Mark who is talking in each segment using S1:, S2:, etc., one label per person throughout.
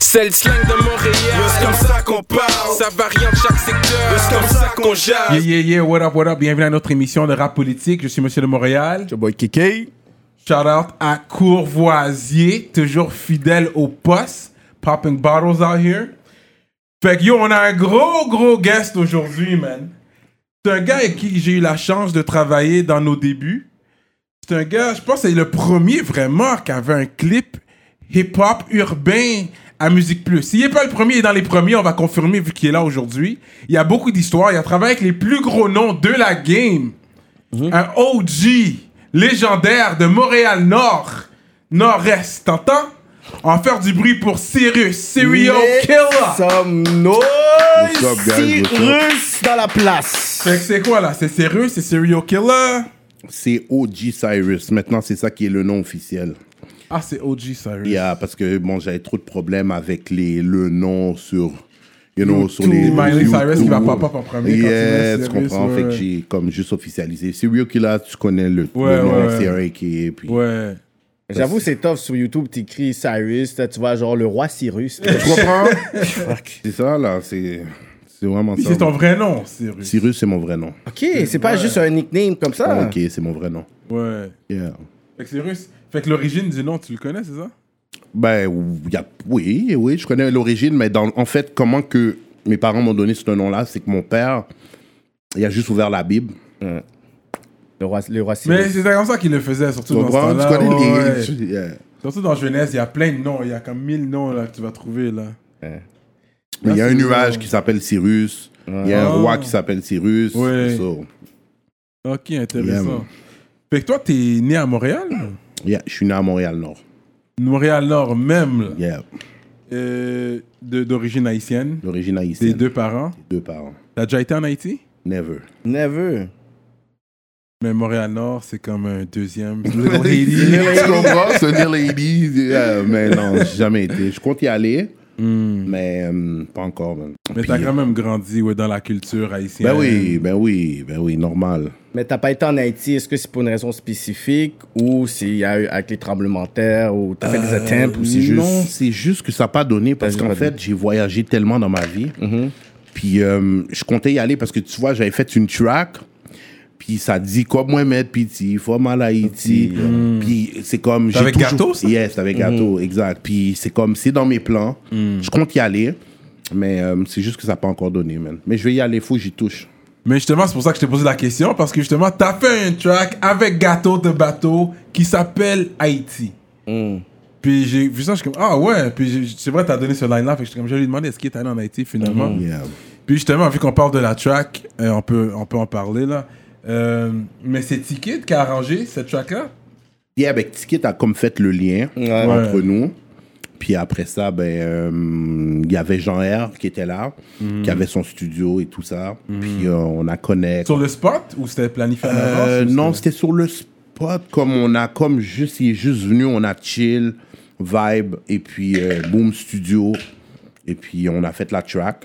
S1: C'est le slang de Montréal.
S2: C'est comme ça qu'on parle.
S1: Ça varie en chaque secteur.
S2: C'est comme ça qu'on
S3: Yeah,
S2: jase.
S3: yeah, yeah, what up, what up? Bienvenue à notre émission de rap politique. Je suis Monsieur de Montréal.
S4: Yo boy Kiki.
S3: Shout out à Courvoisier, toujours fidèle au poste. Popping bottles out here. Fait que yo, on a un gros, gros guest aujourd'hui, man. C'est un gars avec qui j'ai eu la chance de travailler dans nos débuts. C'est un gars, je pense, que c'est le premier vraiment qui avait un clip hip-hop urbain à Musique Plus. S'il n'est pas le premier, il est dans les premiers, on va confirmer vu qu'il est là aujourd'hui. Il y a beaucoup d'histoires. Il a travaillé avec les plus gros noms de la game un OG légendaire de Montréal Nord, Nord-Est, t'entends? En faire du bruit pour Sirius, Serial
S4: Make
S3: Killer.
S4: Some noise.
S5: What's up, guys? What's up?
S4: Cyrus dans la place.
S3: Fait que c'est quoi là? C'est Sirius, c'est Serial Killer?
S5: C'est OG Cyrus. Maintenant, c'est ça qui est le nom officiel.
S3: Ah, c'est OG Sirius.
S5: Il y a- parce que bon, j'avais trop de problèmes avec les, le nom sur, you know, sur les.
S3: Miley
S5: YouTube.
S3: Cyrus qui va pop up en premier quand tu mets
S5: Yeah, tu
S3: Cyrus,
S5: comprends.
S3: ouais.
S5: Fait que j'ai comme juste officialisé. Serial Killer, tu connais le, le
S3: Ouais,
S5: nom
S3: ouais.
S5: CRA qui est. Puis
S3: Ouais.
S4: J'avoue, c'est tough sur YouTube, t'écris Cyrus, là, tu vois, genre le roi Cyrus.
S5: Tu comprends? c'est ça, là. C'est c'est vraiment
S3: Puis
S5: ça.
S3: c'est ton vrai nom, Sirius.
S5: Cyrus, c'est mon vrai nom.
S4: ok, c'est pas juste un nickname comme
S3: Ah.
S4: ça.
S5: Ok, c'est mon vrai nom.
S3: Ouais.
S5: Yeah.
S3: Fait que Sirius. Fait que l'origine du nom, tu le connais, c'est ça?
S5: Ben ou- y a- oui, oui, je connais l'origine, mais dans, en fait, comment que mes parents m'ont donné ce nom-là, c'est que mon père, il a juste ouvert la Bible.
S4: Le roi, le roi
S3: Mais
S4: Cyrus.
S3: c'est comme ça qu'il le faisait, surtout
S5: Tu
S3: dans ce
S5: comprends? Tu
S3: temps-là.
S5: connais
S3: ouais,
S5: les-
S3: ouais.
S5: tu- yeah.
S3: Surtout dans Jeunesse, il y a plein de noms. Il y a comme 1000 noms là, que tu vas trouver là.
S5: Mais Il y a
S3: Ah,
S5: un
S3: c'est
S5: nuage
S3: bon.
S5: qui s'appelle Cyrus. Il y a un
S3: Ah.
S5: roi qui s'appelle Cyrus.
S3: Ouais.
S5: So,
S3: Ok,
S5: Yeah,
S3: intéressant.
S5: man.
S3: fait que toi, t'es né à Montréal?
S5: yeah, je suis né à Montréal-Nord.
S3: Montréal-Nord même, là.
S5: Yeah,
S3: Euh, de- d'origine haïtienne,
S5: l'origine haïtienne.
S3: des deux parents.
S5: Deux parents.
S3: T'as déjà été en Haïti?
S5: Never.
S4: Neveu.
S3: Mais Montréal-Nord, c'est comme un deuxième. Little
S5: Tu
S3: Haiti.
S5: comprends? Ce Near Lady. yeah, mais non, j'ai jamais été. Je compte y aller,
S3: Hmm.
S5: mais euh, pas encore. man.
S3: Mais t'as
S5: Puis-
S3: quand même grandi ouais, dans la culture haïtienne.
S5: Ben oui, ben oui, ben oui, normal.
S4: Mais t'as pas été en Haïti, est-ce que c'est pour une raison spécifique ou s'il y a eu avec les tremblements de terre ou t'as fait des attempts ou c'est juste.
S5: Euh, Non, c'est juste que ça n'a pas Mm-hmm. donné parce
S4: juste
S5: qu'en
S4: pas
S5: fait,
S4: donné.
S5: j'ai voyagé tellement dans ma vie. Puis euh, je comptais y aller parce que tu vois, j'avais fait une track. Puis ça dit comme moi mettre pitié, faut mal à Haïti. Mm. Puis c'est comme
S3: C'est avec Gâteau, ça?
S5: Yes, c'est avec gâteau, exact. Puis c'est comme c'est dans mes plans. Je compte y aller, mais euh, c'est juste que ça n'a pas encore donné, man. Mais je vais y aller, faut que j'y touche.
S3: Mais justement, c'est pour ça que je t'ai posé la question, parce que justement, t'as fait un track avec Gâteau de Bateau qui s'appelle Haïti.
S5: Hmm.
S3: Puis j'ai vu ça, je suis comme, ah ouais, puis j'ai- c'est vrai, t'as donné ce line-là, fait que j'étais comme, je lui ai demandé, est-ce qu'il est allé en Haïti finalement?
S5: Hmm. Yeah.
S3: Puis justement, vu qu'on parle de la track, euh, on, peut, on peut en parler là. Euh, mais c'est Ticket qui a arrangé cette track-là.
S5: Yeah, ben, Ticket a comme fait le lien
S4: Ouais.
S5: entre
S3: Ouais.
S5: nous. Puis après ça, ben, euh, il y avait Jean-R qui était là,
S3: Mm.
S5: qui avait son studio et tout ça. Puis euh, on a connecté.
S3: Sur le spot ou c'était planifié en
S5: Euh,
S3: avance, ou
S5: non,
S3: c'était-
S5: c'était sur le spot, comme on a, comme juste, il est juste venu, on a chill, vibe, et puis euh, boom studio. Et puis on a fait la track.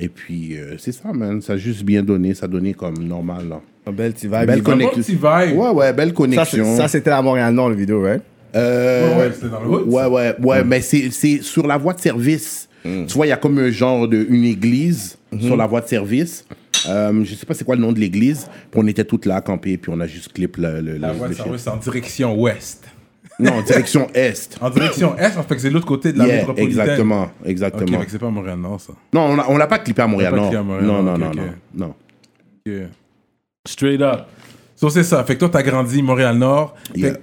S5: Et puis euh, c'est ça, man. Ça a juste bien donné, ça a donné comme normal. là.
S4: Un bel petit vibe.
S5: Belle
S4: Il-
S3: un bon
S5: connexion.
S3: petit vibe.
S5: Ouais, ouais, belle
S4: Ça, c'est-
S5: connexion.
S4: ça, c'était à Montréal, non, le vidéo, ouais.
S5: Euh,
S3: Ouais, ouais, c'était dans le hood,
S5: Ouais, ouais, ouais,
S3: Mm.
S5: mais c'est c'est sur la voie de service. Tu vois, il y a comme un genre de une église
S3: Mm-hmm.
S5: sur la voie de service. Euh, je sais pas c'est quoi le nom de l'église. Puis on était toutes là, campées, puis on a juste clip le. le-
S3: La
S5: le-
S3: voie
S5: le
S3: de
S5: chef.
S3: service, c'est en direction ouest.
S5: Non, direction est.
S3: En direction est, en fait que c'est de l'autre côté de Ah, la
S5: Yeah,
S3: métropolitaine.
S5: exactement,
S3: Ok,
S5: exactement.
S3: fait que c'est pas Montréal Nord, ça.
S5: Non, on l'a- on l'a pas clippé à Montréal.
S3: pas
S5: Non,
S3: clippé à Montréal,
S5: non, non,
S3: ok,
S5: non,
S3: ok.
S5: non, non.
S3: Ok. Straight up. So, c'est ça. Fait que toi, t'as grandi Montréal Nord. euh,
S5: Yeah.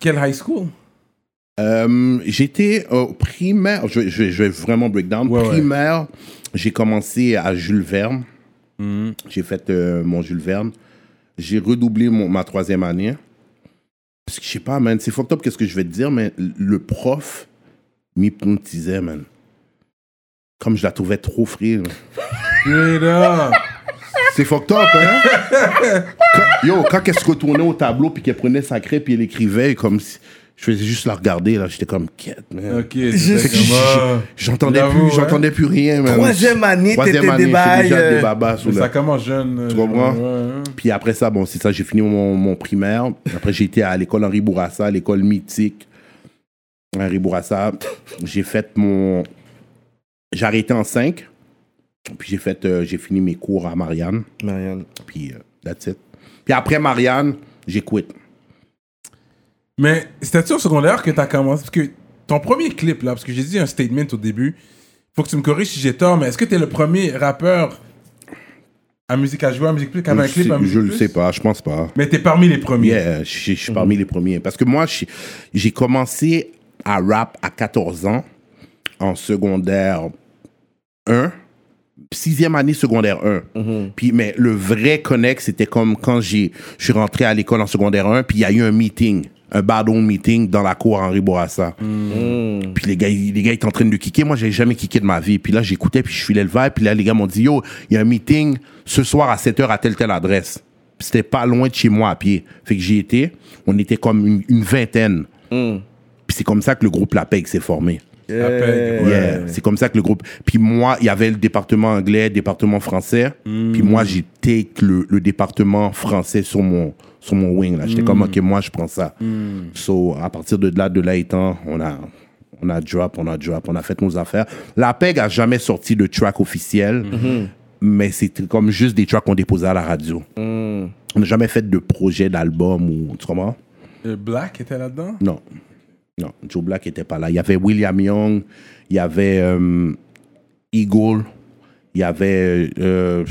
S3: quelle high school?
S5: Euh, J'étais au primaire. Je, vais- je vais- je vais vraiment break down.
S3: Ouais, ouais.
S5: primaire, j'ai commencé à Jules Verne.
S3: Mhm.
S5: J'ai fait euh, mon Jules Verne. J'ai redoublé mon- ma troisième année. Parce que je sais pas, man, c'est fucked up qu'est-ce que je vais te dire, mais le prof m'hypnotisait, man. Comme je la trouvais trop free. là.
S3: Straight up.
S5: C'est fucked up, hein? Quand- yo, quand elle se retournait au tableau, puis qu'elle prenait sa crêpe, puis elle écrivait, comme si... Je faisais juste la regarder, là. J'étais comme, quête, man.
S3: Ok. c'est
S5: Fait que j- j- J'entendais
S3: J'avoue,
S5: plus,
S3: ouais.
S5: j'entendais plus rien, man.
S4: Troisième année,
S5: Troisième
S4: t'étais
S5: année,
S4: des
S5: j'étais
S4: bails.
S5: déjà des
S4: euh,
S5: babas sous
S3: Mais
S5: la-
S3: ça commence jeune. euh,
S5: Tu comprends?
S3: Ouais, ouais.
S5: Puis après ça, bon, c'est ça, j'ai fini mon, mon primaire. Après, j'étais à l'école Henri Bourassa, l'école mythique. à Ribourassa. J'ai fait mon. J'ai arrêté en 5. Puis j'ai fait, euh, j'ai fini mes cours à Marianne.
S4: Marianne.
S5: Puis euh, that's it. Puis après Marianne, j'ai quitté.
S3: Mais c'était-tu au secondaire que t'as commencé? Parce que ton premier clip, là, parce que j'ai dit un statement au début, faut que tu me corriges si j'ai tort, mais est-ce que t'es le premier rappeur à musique à jouer, à musique plus, qui avait un
S5: Je
S3: clip
S5: sais-
S3: à musique
S5: je le
S3: Plus?
S5: sais pas, je pense pas.
S3: Mais t'es parmi les premiers.
S5: Yeah, je je- je suis parmi les premiers. Parce que moi, je- j'ai commencé à rap à 14 ans, en secondaire 1, sixième année secondaire 1. Puis, mais le vrai connect, c'était comme quand j'ai- je suis rentré à l'école en secondaire 1, puis il y a eu un meeting, un badon meeting dans la cour Henri Bourassa. Puis les gars, ils- les gars étaient en train de kicker. Moi, j'avais jamais kické de ma vie. Puis là, j'écoutais, puis je filais le vibe. Puis là, les gars m'ont dit, yo, il y a un meeting ce soir à 7h à telle, telle adresse. Puis c'était pas loin de chez moi à pied. Fait que j'y étais. On était comme une, une vingtaine. Puis c'est comme ça que le groupe La Peg s'est formé.
S3: La peg, ouais.
S5: Yeah. C'est comme ça que le groupe. Puis moi, il y avait le département anglais, le département français. Puis
S3: Hmm.
S5: moi, j'ai take le, le département français sur mon, sur mon wing. là. J'étais comme,
S3: Hmm.
S5: OK, moi, je prends ça. So, à partir de là, de là étant, on a, on a drop, on a drop, on a fait nos affaires. La PEG a jamais sorti de track officiel,
S3: Hmm.
S5: mais c'était comme juste des tracks qu'on déposait à la radio.
S3: Hmm.
S5: On n'a jamais fait de projet d'album ou, tu comprends?
S3: Euh, Black était là-dedans?
S5: Non. Non, Joe Black n'était pas là. Il y avait William Young, il y avait euh, Eagle, il y avait euh,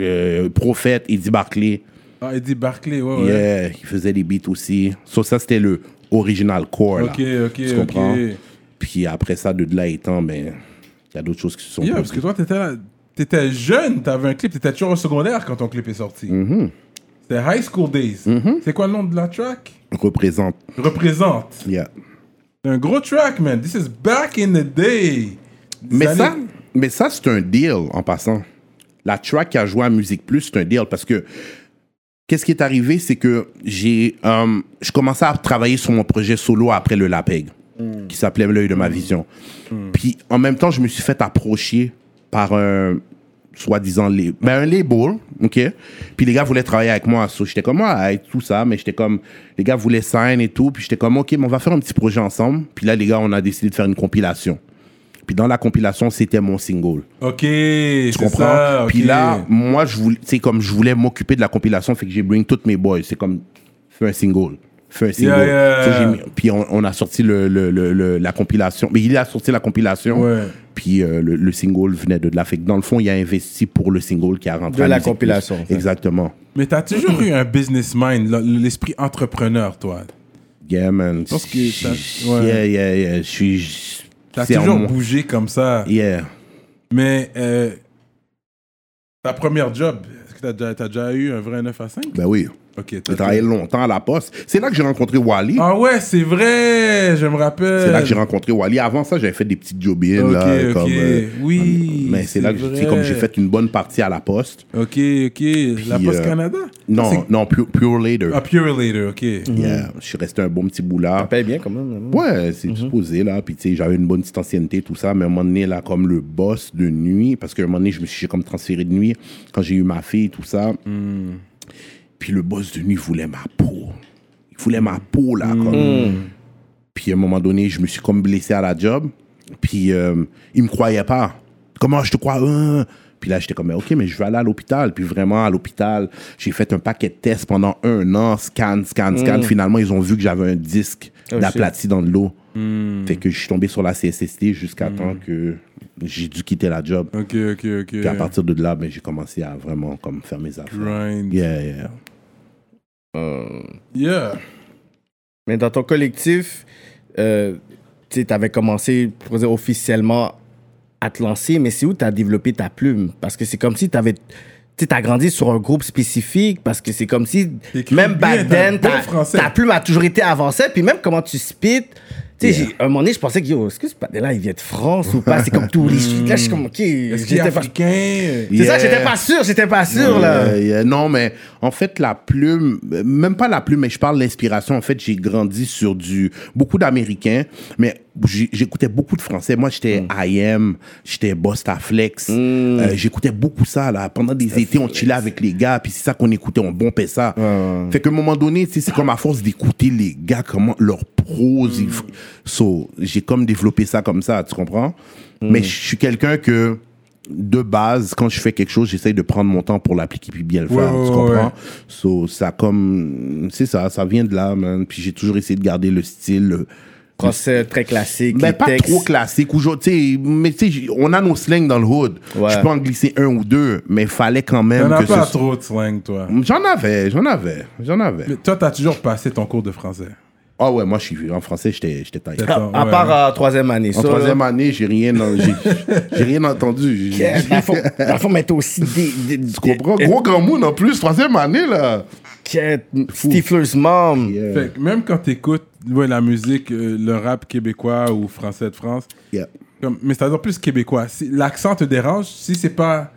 S5: euh, Prophète, Eddie Barclay.
S3: Ah, Eddie Barclay, ouais, ouais.
S5: Yeah, il faisait des beats aussi. So, ça, c'était le original core. là.
S3: Ok, ok,
S5: Tu
S3: ok.
S5: comprends? Puis après ça, de là étant, ben, il y a d'autres choses qui se sont
S3: Yeah, parce que toi,
S5: produites.
S3: t'étais, là- t'étais jeune, t'avais un clip, t'étais toujours au secondaire quand ton clip est sorti.
S5: Mm-hmm.
S3: C'était High School Days. C'est quoi le nom de la track?
S5: Représente.
S3: Représente.
S5: Yeah.
S3: C'est un gros track, man. This is back in the day. Des
S5: Mais
S3: années-
S5: ça, mais ça, c'est un deal en passant. La track qui a joué à Musique Plus, c'est un deal parce que qu'est-ce qui est arrivé, c'est que j'ai, euh, je commençais à travailler sur mon projet solo après le LAPEG, qui s'appelait L'œil de ma vision. Puis en même temps, je me suis fait approcher par un soi-disant label, ben, un label, ok. Puis les gars voulaient travailler avec moi, so, j'étais comme moi tout ça, mais j'étais comme les gars voulaient sign et tout, puis j'étais comme ok, mais on va faire un petit projet ensemble. Puis là, les gars, on a décidé de faire une compilation. Puis dans la compilation, c'était mon single.
S3: Ok, tu
S5: Tu comprends? Puis là, moi, je voulais, tu sais, comme je voulais m'occuper de la compilation, fait que j'ai bring toutes mes boys. C'est comme, fais un single. Fais un single.
S3: Yeah, yeah,
S5: So, j'ai
S3: yeah.
S5: mis- puis on, on a sorti le, le- le- le- la compilation. Mais il a sorti la compilation.
S3: Ouais.
S5: Puis euh, le, le single venait de là. Fait que dans le fond, il a investi pour le single qui a rentré.
S4: De
S5: à
S4: la
S5: Musique
S4: compilation,
S5: Plus.
S4: ça.
S5: Exactement.
S3: Mais t'as toujours eu un business mind, l- l'esprit entrepreneur, toi.
S5: Yeah, man.
S3: pense que ça- ouais.
S5: Yeah, yeah, yeah. Je suis.
S3: T'as
S5: c'est en
S3: toujours
S5: moi.
S3: bougé comme ça.
S5: Yeah.
S3: Mais euh, ta première job, est-ce que t'as déjà, t'as déjà eu un vrai 9 à 5?
S5: Ben oui.
S3: Ok, t'as-
S5: J'ai travaillé longtemps à la poste. C'est là que j'ai rencontré Wally.
S3: Ah ouais, c'est vrai, je me rappelle.
S5: C'est là que j'ai rencontré Wally. Avant ça, j'avais fait des petites job
S3: Euh, Ok,
S5: là,
S3: ok.
S5: comme, euh,
S3: Oui,
S5: mais c'est là que
S3: c'est
S5: c'est comme j'ai
S3: vrai.
S5: fait une bonne partie à la poste.
S3: Ok, ok. la
S5: Puis,
S3: Poste
S5: euh,
S3: Canada?
S5: Non,
S3: C'est-
S5: non, Pure, Pure Later.
S3: Ah, hmm. Pure Later, ok.
S5: Yeah. Je suis resté un bon petit bout là.
S4: Ça paye bien quand même.
S5: Ouais, c'est supposé là. Puis tu sais, j'avais une bonne petite ancienneté, tout ça. Mais à un moment donné, là, comme le boss de nuit, parce qu'à un moment donné, je me suis j'ai comme transféré de nuit quand j'ai eu ma fille, tout ça.
S3: Hmm.
S5: Puis le boss de nuit voulait ma peau. Il voulait ma peau là. Comme. Puis à un moment donné, je me suis comme blessé à la job. Puis euh, il me croyait pas. Comment je te crois hein? Puis là, j'étais comme, mais OK, mais je vais aller à l'hôpital. Puis vraiment, à l'hôpital, j'ai fait un paquet de tests pendant un an, scan, scan, scan. Finalement, ils ont vu que j'avais un disque d'aplati dans de l'eau. Fait que je suis tombé sur la CSST jusqu'à temps que j'ai dû quitter la job.
S3: Ok, ok, ok.
S5: Puis à partir de là, ben, j'ai commencé à vraiment comme faire mes affaires.
S3: Grind.
S5: Yeah, yeah.
S3: Yeah.
S4: Mais dans ton collectif, euh, tu sais, t'avais commencé, pour dire officiellement, à te lancer, mais c'est où t'as développé ta plume? Parce que c'est comme si t'avais... Tu as grandi sur un groupe spécifique parce que c'est comme si,
S3: T'écris
S4: même
S3: bien,
S4: back
S3: t'as un
S4: then,
S3: bon
S4: ta,
S3: français.
S4: ta plume a toujours été avancée. Puis même comment tu spit, tu sais,
S5: Yeah.
S4: j'ai- un moment donné, je pensais que, yo, est-ce que ce patin-là, il vient de France ou pas? C'est comme tous les shit. Là, je suis comme, ok,
S3: Est-ce qu'il est
S4: j'étais pas...
S3: africain?
S4: C'est ça,
S5: Yeah.
S4: j'étais pas sûr, j'étais pas sûr, là.
S5: Yeah, yeah. Euh, Non, mais en fait, la plume, euh, même pas la plume, mais je parle de l'inspiration. En fait, j'ai grandi sur du. Beaucoup d'Américains, mais j'ai- j'écoutais beaucoup de français. Moi, j'étais IM, j'étais Bostaflex. Euh, j'écoutais beaucoup ça, là. Pendant des étés, on chillait avec les gars, puis c'est ça qu'on écoutait, on bompait ça. Fait qu'à un moment donné, tu sais, c'est comme à force d'écouter les gars, comment leur prose. ils f- So, j'ai comme développé ça comme ça, tu comprends? Mais je suis quelqu'un que, de base, quand je fais quelque chose, j'essaye de prendre mon temps pour l'appliquer puis bien le faire,
S3: ouais,
S5: tu
S3: ouais,
S5: comprends?
S3: ouais.
S5: So, ça comme, c'est ça, ça vient de là, man. Puis j'ai toujours essayé de garder le style. euh, le-
S4: Français très classique,
S5: ben,
S4: les
S5: pas
S4: textes.
S5: trop classique. ou genre, tu sais, mais tu sais, j- on a nos slangs dans le hood.
S4: Ouais.
S5: Je peux en glisser un ou deux, mais fallait quand
S3: T'en
S5: même
S3: as
S5: que
S3: pas
S5: ce-
S3: trop de slang, toi.
S5: J'en avais, j'en avais, j'en avais.
S3: Mais toi, t'as toujours passé ton cours de français.
S5: Ah ouais, moi, je suis en français, j'étais j'étais taille.
S4: À,
S3: Attends,
S4: à
S3: ouais.
S4: part en troisième année.
S5: En troisième année, j'ai rien, en- j'ai j'ai rien entendu. J'ai-
S4: La forme est aussi. Des, des,
S5: Tu comprends? Gros grand monde en plus, troisième année, là.
S4: euh, Stifler's mom.
S3: Fait que même quand t'écoutes ouais, la musique, euh, le rap québécois ou français de France,
S5: Yeah.
S3: comme- mais c'est-à-dire plus québécois, si l'accent te dérange, si c'est pas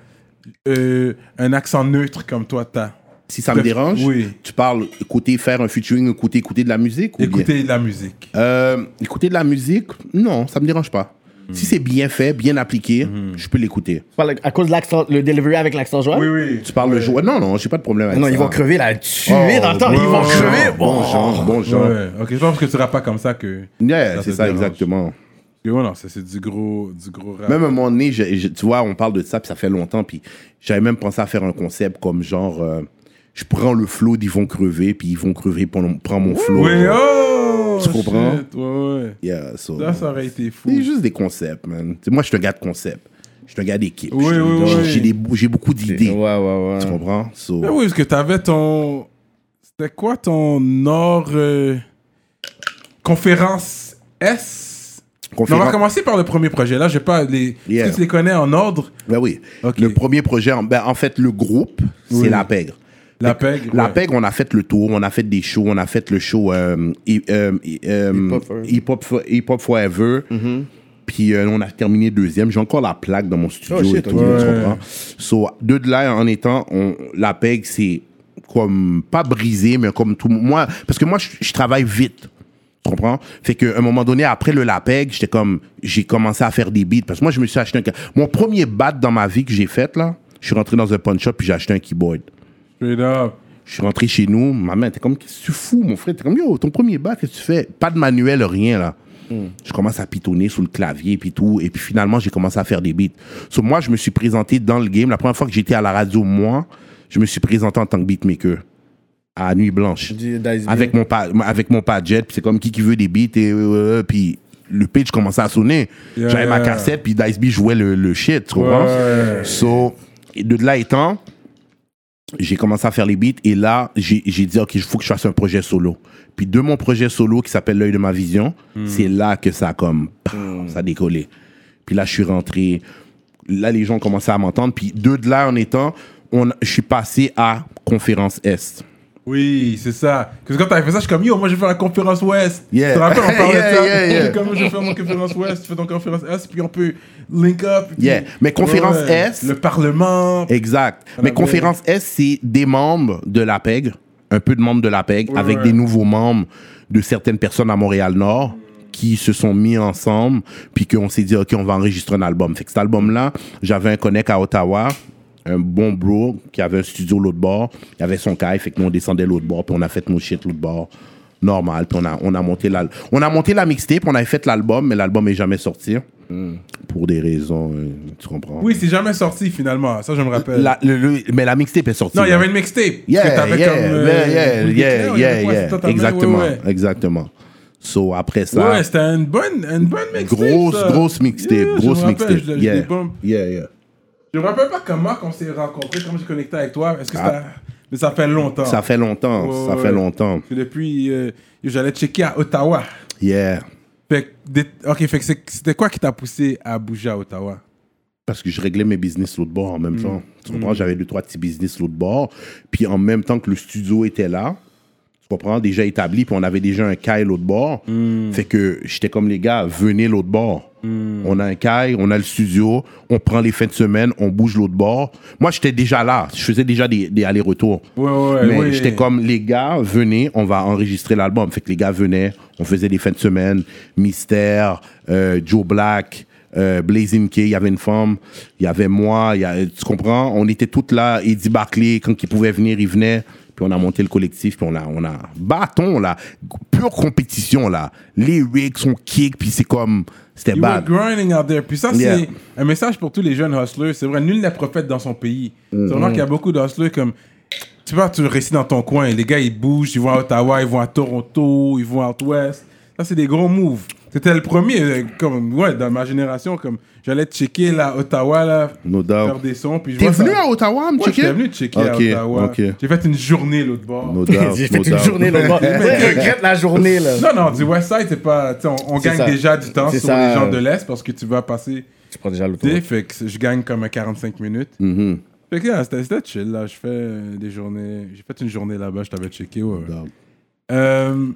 S3: euh, un accent neutre comme toi t'as,
S5: Si ça me
S3: Fait-
S5: dérange,
S3: oui.
S5: tu parles côté faire un featuring, côté écouter de la musique ou bien-
S3: écouter de la musique.
S5: Euh, écouter de la musique, non, ça me dérange pas. Si
S3: Hmm.
S5: c'est bien fait, bien appliqué, je peux l'écouter.
S4: Tu parles À cause de l'accent, le delivery avec l'accent joie.
S3: Oui, oui.
S5: Tu parles le jour. Non, non, j'ai pas de problème avec
S4: Non,
S5: ça. Oh,
S4: ils vont crever là, tuer dans le temps, ils vont
S3: ouais,
S4: crever. Oh.
S3: ouais.
S5: Bon genre, bon genre.
S3: Ouais, ok, je pense que tu seras pas comme ça que.
S5: Yeah,
S3: Ça
S5: c'est
S3: te
S5: ça,
S3: dérange.
S5: exactement.
S3: que ouais, non, ça c'est du gros, du gros rap.
S5: Même à un moment donné, je- je- tu vois, on parle de ça, puis ça fait longtemps, puis j'avais même pensé à faire un concept comme genre, euh, je prends le flow d'Ils vont crever, puis ils vont crever, puis on prend mon flow.
S3: Oui, oh!
S5: Tu comprends?
S3: shit, ouais, ouais.
S5: Yeah, so-
S3: Ça, ça aurait été fou.
S5: C'est juste des concepts, man. Tu sais, moi, je suis un gars de concept. Je suis un gars d'équipe.
S3: Oui,
S5: Je-
S3: oui,
S5: j'ai-
S3: oui.
S5: J'ai des bou- j'ai beaucoup d'idées.
S4: Ouais, ouais,
S5: Tu
S4: ouais.
S5: comprends? So-
S3: Mais oui, parce que t'avais ton. C'était quoi ton Nord. euh, Conférence S Mais on va
S5: Conférence-
S3: commencer par le premier projet. Là, j'ai pas les.
S5: Yeah.
S3: Est-ce que tu les connais en ordre
S5: Ben oui.
S3: Ok.
S5: Le premier projet, en- ben, en fait, le groupe,
S3: Oui.
S5: c'est La Pègre.
S3: La PEG.
S5: La
S3: ouais.
S5: PEG, on a fait le tour, on a fait des shows, on a fait le show euh, hi- euh, hi- euh,
S4: Hip Hop
S3: hein.
S4: Forever.
S5: Hip Hop Fo- Hip Hop Forever.
S3: Mm-hmm.
S5: Puis euh, on a terminé deuxième. J'ai encore la plaque dans mon studio
S4: Oh, shit,
S5: et tout,
S4: ok.
S5: tu
S3: Ouais.
S5: comprends? So, de de là, en étant, on, la PEG, c'est comme, pas brisé, mais comme tout. Moi, parce que moi, je, je travaille vite. Tu comprends? Fait qu'à un moment donné, après le LAPEG, j'étais comme, j'ai commencé à faire des beats. Parce que moi, je me suis acheté un. ca- Mon premier bat dans ma vie que j'ai fait, là, je suis rentré dans un punch-up puis j'ai acheté un keyboard.
S3: Straight up.
S5: Je suis rentré chez nous, ma mère était comme, qu'est-ce que tu fous, mon frère? T'es comme, yo, ton premier bac, qu'est-ce que tu fais? Pas de manuel, rien, là. Je commence à pitonner sous le clavier, puis tout. Et puis finalement, j'ai commencé à faire des beats. So, moi, je me suis présenté dans le game. La première fois que j'étais à la radio, moi, je me suis présenté en tant que beatmaker à Nuit Blanche.
S4: Du- d'Ice
S5: Avec mon, pa- avec mon padjet, puis c'est comme qui qui veut des beats, et euh, puis le pitch commençait à sonner.
S3: Yeah.
S5: J'avais ma cassette, puis Dice B jouait le, le shit, tu comprends?
S3: Ouais.
S5: So, et de là étant, j'ai commencé à faire les beats et là, j'ai j'ai dit, OK, il faut que je fasse un projet solo. Puis de mon projet solo qui s'appelle L'œil de ma vision,
S3: Hmm.
S5: c'est là que ça a comme, bam, ça a décollé. Puis là, je suis rentré. Là, les gens commençaient à m'entendre. Puis de de là en étant, on, je suis passé à Conférence Est.
S3: Oui, c'est ça. Parce que quand t'avais fait ça, je suis comme yo, moi je vais faire la conférence Ouest.
S5: Yeah.
S3: Tu te rappelles, on parlait
S5: Yeah,
S3: de ça.
S5: yeah, yeah.
S3: Comme je vais faire mon conférence Ouest, tu fais ton conférence Est, puis on peut link up. puis-
S5: Yeah. Mais conférence
S3: Ouais,
S5: Est-
S3: Le Parlement.
S5: Exact.
S3: On
S5: Mais
S3: avait-
S5: Conférence S, c'est des membres de l'APEG, un peu de membres de l'APEG,
S3: Ouais,
S5: avec
S3: ouais.
S5: des nouveaux membres de certaines personnes à Montréal-Nord qui se sont mis ensemble, puis qu'on s'est dit, OK, on va enregistrer un album. Fait que cet album-là, j'avais un connect à Ottawa, un bon bro qui avait un studio l'autre bord, il avait son caille, fait que nous, on descendait l'autre bord, puis on a fait nos shit l'autre bord. Normal, puis on a, on a monté la, on a monté la mixtape, on avait fait l'album, mais l'album n'est jamais sorti. Pour des raisons, euh, tu comprends.
S3: Hmm. Oui, c'est jamais sorti finalement. Ça, je me rappelle.
S5: La- le- le- mais la mixtape est sortie.
S3: Euh, Non, il y
S5: là.
S3: avait une mixtape.
S5: Yeah,
S3: que t'avais
S5: yeah,
S3: comme, euh,
S5: yeah,
S3: Will
S5: yeah,
S3: Declare, il y
S5: yeah,
S3: avait quoi,
S5: yeah,
S3: c'est toi, ta main,
S5: exactement,
S3: Ouais, ouais.
S5: exactement. So, après ça,
S3: Ouais, c'était une bonne, une bonne mixtape.
S5: grosse,
S3: ça.
S5: grosse mixtape,
S3: Yeah, je
S5: grosse
S3: me rappelle,
S5: mixtape.
S3: je l'ai- je l'ai
S5: Yeah.
S3: bump.
S5: yeah, yeah.
S3: Je me rappelle pas comment qu'on s'est rencontrés, comment j'ai connecté avec toi. Est-ce que ça. Mais ça fait longtemps.
S5: Ah. Ça fait longtemps,
S3: Ouais,
S5: ça
S3: ouais.
S5: fait longtemps.
S3: Parce que depuis, euh, j'allais checker à Ottawa.
S5: Yeah.
S3: Fait que des- ok, fait que c'est- c'était quoi qui t'a poussé à bouger à Ottawa
S5: Parce que je réglais mes business l'autre bord en
S3: Mm.
S5: même temps. Tu comprends? J'avais deux, trois petits business l'autre bord. Puis en même temps que le studio était là, tu Tu comprends? Déjà établi, puis on avait déjà un caille l'autre bord.
S3: Mm.
S5: Fait que j'étais comme les gars, venez l'autre bord. On a un caille, on a le studio, on prend les fins de semaine, on bouge l'autre bord. Moi, j'étais déjà là. Je faisais déjà des, des allers-retours.
S3: Ouais, ouais,
S5: Mais
S3: ouais.
S5: j'étais comme, les gars, venez, on va enregistrer l'album. Fait que les gars venaient, on faisait des fins de semaine, Mystère, euh, Joe Black, euh, Blazing K, il y avait une femme, il y avait moi, il y a- tu comprends? On était toutes là, Eddie Barclay, quand il pouvait venir, il venait. Puis on a monté le collectif, puis on a, on a bâton, là, pure compétition, là. Les rigs, on kick, puis c'est comme, c'était
S3: You were
S5: bad.
S3: grinding out there. Puis ça,
S5: Yeah.
S3: c'est un message pour tous les jeunes hustlers. C'est vrai, nul n'est prophète dans son pays. C'est
S5: Mm-hmm.
S3: vrai qu'il y a beaucoup de hustlers comme. Tu vois, tu restes dans ton coin. Les gars, ils bougent. Ils vont à Ottawa, ils vont à Toronto, ils vont à Ouest. Ça, c'est des gros moves. C'était le premier, euh, comme, ouais, dans ma génération, comme, j'allais checker là, Ottawa, là,
S5: No doubt.
S3: faire des sons. Puis je
S5: T'es
S3: vois
S5: venu
S3: ça.
S5: à Ottawa, me
S3: Ouais,
S5: checker?
S3: j'étais venu checker
S5: Ok,
S3: à Ottawa.
S5: ok.
S3: J'ai fait une journée l'autre bord.
S5: No doubt,
S4: J'ai
S5: no
S4: fait une
S5: doubt.
S4: journée là-bas. Je regrette la journée là.
S3: Non, non, du West Side, c'est pas. tu sais, On, on
S4: C'est
S3: gagne
S4: ça.
S3: déjà du temps
S4: C'est
S3: sur
S4: ça.
S3: les gens de l'Est parce que tu vas passer.
S4: Tu prends déjà
S3: Tu sais,
S4: l'autoroute.
S3: fait que je gagne comme un 45 minutes.
S5: Mhm.
S3: Fait que yeah, c'était c'était chill là. Je fais euh, des journées. J'ai fait une journée là-bas, je t'avais checké. Ouais.
S5: Down.
S3: Euh,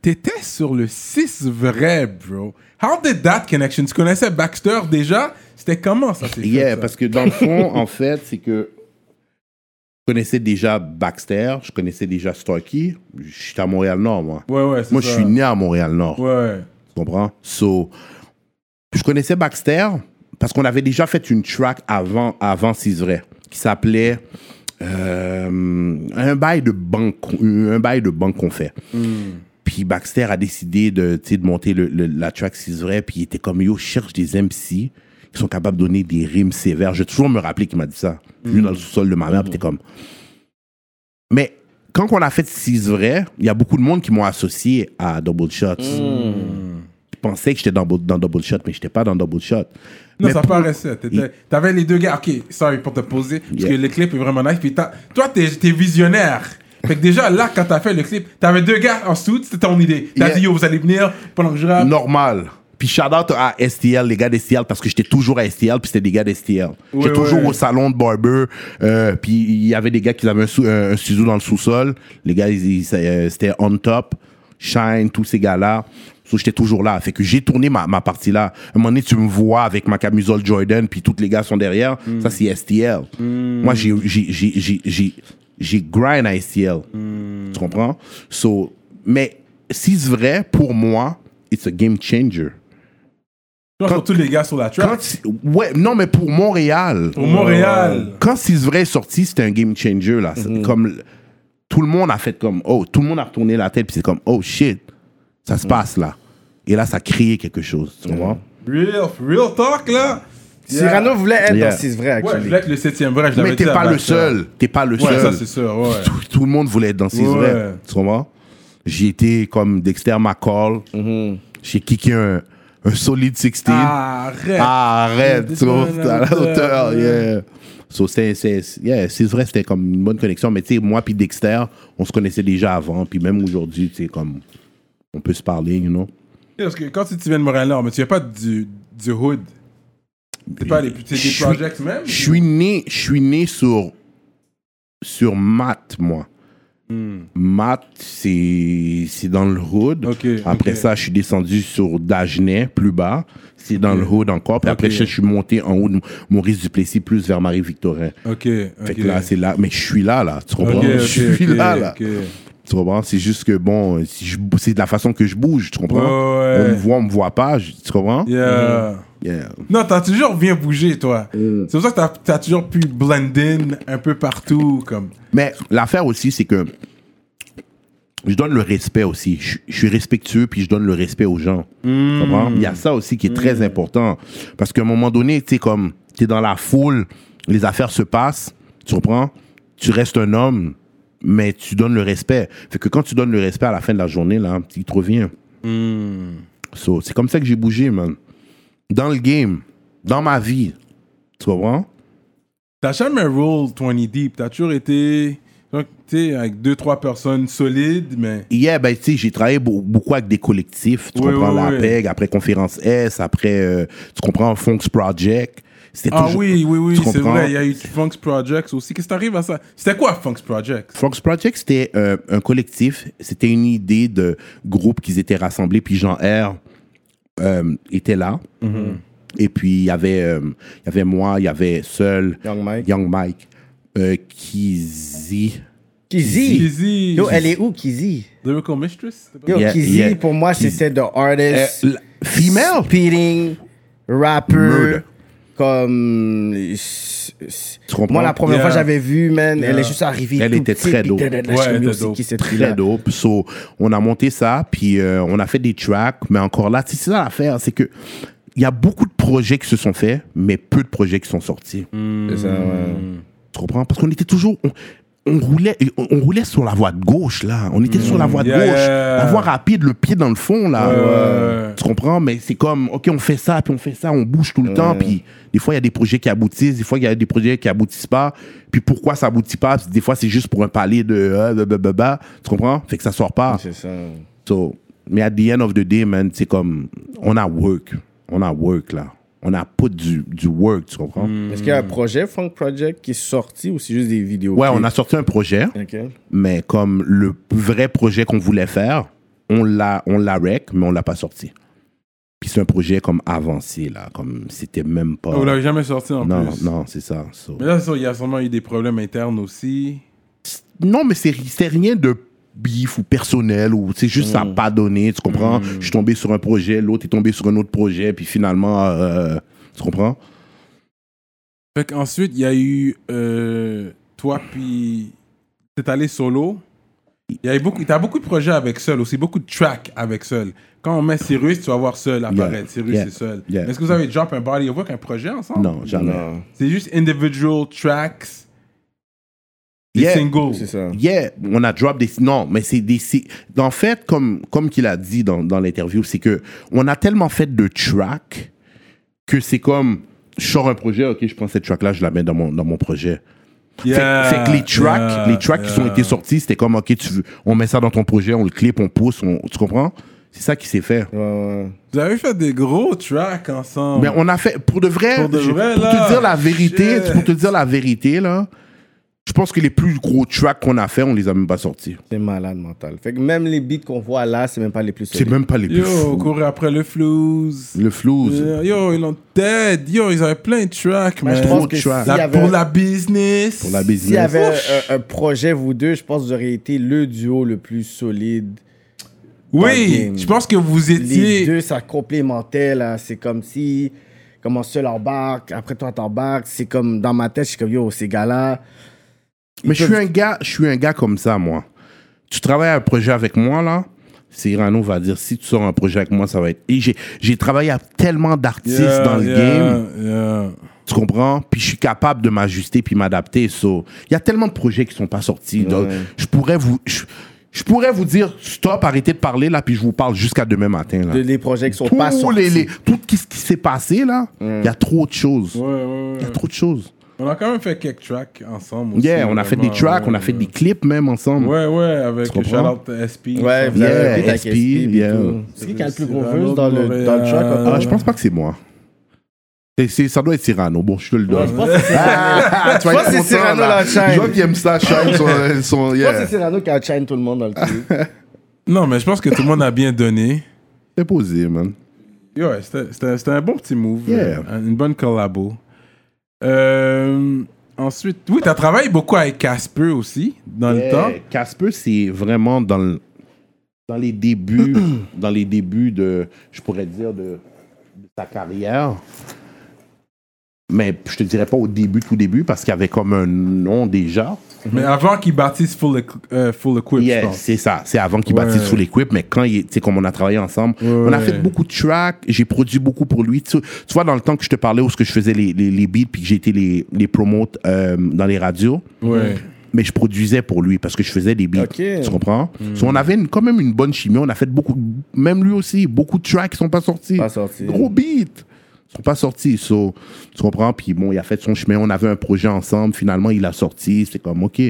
S3: T'étais sur le 6 vrai, bro. How did that connection? Tu connaissais Baxter déjà? C'était comment ça s'est fait,
S5: Yeah,
S3: ça?
S5: parce que dans le fond, en fait, c'est que je connaissais déjà Baxter, je connaissais déjà Storky. Je suis à Montréal-Nord, moi.
S3: Ouais, ouais, c'est
S5: Moi,
S3: ça.
S5: je suis né à Montréal-Nord.
S3: Ouais.
S5: Tu comprends? So, je connaissais Baxter parce qu'on avait déjà fait une track avant, avant C'est vrai, qui s'appelait euh, un bail de banque, un bail de banque qu'on fait. Puis Baxter a décidé de, tu sais, de monter le- le- la track C'est vrai, puis il était comme yo, je cherche des MC qui sont capables de donner des rimes sévères. Je vais toujours me rappeler qu'il m'a dit ça. Lui dans le sous-sol de ma mère, puis t'es comme. Mais quand on a fait C'est vrai, il y a beaucoup de monde qui m'ont associé à Double Shots je pensais que j'étais dans, bo- dans Double Shot, mais j'étais pas dans Double Shot.
S3: Non,
S5: mais
S3: ça
S5: pour-
S3: paraissait. T'étais-
S5: Il-
S3: T'avais les deux gars. Ok, sorry pour te poser. Parce
S5: Yeah.
S3: que le clip est vraiment nice. Puis t'as- toi, t'es t'es visionnaire. Fait que déjà, là, quand t'as fait le clip, t'avais deux gars en suit, c'était ton idée. T'as
S5: Yeah.
S3: dit, yo, vous allez venir pendant que je rappe.
S5: Normal. Puis shout out à STL, les gars d'STL, parce que j'étais toujours à STL, puis c'était des gars d'STL.
S3: Ouais,
S5: j'étais toujours
S3: ouais.
S5: au salon de Barber, euh, puis il y avait des gars qui avaient un, sou- euh, un- un studio dans le sous-sol. Les gars, ils- ils- euh, c'était On Top, Shine, tous ces gars-là. So, j'étais toujours là. Fait que j'ai tourné ma, ma partie là. un moment donné, tu me vois avec ma camisole Jordan, puis tous les gars sont derrière.
S3: Hmm.
S5: Ça, c'est STL. Moi, j'ai- j'ai- j'ai j'ai- j'ai- j'ai grind à STL.
S3: Hmm.
S5: Tu comprends? So, mais si c'est vrai, pour moi, it's a game changer.
S3: Je pense surtout les gars sur la
S5: Quand,
S3: track.
S5: ouais, non, mais pour Montréal.
S3: Pour Montréal.
S5: Quand si c'est vrai est sorti, c'était un game changer, là. C'est Comme, l- tout le monde a fait comme, oh, tout le monde a retourné la tête, puis c'est comme, oh shit, ça se passe là. Et là, ça a créé quelque chose, tu vois?
S3: Real, real talk, là. Yeah.
S4: Cyrano voulait être
S5: Yeah.
S4: dans 6 vrai
S3: Ouais, je
S4: actually.
S3: voulais être le septième vrai. je l'avais
S5: Mais t'es
S3: dit à
S5: pas le
S3: Baxter.
S5: seul. T'es pas le
S3: Ouais,
S5: seul.
S3: ça, c'est sûr, ouais.
S5: tout, tout le monde voulait être dans ses
S3: Ouais.
S5: vrais. Tu comprends? J'ai été comme Dexter McCall. J'ai kické un, un solide 16.
S3: Arrête.
S5: Ah, arrête, tu vois,
S3: Descends
S5: t'es à la hauteur,
S3: ouais.
S5: yeah. So, c'est, c'est, yeah, c'est vrai, c'était comme une bonne connexion. Mais tu sais, moi puis Dexter, on se connaissait déjà avant. Puis même aujourd'hui, tu sais, comme, on peut se parler, you know.
S3: Parce que quand tu tu viens de Montréal, mais tu viens pas du, du hood. T'es pas les t'es
S5: Je
S3: des
S5: suis-
S3: projects même.
S5: Je suis né, je suis né sur, sur Matt, moi. Matt, c'est, c'est dans le hood.
S3: Hmm. Ok,
S5: après
S3: ok.
S5: ça, je suis descendu sur Dagenais, plus bas. C'est dans le hood encore. Puis après,
S3: Ok.
S5: je suis monté en haut de Maurice Duplessis, plus vers Marie-Victorin.
S3: Ok, ok.
S5: Fait que là, c'est là. Mais je suis là, là. Tu comprends?
S3: Ok, ok,
S5: je suis
S3: ok,
S5: là, là.
S3: ok.
S5: Tu comprends? C'est juste que, bon, si je bou- c'est de la façon que je bouge, tu comprends?
S3: Ouais, ouais.
S5: On me voit, on me voit pas, je- tu comprends?
S3: Yeah.
S5: Mm-hmm. Yeah.
S3: Non, t'as toujours bien bougé, toi.
S5: Mm.
S3: C'est pour ça que t'as t'as toujours pu blend in un peu partout. Comme.
S5: Mais l'affaire aussi, c'est que je donne le respect aussi. Je, je suis respectueux, puis je donne le respect aux gens. Tu comprends? Il y a ça aussi qui est très important. Parce qu'à un moment donné, tu sais, comme, tu es dans la foule, les affaires se passent, tu comprends? Tu restes un homme, mais tu donnes le respect. Fait que quand tu donnes le respect à la fin de la journée, là, il te revient. So, c'est comme ça que j'ai bougé, man. Dans le game, dans ma vie. Tu comprends?
S3: T'as jamais roll 20 deep. T'as toujours été genre, tu sais, avec deux, trois personnes solides, mais.
S5: Yeah, ben, tu sais, j'ai travaillé beau- beaucoup avec des collectifs. Tu
S3: Ouais,
S5: comprends
S3: ouais,
S5: la
S3: ouais.
S5: PEG, après Conférence S, après, euh, tu comprends, Funks Project. C'était
S3: Ah
S5: toujours-
S3: oui, oui, oui,
S5: tu
S3: c'est
S5: comprends?
S3: vrai. Il y a eu Funk's Projects aussi. Qu'est-ce qui t'arrive à ça C'était quoi Funk's Projects
S5: Fox Project, c'était euh, un collectif, c'était une idée de groupe qu'ils étaient rassemblés, puis Jean R euh, était là. Et puis, il y, avait, euh, il y avait moi, il y avait Seul,
S4: Young Mike.
S5: Young Mike, euh, Kizzy.
S4: Kizzy.
S3: Easy.
S4: Yo, elle est où, Kizzy?
S3: Lyrical Mistress c'est pas-
S4: Yo,
S5: Yeah,
S4: Kizzy,
S5: yeah.
S4: pour moi,
S5: Kizzy.
S4: c'était the artist.
S5: Euh, la- female?
S4: Speeding, rapper.
S5: Murder.
S4: Comme.
S5: Tu comprends?
S4: Moi, la première
S3: Yeah.
S4: fois que j'avais vu, man, elle
S3: Yeah.
S4: est juste arrivée.
S5: Elle
S4: toute
S5: était
S4: petite,
S5: très
S4: puis
S5: dope.
S4: da, da, da,
S3: Ouais,
S4: je me
S3: elle
S4: dis,
S3: était
S4: c'est
S3: dope.
S4: qui cette fille-là?
S5: Très dope. So, on a monté ça, puis euh, on a fait des tracks, mais encore là, c'est ça l'affaire, c'est que il y a beaucoup de projets qui se sont faits, mais peu de projets qui sont sortis.
S4: C'est ça, ouais.
S3: Mm.
S5: Tu comprends? Parce qu'on était toujours. On, on roulait, et on, on roulait sur la voie de gauche, là. On était sur la voie de
S3: Hmm. Yeah,
S5: gauche.
S3: yeah.
S5: La voie rapide, le pied dans le fond, là. Euh,
S3: Ouais.
S5: Tu comprends? Mais c'est comme, OK, on fait ça, puis on fait ça, on bouge tout le temps. Puis des fois, il y a des projets qui aboutissent, des fois, il y a des projets qui aboutissent pas. Puis pourquoi ça aboutit pas? Parce que Des fois, c'est juste pour un palier de. euh, bah, bah, bah, bah. tu comprends? Fait que ça sort pas.
S4: C'est ça.
S5: So, mais at the end of the day, man, c'est comme, on a work. On a work, là. On a pas du, du work, tu comprends?
S3: Hmm.
S4: Est-ce qu'il y a un
S3: Mm.
S4: projet, Funk Project, qui est sorti ou c'est juste des vidéos?
S5: Ouais, on a sorti un projet.
S4: Ok.
S5: mais comme le vrai projet qu'on voulait faire, on l'a, on l'a rec, mais on l'a pas sorti. Puis c'est un projet comme avancé là, comme c'était même pas.
S3: Ah, Vous l'avez jamais sorti en
S5: non,
S3: plus.
S5: non, c'est ça. so.
S3: Mais là, ça, il y a sûrement eu des problèmes internes aussi.
S5: Non, mais c'est, c'est rien de bif ou personnel ou c'est juste ça n'a pas donné, tu comprends Je suis tombé sur un projet, l'autre est tombé sur un autre projet, puis finalement, euh, tu comprends
S3: Fait qu'ensuite, il y a eu euh, toi, puis t'es allé solo. Il y a eu beaucoup, t'as beaucoup de projets avec Seul aussi, beaucoup de tracks avec Seul. Quand on met Cyrus, tu vas voir Seul apparaître. Cyrus,
S5: Yeah.
S3: c'est Seul.
S5: Yeah.
S3: Mais Est-ce que vous avez drop un body of work, un projet ensemble
S5: Non, jamais.
S4: Non.
S3: C'est juste individual tracks, des
S5: Yeah.
S3: singles.
S4: C'est ça.
S5: Yeah, on a drop des. Non, mais c'est des. c'est- En fait, comme, comme qu'il a dit dans, dans l'interview, c'est que on a tellement fait de tracks que c'est comme. Je sors un projet, ok, je prends cette track-là, je la mets dans mon, dans mon projet. Fait-
S3: Yeah,
S5: fait, que les tracks,
S3: yeah,
S5: les tracks qui sont
S3: yeah.
S5: été sortis, c'était comme, ok, tu, veux- on met ça dans ton projet, on le clip, on pousse, on, tu comprends? C'est ça qui s'est fait.
S4: Ouais, ouais.
S3: Vous avez fait des gros tracks ensemble.
S5: Mais on a fait, pour de vrai,
S3: Oh. Pour de
S5: je-
S3: vrai,
S5: pour
S3: là,
S5: te dire la vérité,
S3: shit.
S5: pour te dire la vérité, là, je pense que les plus gros tracks qu'on a fait, on les a même pas sortis.
S4: C'est malade mental. Fait que même les beats qu'on voit là, c'est même pas les plus
S5: C'est
S4: solides.
S5: même pas les plus
S3: Yo,
S5: fous.
S3: courir après le flouze.
S5: Le flouze.
S3: Euh, Yo, ils l'ont dead. Yo, ils avaient plein de tracks,
S4: Mais
S3: man.
S4: je pense
S5: Trop
S4: que
S5: de
S4: s'il y
S5: choix.
S3: La-
S4: avait,
S3: Pour la business.
S5: Ah. Pour la
S4: s'il y
S5: business.
S4: avait euh, un, un projet, vous deux, je pense que vous auriez été le duo le plus solide. Dans le
S3: Oui,
S4: game.
S3: je pense que vous
S4: Les
S3: étiez.
S4: deux, ça complémentait, là. C'est comme si, comme un seul embarque, après toi t'embarques. C'est comme, dans ma tête, je suis comme, yo, ces gars-là,
S5: Mais je suis un gars, je suis un gars comme ça, moi. Tu travailles un projet avec moi, là. Cyrano va dire, si tu sors un projet avec moi, ça va être... Et j'ai, j'ai travaillé à tellement d'artistes
S3: Yeah,
S5: dans le
S3: yeah,
S5: game,
S3: yeah.
S5: tu comprends? Puis je suis capable de m'ajuster puis m'adapter. So, Il y a tellement de projets qui sont pas sortis. Donc, je pourrais vous... Je, je pourrais vous dire, stop, arrêtez de parler, là, puis je vous parle jusqu'à demain matin, là.
S4: de- les projets qui sont
S5: Tous
S4: pas sortis.
S5: les- les- tout ce qui s'est passé, là, il y a trop de choses. Il
S3: Ouais, ouais,
S5: y
S3: ouais.
S5: a trop de choses.
S3: On a quand même fait quelques tracks ensemble. aussi,
S5: Yeah, on a fait des
S3: vraiment,
S5: tracks,
S3: ouais,
S5: on
S4: euh,
S5: a fait
S3: ouais.
S5: des clips même ensemble.
S3: Ouais, ouais, avec
S5: Tu comprends?
S3: Shout Out SP.
S4: Ouais, vous avez
S5: Yeah,
S4: un beat avec
S5: SP,
S4: SP,
S5: yeah.
S4: et tout. C'est qui qui a le plus gros verse dans le, hein? dans le track?
S3: Montréal.
S5: Ah, je pense pas que c'est moi. Et c'est- ça doit être Cyrano. Bon, je te le donne.
S4: Ah, tu
S5: vas
S4: vois,
S5: être
S4: c'est
S5: content,
S4: Cyrano
S5: là.
S4: la chaîne.
S5: Je vois qu'il aime ça, Shine. Son, son-
S4: Je pense
S5: yeah.
S4: que c'est Cyrano qui a chain tout le monde dans le clip.
S3: Non, mais je pense que tout le monde a bien donné.
S5: C'est posé, man.
S3: Yo, ouais, c'était- c'était c'était un bon petit move.
S5: Yeah.
S3: euh, Une bonne collabo. Euh, ensuite, oui, t'as travaillé beaucoup avec Casper aussi, dans le temps.
S5: Eh, Casper, c'est vraiment dans, le- dans les débuts, dans les débuts de, je pourrais dire, de, de sa carrière. Mais je te dirais pas au début, tout début, parce qu'il y avait comme un nom déjà.
S3: Mais avant qu'ils bâtissent Full, Equ- euh, full Equip, je
S5: Yeah,
S3: pense.
S5: c'est ça. C'est avant qu'il
S3: Ouais.
S5: bâtisse sous l'équipe, mais quand il, est- tu sais, comme on a travaillé ensemble, on a
S3: ouais.
S5: fait beaucoup de tracks, j'ai produit beaucoup pour lui. Tu, tu vois, dans le temps que je te parlais où ce que je faisais les, les, les beats puis que j'étais les, les promotes euh, dans les radios,
S3: Ouais.
S5: mais je produisais pour lui parce que je faisais des beats.
S4: Ok.
S5: Tu comprends?
S3: Hmm.
S5: So, on avait une- quand même une bonne chimie, on a fait beaucoup, même lui aussi, beaucoup de tracks qui sont pas sortis.
S4: Pas sortis.
S5: Gros beats sont pas sortis. So, tu comprends? Puis bon, il a fait son chemin, on avait un projet ensemble, finalement il a sorti, c'est comme ok.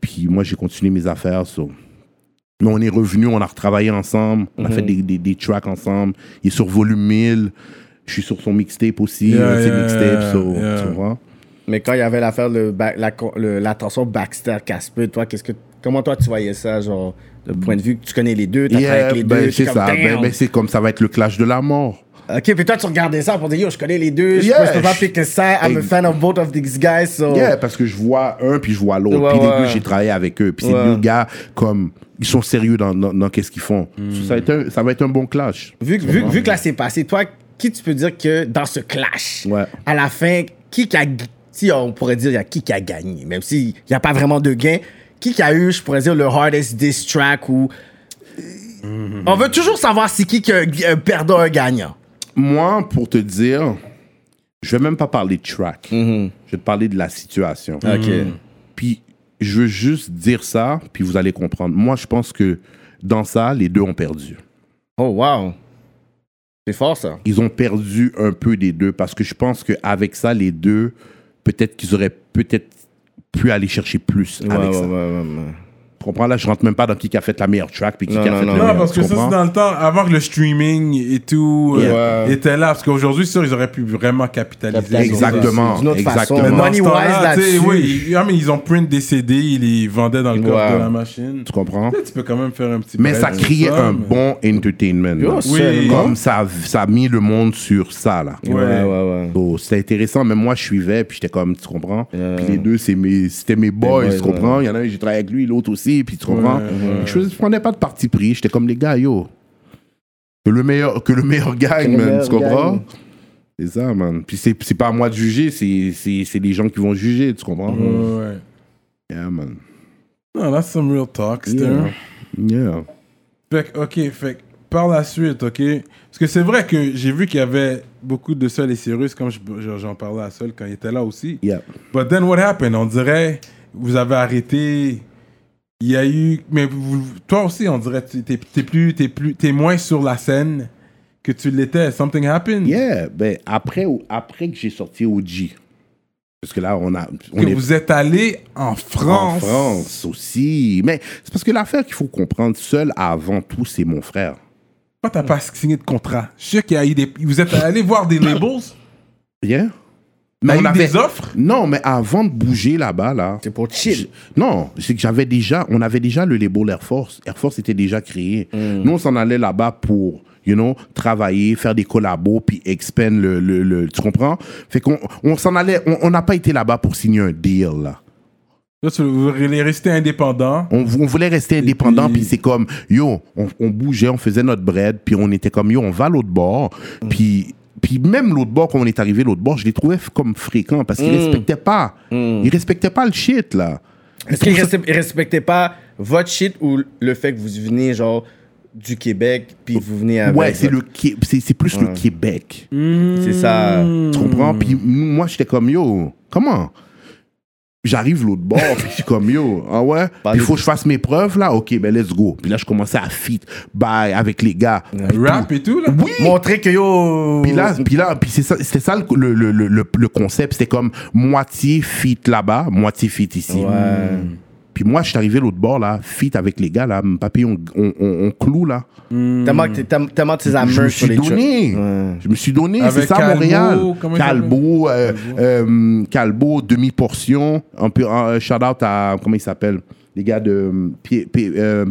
S5: Puis moi j'ai continué mes affaires. So. Mais on est
S3: Mhm.
S5: revenu, on a retravaillé ensemble, on a fait des, des, des tracks ensemble. Il est sur volume 1000. Je suis sur son mixtape aussi,
S3: Yeah,
S5: un de ses
S3: yeah,
S5: mixtapes,
S3: yeah,
S5: so,
S3: yeah.
S5: tu vois.
S4: Mais quand il y avait l'affaire de ba- la, con- le- la tension Baxter Casper, toi, qu'est-ce que comment toi tu voyais ça, genre de point de vue que tu connais les deux, t'as travaillé
S5: Yeah,
S4: avec les
S5: ben,
S4: deux,
S5: c'est
S4: c'est comme
S5: ça. Ben,
S4: damn.
S5: ben, c'est comme ça va être le clash de la mort.
S4: Ok, puis toi tu regardais ça pour dire yo, je connais les deux, je-
S5: Yeah,
S4: je peux pas
S5: je-
S4: piquer ça, I'm a
S5: Ex-
S4: fan of both of these guys, so.
S5: Yeah, parce que je vois un puis je vois l'autre.
S4: Oh. Ouais,
S5: puis au
S4: ouais.
S5: début, j'ai travaillé avec eux. Puis
S4: Ouais.
S5: c'est deux gars comme ils sont sérieux dans, dans, dans qu'est-ce qu'ils font.
S4: Hmm.
S5: Ça, va être un, ça va être un bon clash.
S4: Vu, que- vu,
S5: euh,
S4: vu que là c'est passé, toi, qui tu peux dire que dans ce clash,
S5: Ouais.
S4: à la fin, qui qui a. Si on pourrait dire, il y a qui qui a gagné, même s'il n'y a pas vraiment de gain, qui qui a eu, je pourrais dire, le hardest diss track ou.
S5: Mm-hmm.
S4: On veut toujours savoir c'est qui qui a un un perdant, un gagnant.
S5: Moi, pour te dire, je vais même pas parler de track.
S4: Hmm.
S5: Je vais te parler de la situation. Mm-hmm. Puis je veux juste dire ça, puis vous allez comprendre. Moi, je pense que dans ça, les deux ont perdu.
S4: Oh, wow. C'est fort, ça.
S5: Ils ont perdu un peu des deux parce que je pense qu'avec ça, les deux, peut-être qu'ils auraient peut-être pu aller chercher plus avec ça. Tu comprends là, je rentre même pas dans qui qui a fait la meilleure track puis qui,
S4: Non,
S5: qui a
S4: non,
S5: fait
S4: non.
S5: la
S3: Non,
S5: meilleure,
S3: parce
S5: tu
S3: que ça,
S5: comprends?
S3: c'est dans le temps, avant que le streaming et tout euh,
S4: Ouais.
S3: était là. Parce qu'aujourd'hui, sûr, ils auraient pu vraiment capitaliser.
S4: Capitaliser.
S3: sur ça.
S5: Exactement,
S4: D'une autre façon.
S5: exactement.
S3: Mais dans ce
S4: Money-wise,
S3: temps-là, tu sais,
S4: là-dessus.
S3: Oui, ils, ah, mais ils ont print des CD, ils les vendaient dans le coffre
S4: Ouais.
S3: de la machine.
S5: Tu comprends?
S3: Tu sais, tu peux quand même faire un petit
S5: Mais
S3: break
S5: ça
S3: sur
S5: criait
S3: ça,
S5: un
S3: mais-
S5: bon entertainment. là.
S4: Yo,
S3: seulement.
S5: Comme ça, ça a mis le monde sur ça, là.
S3: Ouais.
S4: ouais.
S5: So, c'était intéressant, mais moi je suivais, puis j'étais comme, tu comprends? Puis les deux, c'est mes, c'était mes boys,
S4: boys,
S5: tu comprends? Il y en a un, j'ai travaillé avec lui, l'autre aussi, puis tu comprends? Je, faisais- je prenais pas de parti pris, j'étais comme les gars, yo. Que le meilleur, que le meilleur gagne,
S4: le
S5: man,
S4: meilleur
S5: tu comprends?
S4: gagne.
S5: C'est ça, man. Puis c'est, c'est pas à moi de juger, c'est, c'est, c'est les gens qui vont juger, tu comprends?
S3: Ouais, ouais.
S5: Yeah, man.
S3: Non, that's some real talk, c'était
S5: Yeah. Yeah.
S3: Fait que, ok, fait que, par la suite, ok. Parce que c'est vrai que j'ai vu qu'il y avait beaucoup de Sol et Cyrus, comme je- je- j'en parlais à Sol quand il était là aussi.
S5: Yeah.
S3: But then what happened? On dirait, vous avez arrêté. Il y a eu. Mais vous- toi aussi, on dirait, tu- t'es t'es plus, t'es plus, t'es moins sur la scène que tu l'étais. Something happened.
S5: Yeah, ben après, après que j'ai sorti OG, parce que là, on a. On
S3: Que
S5: est-
S3: vous êtes allé en France.
S5: En France aussi. Mais c'est parce que l'affaire qu'il faut comprendre, seul avant tout, c'est mon frère.
S3: Pourquoi t'as pas signé de contrat? Je sais qu'il y a eu des. Vous êtes allé voir des labels.
S5: Bien?
S3: T'as
S5: Mais
S3: eu
S5: on avait-
S3: des offres.
S5: Non, mais avant de bouger là-bas, là.
S4: C'est pour chill.
S5: je- Non, c'est que j'avais déjà, on avait déjà le label Air Force. Air Force était déjà créé. Nous, on s'en allait là-bas pour, you know, travailler, faire des collabos, puis expand le, le, le- tu comprends? Fait qu'on on s'en allait, on on n'a pas été là-bas pour signer un deal, là.
S3: Là, tu voulais rester indépendant.
S5: On, on voulait rester indépendant,
S3: puis-
S5: puis c'est comme, yo, on, on bougeait, on faisait notre bread, puis on était comme, yo, on va à l'autre bord. Puis, puis même l'autre bord, quand on est arrivé, l'autre bord, je les trouvais f- comme fréquents parce qu'ils respectaient pas. Ils respectaient pas le shit, là.
S4: Est-ce qu'ils ne respectaient pas votre shit ou le fait que vous venez, genre, du Québec, puis vous venez avec.
S5: ouais, c'est le Qué- c'est c'est plus le Québec.
S4: C'est ça.
S5: Tu comprends? Puis m- moi, j'étais comme, yo, comment? J'arrive l'autre bord, puis je suis comme, yo, ah ouais?
S4: Pas
S5: Puis il
S4: de-
S5: faut que je fasse mes preuves, là? OK, ben let's go. Puis là, je commençais à fit, bye, avec les gars. puis
S3: Rap et tout, là.
S5: tout. Oui!
S4: Montrer que yo.
S5: Puis là, puis là, puis c'est ça- c'était ça le, le, le, le, le concept. C'était comme moitié fit là-bas, moitié fit ici. Puis moi, je suis arrivé l'autre bord là, fit avec les gars là, mon papy, on, on, on, on cloue là.
S4: Tellement que t'es- tellement- tellement que tes
S5: je me
S4: amours sur
S5: suis
S4: les trucs.
S5: donné. hein. Je me suis donné,
S3: Avec
S5: c'est ça
S3: Calbo,
S5: Montréal.
S3: comment il
S5: Calbo, euh, euh, Calbo, demi-portion, un peu, un shout out à, comment il s'appelle Les gars de. euh, P- P- euh,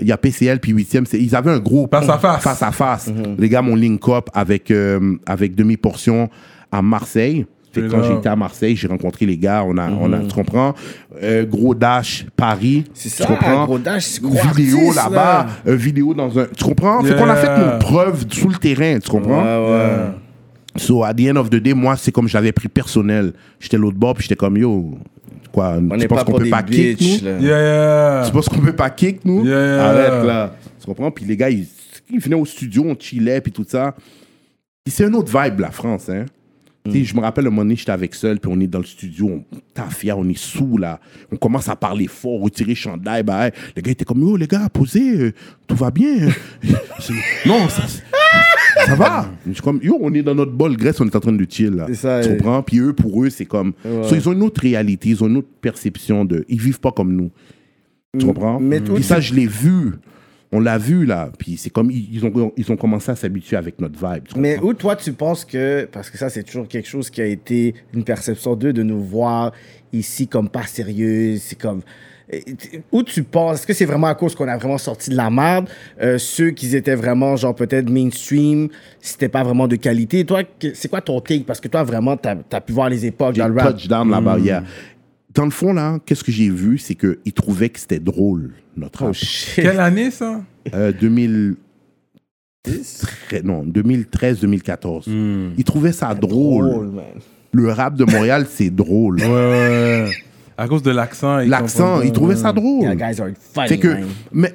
S5: il y a PCL puis 8e, c'est- ils avaient un gros
S3: Face à face.
S5: à face.
S4: Mm-hmm.
S5: Les gars mon link up avec euh, avec demi portion à Marseille. Fait que
S3: C'est
S5: quand
S3: là.
S5: j'étais à Marseille, j'ai rencontré les gars, on a on a tu comprends Euh, gros dash Paris,
S4: Mm-hmm. C'est
S5: tu
S4: ça,
S5: comprends?
S4: gros dash, c'est gros
S5: vidéo
S4: artiste, là.
S5: là-bas, euh, vidéo dans un tu comprends Fait qu'on a fait
S3: Yeah.
S5: nos preuves sous le terrain, tu comprends
S4: Ouais,
S5: So at the end of the day, moi c'est comme je l'avais pris personnel. J'étais l'autre bord, puis j'étais comme yo quoi,
S4: On
S5: tu
S4: n'est
S5: penses
S4: pas
S5: qu'on
S4: pour
S5: peut
S4: des
S5: pas kick nous?
S4: bitches, là.
S3: Yeah, yeah.
S5: Tu penses qu'on peut pas kick, nous
S3: Yeah, yeah, yeah.
S5: Arrête, là. Tu comprends Puis les gars, ils, ils venaient au studio, on chillait, puis tout ça. Puis c'est un autre vibe, la France, hein.
S3: Mm.
S5: Tu sais, Je me rappelle, un moment donné, j'étais avec Seul, puis on est dans le studio, on tafia, on est sous, là. On commence à parler fort, retirer le chandail, bah, hey. les gars étaient comme, oh, les gars, posez, euh, tout va bien. hein. C'est- non, ça, ça va. Je suis comme, yo, on est dans notre bol graisse, on est en train de chill, là.
S4: C'est ça,
S5: Tu
S4: et-
S5: comprends? Puis eux, pour eux, c'est comme, So, ils ont une autre réalité, ils ont une autre perception de, ils vivent pas comme nous. Tu comprends?
S4: mais
S5: Mm.
S4: tout-
S5: Puis ça, je l'ai vu. On l'a vu, là. Puis c'est comme, ils ils ont, ils ont commencé à s'habituer avec notre vibe. tu
S4: Mais
S5: comprends?
S4: où toi tu penses que, parce que ça c'est toujours quelque chose qui a été une perception d'eux de nous voir ici comme pas sérieux, c'est comme... Et- et- Où tu penses, est-ce que c'est vraiment à cause qu'on a vraiment sorti de la merde, Euh, ceux qui étaient vraiment genre peut-être mainstream, c'était pas vraiment de qualité, toi que- c'est quoi ton take, parce que toi vraiment t'as as pu voir les époques
S5: J'ai
S4: dans le rap. Mm.
S5: touchdown la barrière. Dans le fond, là, qu'est-ce que j'ai vu, c'est qu'ils trouvaient que c'était drôle, notre
S4: Oh
S5: rap.
S4: shit.
S3: Quelle année, ça?
S5: Euh, 2000... Très- Non, 2013-2014. Ils trouvaient ça drôle.
S4: Mm. Drôle, man.
S5: Le rap de Montréal, c'est drôle.
S3: Ouais, ouais, ouais. À cause de l'accent. ils
S5: L'accent,
S3: comprennent
S5: ils
S3: pas.
S5: trouvaient
S4: Mm.
S5: ça drôle.
S4: Yeah, guys are funny,
S5: Fait que,
S4: man.
S5: mais,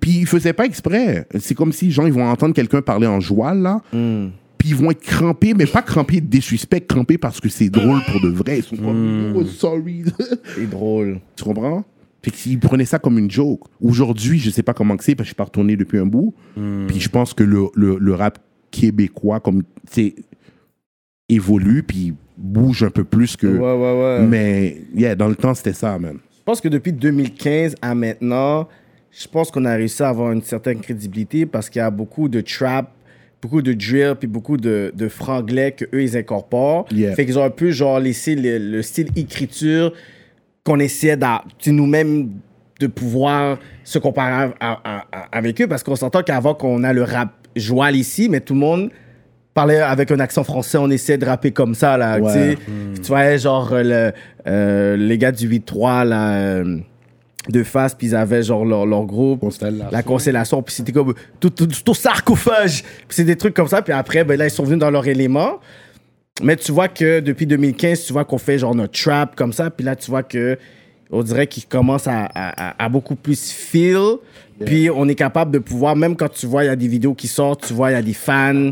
S5: puis ils faisaient pas exprès. C'est comme si, genre, ils vont entendre quelqu'un parler en joie, là.
S4: Hmm.
S5: Puis ils vont être crampés, mais pas crampés des suspects, crampés parce que c'est drôle pour de vrai. Ils sont
S4: Hmm.
S5: comme, oh, sorry.
S4: C'est drôle.
S5: tu comprends? Fait qu'ils prenaient ça comme une joke. Aujourd'hui, je sais pas comment que c'est, parce que je suis pas retourné depuis un bout.
S4: Hmm.
S5: Puis je pense que le, le, le rap québécois, comme, tu sais, évolue, puis bouge un peu plus que.
S4: Ouais, ouais, ouais.
S5: Mais, yeah, dans le temps, c'était ça, man.
S4: Je pense que depuis 2015 à maintenant, je pense qu'on a réussi à avoir une certaine crédibilité parce qu'il y a beaucoup de trap, beaucoup de drill, puis beaucoup de, de franglais que eux ils incorporent.
S5: Yeah.
S4: Fait qu'ils ont un peu genre laissé le, le style écriture qu'on essayait d'a- tu sais, nous-mêmes de pouvoir se comparer à- à- à- avec eux parce qu'on s'entend qu'avant qu'on a le rap joual ici, mais tout le monde parlait avec un accent français, on essayait de rapper comme ça là, tu sais. Tu vois genre euh, le- euh, les gars du 8-3 là euh, de face, puis ils avaient genre leur, leur groupe la constellation, puis c'était comme tout, tout, tout sarcophage, puis c'est des trucs comme ça, puis après, ben là, ils sont venus dans leur élément. Mais tu vois que depuis 2015, tu vois qu'on fait genre notre trap comme ça, puis là, tu vois que on dirait qu'ils commencent à, à- à- à beaucoup plus feel, puis on est capable de pouvoir, même quand tu vois, il y a des vidéos qui sortent, tu vois, il y a des fans,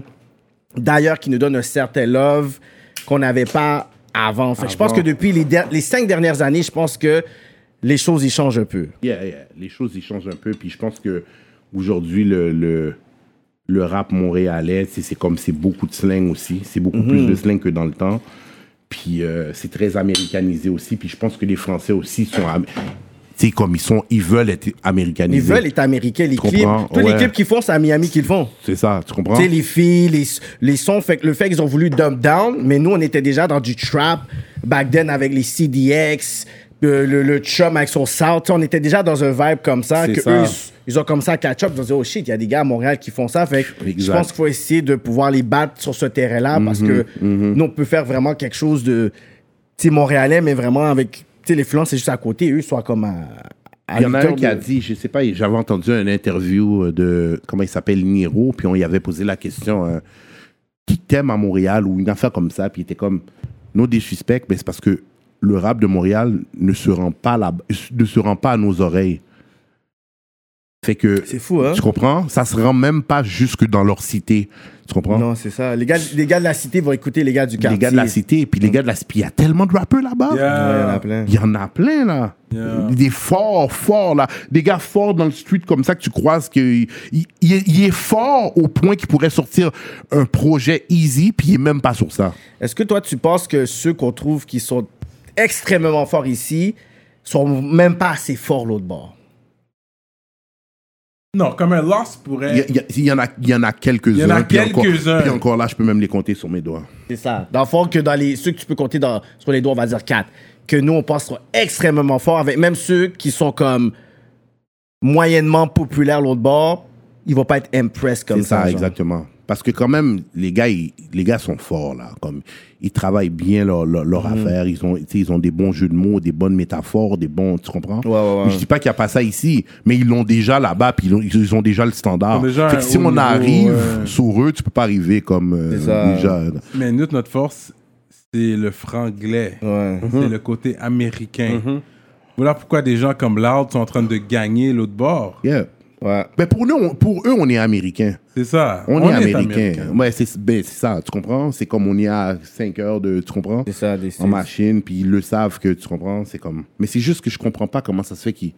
S4: d'ailleurs, qui nous donnent un certain love qu'on n'avait pas avant. Fait que je pense que depuis les, der- les cinq dernières années, je pense que les choses y changent un peu.
S5: Yeah, yeah. Les choses, ils changent un peu. Puis je pense que aujourd'hui, le, le, le rap montréalais, c'est c'est comme c'est beaucoup de slang aussi. C'est beaucoup plus
S4: Mhm.
S5: de slang que dans le temps. Puis euh, c'est très américanisé aussi. Puis je pense que les Français aussi sont. am- Tu sais, comme ils sont. Ils veulent être américanisés.
S4: Ils veulent être américains, les
S5: Je
S4: clips.
S5: comprends,
S4: Tous les
S5: ouais.
S4: clips qu'ils font, c'est à Miami qu'ils le font.
S5: C'est ça, tu comprends?
S4: Tu sais, les filles, les, les sons, fait que le fait qu'ils ont voulu dump down, mais nous, on était déjà dans du trap back then avec les CDX, euh, le, le chum avec son sound. Tu sais, on était déjà dans un vibe comme ça.
S5: C'est
S4: Que
S5: ça.
S4: eux, ils, ils ont comme ça à catch up. Ils ont dit, oh shit, il y a des gars à Montréal qui font ça. Fait que je
S5: Exact. Mm-hmm,
S4: pense qu'il faut essayer de pouvoir les battre sur ce terrain-là parce que nous, on peut faire vraiment quelque chose de, tu sais, montréalais, mais vraiment avec, tu sais, les flancs, c'est juste à côté. Eux, ils sont comme à. à
S5: Il y en a un
S4: Victor
S5: qui a
S4: de-
S5: dit, je sais pas, j'avais entendu une interview euh, de, comment il s'appelle, Niro, puis on y avait posé la question, euh, qui t'aime à Montréal, ou une affaire comme ça, puis il était comme, nous des suspects, mais c'est parce que le rap de Montréal ne se rend pas, là, ne se rend pas à nos oreilles. Fait que,
S4: C'est fou, hein?
S5: tu comprends? Ça se rend même pas jusque dans leur cité. Tu comprends?
S4: Non, c'est ça. Les gars, les gars de la cité vont écouter les gars du quartier.
S5: les gars de la cité, puis les gars de la cité, il y a tellement de rappeurs là-bas.
S4: Ouais, il y en a
S3: Yeah.
S4: plein.
S5: Il y en a plein, là.
S3: Yeah.
S5: Des forts, forts, là. Des gars forts dans le street comme ça que tu croises qu'il il, il est- il est fort au point qu'il pourrait sortir un projet easy, puis il est même pas sur ça.
S4: Est-ce que toi, tu penses que ceux qu'on trouve qui sont extrêmement forts ici sont même pas assez forts l'autre bord?
S3: Non, comme un loss
S5: Il y,
S3: pourrait.
S5: a- il y a- il y en a, il y en a quelques-uns.
S3: Il y en a
S5: puis encore-
S3: quelques-uns.
S5: Puis encore là, je peux même les compter sur mes doigts.
S4: C'est ça. Dans le fond, que dans les, ceux que tu peux compter dans, sur les doigts, on va dire quatre, que nous, on pense sont extrêmement forts, avec même ceux qui sont comme moyennement populaires l'autre bord, ils vont pas être impressed comme
S5: C'est
S4: ça.
S5: ça,
S4: genre.
S5: exactement. Parce que quand même, les gars, ils- les gars sont forts, là. Comme, ils travaillent bien leur, leur, leur affaire. Ils ont, tu sais, ils ont des bons jeux de mots, des bonnes métaphores, des bons... Tu comprends?
S4: Ouais, ouais, ouais.
S5: Je dis pas qu'il n'y a pas ça ici, mais ils l'ont déjà là-bas, puis ils ont, ils ont déjà le
S3: Ils
S5: standard.
S3: ont déjà
S5: Fait que
S3: un
S5: si
S3: haut
S5: on
S3: niveau,
S5: arrive
S3: ouais.
S5: sur eux, tu peux pas arriver comme euh,
S4: C'est ça.
S5: déjà...
S3: Mais nous, notre force, c'est le franglais.
S4: Ouais.
S3: C'est le côté américain. Voilà pourquoi des gens comme Loud sont en train de gagner l'autre bord.
S5: Yeah.
S4: Ouais.
S5: Mais pour, nous, on- pour eux, on est américains.
S3: C'est ça.
S5: On, est, américains. Ouais, c'est ben, c'est ça, tu comprends? C'est comme on est à 5 heures de... Tu comprends?
S4: C'est ça, des
S5: en machine, puis ils le savent que tu comprends, c'est comme. Mais c'est juste que je comprends pas comment ça se fait qu'ils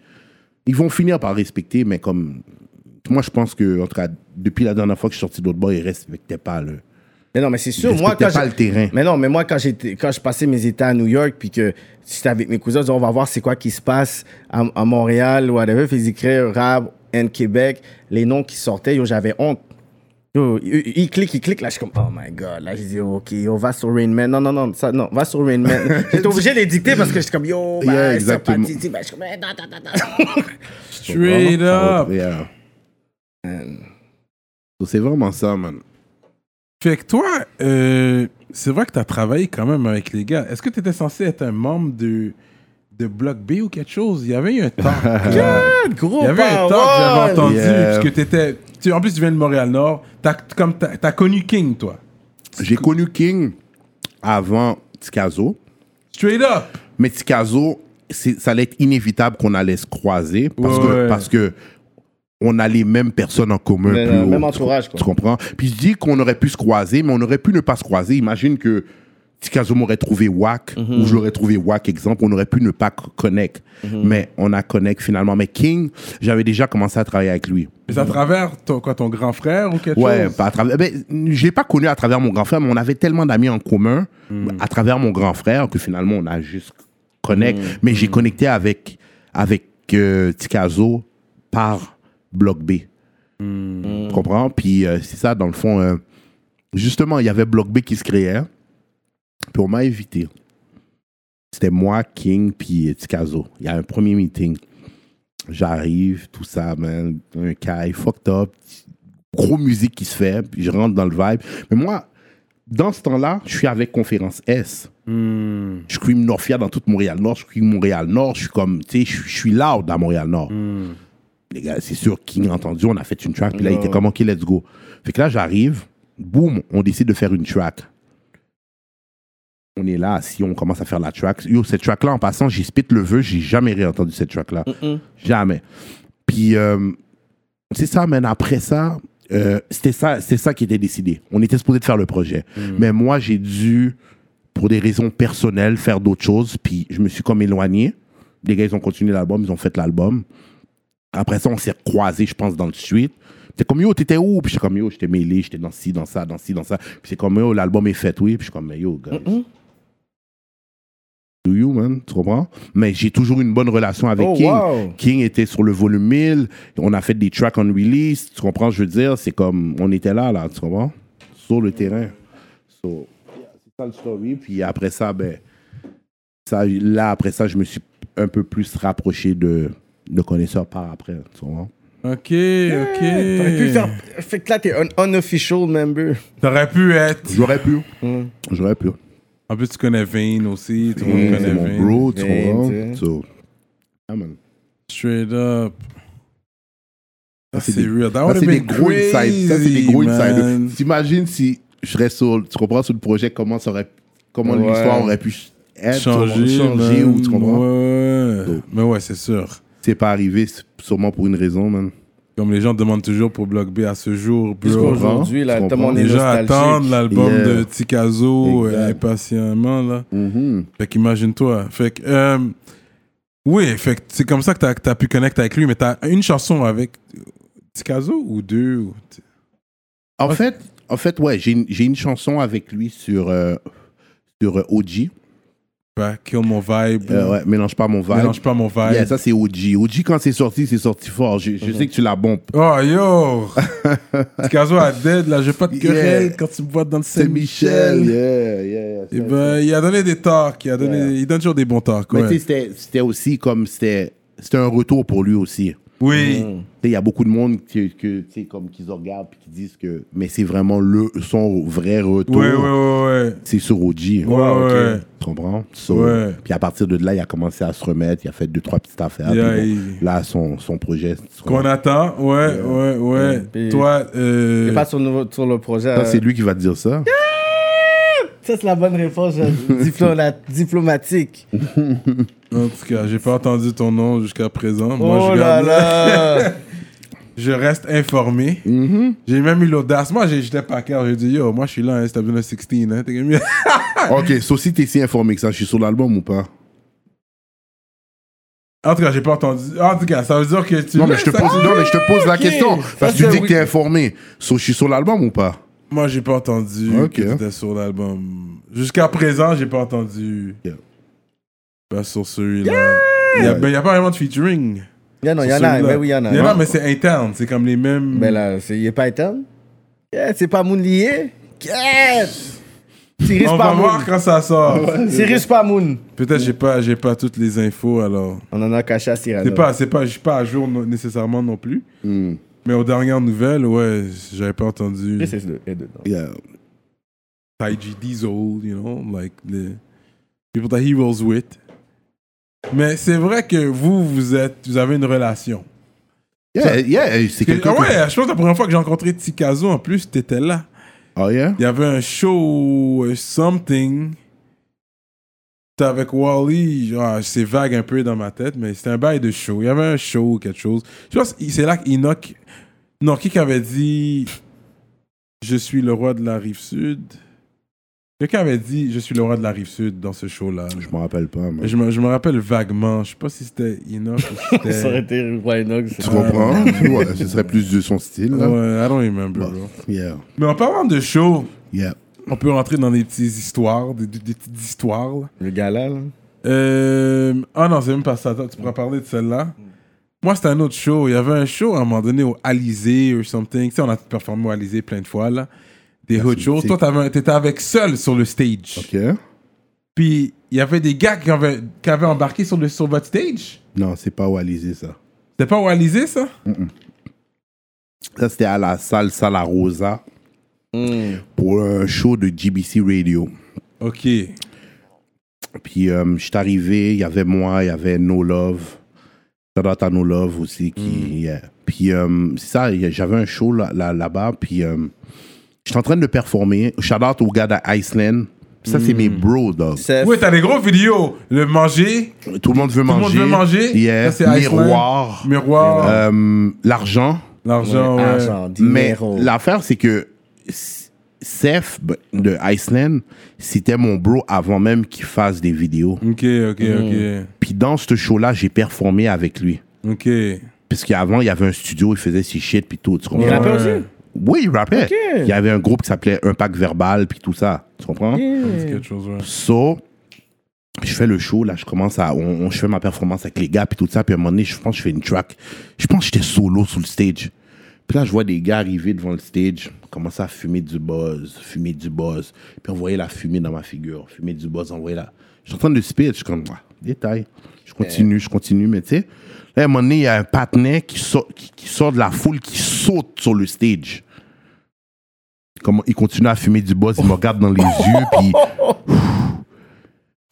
S5: ils vont finir par respecter, mais comme moi je pense que en tout cas, depuis la dernière fois que je suis sorti d'autre bord, ils respectaient pas le.
S4: Mais non, mais c'est sûr,
S5: Ils
S4: moi, quand
S5: respectaient pas
S4: j'ai-
S5: le terrain.
S4: Mais non, mais moi, quand j'étais, quand je passais mes états à New York, puis que j'étais avec mes cousins, on disait, on va voir c'est quoi qui se passe à, à Montréal ou à Ils écrivaient rap N Québec, les noms qui sortaient, yo, j'avais honte. Yo, il il clique, il clique, là, je suis comme, oh my god, là, je dis, ok, yo, va sur Rain Man. Non, non, non, ça, non, va sur Rain Man. J'étais obligé de les dicter parce que je suis comme, yo, bah,
S5: Yeah,
S4: c'est
S5: exactement.
S4: pas Titi, bah, je suis comme, eh, non, non, non, non.
S3: Straight
S5: Ça
S3: up.
S5: va- yeah. So, C'est vraiment ça, man.
S3: Fait que toi, euh, c'est vrai que t'as travaillé quand même avec les gars. Est-ce que t'étais censé être un membre de, de Block B ou quelque chose? Il y avait eu un temps.
S4: Gros
S3: Il y avait un temps que
S4: parole.
S3: j'avais entendu.
S5: Yeah.
S3: Parce que t'étais, tu, en plus, tu viens de Montréal-Nord. T'as, comme t'as, t'as connu King, toi.
S5: J'ai connu King avant Tikazo.
S3: Straight up.
S5: Mais Tikazo, c'est- ça allait être inévitable qu'on allait se croiser parce,
S3: Ouais,
S5: que,
S3: ouais.
S5: parce que on a les mêmes personnes en commun.
S4: Le-
S5: plus
S4: le
S5: haut,
S4: même
S5: tu-
S4: entourage,
S5: Tu,
S4: quoi.
S5: comprends? Puis je dis qu'on aurait pu se croiser, mais on aurait pu ne pas se croiser. Imagine que Tikazo m'aurait trouvé wack
S4: Mhm.
S5: ou je l'aurais trouvé wack, exemple. On aurait pu ne pas co- connect. Mais on a connect finalement. Mais King, j'avais déjà commencé à travailler avec lui.
S3: Mais à travers ton, quoi, ton grand frère ou quelque
S5: Mm. Ouais,
S3: chose?
S5: pas à travers. Ben, je l'ai pas connu à travers mon grand frère, mais on avait tellement d'amis en commun
S3: Hmm.
S5: à travers mon grand frère que finalement on a juste connect.
S3: Hmm.
S5: Mais j'ai connecté avec avec euh, Tikazo par Bloc B.
S3: Hmm.
S5: Tu comprends Puis euh, c'est ça dans le fond. euh, justement, il y avait Bloc B qui se créait. Puis on m'a invité. C'était moi, King, puis euh, Tikazo. Il y a un premier meeting. J'arrive, tout ça, man. Un caille, fucked up. Gros musique qui se fait, puis je rentre dans le vibe. Mais moi, dans ce temps-là, je suis avec Conférence S. Je suis Norfia dans toute Montréal-Nord. Je suis Montréal-Nord. Je suis comme, tu sais, je suis- je suis loud à Montréal-Nord. Les gars, c'est sûr, King a entendu, on a fait une track. Puis là, il était comme, OK, let's go. Fait que là, j'arrive, boum, on décide de faire une track. On est là, si on commence à faire la track. Yo, cette track-là, en passant, j'y spit le vœu, j'ai jamais réentendu cette track-là. Jamais. Puis, euh, c'est ça, mais après ça, euh, c'était ça, c'était ça qui était décidé. On était supposé de faire le projet. Mais moi, j'ai dû, pour des raisons personnelles, faire d'autres choses. Puis, je me suis comme éloigné. Les gars, ils ont continué l'album, ils ont fait l'album. Après ça, on s'est croisés, je pense, dans le suite. C'était comme, yo, t'étais où? Puis j'étais comme, yo, j'étais mêlé, j'étais dans ci, dans ça, dans ci, dans ça. Puis c'est comme, yo, l'album est fait, oui. Puis je suis comme, mais yo, guys. Do you, man? Tu comprends? Mais j'ai toujours une bonne relation avec
S4: Oh,
S5: King.
S4: wow.
S5: King était sur le volume 1000. On a fait des tracks on release. Tu comprends? Je veux dire, c'est comme, on était là, là, tu comprends? Sur le terrain. So, yeah, c'est ça le story. Puis après ça, ben, ça, là, après ça, je me suis un peu plus rapproché de, de connaisseurs par après, tu comprends?
S3: Ok,
S4: T'aurais pu
S3: ok.
S4: faire- Fait que là, t'es un unofficial member.
S3: T'aurais pu être.
S5: J'aurais pu. J'aurais pu.
S3: En plus, tu connais Vane aussi. Tout le monde
S5: C'est
S3: connaît
S5: mon
S3: Vane.
S5: bro, tu
S4: Vince,
S5: comprends?
S4: ouais.
S5: So, yeah, man.
S3: Straight up. Ça,
S5: c'est
S3: c'est
S5: des-
S3: real. That
S5: Ça,
S3: would
S5: c'est
S3: have
S5: des
S3: been
S5: gros
S3: crazy,
S5: insides. Ça, c'est des gros
S3: man.
S5: insides. T'imagines si je serais sur, tu comprends, sur le projet, comment, ça aurait, comment
S4: Ouais.
S5: l'histoire aurait pu être,
S3: Changer,
S5: tu comprends, changer
S3: man.
S5: ou tu comprends?
S3: Ouais, ouais.
S5: So.
S3: Mais ouais, c'est sûr.
S5: C'est pas arrivé, c'est sûrement pour une raison, man.
S3: Comme les gens demandent toujours pour Block B à ce jour,
S4: Juste
S5: pour
S3: bro.
S5: aujourd'hui,
S4: aujourd'hui, là,
S5: tu
S4: tellement
S5: comprends.
S4: on est
S3: Les gens
S4: nostalgique.
S3: attendent l'album
S5: Yeah.
S3: de Tikazo euh,
S5: Exact.
S3: impatiemment, là. Fait qu'imagine-toi. Fait que, euh, oui, fait que c'est comme ça que t'as as pu connecter avec lui, mais t'as une chanson avec Tikazo ou deux ou-
S5: En fait, en fait, ouais, j'ai une- j'ai une chanson avec lui sur, euh, sur euh, OG.
S3: Bah, Kill Mon Vibe.
S5: Euh, ouais, mélange pas mon vibe.
S3: Mm. Mélange pas mon vibe. Mm-hmm.
S5: Yeah, ça c'est OG. OG quand c'est sorti, c'est sorti fort. Je, je sais que tu la bombes.
S3: Oh yo! Tikazo à dead, là, j'ai pas de querelle
S5: Yeah.
S3: quand tu me vois dans le
S5: C'est Michel.
S3: Saint-Michel.
S5: Yeah, yeah, yeah.
S3: Eh ben, il a donné des talks, il, a donné, il donne toujours des bons talks.
S5: Mais
S3: ouais.
S5: tu sais, c'était- c'était aussi comme c'était c'était un retour pour lui aussi.
S3: Oui,
S5: Tu sais, Il y a beaucoup de monde qui, que, tu sais, comme, qui se regardent et qui disent que mais c'est vraiment le, son vrai retour.
S3: ouais, ouais, ouais,
S5: C'est sur
S3: ouais.
S5: OG.
S3: Ouais, ouais.
S5: Ah, Tu comprends? So,
S3: Ouais.
S5: Puis à partir de là, il a commencé à se remettre. Il a fait deux, trois petites affaires.
S3: Yeah,
S5: puis bon,
S3: il-
S5: Là, son, son projet. son-
S3: Qu'on attend, ouais, ouais, ouais.
S5: Mmh.
S4: Puis-
S3: Toi,
S4: T'es
S3: euh,
S4: pas sur le, nouveau- sur le projet.
S5: Ça,
S4: euh,
S5: c'est lui qui va te dire ça.
S4: Ça, c'est la bonne réponse euh, diploma- diplomatique.
S3: en tout cas, j'ai pas entendu ton nom jusqu'à présent. Moi,
S4: oh
S3: je,
S4: là
S3: garde-
S4: là!
S3: je reste informé.
S4: Mm-hmm.
S3: J'ai même eu l'audace. Moi, j'ai- j'étais pas clair. J'ai dit, yo, moi, je suis là, hein, si t'as besoin de 16, hein, t'es game.
S5: ok, so si t'es si informé que ça, je suis sur l'album ou pas?
S3: En tout cas, j'ai pas entendu. En tout cas, ça veut dire que tu.
S5: Non mais, je te
S3: ça-
S5: pose, non, mais je te pose la
S4: ok.
S5: question. Parce que
S4: Ça,
S5: tu
S4: c'est
S5: dis que
S4: oui.
S5: t'es informé. So, je suis sur l'album ou pas?
S3: Moi, j'ai pas entendu
S5: Ok.
S3: que t'étais sur l'album. Jusqu'à présent, j'ai pas entendu.
S5: Yeah.
S3: Pas sur celui-là. Il y a, ben, il y a pas vraiment de featuring.
S4: Il y en a,
S3: sur
S4: il y en a,
S3: celui-là.
S4: mais oui, il y en a. Ben,
S3: Il y en a, mais c'est interne. C'est comme les mêmes.
S4: Mais là, c'est- il est pas éternel. Yeah, c'est pas Moon lié. Yes! Cyrus
S3: On va
S4: Pamoun.
S3: voir quand ça sort.
S4: Cyrus Pamoun.
S3: Peut-être j'ai pas, j'ai pas toutes les infos alors.
S4: On en a caché à Cyrano.
S3: C'est pas, c'est pas, je suis pas à jour non- nécessairement non plus.
S5: Hmm.
S3: Mais aux dernières nouvelles, ouais, j'avais pas entendu.
S4: Chris est de- est dedans.
S5: Yeah.
S3: Taiji Diesel, you know, like the people that he rolls with. Mais c'est vrai que vous, vous êtes, vous avez une relation.
S5: Yeah, yeah, c'est quelqu'un.
S3: Ah
S5: que-
S3: ouais, je pense que la première fois que j'ai rencontré Tikazo, en plus, t'étais là.
S5: Oh yeah?
S3: Il y avait un show, euh, something. C'était avec Wally. Ah, c'est vague un peu dans ma tête, mais c'était un bail de show. Il y avait un show ou quelque chose. Je pense que c'est là qu'Enoch. Non, qui qui avait dit Je suis le roi de la rive sud Quelqu'un avait dit Je suis le roi de la rive sud dans ce show-là.
S5: Je m'en rappelle pas. mais-
S3: Je me, je me rappelle vaguement. Je sais pas si c'était Enoch ou si
S4: Ça aurait
S3: c'était.
S4: été Ryan Hogg,
S5: Tu
S4: ça.
S5: comprends? ouais, ce serait plus de son style. Là.
S3: Ouais, I don't remember,
S4: Bah.
S3: bro.
S5: Yeah,
S3: Mais en parlant de show,
S5: yeah.
S3: on peut rentrer dans des petites histoires, des, des- des petites histoires. là.
S4: Le gala, là.
S3: Euh, ah non, c'est même pas ça. Attends, Tu pourras parler de celle-là. Moi, c'était un autre show. Il y avait un show à un moment donné au Alizé ou something. Tu sais, on a performé au Alizé plein de fois, là. Des hot shows.
S5: c'est-
S3: Toi, t'avais- t'étais avec seul sur le stage.
S5: OK?
S3: Puis, il y avait des gars qui avaient, qui avaient embarqué sur, le, sur votre stage.
S5: Non, c'est pas Walizé, ça.
S3: C'était pas au Alizé, ça?
S5: Ça, c'était à la salle Sala Rosa
S3: Hmm.
S4: Mm.
S5: pour un show de GBC Radio.
S3: OK.
S5: Puis, euh, je suis arrivé, il y avait moi, il y avait No Love. Shout-out à No Love aussi. Qui,
S3: Mm.
S5: yeah. Puis, euh, c'est ça, il y a- j'avais un show là- là- là-bas. puis, euh, j'étais en train de performer. Shout-out aux gars d'Iceland. Ça, c'est
S3: Mm.
S5: mes bros, dog.
S4: Seth.
S3: Oui, t'as des gros vidéos. Le manger,
S5: Tout le monde veut
S3: Tout le
S5: manger.
S3: monde veut manger.
S5: Yeah.
S3: Ça, c'est Iceland.
S5: Miroir.
S3: miroir,
S5: Euh, L'argent.
S3: l'argent,
S5: Ah,
S3: ouais.
S4: euh, Argent,
S5: Mais
S4: dinero.
S5: l'affaire, c'est que S- Seth b- de Iceland, c'était mon bro avant même qu'il fasse des vidéos.
S3: OK, OK,
S5: Puis dans ce show-là, j'ai performé avec lui.
S3: OK. OK.
S5: Parce qu'avant, il y avait un studio, il faisait ses shit, puis tout. Tu comprends?
S4: Il rappelle
S3: Ouais.
S4: aussi?
S5: Oui, il rappait.
S4: Ok.
S5: Il y avait un groupe qui s'appelait Impact Verbal, puis tout ça. Tu comprends?
S3: C'est quelque chose, ouais.
S5: So, je fais le show, là, je commence à. on- on- je fais ma performance avec les gars, puis tout ça. Puis à un moment donné, je pense que je fais une track. Je pense que j'étais solo sur le stage. Puis là, je vois des gars arriver devant le stage, commencer à fumer du buzz, fumer du buzz. Puis envoyer la fumée dans ma figure, fumer du buzz, envoyer la. Je suis en train de speed, je suis comme, Ah, détail. Je continue, je continue, mais tu sais. Là, à un moment donné, il y a un patinet qui sort, qui- qui sort de la foule, qui saute sur le stage. Comme, il continue à fumer du buzz, il me regarde dans les yeux, puis.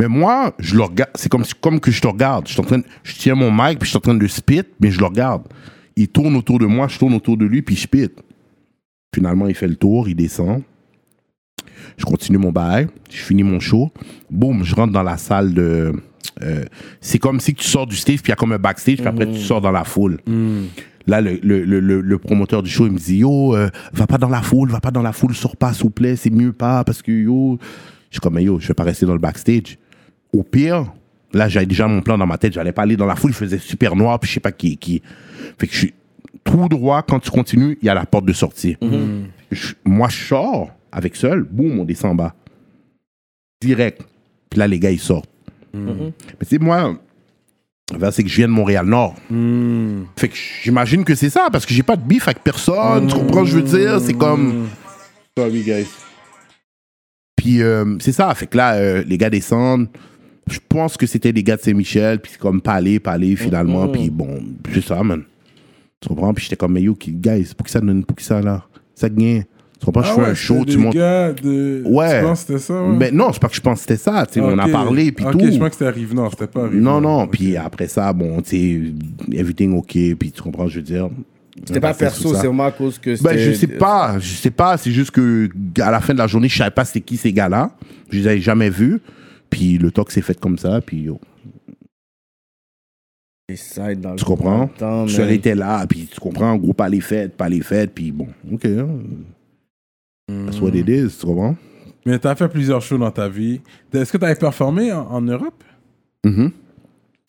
S5: Mais moi, je le regarde. C'est comme, comme que je te regarde. Je, suis en train de- je tiens mon mic, puis je suis en train de spit, mais je le regarde. Il tourne autour de moi, je tourne autour de lui, puis je spit. Finalement, il fait le tour, il descend. Je continue mon bail, je finis mon show. Boum, je rentre dans la salle de. euh, c'est comme si tu sors du stage, puis il y a comme un backstage, puis après tu sors dans la foule. Là, le, le- le- le- le promoteur du show, il me dit Yo, euh, va pas dans la foule, va pas dans la foule, sors pas, s'il vous plaît, c'est mieux pas, parce que yo. Je suis comme Mais Yo, je vais pas rester dans le backstage. Au pire, là, j'avais déjà mon plan dans ma tête, j'allais pas aller dans la foule, il faisait super noir, puis je sais pas qui. qui. Fait que je suis tout droit, quand tu continues, il y a la porte de sortie. Je- moi, je sors avec seul, boum, on descend en bas. Direct. Puis là, les gars, ils sortent.
S3: Mhm.
S5: Mais tu sais, moi, l'affaire, c'est que je viens de Montréal-Nord.
S3: Mhm.
S5: Fait que j'imagine que c'est ça, parce que j'ai pas de bif avec personne. Tu comprends ce que je veux dire?
S3: Mhm.
S5: C'est comme. Sorry, guys. Puis euh, c'est ça. Fait que là, euh, les gars descendent. Je pense que c'était les gars de Saint-Michel. Puis c'est comme parler, parler finalement.
S3: Mhm.
S5: Puis bon, c'est ça, man. Tu comprends? Puis j'étais comme, mais yo, qui- guys, pour qui ça donne, pour qui ça là? Ça gagne. Tu comprends? je
S3: Ah
S5: fais
S3: ouais,
S5: un show,
S3: c'était
S5: tu
S3: des
S5: montes.
S3: gars de...
S5: Ouais.
S3: Tu penses que c'était ça, ouais? Ah,
S5: Mais non, c'est pas que je pense que c'était ça. tu sais, On a
S3: Ok.
S5: parlé, puis
S3: Ok,
S5: tout.
S3: je pense que c'était arrivé. Non, c'était pas arrivé.
S5: Non, non. Puis après ça, bon, tu sais, everything OK. Puis tu comprends, je veux dire.
S4: C'était pas perso, c'est vraiment à cause que
S5: Ben,
S4: c'était-
S5: je sais pas, je sais pas, c'est juste que à la fin de la journée, je savais pas c'était qui ces gars-là. Je les avais jamais vus. Puis le talk s'est fait comme ça, puis yo,
S4: Des sides dans le
S5: tu comprends?
S4: Attends,
S5: Je
S4: man.
S5: était là, puis tu comprends, en gros, pas les fêtes, pas les fêtes, puis bon, ok. hein. That's what it is, tu comprends?
S3: Mais t'as fait plusieurs shows dans ta vie. Est-ce que t'avais performé en, en Europe?
S5: Mhm.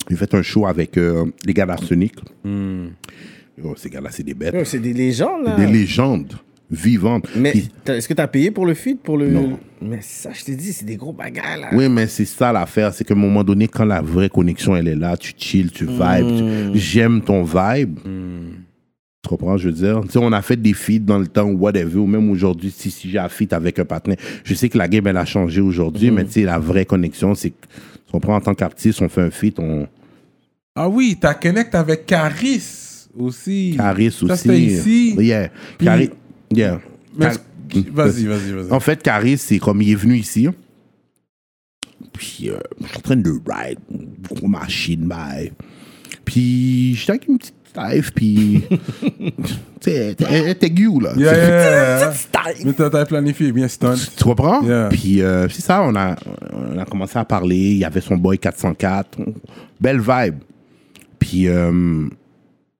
S5: J'ai fait un show avec euh, les gars d'Arsenic. Yo, ces gars-là, c'est des bêtes.
S4: Yo, C'est des légendes, là.
S5: Des légendes. vivante.
S4: Mais
S5: Puis-
S4: t'as- est-ce que t'as payé pour le feed pour le...
S5: Non.
S4: Mais ça, je t'ai dit, c'est des gros bagarres, là.
S5: Oui, mais c'est ça l'affaire. C'est qu'à un moment donné, quand la vraie connexion, elle est là, tu chill, tu vibes, tu- j'aime ton vibe. Tu comprends, je veux dire? Tu sais, on a fait des feats dans le temps, ou whatever, ou même aujourd'hui, si, si j'ai un feat avec un partenaire, je sais que la game, elle a changé aujourd'hui, mais tu sais, la vraie connexion, c'est que, tu comprends, en tant qu'artiste, on fait un feat, on
S3: Ah oui, t'as connect avec Caris aussi.
S5: carisse aussi.
S3: Ça, c'était ici.
S5: Yeah.
S3: Puis-
S5: Cari- yeah.
S3: Mais-
S5: Car-
S3: Vas-y, vas-y, vas-y.
S5: En fait, Caris, c'est comme il est venu ici. Puis, euh, je suis en train de ride, gros machine, bye. Puis, j'étais avec une petite live, puis. tu sais, elle était aiguë, là.
S3: Yeah, yeah, yeah. Mais t'as t'as planifié bien stunt.
S5: Tu comprends?
S3: Yeah.
S5: Puis, euh, c'est ça, on a, on a commencé à parler. Il y avait son boy 404. Belle vibe. Puis, euh,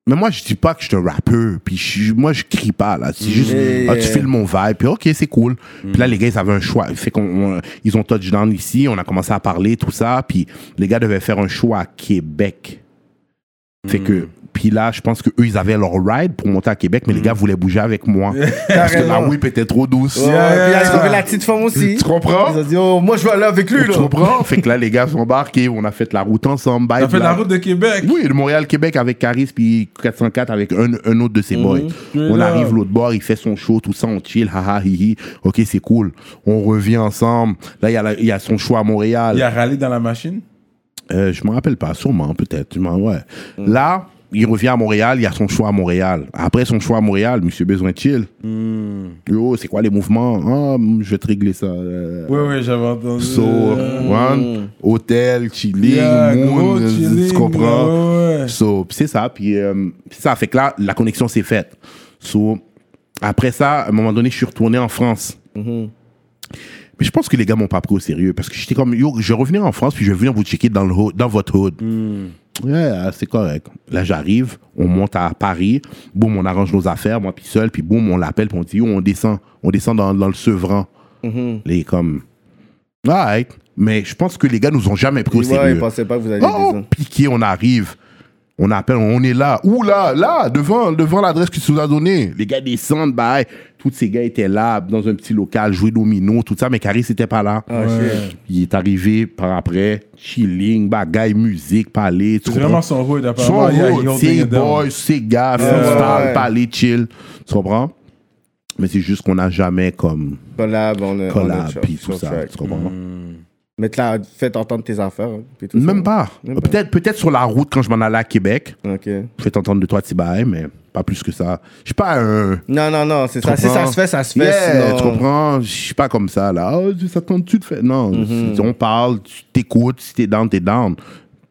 S5: mais moi, je dis pas que je suis un rappeur. Puis, je suis- moi, je crie pas, là. C'est juste,
S4: Yeah.
S5: ah, tu filmes mon vibe. Puis, OK, c'est cool. Puis là, les gars, ils avaient un choix. Fait qu'on, on- ils ont touchdown ici. On a commencé à parler, tout ça. Puis, les gars devaient faire un choix à Québec. Fait que,
S4: Hmm.
S5: puis là, je pense que eux ils avaient leur ride pour monter à Québec, mais les gars voulaient bouger avec moi. parce que la
S4: Carrément.
S5: whip était trop douce.
S4: Ouais,
S3: Yeah.
S4: Puis il a trouvé la petite femme aussi.
S5: Tu comprends?
S4: Ils ont dit, oh, moi, je vais aller avec lui,
S5: Tu
S4: là.
S5: comprends? fait que là, les gars sont embarqués, on a fait la route ensemble. bye,
S3: T'as fait la
S5: bye.
S3: route de Québec.
S5: Oui, le Montréal-Québec avec Caris, puis 404 avec un, un autre de ses boys. On
S3: Mhm. là.
S5: arrive l'autre bord, il fait son show, tout ça, on chill, haha, hihi. Ok, c'est cool. On revient ensemble. Là, il y a la- il y, a son choix à Montréal.
S3: Il a râlé dans la machine.
S5: Euh, je me rappelle pas, sûrement, peut-être. je m'en- Ouais.
S3: Mm.
S5: Là, il revient à Montréal, il y a son choix à Montréal. Après son choix à Montréal, monsieur besoin de chill.
S3: Mm.
S5: Yo, c'est quoi les mouvements? Ah, je vais te régler ça. euh,
S3: Oui, oui, j'avais entendu.
S5: So, one, hôtel, chilling,
S3: Yeah, gros
S5: moon,
S3: chilling,
S5: tu comprends?
S3: ouais, ouais.
S5: So, pis c'est ça, puis euh, pis ça fait que là, la connexion s'est faite. So, après ça, à un moment donné, je suis retourné en France.
S3: Mm-hmm.
S5: Mais je pense que les gars m'ont pas pris au sérieux parce que j'étais comme, yo, je revenais en France, puis je vais venir vous checker dans, le hood- dans votre hood. Ouais, euh, c'est correct. Là, j'arrive, on monte à Paris, boum, on arrange nos affaires, moi puis seul, puis boum, on l'appelle, puis on dit, yo, on descend, on descend dans, dans le Sevran.
S4: Mhm.
S5: Les comme, alright. Mais je pense que les gars nous ont jamais pris au
S4: Ouais,
S5: sérieux.
S4: ils pensaient pas que vous alliez
S5: Oh,
S4: dire ça.
S5: piqué, on arrive. On appelle, on est là. Ouh là, là, devant, devant l'adresse qu'ils nous a donnée. Les gars descendent, bah, hey, tous ces gars étaient là, dans un petit local, jouer domino, tout ça, mais Caris n'était pas là.
S4: Ah, shit.
S5: Il est arrivé par après, chilling, bagaille, musique, parler. tu
S3: C'est vraiment
S5: comprends?
S3: son hood,
S5: Son
S3: apparemment. Yeah, he
S5: rôle,
S3: holding
S5: c'est
S3: it down.
S5: boys, c'est gars,
S4: Ouais,
S5: freestyle,
S4: ouais.
S5: parler, chill. Tu comprends? Mais c'est juste qu'on n'a jamais comme
S4: Collab, on a... on a
S5: collab,
S4: short-
S5: puis tout
S4: short
S5: ça.
S4: track.
S5: Tu comprends?
S4: Mais tu l'as fait entendre tes affaires, hein, puis tout ça.
S5: Même pas.
S4: Même pas.
S5: Peut-être peut sur la route quand je m'en allais à Québec.
S4: OK.
S5: Je vais t'entendre de toi, Tibaï, mais pas plus que ça. Je suis pas un.
S4: Non, non, non, c'est
S5: tu
S4: ça. Si
S5: comprends?
S4: ça se fait, ça se fait,
S5: Yeah,
S4: sinon-
S5: Tu comprends? Je suis pas comme ça, là. Oh, ça te tente, tu te fais. Non,
S4: Mhm.
S5: c'est- on parle, tu t'écoutes, si t'es down, t'es down.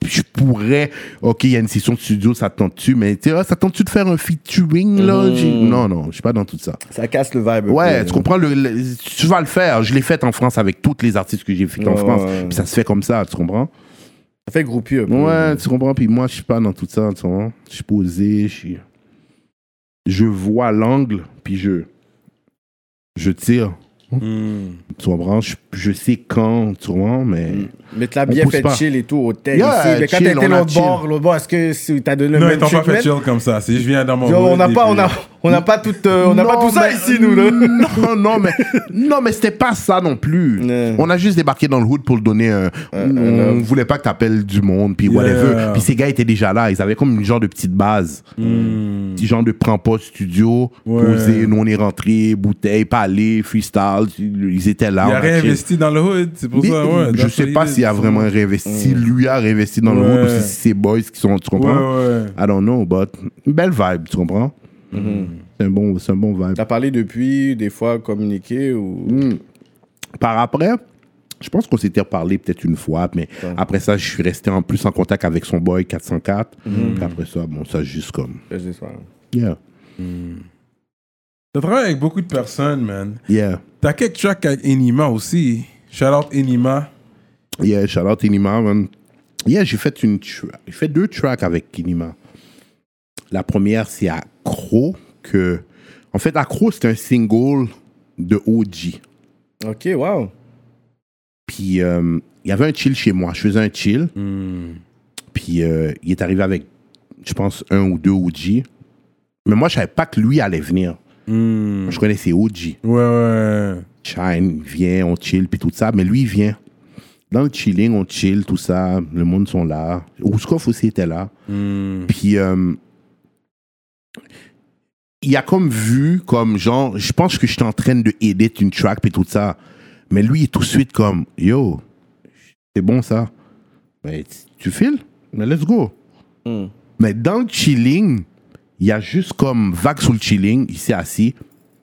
S5: Puis Je pourrais, ok, il y a une session de studio, ça te tente-tu, mais tu sais, ah, ça te tente-tu de faire un featuring, là?
S4: Mhm.
S5: J'ai- Non, non, je suis pas dans tout ça.
S4: Ça casse le vibe. un
S5: Ouais,
S4: peu.
S5: tu comprends? le- le- tu vas le faire. Je l'ai fait en France avec toutes les artistes que j'ai fait en
S4: Ouais,
S5: France.
S4: ouais. Mhm.
S5: Puis ça se fait comme ça, tu comprends?
S4: Ça fait groupieux. un peu.
S5: Ouais, tu comprends. Puis moi, je suis pas dans tout ça, tu comprends. Je suis posé, je suis. Je vois l'angle, puis je. Je tire.
S3: Hmm.
S5: Tu comprends. Je, je sais quand, tu comprends, mais.
S4: Mais tu l'as
S5: On
S4: bien
S5: pousse
S4: fait
S5: pas.
S4: chill et tout au tech
S5: Yeah,
S4: ici. Mais quand
S5: chill,
S4: t'étais
S5: on a
S4: l'autre
S5: chill.
S4: bord, l'autre bord, est-ce que si t'as donné le
S3: Non,
S4: même
S3: ils t'ont pas fait
S4: treatment?
S3: chill comme ça. C'est je viens dans mon
S4: Yo, on
S3: hood
S4: n'a
S3: et
S4: pas,
S3: puis-
S4: on a, on n'a pas tout, euh, on n'a pas
S5: Non,
S4: tout ça
S5: mais- Mm.
S4: ici, nous, là.
S5: Non, non, mais, non, mais c'était pas ça non plus.
S4: Ouais.
S5: On a juste débarqué dans le hood pour le donner un. on voulait pas que t'appelles du monde, puis whatever. Puis ces gars étaient déjà là. Ils avaient comme une genre de petite base.
S4: Mm.
S3: euh,
S5: Petit genre de prends pas studio,
S3: Ouais.
S5: posé, nous on est rentrés, bouteille, palais, freestyle. Ils étaient là.
S3: Il
S5: Ah, on
S3: a
S5: chill.
S3: réinvesti dans le hood. C'est pour
S5: Mais
S3: ça, ouais.
S5: je
S3: that's
S5: sais
S3: what
S5: pas
S3: it is.
S5: s'il a vraiment réinvesti, si lui a réinvesti dans le
S3: Ouais.
S5: hood ou si c'est ses boys qui sont, tu
S3: Ouais,
S5: comprends?
S3: ouais.
S5: I don't know, but une belle vibe, tu comprends?
S3: Mm-hmm.
S5: C'est un, bon, c'est un bon vibe.
S4: T'as parlé depuis, des fois communiqué ou.
S5: Par après, je pense qu'on s'était reparlé peut-être une fois, mais après ça, je suis resté en plus en contact avec son boy 404.
S3: Mm-hmm.
S5: Puis après ça, bon, ça juste comme.
S4: Je dis ça.
S5: Yeah.
S3: T'as travaillé avec beaucoup de personnes, man.
S5: Yeah.
S3: T'as quelques tracks avec Enima aussi. Shout out Enima.
S5: Yeah, shout out Inima, man. Yeah, j'ai fait, une tra- j'ai fait deux tracks avec Inima. La première, c'est Accro, que. En fait, Accro, c'est un single de OG.
S4: Ok, wow.
S5: Puis euh, il y avait un chill chez moi. Je faisais un chill. Puis euh, il est arrivé avec, je pense, un ou deux OG. Mais moi, je savais pas que lui allait venir. Moi, je connaissais OG.
S3: Ouais, ouais.
S5: Shine vient, on chill, puis tout ça. Mais lui, il vient. Dans le chilling, on chill, tout ça. Le monde sont là. Ouskoff aussi était là.
S4: Hmm.
S5: Puis, euh, il a comme vu, comme genre, je pense que je suis en train de edit une track, puis tout ça. Mais lui, il est tout de suite comme, yo, c'est bon ça. Mais t- tu files? Mais let's go.
S4: Hmm.
S5: Mais dans le chilling, il y a juste comme vague sous le chilling, il s'est assis.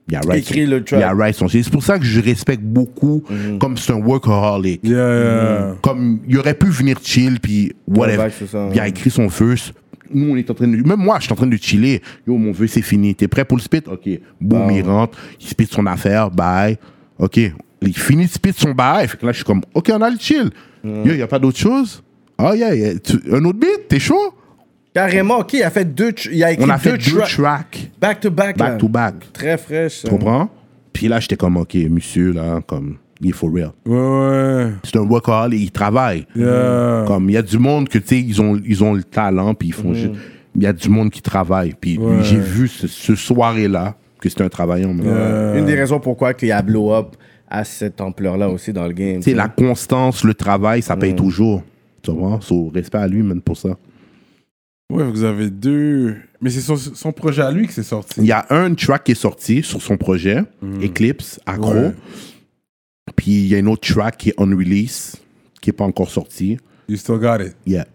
S5: Il a write
S4: Écrit
S5: son-
S4: le track.
S5: Il a write son shit. C'est pour ça que je respecte beaucoup,
S4: Mhm.
S5: comme c'est un workaholic.
S3: Yeah, yeah.
S5: Comme il aurait pu venir chill, puis whatever.
S4: vague, c'est ça,
S5: il a
S4: ouais.
S5: écrit son verse. Nous, on est en train de. Même moi, je suis en train de chiller. Yo, mon vœu, c'est fini. T'es prêt pour le spit? Ok.
S4: Bah,
S5: Boum, il rentre. Il spit son affaire. Bye. Ok. Il finit de spit son bail. Fait que là, je suis comme, ok, on a le chill. Yo, il n'y a pas d'autre chose? Ah, yeah, yeah. Tu- un autre beat? T'es chaud?
S4: Carrément, ok, il a fait deux, tr- il a écrit
S5: On a fait
S4: deux,
S5: deux
S4: tracks.
S5: tracks.
S4: Back to back. là.
S5: Back to back.
S4: Très fraîche. hein. ça.
S5: Tu comprends? Puis là, j'étais comme, OK, monsieur, là, comme, il est for real.
S4: Mm-hmm.
S3: Ouais, ouais.
S5: C'est un workaholic, il travaille.
S3: Yeah. Mm.
S5: Comme, il y a du monde que, tu sais, ils ont, ils ont le talent, puis ils font juste- Il y a du monde qui travaille. Puis
S3: Ouais.
S5: j'ai vu ce, ce soirée-là que c'était un travaillant. man.
S4: Une des raisons pourquoi qu'il a blow up à cette ampleur-là aussi dans le game.
S5: Tu sais, la constance, le travail, ça
S3: Mm.
S5: paye toujours. Tu vois? So, respect à lui, même pour ça.
S3: Ouais, vous avez deux. Mais c'est son, son projet à lui que c'est sorti.
S5: Il y a un track qui est sorti sur son projet, Eclipse, Accro.
S3: Mm. Ouais.
S5: Puis il y a une autre track qui est on release, qui n'est pas encore sortie.
S3: You still got it.
S5: Yeah.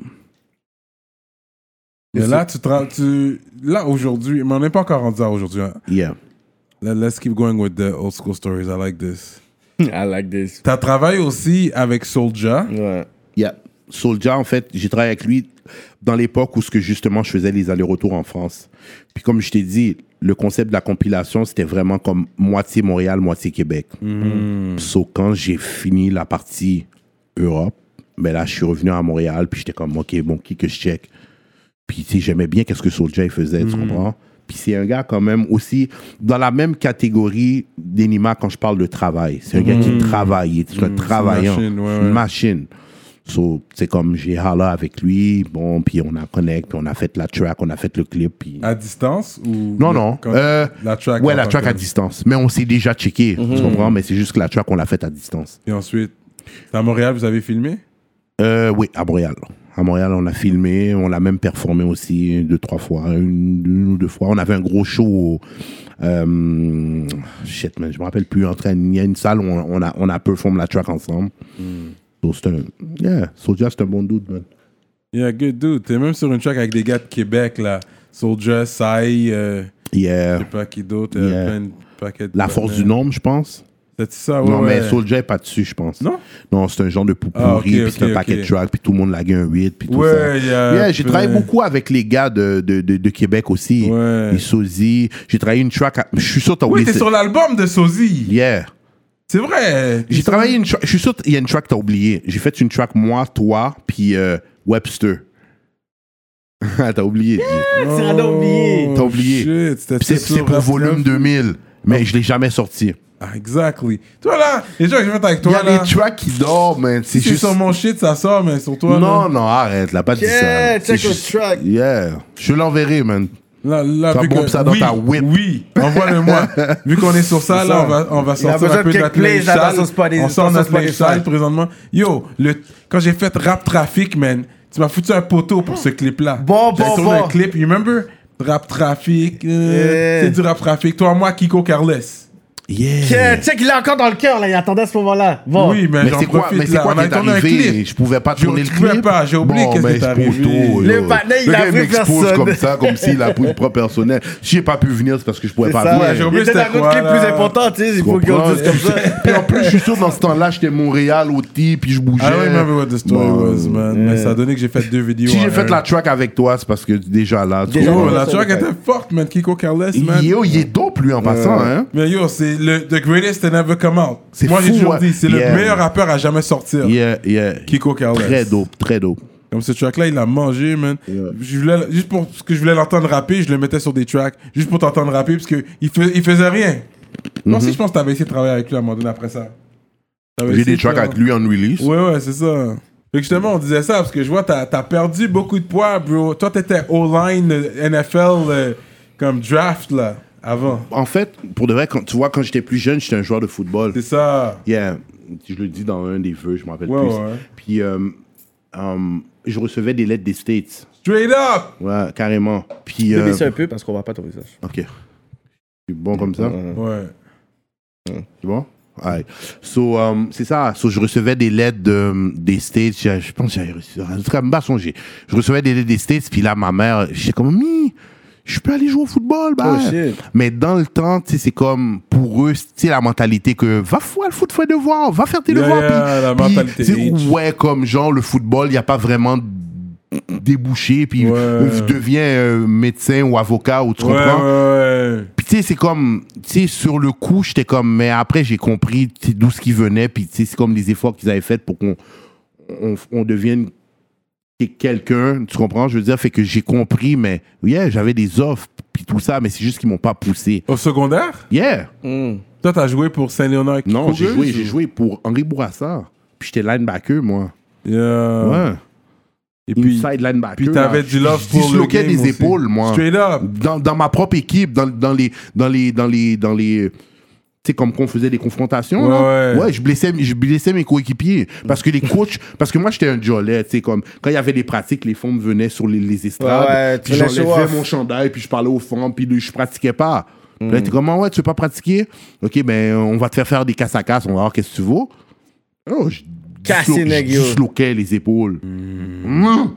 S3: Mais là, tu, tra- tu là aujourd'hui, mais on n'est pas encore rendu à aujourd'hui. hein.
S5: Yeah.
S3: Let- Let's keep going with the old school stories. I like this.
S4: I like this.
S3: T'as travaillé aussi avec Soulja.
S4: Ouais.
S5: Yeah. Soldier, en fait, j'ai travaillé avec lui dans l'époque où ce que justement je faisais les allers-retours en France. Puis comme je t'ai dit, le concept de la compilation, c'était vraiment comme moitié Montréal, moitié Québec.
S3: Mm-hmm.
S5: So, quand j'ai fini la partie Europe, ben là, je suis revenu à Montréal, puis j'étais comme, OK, bon, qui que je check? Puis, tu sais, j'aimais bien qu'est-ce que Soulja, il faisait,
S3: Mm-hmm.
S5: tu comprends? Puis c'est un gars quand même aussi dans la même catégorie d'Enima quand je parle de travail. C'est un gars
S3: Mm-hmm.
S5: qui travaille, c'est un travaillant,
S3: machine, ouais,
S5: c'est une
S3: ouais.
S5: machine. So, c'est comme j'ai halla avec lui, bon, puis on a connect, puis on a fait la track, on a fait le clip, puis...
S3: À distance ou
S5: Non, non.
S3: Ah, Quand-
S5: euh,
S3: la track. Mhm.
S5: ouais,
S3: en
S5: la
S3: tant
S5: track
S3: que-
S5: à distance. Mais on s'est déjà checké, tu comprends? Mais c'est juste que la track, on l'a faite à distance.
S3: Et ensuite, c'est à Montréal, vous avez filmé
S5: Euh, oui, à Montréal. À Montréal, on a filmé, on l'a même performé aussi deux, trois fois, une, une ou deux fois. On avait un gros show. au- euh, shit, man, je me rappelle plus. En train, il y a une salle où on, on a, on a performé la track ensemble.
S3: Mm.
S5: So, c'est un, yeah, Soulja, c'est un bon dude, man.
S3: Yeah, good dude. T'es même sur une track avec des gars de Québec là. Soulja, Sai, euh,
S5: Yeah.
S3: je sais pas qui d'autre, euh,
S5: Yeah.
S3: plein de paquets. de
S5: La force
S3: partenaires.
S5: du nombre, je pense.
S3: C'est ça, ouais.
S5: Non, mais
S3: ouais.
S5: Soulja est pas dessus, je pense.
S3: Non?
S5: Non, c'est un genre de pou- pourri,
S3: Ah, ok,
S5: puis
S3: ok,
S5: c'est un
S3: ok.
S5: paquet de tracks, puis tout le monde l'a un 8, puis tout
S3: Ouais, euh,
S5: ça.
S3: il y a
S5: Yeah, j'ai
S3: plein-
S5: travaillé beaucoup avec les gars de, de, de, de Québec aussi.
S3: Ouais.
S5: Les sosies. J'ai travaillé une track. à- Je suis sûr que t'as
S3: Oui,
S5: oublié.
S3: t'es
S5: ce-
S3: sur l'album de Sozy.
S5: Yeah.
S3: C'est vrai.
S5: J'ai travaillé une track. Je suis sûr qu'il y a une track que t'as oublié. J'ai fait une track, moi, toi, puis euh, Webster. Ah, t'as oublié. Guy.
S4: C'est un oublié.
S5: T'as oublié.
S3: Oh, Shit, c'était
S5: Puis C'est c'est
S3: sur
S5: pour
S3: Rap
S5: volume
S3: Stuff.
S5: 2000, mais je l'ai jamais sorti.
S3: Ah, exactly. Toi là, les gens que je vais avec
S5: Il y
S3: toi
S5: a
S3: là.
S5: des tracks qui dorment, man. C'est
S3: Si c'est
S5: juste.
S3: sur mon shit, ça sort, mais sur toi
S5: Non,
S3: là.
S5: non, arrête, là, pas dit
S4: Yeah,
S5: ça. C'est
S4: check your track.
S5: Yeah, je l'enverrai, man.
S3: Là, là,
S5: Ça
S3: vu
S5: bombe
S3: que-
S5: ça dans
S3: oui,
S5: ta whip.
S3: Oui, envoie-le-moi. vu qu'on est sur ça, là, on va, on va
S4: Il a
S3: sortir
S4: besoin
S3: un peu
S4: de
S3: de
S4: quelques
S3: notre
S4: plays,
S3: linge
S4: là, dans
S3: sale.
S4: son Spotify-
S3: On sort
S4: dans son
S3: notre linge
S4: Spotify.
S3: sale présentement. Yo, le, quand j'ai fait Rap Trafic, man, tu m'as foutu un poteau pour ce clip-là.
S4: Bon,
S3: J'ai
S4: bon,
S3: tourné
S4: bon.
S3: un clip, you remember? Rap Trafic, euh,
S4: Yeah.
S3: c'est du Rap Trafic. Toi, moi, Kiko Carless.
S5: Yeah.
S4: Yeah, check, il est encore dans le cœur, là. Il attendait à ce moment-là. Bon.
S3: Oui, mais,
S5: Mais
S3: j'en
S5: c'est quoi,
S3: profite,
S5: mais c'est
S3: là.
S5: quoi
S3: On a
S5: t'es
S3: tourné un
S5: arrivé?
S3: clip.
S5: Je pouvais pas
S3: Je-
S5: tourner
S3: je
S5: le
S3: pouvais
S5: clip.
S3: pas, j'ai oublié qu'est-ce
S5: mais
S3: qui t'est
S5: c'est pour
S3: arrivé.
S5: tout,
S4: Le
S5: yo.
S4: panel, il
S5: Le
S4: a
S5: gars,
S4: pris
S5: m'expose
S4: personne.
S5: comme ça, comme s'il a pris le propre personnel. J'ai pas pu venir, c'est parce que je pouvais
S4: C'est
S5: pas
S4: ça.
S5: venir.
S3: j'ai
S4: Il
S3: oublié
S4: était dans
S3: c'était
S4: notre
S3: quoi,
S4: clip
S3: là.
S4: plus important, tu sais. Il faut
S5: Comprends?
S4: qu'on le dise comme ça.
S5: Puis en plus, je suis sûr, dans ce temps-là, j'étais Montréal au T, puis je bougeais.
S3: Ah I don't remember what the story
S5: Bon.
S3: was, man. Mais ça a donné que j'ai fait deux vidéos.
S5: Si
S3: en
S5: j'ai fait
S3: un. Oh,
S5: la track avec toi, c'est parce que déjà là, tu
S4: Déjà,
S5: comprends?
S3: Yo,
S4: Ouais,
S3: la
S4: ça,
S3: track
S4: ouais.
S3: était forte, man. Kiko Carless, man.
S5: Yo, il est dope, lui, en passant, hein.
S3: Mais yo, c'est le The Greatest to Never Come Out.
S5: C'est
S3: Moi, j'ai
S5: fou,
S3: toujours
S5: ouais.
S3: dit, c'est
S5: Yeah.
S3: le meilleur rappeur à jamais sortir.
S5: Yeah, yeah.
S3: Kiko Carless.
S5: Très dope, très dope.
S3: Comme ce track-là, il l'a mangé, man. Je voulais, juste pour ce que je voulais l'entendre rapper, je le mettais sur des tracks. Juste pour t'entendre rapper, parce qu'il il faisait rien.
S5: Mm-hmm.
S3: Moi aussi, je pense que t'avais essayé de travailler avec lui à un moment donné après ça. T'avais
S5: J'ai
S3: essayé
S5: des
S3: de
S5: tracks
S3: faire-
S5: avec lui en release.
S3: Ouais, ouais, c'est ça. Fait que justement, on disait ça parce que je vois, t'as as perdu beaucoup de poids, bro. Toi, t'étais O-line, euh, NFL, euh, comme draft, là. Avant.
S5: En fait, pour de vrai, quand, tu vois, quand j'étais plus jeune, j'étais un joueur de football.
S3: C'est ça.
S5: Yeah, je le dis dans un des vœux, je m'en rappelle
S3: Ouais,
S5: plus.
S3: ouais.
S5: Puis, euh, euh, je recevais des lettres des States.
S3: Straight up.
S5: Ouais, carrément. Puis, euh,
S4: Baisse un peu parce qu'on voit pas ton visage.
S5: ok. Je suis bon comme ça.
S4: Ouais.
S3: Ouais.
S5: Tu vois? Ouais. So, euh, c'est ça. So, je recevais des lettres de, des States. Je, je pense que j'avais reçu. En tout cas, me songer. Je recevais des lettres des States. Puis là, ma mère, j'étais comme, mi, je peux aller jouer au football. Bah.
S4: Oh, shit.
S5: Mais dans le temps, tu sais, c'est comme, pour eux, c'est la mentalité que va faire le foot, fais devoir, va faire tes
S3: Yeah,
S5: devoirs.
S3: yeah,
S5: puis-
S3: la
S5: puis,
S3: mentalité
S5: tu sais,
S3: bitch.
S5: Ouais, comme genre, le football, il n'y a pas vraiment d- débouché. Puis,
S3: Ouais.
S5: euh, devient euh, médecin ou avocat ou tu
S3: Ouais,
S5: comprends.
S3: ouais, ouais.
S5: Puis tu sais, c'est comme, tu sais, sur le coup, j'étais comme, mais après, j'ai compris tu sais, d'où ce qui venait. Puis tu sais, c'est comme les efforts qu'ils avaient faits pour qu'on on, on devienne quelqu'un, tu comprends? Je veux dire, fait que j'ai compris, mais yeah, j'avais des offres, puis tout ça, mais c'est juste qu'ils m'ont pas poussé.
S3: Au secondaire,
S5: Yeah!
S4: Mm.
S3: toi, t'as joué pour Saint-Léonard avec
S5: Non,
S3: Cougars,
S5: j'ai joué,
S3: ou-
S5: j'ai joué pour Henri Bourassa. Puis j'étais linebacker, moi.
S3: Yeah.
S5: Ouais.
S3: euh, Et Ah. puis,
S5: Inside linebacker.
S3: puis t'avais
S5: là.
S3: du love
S5: Je
S3: pour le
S5: disloquais
S3: game
S5: des
S3: aussi.
S5: épaules, moi.
S3: straight up.
S5: dans, dans ma propre équipe, dans, dans les. Dans les, dans les, dans les tu sais, comme qu'on faisait des confrontations. là.
S3: Ouais, ouais.
S5: je blessais, je blessais mes coéquipiers. Parce que les coachs. Parce que moi, j'étais un jollet. Tu sais, comme quand il y avait des pratiques, les femmes venaient sur les, les estrades.
S4: Ouais, ouais, tu
S5: puis
S4: voulais show
S5: j'enlevais
S4: off.
S5: mon chandail, puis je parlais aux femmes, puis je pratiquais pas. Puis
S4: Mm.
S5: là, t'es comme, Ah ouais, tu veux pas pratiquer? Ok, ben, on va te faire faire des casse à casse, on va voir qu'est-ce que tu vaux. Oh, je
S4: Casser
S5: dislo-
S4: nègre,
S5: je
S4: yo.
S5: disloquais les épaules.
S4: Hmm.
S5: Non!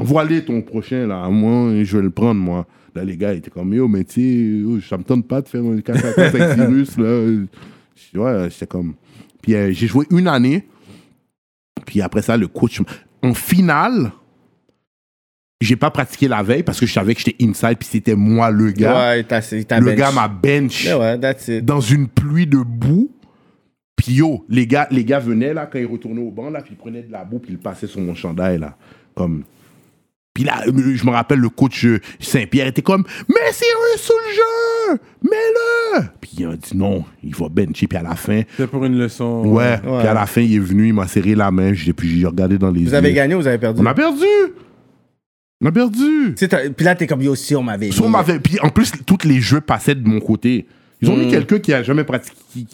S5: Voilà ton prochain, là. Moi, je vais le prendre, moi. Là, les gars, ils étaient comme, yo, mais tu sais, yo, ça me tente pas de faire un casse à casse avec Cyrus, là. Je- Ouais, j'étais comme. Puis euh, j'ai joué une année. Puis après ça, le coach. m- En finale, j'ai pas pratiqué la veille parce que je savais que j'étais inside, puis c'était moi le gars.
S4: Ouais, il t'a il t'a
S5: le
S4: bench.
S5: gars m'a bench
S4: Ouais, ouais, that's it.
S5: dans une pluie de boue. Puis yo, les gars, les gars venaient là, quand ils retournaient au banc, là, puis ils prenaient de la boue, puis ils le passaient sur mon chandail, là. Comme. Puis là, euh, je me rappelle, le coach euh, Saint-Pierre était comme Mais c'est un sous le jeu Mets-le Puis il a dit non, il va bencher, puis à la fin.
S3: C'était pour une leçon.
S5: Ouais, puis à la fin, il est venu, il m'a serré la main, j'ai- puis j'ai regardé dans les
S4: Vous
S5: yeux.
S4: avez gagné ou vous avez perdu?
S5: On a perdu On a perdu
S4: Tu sais, t'as- Puis là, t'es comme yo, si on m'avait.
S5: si on
S4: mis.
S5: m'avait- Puis en plus, tous les jeux passaient de mon côté. Ils ont mis
S3: Hmm.
S5: quelqu'un qui a jamais pratiqué. qui-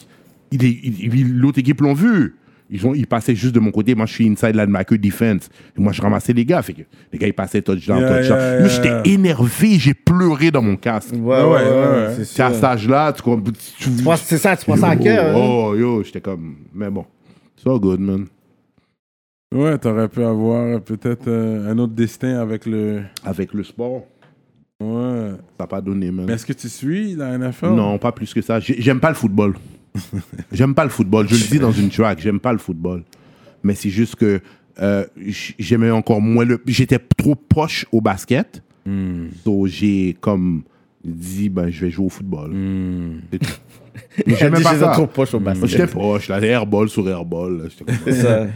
S5: il est- il- il- L'autre équipe l'ont vu. Ils, ont, ils passaient juste de mon côté. Moi, je suis inside linebacker defense. Et moi, je ramassais les gars. Fait que les gars, ils passaient touchdown,
S3: Yeah,
S5: touchdown.
S3: yeah,
S5: Yo,
S3: yeah.
S5: J'étais énervé. J'ai pleuré dans mon casque.
S4: Ouais, ouais,
S3: Ouais,
S4: ouais.
S3: ouais, ouais.
S4: c'est
S5: C'est à
S4: sûr.
S5: cet âge-là, tu comprends- tu-
S4: Tu prends- C'est ça, tu prends ça à
S5: Yo,
S4: cœur. hein.
S5: Oh, yo, j'étais comme. Mais bon. So good, man.
S3: Ouais, t'aurais pu avoir euh, peut-être euh, un autre destin avec le.
S5: Avec le sport,
S3: Ouais.
S5: ça n'a pas donné, man.
S3: Mais est-ce que tu suis la NFL
S5: Non, pas plus que ça. J'ai- J'aime pas le football. j'aime pas le football. Je le dis dans une track, j'aime pas le football. Mais c'est juste que euh, j- j'aimais encore moins le. J'étais trop proche au basket.
S4: Hmm.
S5: Donc j'ai comme dit, ben, je vais jouer au football. C'est tout. Mais
S4: Hmm. Elle
S5: j'aimais
S4: dit,
S5: pas
S4: j'ai ça
S5: ça.
S4: trop Hmm. proche au basket.
S5: J'étais proche, là, airball sur airball. là, j'étais comme-
S4: C'est ça.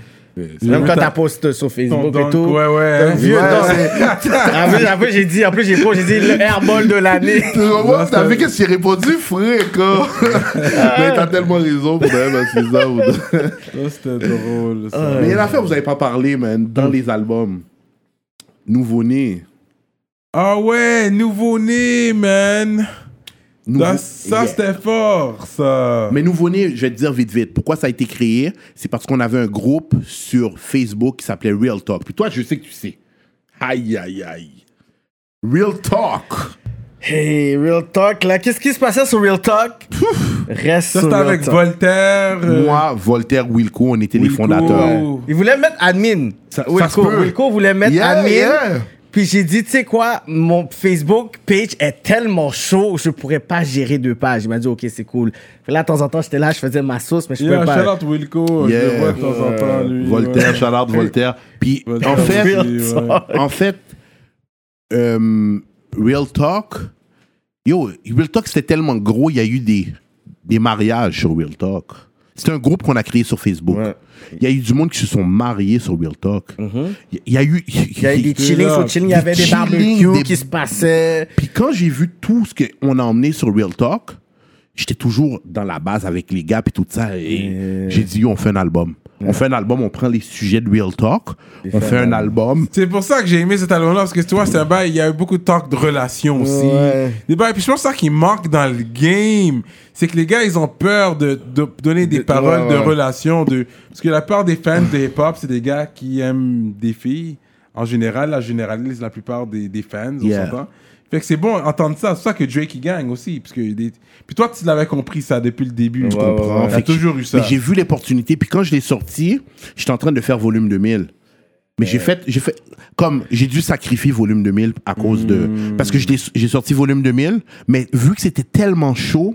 S4: Même quand t'as posté sur
S3: Ton
S4: Facebook et
S3: dunk,
S4: tout.
S3: ouais, ouais.
S4: Un vieux
S5: Ouais,
S4: dunk.
S5: c'est-
S4: En plus, en plus, j'ai dit, en plus, j'ai pro, j'ai dit le airball de l'année.
S5: Tu vois,
S3: Ouais,
S5: t'as
S3: c'est-
S5: vu qu'est-ce qu'il répondu, frère, quoi. Mais t'as tellement raison, pour vrai, parce que ça, vous-
S3: Ça, c'était drôle. Ça.
S5: Mais il y a une affaire, vous avez pas parlé, man, dans
S3: Mm.
S5: les albums. Nouveau-né.
S3: Ah ouais, nouveau-né, man.
S5: Nouveau-
S3: Ça, ça,
S5: Yeah.
S3: c'était fort, ça.
S5: Mais Nouveau-né, je vais te dire vite, vite. Pourquoi ça a été créé C'est parce qu'on avait un groupe sur Facebook qui s'appelait Real Talk. Puis toi, je sais que tu sais. Aïe, aïe, aïe. Real Talk.
S4: Hey, Real Talk, là, qu'est-ce qui se passait sur Real Talk? Reste
S3: ça,
S4: sur
S3: c'était
S4: Real
S3: avec
S4: Talk.
S3: Voltaire. euh,
S5: Moi, Voltaire, Wilco, on était les
S3: Wilco.
S5: fondateurs.
S3: Ouais.
S4: Il voulait mettre admin.
S5: Ça- ça se
S4: Wilco,
S5: peut.
S4: Wilco voulait mettre
S5: Yeah,
S4: admin.
S5: yeah.
S4: Puis j'ai dit, tu sais quoi, mon Facebook page est tellement chaud, je pourrais pas gérer deux pages. Il m'a dit, ok, c'est cool. Puis là, de temps en temps, j'étais là, je faisais ma sauce, mais je pouvais
S3: Yeah,
S4: pas.
S3: shout out Wilco. Je le
S5: Yeah. Euh,
S3: vois de temps en temps, lui.
S5: Voltaire,
S3: ouais.
S5: Charlotte, Voltaire. Puis,
S3: Voltaire
S5: en fait,
S3: aussi,
S4: Real
S3: ouais.
S4: Talk.
S5: en fait, euh, Real Talk, yo, Real Talk, c'était tellement gros, il y a eu des, des mariages sur Real Talk. C'est un groupe qu'on a créé sur Facebook.
S4: Ouais.
S5: Il y a eu du monde qui se sont mariés sur Real Talk. Il y- il y a eu.
S4: Mm-hmm. Il y avait des chillings sur chilling, il y
S5: Des
S4: avait des
S5: chillings,
S4: barbecues
S5: des-
S4: qui se passaient.
S5: Puis quand j'ai vu tout ce qu'on a emmené sur Real Talk, j'étais toujours dans la base avec les gars puis tout ça. Et j'ai dit, yo, on fait un album. On fait un album, on prend les sujets de Real Talk, on fait un album.
S3: C'est pour ça que j'ai aimé cet album-là, parce que tu vois, c'est un bail, il y a eu beaucoup de talk de relations aussi.
S4: Ouais.
S3: Des bails, puis je pense que ça qui manque dans le game, c'est que les gars, ils ont peur de, de donner des
S4: De-
S3: paroles
S4: ouais,
S3: de
S4: ouais.
S3: relations. De... Parce que la part des fans de hip-hop, c'est des gars qui aiment des filles. En général, la généralise la plupart des, des fans, on
S5: Yeah.
S3: s'entend. Fait que c'est bon entendre ça. C'est pour ça que Drake, il gagne aussi. Parce que des- Puis toi, tu l'avais compris ça depuis le début. Tu
S4: comprends.
S5: comprends.
S3: T'as
S5: Fait que
S3: toujours
S5: j'ai-
S3: eu ça.
S5: Mais j'ai vu l'opportunité. Puis quand je l'ai sorti, j'étais en train de faire volume 2000. Mais j'ai fait, j'ai fait, comme j'ai dû sacrifier volume 2000 à cause de,
S3: Hmm.
S5: parce que je l'ai- j'ai sorti volume 2000, mais vu que c'était tellement chaud,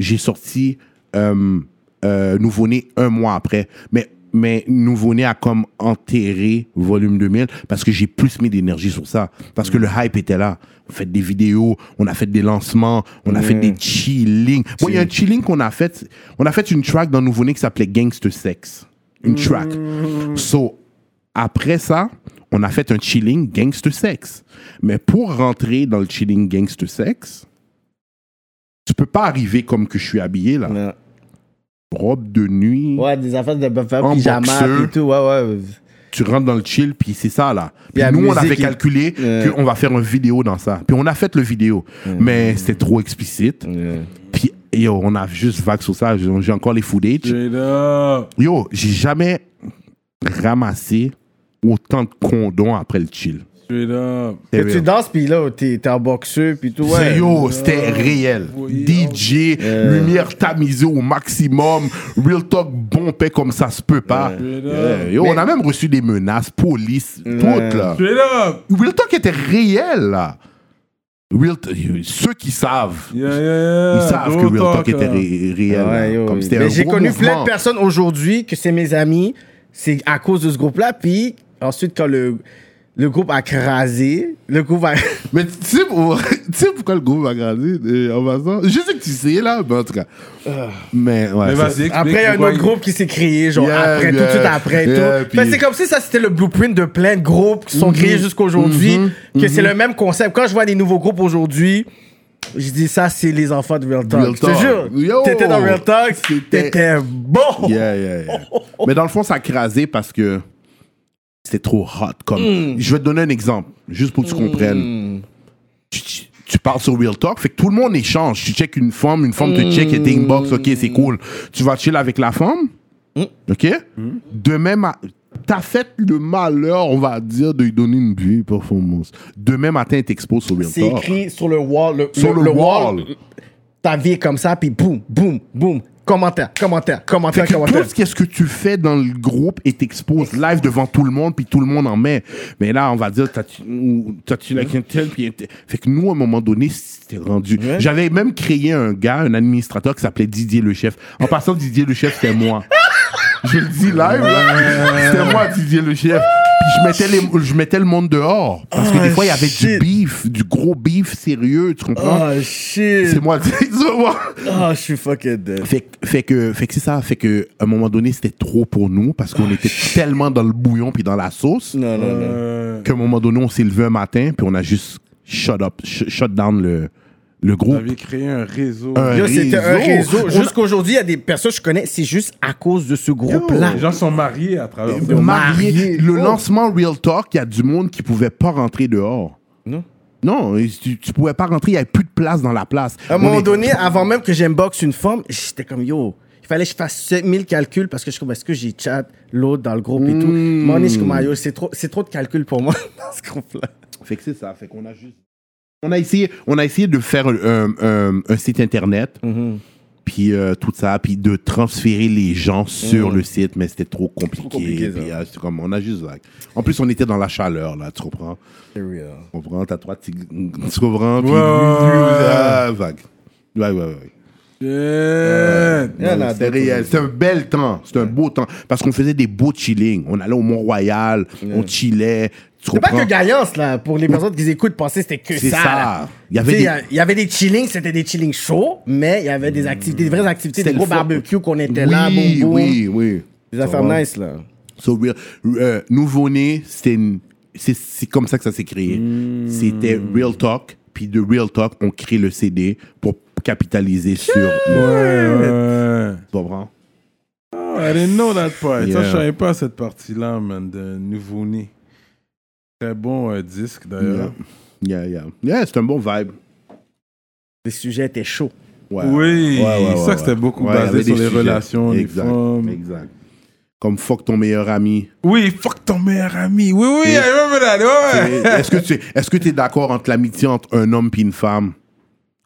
S5: j'ai sorti euh, euh, Nouveau-né un mois après. Mais mais Nouveau-né a comme enterré volume 2000 parce que j'ai plus mis d'énergie sur ça. Parce que le hype était là. On fait des vidéos, on a fait des lancements, on a fait des chillings. Moi, il y a un chilling qu'on a fait. On a fait une track dans Nouveau-né qui s'appelait Gangster Sex. Une track.
S4: Mm.
S5: So, après ça, on a fait un chilling Gangster Sex. Mais pour rentrer dans le chilling Gangster Sex, tu peux pas arriver comme que je suis habillé là.
S4: Ouais.
S5: Robe de nuit.
S4: Ouais, des affaires de faire
S5: En boxeur.
S4: pyjama et tout, ouais, ouais.
S5: tu rentres dans le chill, puis c'est ça, là. Puis
S4: la
S5: nous, on
S4: musique
S5: avait
S4: est-
S5: calculé
S4: Ouais.
S5: qu'on va faire une vidéo dans ça. Puis on a fait le vidéo, mais c'était trop explicite. Puis, yo, on a juste vague sur ça. J'ai j'ai encore les footage.
S3: Straight up.
S5: Yo, j'ai jamais ramassé autant de condons après le chill.
S3: Straight up.
S4: Que tu danses, puis là, t'es t'es en boxeur, puis tout,
S5: C'est-
S4: ouais.
S5: Yo, c'était réel. DJ, lumière tamisée au maximum, real talk bombé comme ça se peut pas. Yeah. Yo, on a même reçu des menaces, police, toutes là.
S3: Straight up.
S5: Real Talk était réel, là. Real Talk- ceux qui savent,
S3: Yeah, yeah, hein. yeah.
S5: ils savent que
S3: Real
S5: Real Talk, était
S3: là.
S5: ré- réel. là.
S4: euh. Ouais, yo,
S5: Comme
S4: oui.
S5: c'était un
S4: Mais j'ai
S5: gros
S4: connu plein
S5: mouvement.
S4: de personnes aujourd'hui que c'est mes amis, c'est à cause de ce groupe-là, puis ensuite, quand le, le groupe a crasé, le groupe a.
S5: Mais tu sais, pour- tu sais pourquoi le groupe a grandi euh, en passant Je sais que tu sais, là, mais en tout cas.
S4: Ah.
S5: Mais ouais.
S3: Mais
S5: Ah, ça-
S3: vas-y, explique
S4: Après, il y a un
S3: pourquoi
S4: autre
S3: il-
S4: groupe qui s'est créé, genre
S5: Yeah,
S4: après, tout
S5: yeah,
S4: de suite après.
S5: yeah,
S4: tout.
S5: puis- Mm-hmm.
S4: Fait que c'est comme si ça, c'était le blueprint de plein de groupes qui sont créés jusqu'aujourd'hui, que c'est le même concept. Quand je vois des nouveaux groupes aujourd'hui, je dis ça, c'est les enfants de Real Talk.
S5: Real
S4: Je te
S5: Talk. Yo!
S4: jure, t'étais dans Real Talk,
S5: C'était-
S4: t'étais bon.
S5: Yeah, yeah, yeah. Mais dans le fond, ça a crasé parce que c'était trop hot. Comme... Je vais te donner un exemple, juste pour que tu comprennes. Tu, tu- tu parles sur Real Talk, fait que tout le monde échange. Tu check une femme, une femme te check et t'es inbox, ok, c'est cool. Tu vas chill avec la femme, ok? De même à. T'as fait le malheur, on va dire, de lui donner une vieille performance. Demain matin, elle t'expose sur Real
S4: C'est
S5: Talk.
S4: écrit sur le wall. Le,
S5: Sur le, wall.
S4: ta vie est comme ça, puis boum, boum, boum. Commentaire, commentaire,
S5: Fait
S4: commentaire,
S5: que
S4: commentaire.
S5: tout ce qu'est-ce que tu fais dans le groupe et t'exposes live devant tout le monde, puis tout le monde en met. Mais là, on va dire, t'as-tu ou t'as-tu
S4: Mm.
S5: la clientèle, puis... t'es- Fait que nous, à un moment donné, c'était rendu... J'avais même créé un gars, un administrateur qui s'appelait Didier le Chef. En passant, Didier le Chef, c'était moi. Je le dis live, là. C'était moi, Didier le Chef. Puis je mettais, les, je mettais le monde dehors. Parce que des
S4: Oh,
S5: fois, il y avait du
S4: shit.
S5: beef, du gros beef sérieux, tu comprends?
S4: Oh shit.
S5: C'est moi, c'est moi.
S4: Oh, je suis fucking dead.
S5: Fait, que- fait que, fait que c'est ça. Fait que, à un moment donné, c'était trop pour nous parce qu'on était tellement dans le bouillon puis dans la sauce
S4: Non, non, non.
S3: Euh,
S5: qu'à un moment donné, on s'est levé un matin puis on a juste shut up, sh- shut down le, le
S3: Vous
S5: groupe.
S3: avez créé un réseau.
S5: Un
S4: Yo, c'était un réseau.
S5: réseau. On-
S4: Jusqu'aujourd'hui, il y a des personnes que je connais, c'est juste à cause de ce groupe-là.
S3: Les gens sont mariés à travers ça.
S5: Marié.
S4: marié.
S5: Le
S4: Oh.
S5: lancement Real Talk, il y a du monde qui pouvait pas rentrer dehors.
S4: Non.
S5: Non, et tu, tu pouvais pas rentrer, il y avait plus de place dans la place.
S4: À un
S5: On
S4: moment
S5: est-
S4: donné, avant même que j'inbox une forme, j'étais comme yo. Il fallait que je fasse 7000 calculs parce que je suis comme, est-ce que j'ai chat l'autre dans le groupe et tout.
S5: Hmm.
S4: Mon je suis comme, ah, yo, c'est trop, c'est trop de calculs pour moi dans ce groupe-là.
S5: Fait que c'est ça. Fait qu'on a juste. On a essayé, on a essayé de faire un, un- un- un site internet, puis euh, tout ça, puis de transférer les gens sur le site, mais c'était trop compliqué.
S4: compliqué, ça.
S5: puis, euh, c'est comme, on a juste vague. En plus, on était dans la chaleur, là, tu comprends? Tu comprends? T'as trois petits. Tu comprends? Puis.
S3: Ouais.
S5: Ah, vague. Ouais, ouais, ouais.
S3: Shit.
S4: Il y en a
S5: C'était
S4: d'autres,
S5: réel. C'était un bel temps. C'était un beau temps. Parce qu'on faisait des beaux chillings. On allait au Mont-Royal, on chillait. Tu
S4: C'est pas
S5: comprends?
S4: que Gaillance, là, pour les personnes qui écoutent, penser que c'était que
S5: C'est
S4: ça.
S5: ça.
S4: là.
S5: Il y
S4: Tu
S5: avait
S4: sais,
S5: des-
S4: il y a- il y avait des chillings, c'était des chillings chauds, mais il y avait des activités, des vraies activités, des
S5: le
S4: gros
S5: fun.
S4: barbecues qu'on était là, boum,
S5: Oui,
S4: boum.
S5: oui, oui.
S4: Des affaires nice, là.
S5: So real. Euh, Nouveau-né, c'était une- c'est c'est comme ça que ça s'est créé.
S3: Hmm.
S5: C'était Real Talk, puis de Real Talk, on crée le CD pour capitaliser sur.
S3: Ouais.
S5: Tu comprends?
S3: Ah, I didn't know that part. Ça, je
S5: Yeah.
S3: savais pas cette partie-là, man, de Nouveau-Né. Très bon euh, disque, d'ailleurs.
S5: Yeah, yeah. Yeah, c'est un bon vibe.
S4: Le sujet était chaud.
S5: Ouais.
S3: Oui,
S5: bah, Ouais, ouais,
S3: ça,
S5: ouais,
S3: c'était
S5: ouais.
S3: beaucoup
S5: Ouais, il y
S3: basé
S5: avait
S3: sur
S5: des
S3: les
S5: sujets.
S3: relations,
S5: Exact,
S3: les femmes.
S5: Exact. Comme fuck ton meilleur ami.
S3: Oui, fuck ton meilleur ami. Oui, oui,
S5: Et-
S3: I remember that. Ouais.
S5: Est-ce que tu est-ce que es d'accord entre l'amitié entre un homme et une femme?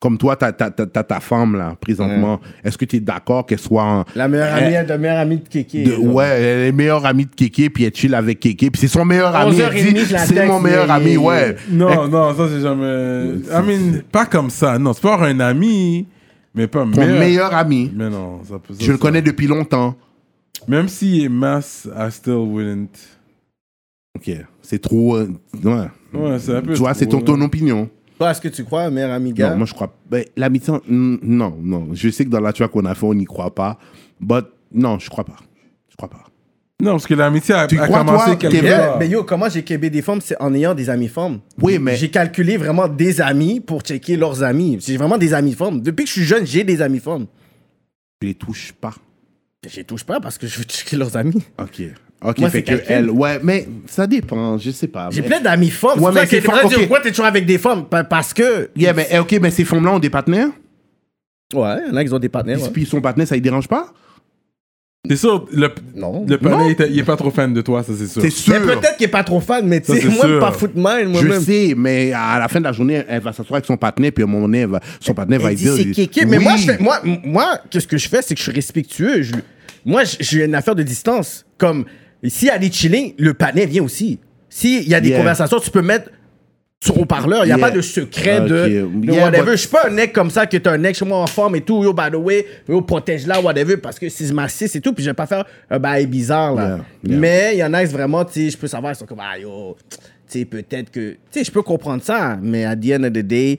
S5: Comme toi, t'as t'as- t'as- t'as ta femme, là, présentement. Est-ce que tu es d'accord qu'elle soit en-
S4: La meilleure amie, elle est la meilleure amie de Kéké.
S5: de-
S4: là.
S5: ouais, elle est meilleure amie de Kéké, puis elle chill avec Kéké, puis c'est son meilleur ami.
S4: 11h30,
S5: Elle dit,
S4: je la
S5: c'est
S4: texte,
S5: mon meilleur
S4: mais-
S5: ami, ouais.
S3: Non, non, ça, c'est jamais. I mean, pas comme ça. Non, c'est pas un ami, mais pas
S5: Mon
S3: meilleur.
S5: meilleur, ami.
S3: Mais non, ça peut ça,
S5: Je le
S3: ça-
S5: connais depuis longtemps.
S3: Même s'il est masse, I still wouldn't.
S5: Ok, c'est trop. euh, ouais.
S3: Ouais, c'est un peu.
S5: Tu vois, c'est ton, ton opinion.
S4: Toi, est-ce que tu crois, meilleure amie gars?
S5: Non, moi je crois. ben, L'amitié, en- mm, non, non. Je sais que dans la track qu'on a fait, on n'y croit pas. But non, je crois pas. Je crois pas.
S3: Non, parce que l'amitié a,
S5: Tu
S3: a
S5: crois,
S3: commencé
S5: toi,
S3: quelque
S5: t'es
S4: Yeah,
S3: part.
S4: mais yo, comment j'ai québé des femmes, c'est en ayant des amis femmes.
S5: Oui, mais-
S4: J'ai calculé vraiment des amis pour checker leurs amis. J'ai vraiment des amis femmes. Depuis que je suis jeune, j'ai des amis femmes.
S5: Je les touche pas.
S4: Je les touche pas parce que je veux checker leurs amis.
S5: Ok. Ok,
S4: Moi,
S5: fait
S4: c'est
S5: que
S4: calcul.
S5: elle. Ouais, mais ça dépend. Je sais pas.
S4: J'ai
S5: Mais-
S4: plein d'amis femmes.
S5: Ouais,
S4: c'est
S5: mais
S4: mais
S5: c'est
S4: c'est
S5: fort,
S4: vrai dire
S5: ok.
S4: pourquoi t'es toujours avec des femmes Pa- Parce que.
S5: Yeah, mais eh, ok, mais ces femmes-là ont des partenaires.
S4: Ouais, il y en a qui ont des partenaires. Eh ouais.
S5: Puis son partenaire, ça ne dérange pas.
S3: C'est sûr, le,
S4: Non.
S3: le palais,
S5: Non.
S3: il était- il est pas trop fan de toi, ça, c'est sûr.
S5: C'est
S4: Mais
S5: sûr.
S4: peut-être qu'il est pas trop fan, mais tu
S3: Ça,
S4: sais,
S3: c'est
S4: moi,
S3: sûr.
S4: pas foot mind,
S5: Je
S4: moi-même.
S5: sais, mais à la fin de la journée, elle va s'asseoir avec son partenaire, puis à un moment donné, elle va- son partenaire va
S4: Elle
S5: lui
S4: dit
S5: dire.
S4: c'est kéké. Mais
S5: Oui.
S4: moi, je fais- moi, m- moi, qu'est-ce que je fais, c'est que je suis respectueux. Je- moi, j- j'ai une affaire de distance. Comme, si elle est chilling, le panier vient aussi. S'il y a des
S5: Yeah.
S4: conversations, tu peux mettre sur haut-parleur. Il n'y a
S5: Yeah.
S4: pas de secret de,
S5: Ok.
S4: de
S5: Yeah,
S4: whatever.
S5: but-
S4: Je suis pas un mec comme ça que t'es un mec chez moi en forme et tout. Yo, by the way, yo, protège-la, whatever, parce que si je m'assieds, c'est tout. Puis je vais pas faire un bail bizarre, là.
S5: Yeah, yeah.
S4: Mais il y en a qui vraiment, tu sais, je peux savoir, ils sont comme, ah yo, tu sais, peut-être que. Tu sais, je peux comprendre ça, mais à the end of the day,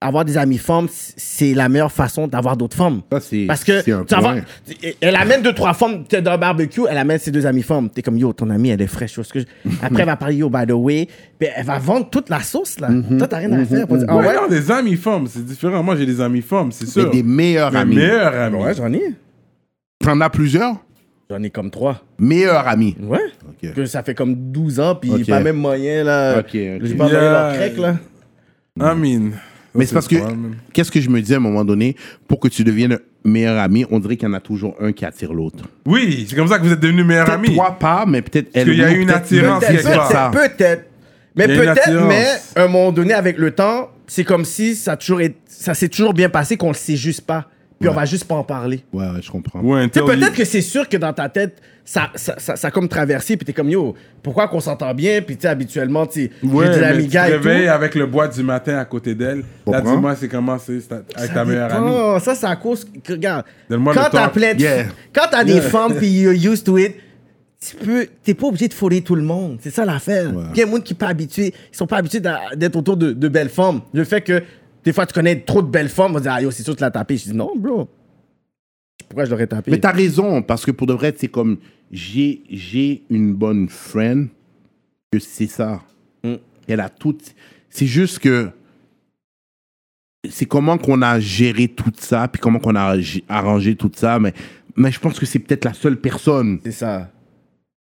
S4: avoir des amis femmes, c- c'est la meilleure façon d'avoir d'autres femmes.
S5: Ça, c'est-
S4: Parce que,
S5: c'est un
S4: tu vas voir,
S5: point.
S4: tu- elle amène deux, trois femmes, t'es dans le barbecue, elle amène ses deux amies femmes. T'es comme, yo, ton amie, elle est fraîche. yo, ce que je- Après, elle va parler, yo, by the way. Puis elle va vendre toute la sauce, là.
S5: Mm-hmm.
S4: Toi, t'as rien à faire. pour dire, ah
S3: Ouais,
S4: ouais,
S3: non, des amis femmes, c'est différent. Moi, j'ai des amis femmes, c'est
S5: Mais
S3: sûr.
S5: des meilleurs
S3: Mes
S5: amis.
S3: meilleurs amis.
S4: Ouais, j'en ai.
S5: T'en as plusieurs
S4: J'en ai comme trois.
S5: Meilleurs amis.
S4: Ouais.
S5: Ok.
S4: Que ça fait comme 12 ans, puis
S5: Ok.
S4: pas même moyen, là.
S5: Ok, ok.
S4: J'ai pas envoyé leur
S3: Yeah.
S4: crec, là.
S3: I mean. ça,
S5: Mais c'est parce
S3: le
S5: que,
S3: problème.
S5: qu'est-ce que je me dis à un moment donné, pour que tu deviennes un meilleur ami, on dirait qu'il y en a toujours un qui attire l'autre.
S3: Oui, c'est comme ça que vous êtes devenus meilleurs
S5: Peut-être
S3: amis.
S5: toi pas, mais peut-être elle.
S3: qu'il y a
S5: oui,
S3: une
S5: peut-être-
S3: attirance
S5: peut-être
S3: quelque part.
S5: ça.
S4: Peut-être, peut-être. Mais
S3: Il y a une
S4: peut-être,
S3: attirance.
S4: mais à un moment donné, avec le temps, c'est comme si ça, a toujours été- ça s'est toujours bien passé, qu'on le sait juste pas. Puis on va juste pas en parler.
S5: Ouais, ouais, je comprends.
S3: Ouais,
S4: Tu sais,
S3: until you-
S4: peut-être que c'est sûr que dans ta tête, ça, ça, ça, ça a comme traversé, puis t'es comme, yo, pourquoi qu'on s'entend bien, puis tu sais, habituellement, tu sais,
S3: Ouais,
S4: j'ai des
S3: mais
S4: amis
S3: tu te
S4: gars et tout.
S3: réveilles avec le bois du matin à côté d'elle. Là,
S5: Comprends?
S3: dis-moi, c'est comment c'est c'est ta- avec ta meilleure amie.
S4: Oh, ça, c'est à cause que, regarde,
S3: Donne-moi
S4: quand
S3: le
S4: t'as
S3: temps.
S4: plein de-
S5: Yeah.
S4: quand t'as des femmes, puis you're used to it, tu peux, t'es pas obligé de fourrer tout le monde. C'est ça l'affaire. Il y a des gens qui sont pas habitués, ils sont pas habitués d'a- d'être autour de, de belles femmes. Le fait que, des fois, tu connais trop de belles femmes, on va dire, ah, yo, c'est sûr que tu l'as tapé. Je dis, non, bro. Pourquoi je l'aurais tapé?
S5: Mais t'as raison, parce que pour de vrai, c'est comme j'ai j'ai une bonne friend que c'est ça.
S4: Mm.
S5: Elle a tout. C'est juste que c'est comment qu'on a géré tout ça, puis comment qu'on a agi- arrangé tout ça, mais mais je pense que c'est peut-être la seule personne.
S4: C'est ça.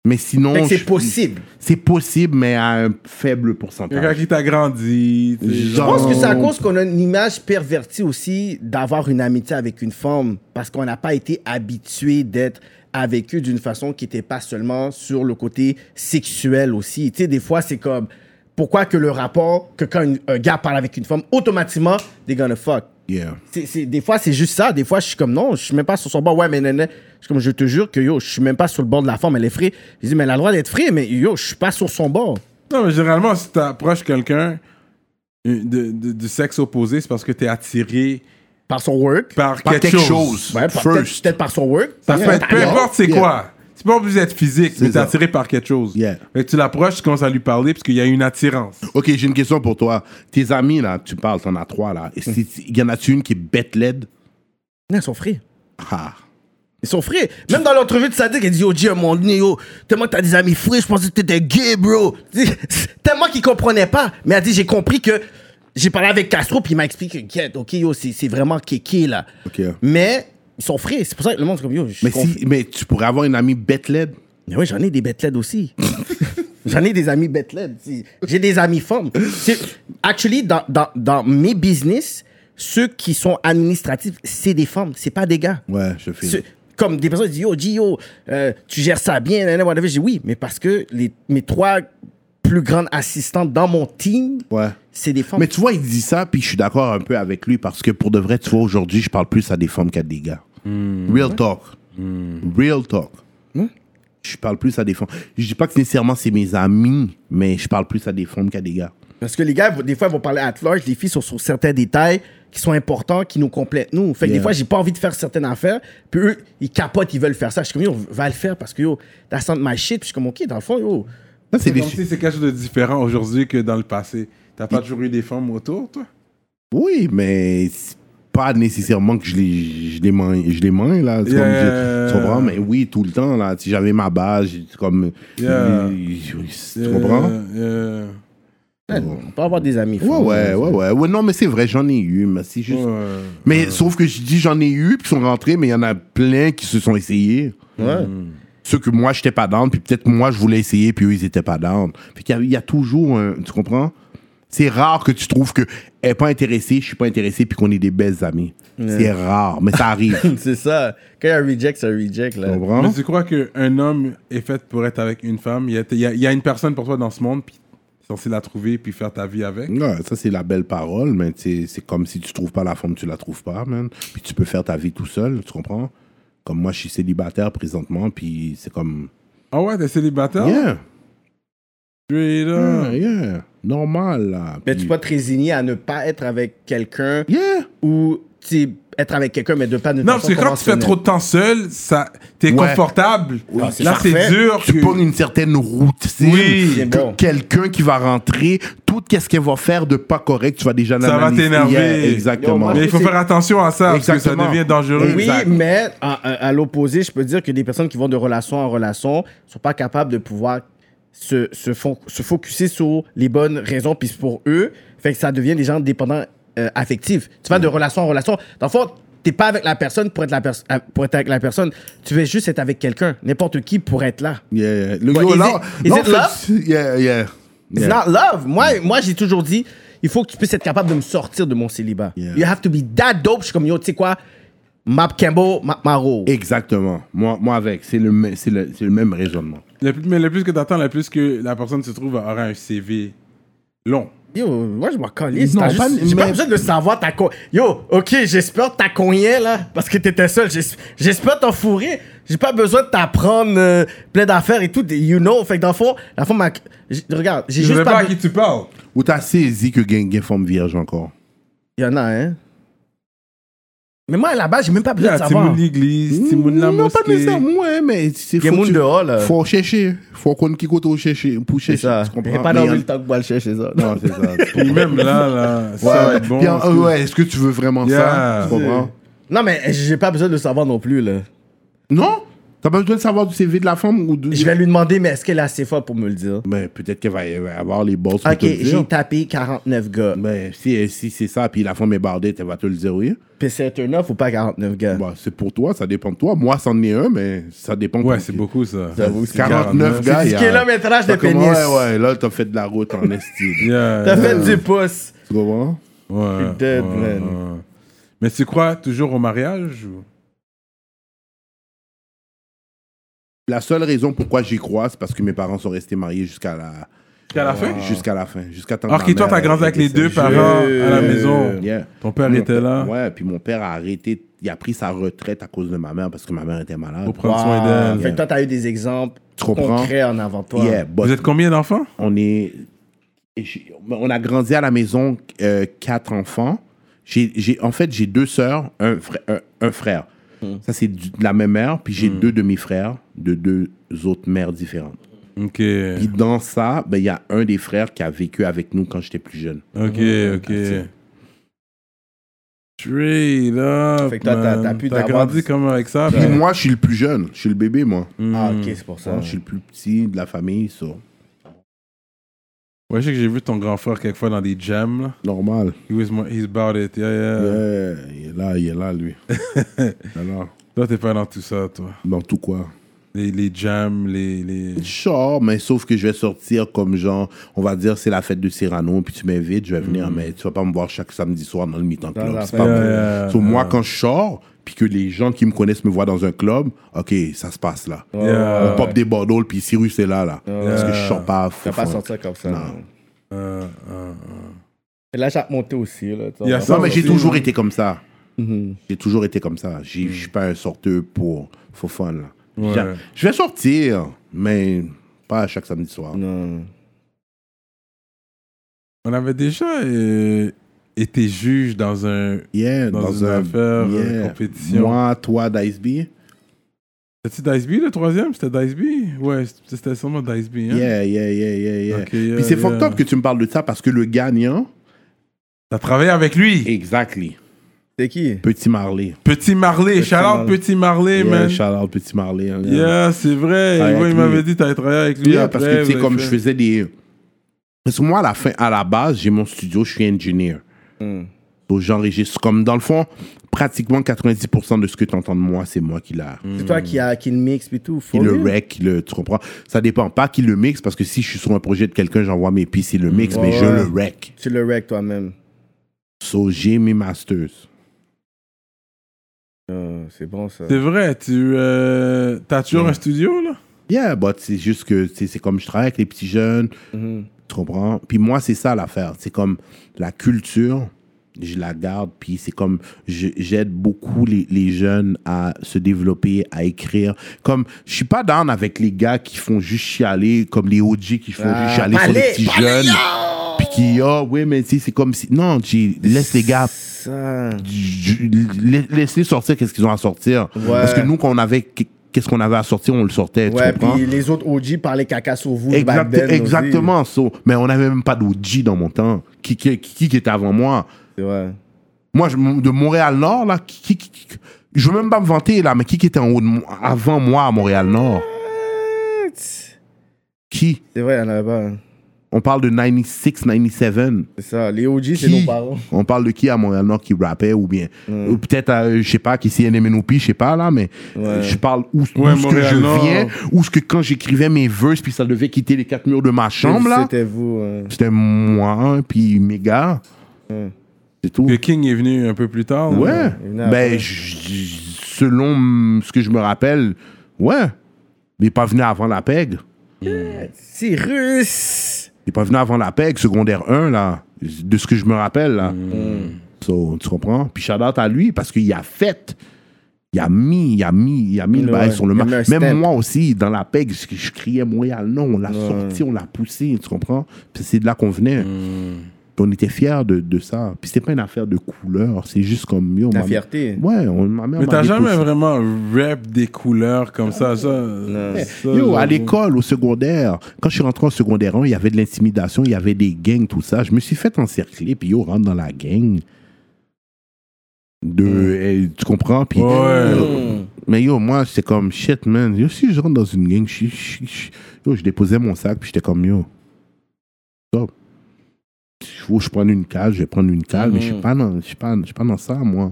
S5: Mais sinon,
S4: Fait que c'est
S5: je-
S4: possible.
S5: C'est possible, mais à un faible
S3: Quelqu'un
S5: pourcentage.
S3: qui t'a grandi. tu sais,
S5: Je
S3: genre-
S4: Je pense que c'est à
S5: Oh.
S4: cause qu'on a une image pervertie aussi d'avoir une amitié avec une femme parce qu'on n'a pas été habitué d'être avec eux d'une façon qui n'était pas seulement sur le côté sexuel aussi. Tu sais, des fois, c'est comme pourquoi que le rapport, que quand une- un gars parle avec une femme, automatiquement, they're gonna fuck.
S5: Yeah.
S4: C'est- c'est- des fois, c'est juste ça. Des fois, je suis comme non, je suis même pas sur son bord. Ouais, mais nanana. Je suis comme, je te jure que yo, je suis même pas sur le bord de la femme, elle est free. Je dis, mais elle a le droit d'être free, mais yo, je suis pas sur son bord.
S3: Non, mais généralement, si tu approches quelqu'un euh, de- de- du sexe opposé, c'est parce que tu es attiré
S4: Par son work.
S3: par,
S5: Par quelque chose.
S4: Ouais, par- peut-être
S5: First.
S4: peut-être par son work.
S3: Ça peut être, peu
S4: Yeah.
S3: importe c'est
S5: Yeah.
S3: quoi. C'est pas obligé d'être physique, mais t'es
S5: ça.
S3: attiré par quelque chose.
S5: Yeah.
S3: Fait que tu l'approches, tu commences à lui parler parce qu'il y a une attirance.
S5: Ok, j'ai une question pour toi. Tes amis, là, tu parles, t'en as trois, là.
S4: Mm.
S5: Il y en a-tu une qui est bête laide?
S4: Non, ils sont frais.
S5: Ah.
S4: Ils sont frais. Même dans l'entrevue de Sadik, elle dit Yo, G, à un moment donné, yo, tellement que t'as des amis frais, je pensais que t'étais gay, bro. tellement qu'il comprenait pas. Mais elle dit J'ai compris que. J'ai parlé avec Castro, puis il m'a expliqué que, Get, ok, yo, c'est c'est vraiment kéké, là.
S5: Ok.
S4: Mais Ils sont frais. C'est pour ça que le monde est comme yo. je suis
S5: Mais,
S4: conf-
S5: si, mais tu pourrais avoir une amie bête laide.
S4: Mais oui, j'en ai des bêtes laides aussi. j'en ai des amis bêtes laides. Si- J'ai des amis femmes. C'est- Actually, dans, dans, dans mes business, ceux qui sont administratifs, c'est des femmes, c'est pas des gars.
S5: Ouais, je fais.
S4: C'est- Comme des personnes disent, yo, G, yo, euh, tu gères ça bien, nan, nan, whatever. Je dis oui, mais parce que les, mes trois plus grandes assistantes dans mon team,
S5: Ouais.
S4: c'est des femmes.
S5: Mais tu vois, il dit ça, puis je suis d'accord un peu avec lui, parce que pour de vrai, tu vois, aujourd'hui, je parle plus à des femmes qu'à des gars. Real talk. Real talk. Je parle plus à des femmes. Je dis pas que nécessairement c'est mes amis, mais je parle plus à des femmes qu'à des gars.
S4: Parce que les gars, des fois, ils vont parler à large, les filles sont sur certains détails qui sont importants, qui nous complètent, nous. Fait que
S5: Yeah.
S4: des fois, j'ai pas envie de faire certaines affaires, puis eux, ils capotent, ils veulent faire ça. Je suis comme, yo, va le faire parce que, yo, that's not my shit. Puis je suis comme, ok, dans le fond, yo.
S5: Ça, c'est
S3: C'est
S5: des.
S3: comme si c'est quelque chose de différent aujourd'hui que dans le passé. T'as pas toujours eu des femmes autour, toi?
S5: Oui, mais c'est pas nécessairement que je les, je les mains, je les mains, là. C'est
S3: Yeah.
S5: comme je- tu comprends? Mais oui, tout le temps, là. Si j'avais ma base, j'ai- c'est comme.
S3: Yeah.
S5: Tu comprends?
S3: Euh,
S4: On peut avoir des amis.
S5: Ouais,
S4: frère.
S5: ouais, ouais, ouais, ouais. Non, mais c'est vrai, j'en ai eu, mais c'est
S3: euh,
S5: juste.
S3: ouais.
S5: Mais sauf que je dis j'en ai eu, puis ils sont rentrés, mais il y en a plein qui se sont essayés.
S4: Ouais.
S5: Ceux que moi, j'étais pas down, puis peut-être que moi, je voulais essayer, puis eux, ils étaient pas down. Fait qu'il y a- il y, a toujours un. Tu comprends? C'est rare que tu trouves que elle est pas intéressée, je suis pas intéressé, puis qu'on est des belles amies. C'est rare, mais ça arrive.
S4: c'est ça. Quand il y a un reject, c'est un reject, là.
S5: tu comprends?
S3: Mais tu crois qu'un homme est fait pour être avec une femme? Il y a, il y a- il y a une personne pour toi dans ce monde, puis t'es censé la trouver, puis faire ta vie avec?
S5: Ouais, ça, c'est la belle parole, mais tu sais, c'est comme si tu trouves pas la femme, tu la trouves pas, man. Puis tu peux faire ta vie tout seul, tu comprends? Comme moi, je suis célibataire présentement, puis c'est comme.
S3: Ah ouais, Ah, t'es célibataire?
S5: Yeah,
S3: Straight up.
S5: yeah, yeah. Normal, là.
S4: Mais
S5: Puis-
S4: tu peux te résigner à ne pas être avec quelqu'un
S5: Yeah!
S4: ou, tu sais, être avec quelqu'un, mais de pas de
S3: Non, parce que quand tu fais trop de temps seul, ça, t'es
S5: Ouais.
S3: confortable.
S4: Ah, c'est
S3: Là, c'est
S4: parfait.
S3: dur.
S5: Tu
S3: que-
S5: prends une certaine routine.
S3: Oui.
S4: C'est
S5: que
S4: bon.
S5: Quelqu'un qui va rentrer, tout qu'est-ce qu'elle va faire de pas correct, tu vas déjà
S3: Ça va
S5: l'analyser.
S3: t'énerver.
S5: Yeah,
S4: Yo,
S5: exactement.
S4: moi,
S3: Mais il faut
S4: C'est-
S3: faire attention à ça, parce que ça
S5: Exactement.
S3: devient dangereux.
S4: Oui,
S5: Exact.
S4: mais à, à- à l'opposé, je peux dire que des personnes qui vont de relation en relation sont pas capables de pouvoir se, se, fon- se focuser sur les bonnes raisons, puis pour eux, fait que ça devient des gens dépendants euh, affectifs. Tu
S3: Mm.
S4: vas de relation en relation. Dans le fond, t'es pas avec la personne pour être, la pers- à- pour être avec la personne. Tu veux juste être avec quelqu'un, n'importe qui pour être là.
S5: Yeah, yeah. Le
S4: Ouais,
S5: yo,
S4: is
S5: là-
S4: it- is
S5: là,
S4: it
S5: on fait-
S4: love?
S5: Yeah, yeah.
S4: It's
S5: Yeah.
S4: not love. Moi, moi j'ai toujours dit, il faut que tu puisses être capable de me sortir de mon célibat.
S5: Yeah.
S4: You have to be that dope. Je suis comme, yo, tu sais quoi? Map Kembo, Map Maro.
S5: Exactement. Moi, moi avec, c'est le, me- c'est le, c'est le même raisonnement.
S3: Le plus- mais le plus que t'attends, le plus que la personne se trouve aura un CV long.
S4: Yo, moi je m'en calisse.
S5: Non,
S4: t'as
S5: pas-
S4: juste- J'ai
S5: mais-
S4: pas besoin de savoir ta con. Yo, ok, j'espère que t'as cogné là, parce que t'étais seul. J'es- J'espère t'en fourrer. J'ai pas besoin de t'apprendre euh, plein d'affaires et tout. You know, fait que dans le fond, la fond, m'a- j- regarde, j'ai
S3: Je sais
S4: juste
S3: pas
S4: pas.
S3: à
S4: be-
S3: qui tu parles.
S5: Ou t'as saisi que gang gang forme vierge encore.
S4: Il y en a, hein. Mais moi, là-bas, j'ai même pas besoin
S3: Yeah,
S4: de savoir.
S3: Ah, Timoun l'église, Timoun la
S5: Mmh, non, pas
S3: mosquée.
S5: nécessairement, ouais, mais c'est
S4: Il y a
S5: faut
S4: monde
S5: tu-
S4: dehors, là.
S5: Faut chercher. Faut qu'on qui côté au chercher, pour
S4: C'est
S5: chercher.
S4: ça.
S5: Tu
S4: Il
S5: comprends?
S4: y a pas
S5: Mais
S4: dans
S5: il y en-
S4: le temps que boire le chercher ça.
S5: Non, c'est ça. tu
S3: Et
S5: comprends?
S3: même là, là, ça va être bon.
S5: Puis en-
S3: parce que-
S5: ouais, est-ce que tu veux vraiment
S3: Yeah.
S5: ça? Tu comprends?
S4: Non, mais j'ai pas besoin de le savoir non plus, là.
S5: Non? T'as pas besoin de savoir du CV de la femme ou de.
S4: Je vais lui demander, mais est-ce qu'elle est assez forte pour me le dire?
S5: Mais peut-être qu'elle va elle va avoir les bosses pour
S4: Ok,
S5: te le
S4: j'ai
S5: dire. Ben.
S4: tapé 49 gars.
S5: Mais si, eh, si c'est ça, puis la femme est bardée, elle va te le dire, oui.
S4: Puis c'est un turn-off ou pas 49 gars?
S5: Bah, c'est pour toi, ça dépend de toi. Moi, c'en est un, mais ça dépend.
S3: Ouais,
S5: pour-
S3: c'est beaucoup ça.
S5: J'avoue,
S3: C'est
S5: 49 gars.
S4: C'est
S5: il
S4: du
S5: y a-
S4: kilométrage de
S5: T'as comme-
S4: pénis.
S5: Ouais, ouais, là, t'as fait de la route en estime.
S3: Yeah,
S4: T'as
S3: yeah,
S4: fait
S5: Euh,
S4: du pouce.
S5: Tu comprends?
S3: ouais,
S4: You're dead,
S3: ouais,
S4: man.
S3: ouais. Mais tu crois toujours au mariage ou-
S5: La seule raison pourquoi j'y crois, c'est parce que mes parents sont restés mariés jusqu'à la...
S3: Jusqu'à la fin?
S5: Jusqu'à la fin. Jusqu'à temps
S3: Alors
S5: ma
S3: que toi,
S5: mère
S3: t'as grandi avec les deux
S5: décède.
S3: parents à la
S5: Yeah.
S3: maison.
S5: Yeah.
S3: Ton père
S5: Mon
S3: était là
S5: Ouais, puis mon père a arrêté, il a pris sa retraite à cause de ma mère parce que ma mère était malade.
S3: pour prendre soin
S4: Wow. Fait
S3: d'elle.
S4: que toi, t'as eu des exemples
S5: Tu comprends?
S4: concrets en avant toi.
S5: Yeah, but
S3: Vous êtes combien d'enfants?
S5: on est... et j'ai- On a grandi à la maison, euh, quatre enfants. J'ai, j'ai- en fait, j'ai deux sœurs, un, frère- un, un frère.
S3: Hmm.
S5: Ça, c'est du- de la même mère. Puis j'ai deux demi-frères de deux autres mères différentes.
S3: Ok,
S5: Puis dans ça, ben, il y a un des frères qui a vécu avec nous quand j'étais plus jeune.
S3: ok, ok. Straight up,
S4: Fait que toi, t'as-
S3: man.
S4: t'as pu
S3: T'as
S4: d'avoir
S3: grandi
S4: du-
S3: comme avec ça.
S5: Puis
S3: puis-
S5: moi, je suis le plus jeune. Je suis le bébé, moi.
S4: Ah,
S3: Hmm.
S4: ok, c'est pour ça.
S5: Je suis le plus petit de la famille. so.
S3: Ouais, je sais que j'ai vu ton grand frère quelquefois dans des jams. Là.
S5: Normal.
S3: He was mo- he's about it. Yeah, yeah.
S5: Ouais, il est là, il est là, lui. Alors,
S3: Toi, t'es pas dans tout ça, toi.
S5: dans tout quoi.
S3: Les, les jams, les. les...
S5: Sure, mais sauf que je vais sortir comme genre, on va dire c'est la fête de Cyrano, puis tu m'invites, je vais venir, mais tu vas pas me voir chaque samedi soir dans le mi-temps
S4: Dans
S5: club.
S4: la
S5: C'est
S4: fête.
S5: pas
S4: Yeah,
S5: vrai.
S3: yeah,
S5: So, Moi,
S3: yeah.
S5: quand je sors, puis que les gens qui me connaissent me voient dans un club, ok, ça se passe là.
S3: Yeah. Euh,
S5: On pop des bordeaux, puis Cyrus est là, là. Parce que je sors pas.
S4: Tu vas pas
S5: fou-
S4: sortir comme ça.
S5: Non.
S4: non.
S3: Euh, euh,
S4: Et là, j'ai monté aussi. Là, tu vois.
S3: Il y a ça.
S5: Non, mais j'ai
S3: aussi,
S5: toujours
S3: ouais.
S5: été comme ça.
S4: Mhm.
S5: J'ai toujours été comme ça. J'ai-
S3: Mm.
S5: Je suis pas un sorteur pour for fun, là.
S3: Ouais.
S5: J'ai- Je vais sortir, mais pas chaque samedi soir.
S4: Non.
S3: On avait déjà euh, été juge dans un.
S5: Yeah,
S3: Dans
S5: dans,
S3: une
S5: un-
S3: affaire, euh, compétition.
S5: Moi, toi, Dice B.
S3: C'était Dice B le troisième C'était Dice B Ouais, c'était sûrement Dice B. Hein?
S5: Yeah, yeah, yeah, yeah, yeah.
S3: Ok, yeah,
S5: Puis c'est fucked
S3: yeah.
S5: up que tu me parles de ça parce que le gagnant.
S3: T'as travaillé avec lui
S5: Exactly.
S4: C'est qui
S5: Petit Marley.
S3: Petit Marley.
S4: Petit
S3: Shout out
S4: Marley.
S3: Petit Marley,
S5: Yeah,
S3: man.
S5: shout out, Petit Marley. hein, yeah.
S3: Yeah, c'est vrai.
S5: Travaille
S3: Il- ouais,
S5: avec
S3: il
S5: lui.
S3: m'avait dit t'avais travaillé avec lui.
S5: Yeah,
S3: après,
S5: parce que tu sais,
S3: vous
S5: comme
S3: avez
S5: je
S3: fait-
S5: faisais des. Parce que moi, à la fin, à la base, j'ai mon studio, je suis engineer.
S4: Hmm.
S5: Donc j'enregistre. Comme dans le fond, pratiquement 90% de ce que tu entends de moi, c'est moi qui l'a.
S4: C'est toi qui, a, qui le mixe et tout.
S5: Hmm. Qui
S4: for
S5: le
S4: real?
S5: rec, qui le. Tu comprends? Ça dépend. Pas qui le mixe, parce que si je suis sur un projet de quelqu'un, j'envoie mes pistes, il le mixe, mais je
S4: Hmm. Ouais.
S5: le rec.
S4: Tu le rec toi-même.
S5: So j'ai mes masters.
S4: Euh, c'est bon ça.
S3: C'est vrai, tu euh, t'as toujours un studio là
S5: Yeah, but c'est juste que tu sais, c'est comme je travaille avec les petits jeunes,
S4: Mhm.
S5: tu comprends? Puis moi, c'est ça l'affaire. C'est comme la culture, je la garde, puis c'est comme je- j'aide beaucoup les, les jeunes à se développer, à écrire. Comme je suis pas down avec les gars qui font juste chialer, comme les OG qui font
S4: Ah,
S5: juste chialer sur les
S4: palais,
S5: petits jeunes. Puis qui, ah, oui, mais tu sais, c'est comme si. Non, j'ai- laisse les gars
S4: Ça.
S5: laisser sortir qu'est-ce qu'ils ont à sortir parce que nous quand on avait qu'est-ce qu'on avait à sortir on le sortait tu
S4: Ouais,
S5: comprends
S4: puis les autres OG parlaient caca sur vous.
S5: Exact-
S4: back then aussi.
S5: exactement so. mais on n'avait même pas d'OG dans mon temps qui, qui, qui- qui était avant moi
S4: C'est vrai.
S5: moi je- de Montréal Nord là qui, qui- qui- qui- je veux même pas me vanter là mais qui, qui était en haut de moi- avant moi à Montréal Nord
S4: What? C'est
S5: qui
S4: vrai, il y en avait pas.
S5: on parle de 96 97
S4: C'est ça. Les OG, c'est
S5: qui
S4: nos parents.
S5: on parle de qui à Montréal Nord qui rappait ou bien ou peut-être à, euh, je sais pas qui c'est NMNOP je sais pas là mais euh, je parle où, où
S3: Ouais,
S5: ce que
S3: Montréal
S5: je
S3: Nord.
S5: viens ou ce que quand j'écrivais mes verses puis ça devait quitter les quatre murs de ma chambre là
S4: C'était vous. hein.
S5: c'était moi hein, puis mes gars c'est tout
S3: Le King est venu un peu plus tard. là.
S5: ouais
S4: Hmm. Ah, il venait après.
S5: ben je- je- selon mm, ce que je me rappelle ouais mais pas venu avant la PEG
S4: Cyrus!
S5: il est pas venu avant la PEG secondaire 1 là de ce que je me rappelle là
S4: Hmm.
S5: So, tu comprends? Puis shout out à lui parce qu'il a fait. Il a mis, il a mis, il a mis le
S4: Ouais,
S5: bail sur le
S4: il a
S5: map.
S4: mis un
S5: Même
S4: step.
S5: moi aussi, dans la PEG, je, je criais Montréal. Non, on l'a sorti, on l'a poussé, tu comprends? Puis c'est de là qu'on venait.
S4: Hmm.
S5: Puis on était fiers de, de ça. Puis c'était pas une affaire de couleur, c'est juste comme. Yo,
S4: La
S5: ma-
S4: fierté.
S5: Ouais, on, ma mère
S3: Mais t'as
S5: m'avait
S3: jamais
S5: poussé.
S3: vraiment rap des couleurs comme ça, ça. ça,
S5: Yo, à
S3: j'avoue.
S5: l'école, au secondaire, quand je suis rentré en secondaire 1, il y avait de l'intimidation, il y avait des gangs, tout ça. Je me suis fait encercler, puis yo, rentre dans la gang. De, eh, tu comprends? Puis,
S3: Mm. Ouais.
S5: Mais yo, moi, c'est comme shit, man. Yo, si je rentre dans une gang, je, je- je- yo, je déposais mon sac, puis j'étais comme yo. Stop. Il faut que je prenne une cale, je vais prendre une cale, mais je
S3: Mm.
S5: suis pas, dans- je suis pas, je suis pas dans ça, moi.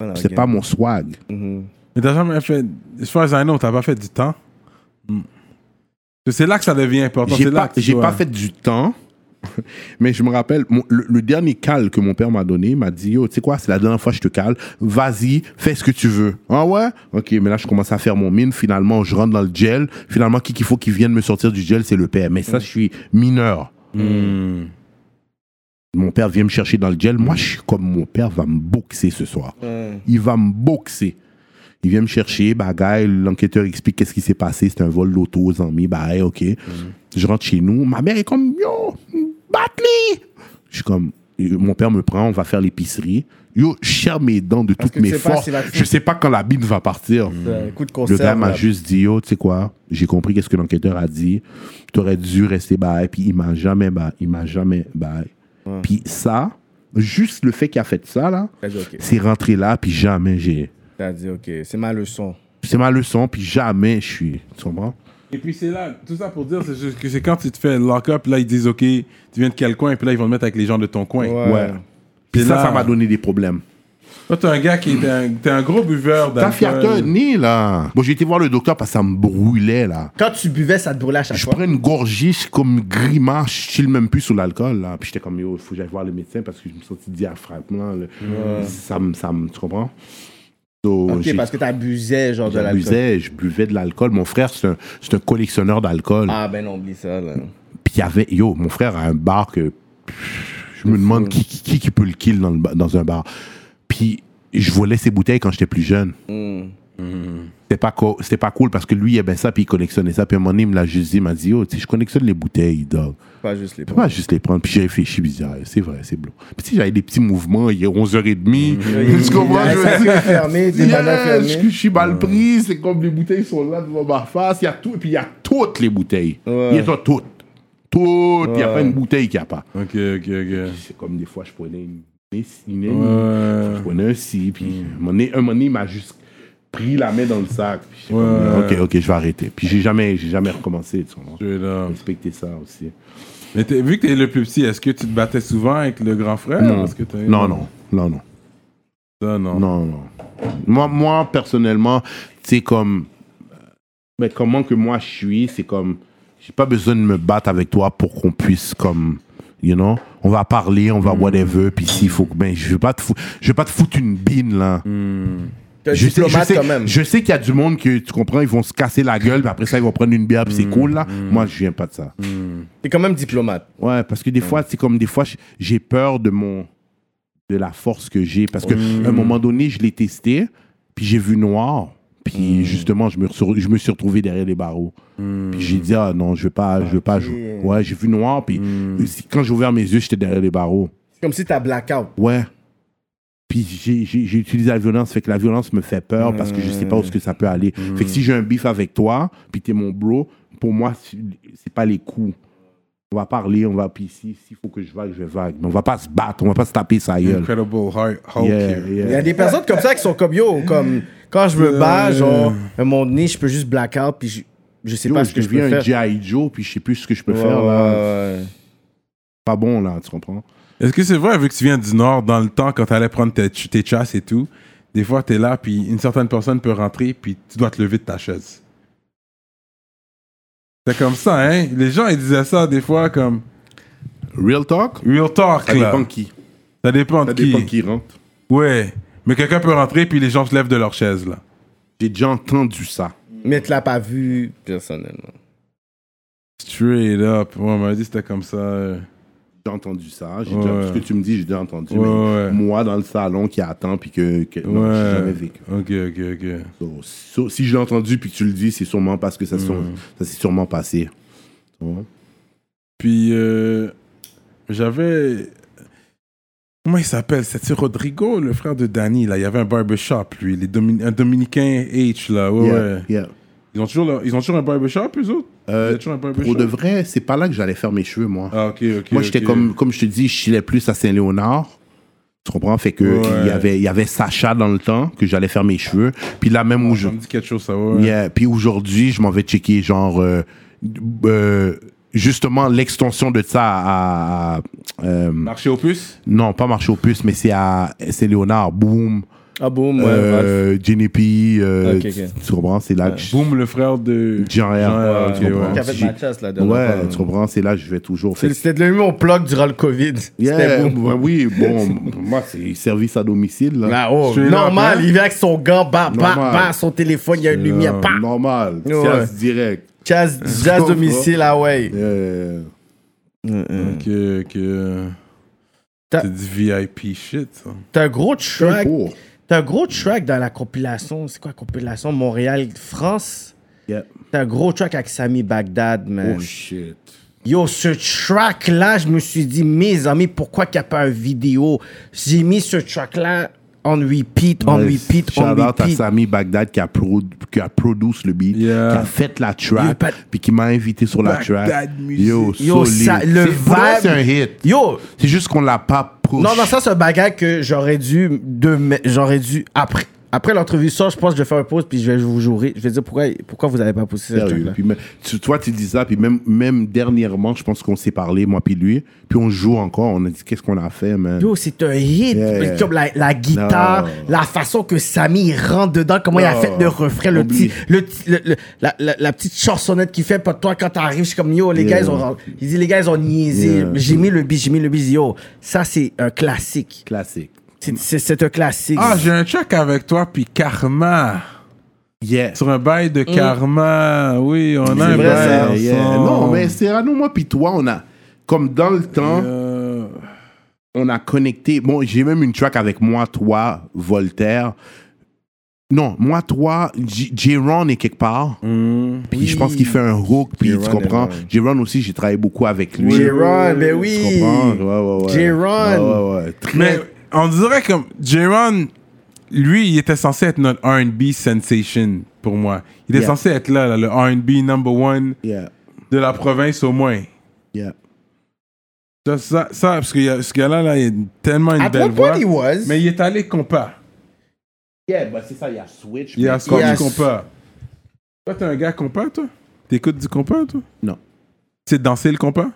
S4: Voilà,
S5: C'est
S4: ok.
S5: pas mon swag.
S4: Mhm.
S3: Mais t'as jamais fait. As far as I know, t'as pas fait du temps. Mm. C'est là que ça devient important.
S5: J'ai
S3: c'est là
S5: pas,
S3: que tu
S5: j'ai
S3: dois-
S5: pas fait du temps, mais je me rappelle, mon- le, le dernier call que mon père m'a donné m'a dit Yo, tu sais quoi, c'est la dernière fois que je te cale, vas-y, fais ce que tu veux. Ah ouais Ok, mais là, je commence à faire mon mine, finalement, je rentre dans le gel. Finalement, qui qu'il faut qui vienne me sortir du gel, c'est le père. Mais ça, je suis mineur.
S3: Mm.
S5: Mon père vient me chercher dans le gel. Moi, je suis comme mon père va me boxer ce soir.
S4: Ouais.
S5: Il va me boxer. Il vient me chercher, bagaille, l'enquêteur explique qu'est-ce qui s'est passé, c'est un vol d'auto aux amis, bagaille, ok.
S4: Mhm.
S5: Je rentre chez nous, ma mère est comme, yo, batte-les! Je suis comme, euh, mon père me prend, on va faire l'épicerie. Yo, je serre mes dents de
S4: Parce
S5: toutes
S4: que tu
S5: mes
S4: sais pas
S5: forces.
S4: si la-
S5: je sais pas quand la bine va partir.
S4: C'est un Coup de
S5: Le
S4: conserve.
S5: gars m'a
S4: là.
S5: juste dit, yo, tu sais quoi, j'ai compris qu'est-ce que l'enquêteur a dit. Tu aurais dû rester bail, puis il m'a jamais bail, il m'a jamais bail. Puis ça, juste le fait qu'il a fait ça, là,
S4: T'as dit ok.
S5: c'est rentré là, puis jamais j'ai.
S4: T'as dit ok. C'est ma leçon.
S5: C'est ma leçon, puis jamais je suis. Tu comprends?
S3: Et puis c'est là, tout ça pour dire c'est juste que c'est quand tu te fais lock-up, là ils disent ok, tu viens de quel coin, puis là ils vont te mettre avec les gens de ton coin.
S5: Ouais. Puis
S3: C'est
S5: ça,
S3: là.
S5: ça m'a donné des problèmes.
S3: Toi t'es un gars qui est un, t'es un gros buveur
S5: T'as
S3: d'alcool.
S5: fierté un nez, là. Bon, j'ai été voir le docteur parce que ça me brûlait, là.
S4: Quand tu buvais, ça te brûlait à chaque
S5: Je
S4: fois.
S5: prends une gorgée, je suis comme grimace, je chille même plus sous l'alcool, là. Puis j'étais comme, yo, faut que j'aille voir le médecin parce que je me sentis diaphragme, là. Le- Ça me, ça me, tu comprends? So,
S4: Ok,
S5: j'ai-
S4: parce que t'abusais, genre, de l'alcool.
S5: J'abusais, je buvais de l'alcool. Mon frère, c'est un, c'est un collectionneur d'alcool.
S4: Ah, ben non, oublie ça, là.
S5: Puis il y avait, yo, mon frère a un bar que pff, je me demande qui, qui, qui- qui peut le kill dans, le ba- dans un bar. Puis je volais ses bouteilles quand j'étais plus jeune. C'était pas, co- c'était pas cool parce que lui, il aimait ça, puis il collectionnait ça. Puis à un moment donné, il me l'a juste dit, il m'a dit, yo, tu sais, je collectionne les bouteilles, dog.
S4: Pas juste les
S5: Je peux pas juste les prendre. Puis j'ai réfléchi, puis j'ai dit, Ah, c'est vrai, c'est bleu. Puis tu sais, j'avais des petits mouvements, il est 11h30.
S4: Mm-hmm.
S5: Tu comprends? Je veux dire,
S4: fermé, des bananes
S5: Yeah, je,
S4: fermées.
S5: je suis mal pris, c'est comme les bouteilles sont là devant ma face, il y a tout, et puis il y a toutes les bouteilles.
S4: Ouais.
S5: Il y a toutes. Toutes, il n'y a
S4: Ouais.
S5: pas une bouteille qu'il n'y a pas.
S3: Ok ok ok.
S5: C'est comme des fois, je prenais une messinée,
S3: Ouais.
S5: je prenais un si,
S4: Mm.
S5: puis un moment donné- un moment donné, il m'a juste pris la main dans le sac. puis j'étais comme,
S3: Ouais.
S5: ok, ok, je vais arrêter. Puis j'ai jamais, j'ai jamais recommencé. Tu comprends?
S3: Straight up.
S5: Respecter ça aussi.
S3: Mais t'es- vu que t'es le plus petit, est-ce que tu te battais souvent avec le grand frère
S5: Non.
S3: Parce que t'as-
S5: Non, non, non, non.
S3: Ça, non.
S5: Non, non. Moi, moi personnellement, c'est comme. Mais comment que moi je suis, c'est comme. J'ai pas besoin de me battre avec toi pour qu'on puisse, comme. You know? On va parler, on
S4: Mm.
S5: va whatever, puis s'il faut que. Ben, je vais pas te fou- je vais pas te foutre une bine, là.
S4: T'es un
S5: Je sais, je
S4: Mm. diplomate,
S5: sais,
S4: quand même.
S5: je sais qu'il y a du monde que tu comprends, ils vont se casser la gueule, puis après ça, ils vont prendre une bière,
S4: Mm.
S5: puis c'est cool, là. Moi, je viens pas de ça.
S4: T'es quand même diplomate.
S5: Ouais, parce que des fois, c'est comme des fois, j- j'ai peur de mon de la force que j'ai. Parce que à un moment donné, je l'ai testé, puis j'ai vu noir. Puis justement, je me, sur- je me suis retrouvé derrière les barreaux. Puis j'ai dit, ah Mm. non, je veux pas, je veux pas jouer. Ouais, j'ai vu noir, puis c'est- quand j'ai ouvert mes yeux, j'étais derrière les barreaux.
S4: C'est comme si t'as blackout.
S5: Ouais. Puis j'ai- j'ai j'ai utilisé la violence, fait que la violence me fait peur parce que je sais pas
S4: Mmh.
S5: où ce que ça peut aller. Fait que si j'ai un bif avec toi, puis t'es mon bro, pour moi, c'est c'est pas les coups. On va parler, on va, puis si- s'il faut que je vague, je vague. Mais on va pas se battre, on va pas se taper sa gueule.
S3: Incredible Hulk, Hulk
S5: Yeah,
S3: here.
S5: yeah.
S4: Il y a des personnes comme ça qui sont comme yo, comme quand je
S5: Euh.
S4: me bats, genre, à un moment donné, je peux juste blackout, puis je, je sais
S5: Yo,
S4: pas ce que
S5: je
S4: je peux
S5: deviens un
S4: faire.
S5: G.I. Joe, puis je sais plus ce que je peux
S4: Ouais,
S5: faire. là.
S4: ouais, ouais.
S5: Pas bon, là, tu comprends?
S3: Est-ce que c'est vrai, vu que tu viens du Nord, dans le temps, quand t'allais prendre tes, tes chasses et tout, des fois t'es là, puis une certaine personne peut rentrer, puis tu dois te lever de ta chaise. C'est comme ça, hein? Les gens, ils disaient ça des fois comme
S5: Real talk?
S3: real talk,
S5: Ça
S3: là.
S5: dépend qui.
S3: Ça dépend
S5: Ça
S3: de qui.
S5: dépend qui rentre.
S3: Ouais. Mais quelqu'un peut rentrer, puis les gens se lèvent de leur chaise, là.
S5: J'ai déjà entendu ça.
S4: Mais tu l'as pas vu personnellement.
S3: Straight up. Ouais, on m'a dit c'était comme ça. euh.
S5: J'ai entendu ça. J'ai
S3: Ouais.
S5: déjà- ce que tu me dis, j'ai déjà entendu.
S3: Ouais,
S5: mais
S3: ouais.
S5: Moi, dans le salon qui attend, puis que. que non,
S3: ouais.
S5: j'ai jamais vécu.
S3: Ok, ok, ok.
S5: So, so- si je l'ai entendu, puis que tu le dis, c'est sûrement parce que ça, s'est- ça s'est sûrement passé. Ouais.
S3: Puis euh, j'avais. Comment il s'appelle C'était Rodrigo, le frère de Danny. Là. Il y avait un barbershop, lui. Les Domin- un Dominicain H, là. Ouais,
S5: Yeah,
S3: ouais.
S5: yeah.
S3: Ils, ont toujours leur- ils ont toujours un barbershop, eux autres
S5: Euh,
S3: Ils ont toujours un barbershop.
S5: Pour de vrai, c'est pas là que j'allais faire mes cheveux, moi.
S3: Ah, ok, ok.
S5: moi, j'étais
S3: ok.
S5: comme, comme je te dis, je chillais plus à Saint-Léonard. Tu comprends? Fait que
S3: Ouais.
S5: il y avait, il y avait Sacha dans le temps que j'allais faire mes cheveux. Puis là, même où je.
S3: Ça me dit quelque chose, ça, ouais.
S5: Yeah. Puis aujourd'hui, je m'en vais checker, genre, euh, euh, justement, l'extension de ça à. à- euh,
S3: Marché aux puces
S5: non, pas marché aux puces, mais c'est à Saint-Léonard. Boom.
S4: Ah boum, ouais, ouais.
S5: euh, Jenny P. euh,
S4: Ok, ok.
S5: Tu comprends? C'est là que je.
S3: Boum, le frère de.
S5: Jean R.
S3: Jean R, ok,
S5: Tu comprends?
S3: ouais.
S4: Qui a fait
S5: Si-
S4: ma chasse, là, dernière
S5: Ouais,
S4: fois.
S5: tu comprends? C'est là que je vais toujours. Fait
S4: C'est-
S5: que-
S4: C'était devenu mon plug durant le COVID. C'était
S5: Yeah,
S4: boum.
S5: ouais, oui, bon, pour moi, c'est service à domicile. là.
S4: Là, oh,
S3: Straight up,
S4: normal,
S3: hein?
S4: il vient avec son gant, bah, bah,
S5: Normal.
S4: bah, son téléphone, il y a une lumière, bah.
S5: Euh, Normal,
S4: Ouais.
S5: service direct.
S4: Jazz, jazz domicile, ah ouais.
S5: Yeah.
S3: euh, Que. que...
S4: T'as-
S3: C'est du VIP shit, ça.
S5: Mm.
S4: T'as un gros track.
S5: Pour.
S4: T'as un gros track dans la compilation. C'est quoi la compilation Montréal-France?
S5: Yeah.
S4: T'as un gros track avec Sami Bagdad, man.
S5: Oh shit.
S4: Yo, ce track-là, je me suis dit, mes amis, pourquoi qu'il n'y a pas un vidéo? J'ai mis ce track-là en repeat, en repeat, en
S5: Shout out à
S4: repeat.
S5: Sami Bagdad qui a, produ- qui a produit le beat,
S3: Yeah.
S5: qui a fait la
S4: Yo,
S5: track,
S4: pas-
S5: puis qui m'a invité sur la
S3: Bagdad
S5: track.
S3: Music.
S5: Yo,
S4: Yo,
S5: solide.
S4: ça- le
S5: C'est- pour de vrai,
S4: vibe-
S5: C'est un hit. Oh,
S4: Yo,
S5: C'est juste qu'on l'a pas push.
S4: non, non, ça, c'est un bagage que j'aurais dû, de, j'aurais dû après, Après l'entrevue sort, je pense que je vais faire une pause, puis je vais vous jouer. Je vais dire pourquoi, pourquoi vous n'avez pas poussé cette
S5: Sérieux.
S4: track-là.
S5: Puis, mais, tu- toi, tu dis ça, puis même, même dernièrement, je pense qu'on s'est parlé, moi puis lui, puis on joue encore, on a dit qu'est-ce qu'on a fait, man.
S4: Yo, c'est un hit.
S5: Yeah.
S4: Comme la, la guitare,
S5: Non.
S4: la façon que Samy il rentre dedans, comment il a
S5: Non.
S4: fait le refrain, le
S5: Oublie.
S4: petit, le, petit- le- le- la, la- la petite chansonnette qu'il fait pour toi quand t'arrives. Je suis comme, yo, les
S5: Yeah.
S4: gars, ils ont, il dit, les gars, ils ont niaisé.
S5: Yeah.
S4: J'ai mis le beat, j'ai mis le beat. Je dis, Yo, ça, c'est un classique.
S5: Classique.
S4: C'est- C'est c'est un classique.
S3: Ah, j'ai un check avec toi, puis Karma.
S5: Yeah.
S3: Sur un bail
S5: Mm.
S3: de Karma. Oui, on a un
S4: vrai, ça.
S3: bail.
S5: Yeah.
S3: ensemble.
S5: Non, mais Cyrano, moi puis toi, on a, comme dans le temps,
S3: Euh,
S5: on a connecté. Bon, j'ai même une track avec moi, toi, Voltaire. Non, moi, toi, J- J-Ron est quelque part. Puis je pense qu'il fait un hook, puis tu
S4: J-Ron est
S5: comprends.
S4: là.
S5: J-Ron aussi, j'ai travaillé beaucoup avec lui.
S4: J-Ron, ben
S5: Tu
S4: oui.
S5: comprends? Ouais, ouais, ouais.
S4: J-Ron.
S5: Ouais, ouais, ouais. Très-
S3: mais on dirait que Jaron, lui, il était censé être notre RB sensation pour moi. Il était
S5: Yeah.
S3: censé être là, là, le RB number one
S5: Yeah,
S3: de la province au moins.
S5: yeah.
S3: Ça, ça, ça, parce que y a- ce gars-là, là, il a tellement une
S4: At
S3: belle
S4: one
S3: voix.
S4: point, he was.
S3: Mais il est allé compas.
S5: Yeah, bah c'est ça, il y a Switch.
S3: Il a score du
S4: Yes.
S3: compas. Toi, t'es un gars compas, toi T'écoutes du compas, toi
S5: Non.
S3: Tu sais danser le compas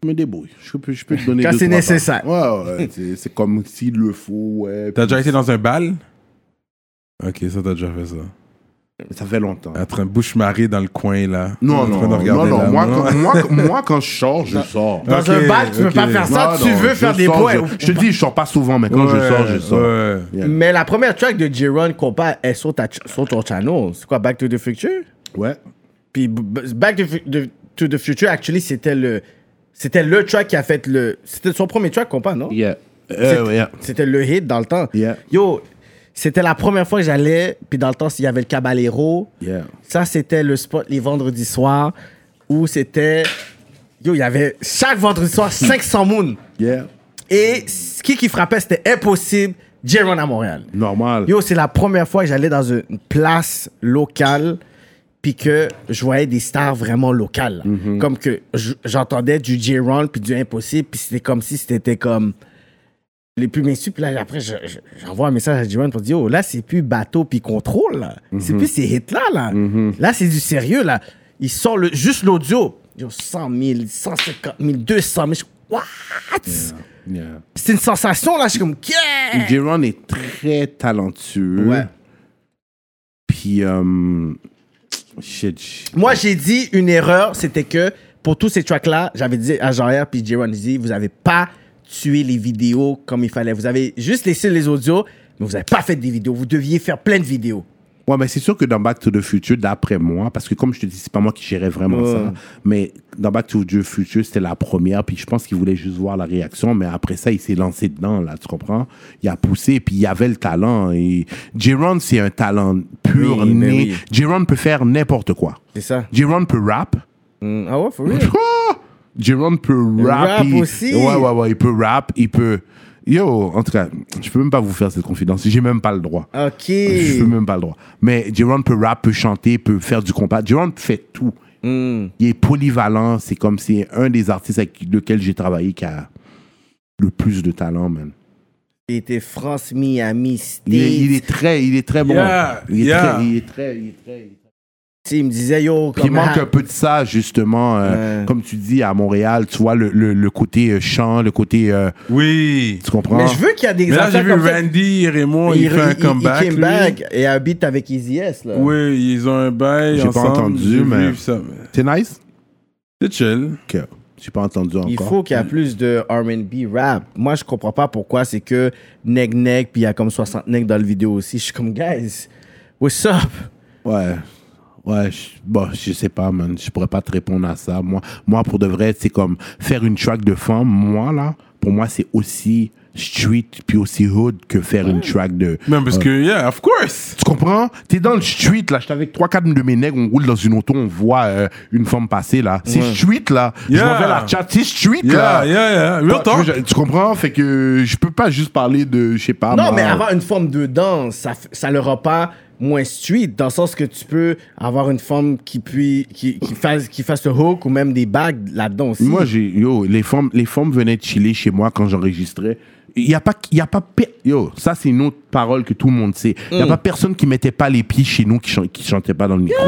S5: Je me débrouille. Je peux, je peux te donner
S4: Quand
S5: deux,
S4: c'est
S5: trois
S4: nécessaire.
S5: temps. Ouais, ouais. c'est- C'est comme s'il le faut. ouais.
S3: T'as déjà été dans un bal Ok, ça, t'as déjà fait ça.
S5: Ça fait longtemps.
S3: Être un bouche-marée dans le coin, là.
S5: Non,
S3: En train
S5: non,
S3: de
S5: non, non,
S3: regarder là,
S5: Moi,
S3: non.
S5: quand, moi, moi, quand je sors, je sors.
S4: Dans
S3: Ok,
S4: un bal, tu
S3: ok.
S4: peux pas faire ça.
S5: Non,
S4: tu
S5: non,
S4: veux
S5: je
S4: faire des
S5: sors,
S4: points.
S5: Je, je te dis, je sors pas souvent, mais quand je sors, je sors.
S3: Ouais.
S5: Yeah.
S4: Mais la première track de J-Ron compas est sur, ta, sur ton channel. C'est quoi, Back to the Future?
S5: Ouais.
S4: Puis B- B- Back to, Fu- de- to the Future, actually, c'était le, c'était le track qui a fait le. C'était son premier track compas, non?
S5: Yeah.
S4: C'est-
S5: Euh, yeah.
S4: C'était le hit dans le temps.
S5: Yeah.
S4: Yo, c'était la première fois que j'allais. Puis dans le temps, il y avait le Caballero.
S5: Yeah.
S4: Ça, c'était le spot les vendredis soirs où c'était. Yo, il y avait chaque vendredi soir 500 moon.
S5: Yeah.
S4: Et ce qui, qui frappait, c'était impossible. J-Ron à Montréal.
S5: Normal.
S4: Yo, c'est la première fois que j'allais dans une place locale puis que je voyais des stars vraiment locales. là. Comme que je- j'entendais du J-Ron puis du Impossible puis c'était comme si c'était comme les plus messieurs. Puis là, après, je- je- j'envoie un message à J-Ron pour dire, oh, là, c'est plus bateau puis contrôle. là. C'est plus ces hits-là. Là, là c'est du sérieux. Là. Ils sortent le, juste l'audio. Yo, 100 000, 150 000, 200 000. Je- What?
S5: Yeah.
S4: C'est une sensation, là. Je suis comme, yeah!
S5: Jaron est très talentueux.
S4: Ouais.
S5: Puis, euh, shit. j-
S4: Moi, j'ai dit une erreur, c'était que pour tous ces tracks-là, j'avais dit à Jean-Pierre puis J. Ron, j'ai dit, vous avez pas tué les vidéos comme il fallait. Vous avez juste laissé les audios, mais vous avez pas fait des vidéos. Vous deviez faire plein de vidéos.
S5: Ouais, mais c'est sûr que dans Back to the Future, d'après moi, parce que comme je te dis, c'est pas moi qui gérais vraiment ça, mais dans Back to the Future, c'était la première, puis je pense qu'il voulait juste voir la réaction, mais après ça, il s'est lancé dedans, là, tu comprends? Il a poussé, puis il avait le talent. Et Jaron, c'est un talent pur,
S4: Oui, mais
S5: né.
S4: oui.
S5: Jaron peut faire n'importe quoi.
S4: C'est ça.
S5: Jaron peut rap.
S4: ah ouais, for real?
S5: Ah! Jérôme peut rap.
S4: rap
S5: il-
S4: aussi.
S5: Ouais, ouais, ouais. Il peut rap. Il peut. Yo, en tout cas, je peux même pas vous faire cette confidence. J'ai même pas le droit.
S4: Ok.
S5: Je peux même pas le droit. Mais Jérôme peut rap, peut chanter, peut faire du combat. Jérôme fait tout.
S4: Hmm.
S5: Il est polyvalent. C'est comme c'est un des artistes avec lequel j'ai travaillé qui a le plus de talent, man.
S4: Il était France, Miami, State.
S5: Il est, il est très, il est très bon.
S3: Yeah,
S5: Il est
S3: yeah.
S5: très, il est très, il est très.
S4: Tu sais, Il me disait, yo,
S5: Puis il
S4: comment-
S5: manque un peu de ça, justement. euh,
S4: Ouais.
S5: Comme tu dis, à Montréal, tu vois, le, le- le côté euh, chant, le côté. euh,
S3: Oui.
S5: tu comprends?
S4: Mais je veux qu'il y a des
S3: Mais là, j'ai
S4: affaires
S3: vu
S4: comme ça.
S3: Randy Raymond, il, fait un comeback.
S4: came
S3: lui.
S4: back et habite avec Easy S, là.
S3: Oui, ils ont un bail.
S5: J'ai pas
S3: ensemble.
S5: entendu,
S3: J'ai vu
S5: mais-
S3: ça.
S5: C'est nice?
S3: C'est chill.
S5: Ok. J'ai pas entendu encore.
S4: Il faut qu'il
S3: Mm.
S4: y ait plus de R&B rap. Moi, je comprends pas pourquoi c'est que Neg Neg, puis il y a comme 60 Neg dans le vidéo aussi. Je suis comme, guys, what's up?
S5: Ouais. Ouais, je, bon, je sais pas, man. Je pourrais pas te répondre à ça. Moi, moi pour de vrai, c'est comme faire une track de femme. Moi, là, pour moi, c'est aussi street puis aussi hood que faire une track de.
S3: Même parce que, yeah, of course.
S5: Tu comprends? T'es dans le street, là. J'étais avec 3-4 de mes nègres, on roule dans une auto, on voit euh, une femme passer, là. C'est street, là. Je
S3: Yeah.
S5: m'en vais à la chat. C'est street, là.
S3: Yeah, yeah, yeah. Real
S5: Tu,
S3: talk.
S5: vois, je- tu comprends? Fait que je peux pas juste parler de, je sais pas.
S4: non,
S5: moi,
S4: mais avoir une forme de danse, ça, f- ça le rend pas moins street, dans le sens que tu peux avoir une forme qui, puis, qui, qui, fasse, qui fasse le hook ou même des bagues là-dedans aussi.
S5: Moi, j'ai, yo, les femmes, les femmes venaient chiller chez moi quand j'enregistrais. Il n'y a pas. il Y a pas pe- Yo, ça, c'est une autre parole que tout le monde sait. Il n'y a
S3: Mm.
S5: pas personne qui mettait pas les pieds chez nous qui, chan- qui chantait pas dans le micro.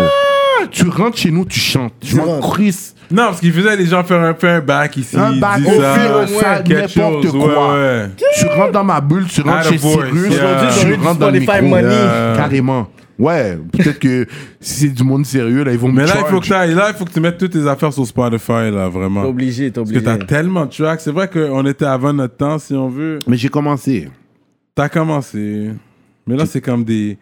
S5: Tu rentres chez nous, tu chantes. Je m'en
S4: rentres.
S5: crisse.
S3: Non, parce qu'il faisait les gens faire un peu un bac ici.
S5: Un bac,
S3: dis
S5: au
S3: ça,
S5: pire, au moins,
S3: quelque
S5: n'importe
S3: chose,
S5: quoi.
S3: ouais, ouais.
S5: Tu rentres dans ma bulle, tu rentres chez
S3: Attaboy,
S5: Cyrus,
S3: yeah.
S5: tu
S4: Aujourd'hui,
S5: rentres
S4: dans
S5: dans le
S4: les five
S5: micro.
S4: money.
S3: Yeah.
S5: Carrément. Ouais, peut-être que si c'est du monde sérieux, là, ils vont me
S3: Mais là il, faut
S5: charge.
S3: que t'ailles- là, il faut que tu mettes toutes tes affaires sur Spotify, là, vraiment.
S4: T'es obligé, t'es
S3: Parce que
S4: obligé.
S3: t'as tellement de tracks. C'est vrai qu'on était avant notre temps, si on veut.
S5: Mais j'ai commencé.
S3: T'as commencé. Mais là, c'est comme des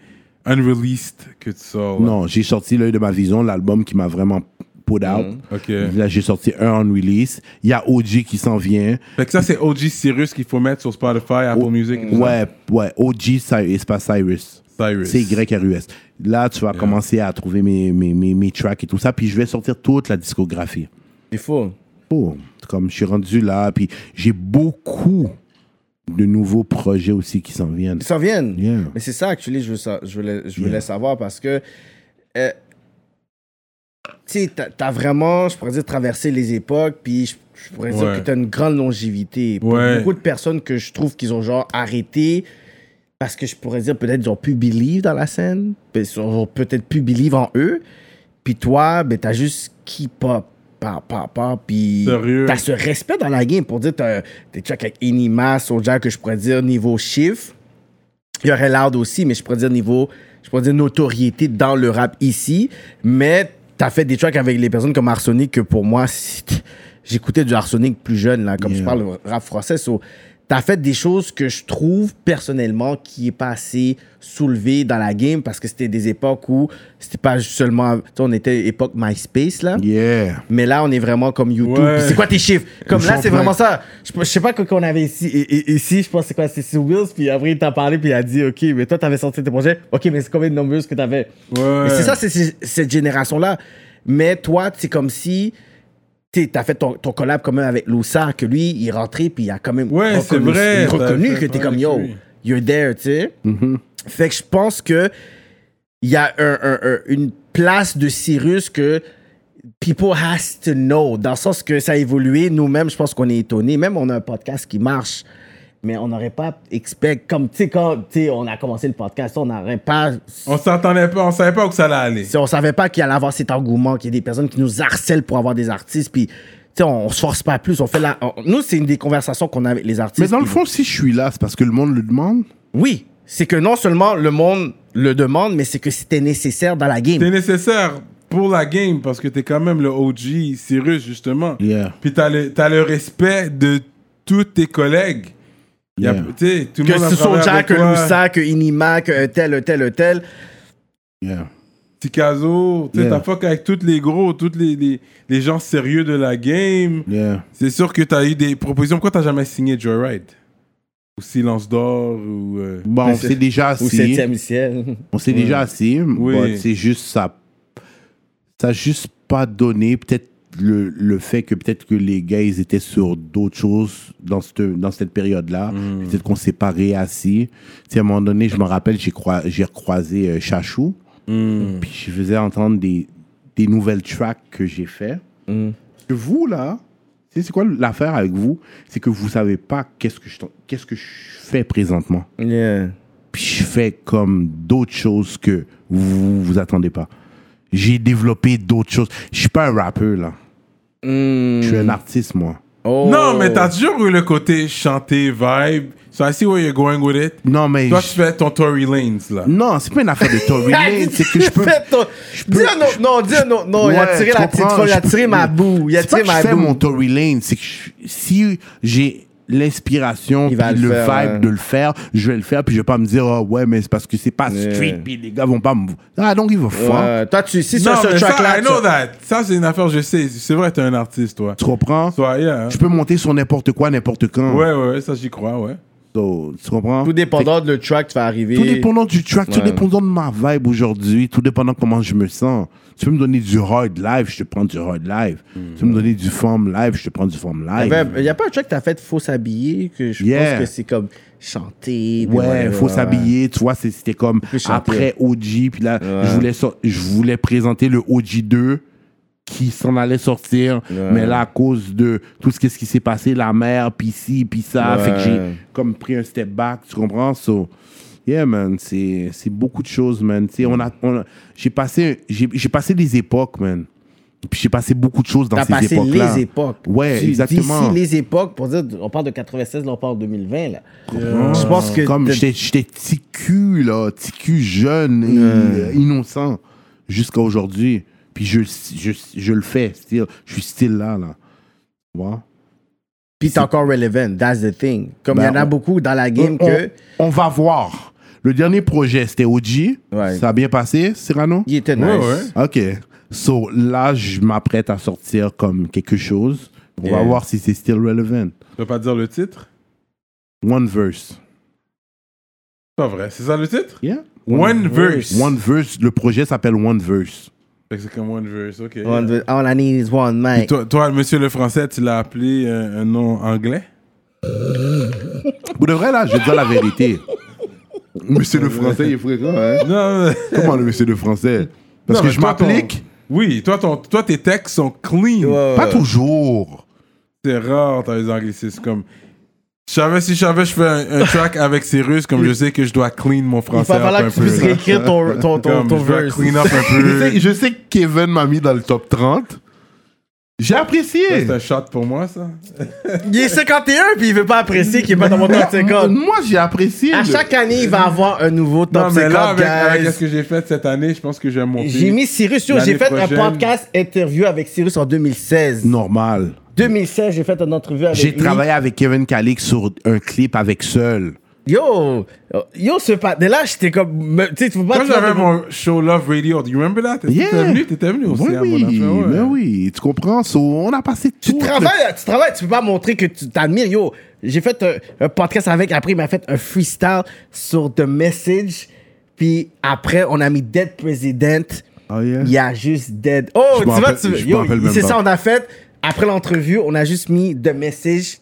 S3: unreleased que tu sors. là.
S5: Non, j'ai sorti L'œil de ma vision, l'album qui m'a vraiment put out.
S3: OK.
S5: Là, j'ai sorti un en release. Il y a OG qui s'en vient.
S3: Fait que ça, c'est OG Cyrus qu'il faut mettre sur Spotify, Apple Music et tout
S5: Ouais, ouais. OG, Cy- c'est pas Cyrus.
S3: ça. Cyrus.
S5: C'est YRUS. Là, tu vas commencer à trouver mes, mes, mes, mes tracks et tout ça. Puis je vais sortir toute la discographie.
S4: C'est faux.
S5: Oh, comme je suis rendu là. Puis j'ai beaucoup de nouveaux projets aussi qui s'en viennent.
S4: Ils s'en viennent.
S5: Yeah.
S4: Mais c'est ça, actually, je, veux sa- je voulais, je voulais
S5: Yeah.
S4: savoir parce que. euh, tu sais, t'as- t'as vraiment, je pourrais dire, traversé les époques, puis je, je pourrais dire
S3: Ouais.
S4: que t'as une grande longévité. Pour
S3: Ouais.
S4: Beaucoup de personnes que je trouve qu'ils ont genre arrêté parce que je pourrais dire peut-être ils ont pu believe dans la scène, puis ils ont peut-être pu believe en eux, puis toi, ben t'as juste keep up. Pop, pop, pop, puis
S3: Sérieux.
S4: t'as ce respect dans la game pour dire t'as- t'es track avec Enima, Soulja, que je pourrais dire niveau chiffre, il y aurait Loud aussi, mais je pourrais dire niveau, je pourrais dire notoriété dans le rap ici. Mais t'as fait des tracks avec les personnes comme Arsonic que pour moi, c'est- j'écoutais du Arsonic plus jeune, là, comme je
S5: Yeah.
S4: parle rap français. So, t'as fait des choses que je trouve personnellement qui est pas assez soulevé dans la game parce que c'était des époques où c'était pas seulement, tu sais, on était époque MySpace, là.
S5: Yeah.
S4: Mais là, on est vraiment comme YouTube.
S3: Ouais.
S4: Puis C'est quoi tes chiffres? Comme là, c'est
S5: Champlain.
S4: vraiment ça. Je, je sais pas quoi qu'on avait ici. Et, et- ici, je pense que c'est quoi? C'est Sue Wills. Puis après, il t'a parlé. Puis il a dit, OK, mais toi, t'avais sorti tes projets. OK, mais c'est combien de nombreuses que t'avais?
S3: Ouais.
S4: Mais c'est ça, c'est- c'est cette génération-là. Mais toi, c'est comme si t'es- t'as fait ton, ton collab quand même avec Loussa, que lui, il est rentré, puis il a quand même
S3: Ouais, c'est
S4: reconnu,
S3: vrai,
S4: il a
S3: t'as fait
S4: reconnu que
S3: un
S4: t'es
S3: travail
S4: comme
S3: avec
S4: yo,
S3: lui.
S4: you're there, tu sais. Fait que je pense que il y a un- un- un- une place de Cyrus que people has to know, dans le sens que ça a évolué. Nous-mêmes, je pense qu'on est étonnés. Même on a un podcast qui marche, mais on n'aurait pas expect, comme tu sais, quand tu sais, on a commencé le podcast, on n'aurait pas
S3: On s'attendait pas, on savait pas où que ça allait aller.
S4: si on savait pas qu'il allait avoir cet engouement, qu'il y a des personnes qui nous harcèlent pour avoir des artistes, puis tu sais, on, on se force pas plus. On fait la, on- nous, c'est une des conversations qu'on a avec les artistes.
S5: Mais dans le
S4: puis-
S5: fond, si je suis là, c'est parce que le monde le demande.
S4: oui, c'est que non seulement le monde le demande, mais c'est que c'était nécessaire dans la game.
S3: T'es nécessaire pour la game parce que t'es quand même le OG Cyrus, justement.
S5: Yeah.
S3: Puis t'as le, t'as le respect de tous tes collègues. Y a-
S5: Yeah.
S3: t'sais, tout le
S4: Que
S3: monde a
S4: ce soit
S3: travaillé
S4: Jack,
S3: avec
S4: que
S3: toi.
S4: Loussa, que Inima, que un tel, un tel, un tel.
S5: Yeah.
S3: Picasso, tu sais,
S5: Yeah.
S3: t'as fuck avec tous les gros, tous les, les, les gens sérieux de la game.
S5: Yeah.
S3: C'est sûr que t'as eu des propositions. Pourquoi t'as jamais signé Joyride Ou Silence d'Or ou. euh,
S5: Bon,
S4: Mais
S5: on
S4: c'est-
S5: s'est déjà
S4: Ou
S5: assis.
S4: septième ciel.
S5: On s'est déjà assis.
S3: Oui.
S5: Bon, c'est juste ça. Ça a juste pas donné. Peut-être le, le fait que peut-être que les gars, ils étaient sur d'autres choses dans cette, dans cette période-là. Peut-être qu'on s'est pas réassis. Tu sais, à un moment donné, je me rappelle, j'ai, croi- j'ai recroisé euh, Chachou. Puis je faisais entendre des, des nouvelles tracks que j'ai fait.
S4: Hmm.
S5: Que vous, là, tu sais, c'est quoi l'affaire avec vous? C'est que vous savez pas qu'est-ce que je, t'en- qu'est-ce que je fais présentement
S4: Yeah.
S5: puis je fais comme d'autres choses que vous vous attendez pas. J'ai développé d'autres choses. Je suis pas un rappeur là.
S4: Mm.
S5: Je suis un artiste moi.
S4: Oh.
S3: Non, mais t'as toujours eu le côté chanté, vibe. So I see where you're going with it.
S5: Non mais
S3: Toi,
S5: je-
S3: tu fais ton Tory Lanez, là.
S5: non, c'est pas une affaire de Tory
S4: Ah,
S5: Lane, c'est que je peux
S4: Fais ton-
S5: peux-
S4: Dis un autre- non, dis un autre- non, il a
S5: Ouais,
S4: tiré
S5: tu
S4: la petite
S5: comprends,
S4: folle, il a
S5: je peux-
S4: tiré ma boue, il a
S5: C'est pas
S4: tiré
S5: que je
S4: ma
S5: fais
S4: boue.
S5: mon Tory Lane, c'est que je- si j'ai l'inspiration
S4: Il
S5: puis
S4: va le
S5: le
S4: faire,
S5: vibe
S4: ouais.
S5: de le faire, je vais le faire puis je vais pas me dire oh ouais mais c'est parce que c'est pas
S4: Yeah.
S5: street puis les gars vont pas me Ah donc ils vont fuck.
S4: Ouais, toi, tu, si sur
S3: Non,
S4: ce
S3: mais
S4: track
S3: ça,
S4: là,
S3: I know that. Ça, c'est une affaire, je sais. C'est vrai, t'es un artiste, toi.
S5: Tu comprends
S3: So, yeah. hein.
S5: Je peux monter sur n'importe quoi n'importe quand.
S3: Ouais, ouais, ouais, ça, j'y crois, ouais.
S5: So, tu comprends
S4: tout dépendant de le track, tu vas arriver.
S5: Tout dépendant du track, tout
S4: Ouais.
S5: dépendant de ma vibe aujourd'hui, tout dépendant comment je me sens. Tu peux me donner du hard live, je te prends du hard live. Tu peux me donner du form live, je te prends du form
S4: Il
S5: live.
S4: n'y a pas un track que t'as fait faut s'habiller que je
S5: Yeah.
S4: pense que c'est comme chanter. puis
S5: Ouais,
S4: whatever,
S5: faut
S4: ouais.
S5: s'habiller, tu vois, c'est- c'était comme
S4: Plus chanter.
S5: après OG, puis là, je, voulais sor- je voulais présenter le OG 2 qui s'en allait sortir, mais là, à cause de tout ce, qu'est-ce qui s'est passé, la mer, puis ci, puis ça,
S4: Ouais.
S5: fait que j'ai comme pris un step back, tu comprends? So, yeah, man, c'est c'est beaucoup de choses, man. Tu sais, on a, on a- j'ai passé, j'ai j'ai passé des époques, man. Puis j'ai passé beaucoup de choses dans
S4: T'as
S5: ces
S4: passé
S5: époques-là.
S4: les époques.
S5: Ouais,
S4: Tu dis
S5: exactement.
S4: ici les époques, pour dire, on parle de 96, là, on parle de 2020, là. Je pense que.
S5: Ah. Comme
S4: t'as-
S5: j'étais j'étais petit cul, là, petit cul jeune, et, euh, innocent, jusqu'à aujourd'hui. Puis je, je, je le fais, still. je suis still là, là. Tu vois?
S4: Puis t'es encore relevant, that's the thing. Comme il y
S5: Ben,
S4: en a
S5: on-
S4: beaucoup dans la game que.
S5: on, on va voir. Le dernier projet, c'était OG.
S4: Ouais.
S5: Ça a bien passé, Cyrano?
S4: Il était nice.
S3: Ouais, ouais.
S5: OK. So, là, je m'apprête à sortir comme quelque chose. On
S4: Yeah.
S5: va voir si c'est still relevant.
S3: Tu veux pas dire le titre
S5: One verse.
S3: C'est pas vrai. C'est ça le titre
S5: Yeah?
S3: One verse.
S5: One verse. Le projet s'appelle One verse.
S3: Fait que C'est comme one verse, ok.
S4: One verse. All I need is one
S3: Et
S4: mic.
S3: toi, toi, monsieur le français, tu l'as appelé euh, un nom anglais
S5: Pour de vrai, là, je vais te dire la vérité. Monsieur le français, il est fréquent, hein?
S3: Non, mais-
S5: Comment le monsieur le français? Parce
S3: Non,
S5: que
S3: mais
S5: je
S3: toi, ton-
S5: m'applique.
S3: Oui, toi, ton, toi, tes textes sont clean.
S5: Pas toujours.
S3: C'est rare dans les anglicismes. Comme, je savais si je savais, je fais un, un track avec Cyrus, comme je sais que je dois clean mon
S4: Il va
S3: français. up
S4: falloir
S3: un
S4: que tu
S3: peu,
S4: puisses
S3: là.
S4: réécrire ton, ton, ton,
S3: Comme,
S4: ton
S3: je dois
S4: verse.
S3: clean up un
S5: Je sais,
S3: peu.
S5: je sais que Kevin m'a mis dans le top 30. J'ai apprécié.
S3: C'est un shot pour moi, ça.
S4: Il est 51 puis il veut pas apprécier qu'il est pas dans mon top 50.
S5: Moi, j'ai apprécié.
S4: À
S5: le-
S4: chaque année, il va avoir un nouveau top
S3: Non, mais
S4: 50,
S3: là, avec,
S4: guys.
S3: avec ce que j'ai fait cette année, je pense que j'ai monté.
S4: J'ai mis Cyrus sur. J'ai
S3: L'année
S4: fait
S3: prochaine.
S4: un podcast interview avec Cyrus en 2016.
S5: Normal.
S4: 2016, j'ai fait une entrevue avec
S5: J'ai
S4: lui.
S5: travaillé avec Kevin Calix sur un clip avec Seul.
S4: Yo, yo, ce partenaire-là, j'étais comme. me- Tu sais, tu peux pas.
S3: Quand
S4: te faire
S3: j'avais
S4: de-
S3: mon show Love Radio, do you remember that? T'étais
S5: Yeah.
S3: venu, t'étais venu aussi
S5: Oui,
S3: à
S5: oui,
S3: mon affaire, ouais.
S5: mais oui, tu comprends. so, on a passé tout.
S4: Tu travailles, tu travailles, tu peux pas montrer que tu t'admires. Yo, j'ai fait un, un podcast avec, après, il m'a fait un freestyle sur The Message. Puis après, on a mis Dead President.
S5: Oh, yeah.
S4: Il y a juste Dead. Oh,
S5: Je
S4: tu
S5: m'en
S4: vois,
S5: rappelle-
S4: tu
S5: je m'en
S4: yo,
S5: rappelle même
S4: C'est
S5: pas.
S4: ça, on a fait. Après l'entrevue, on a juste mis The Message.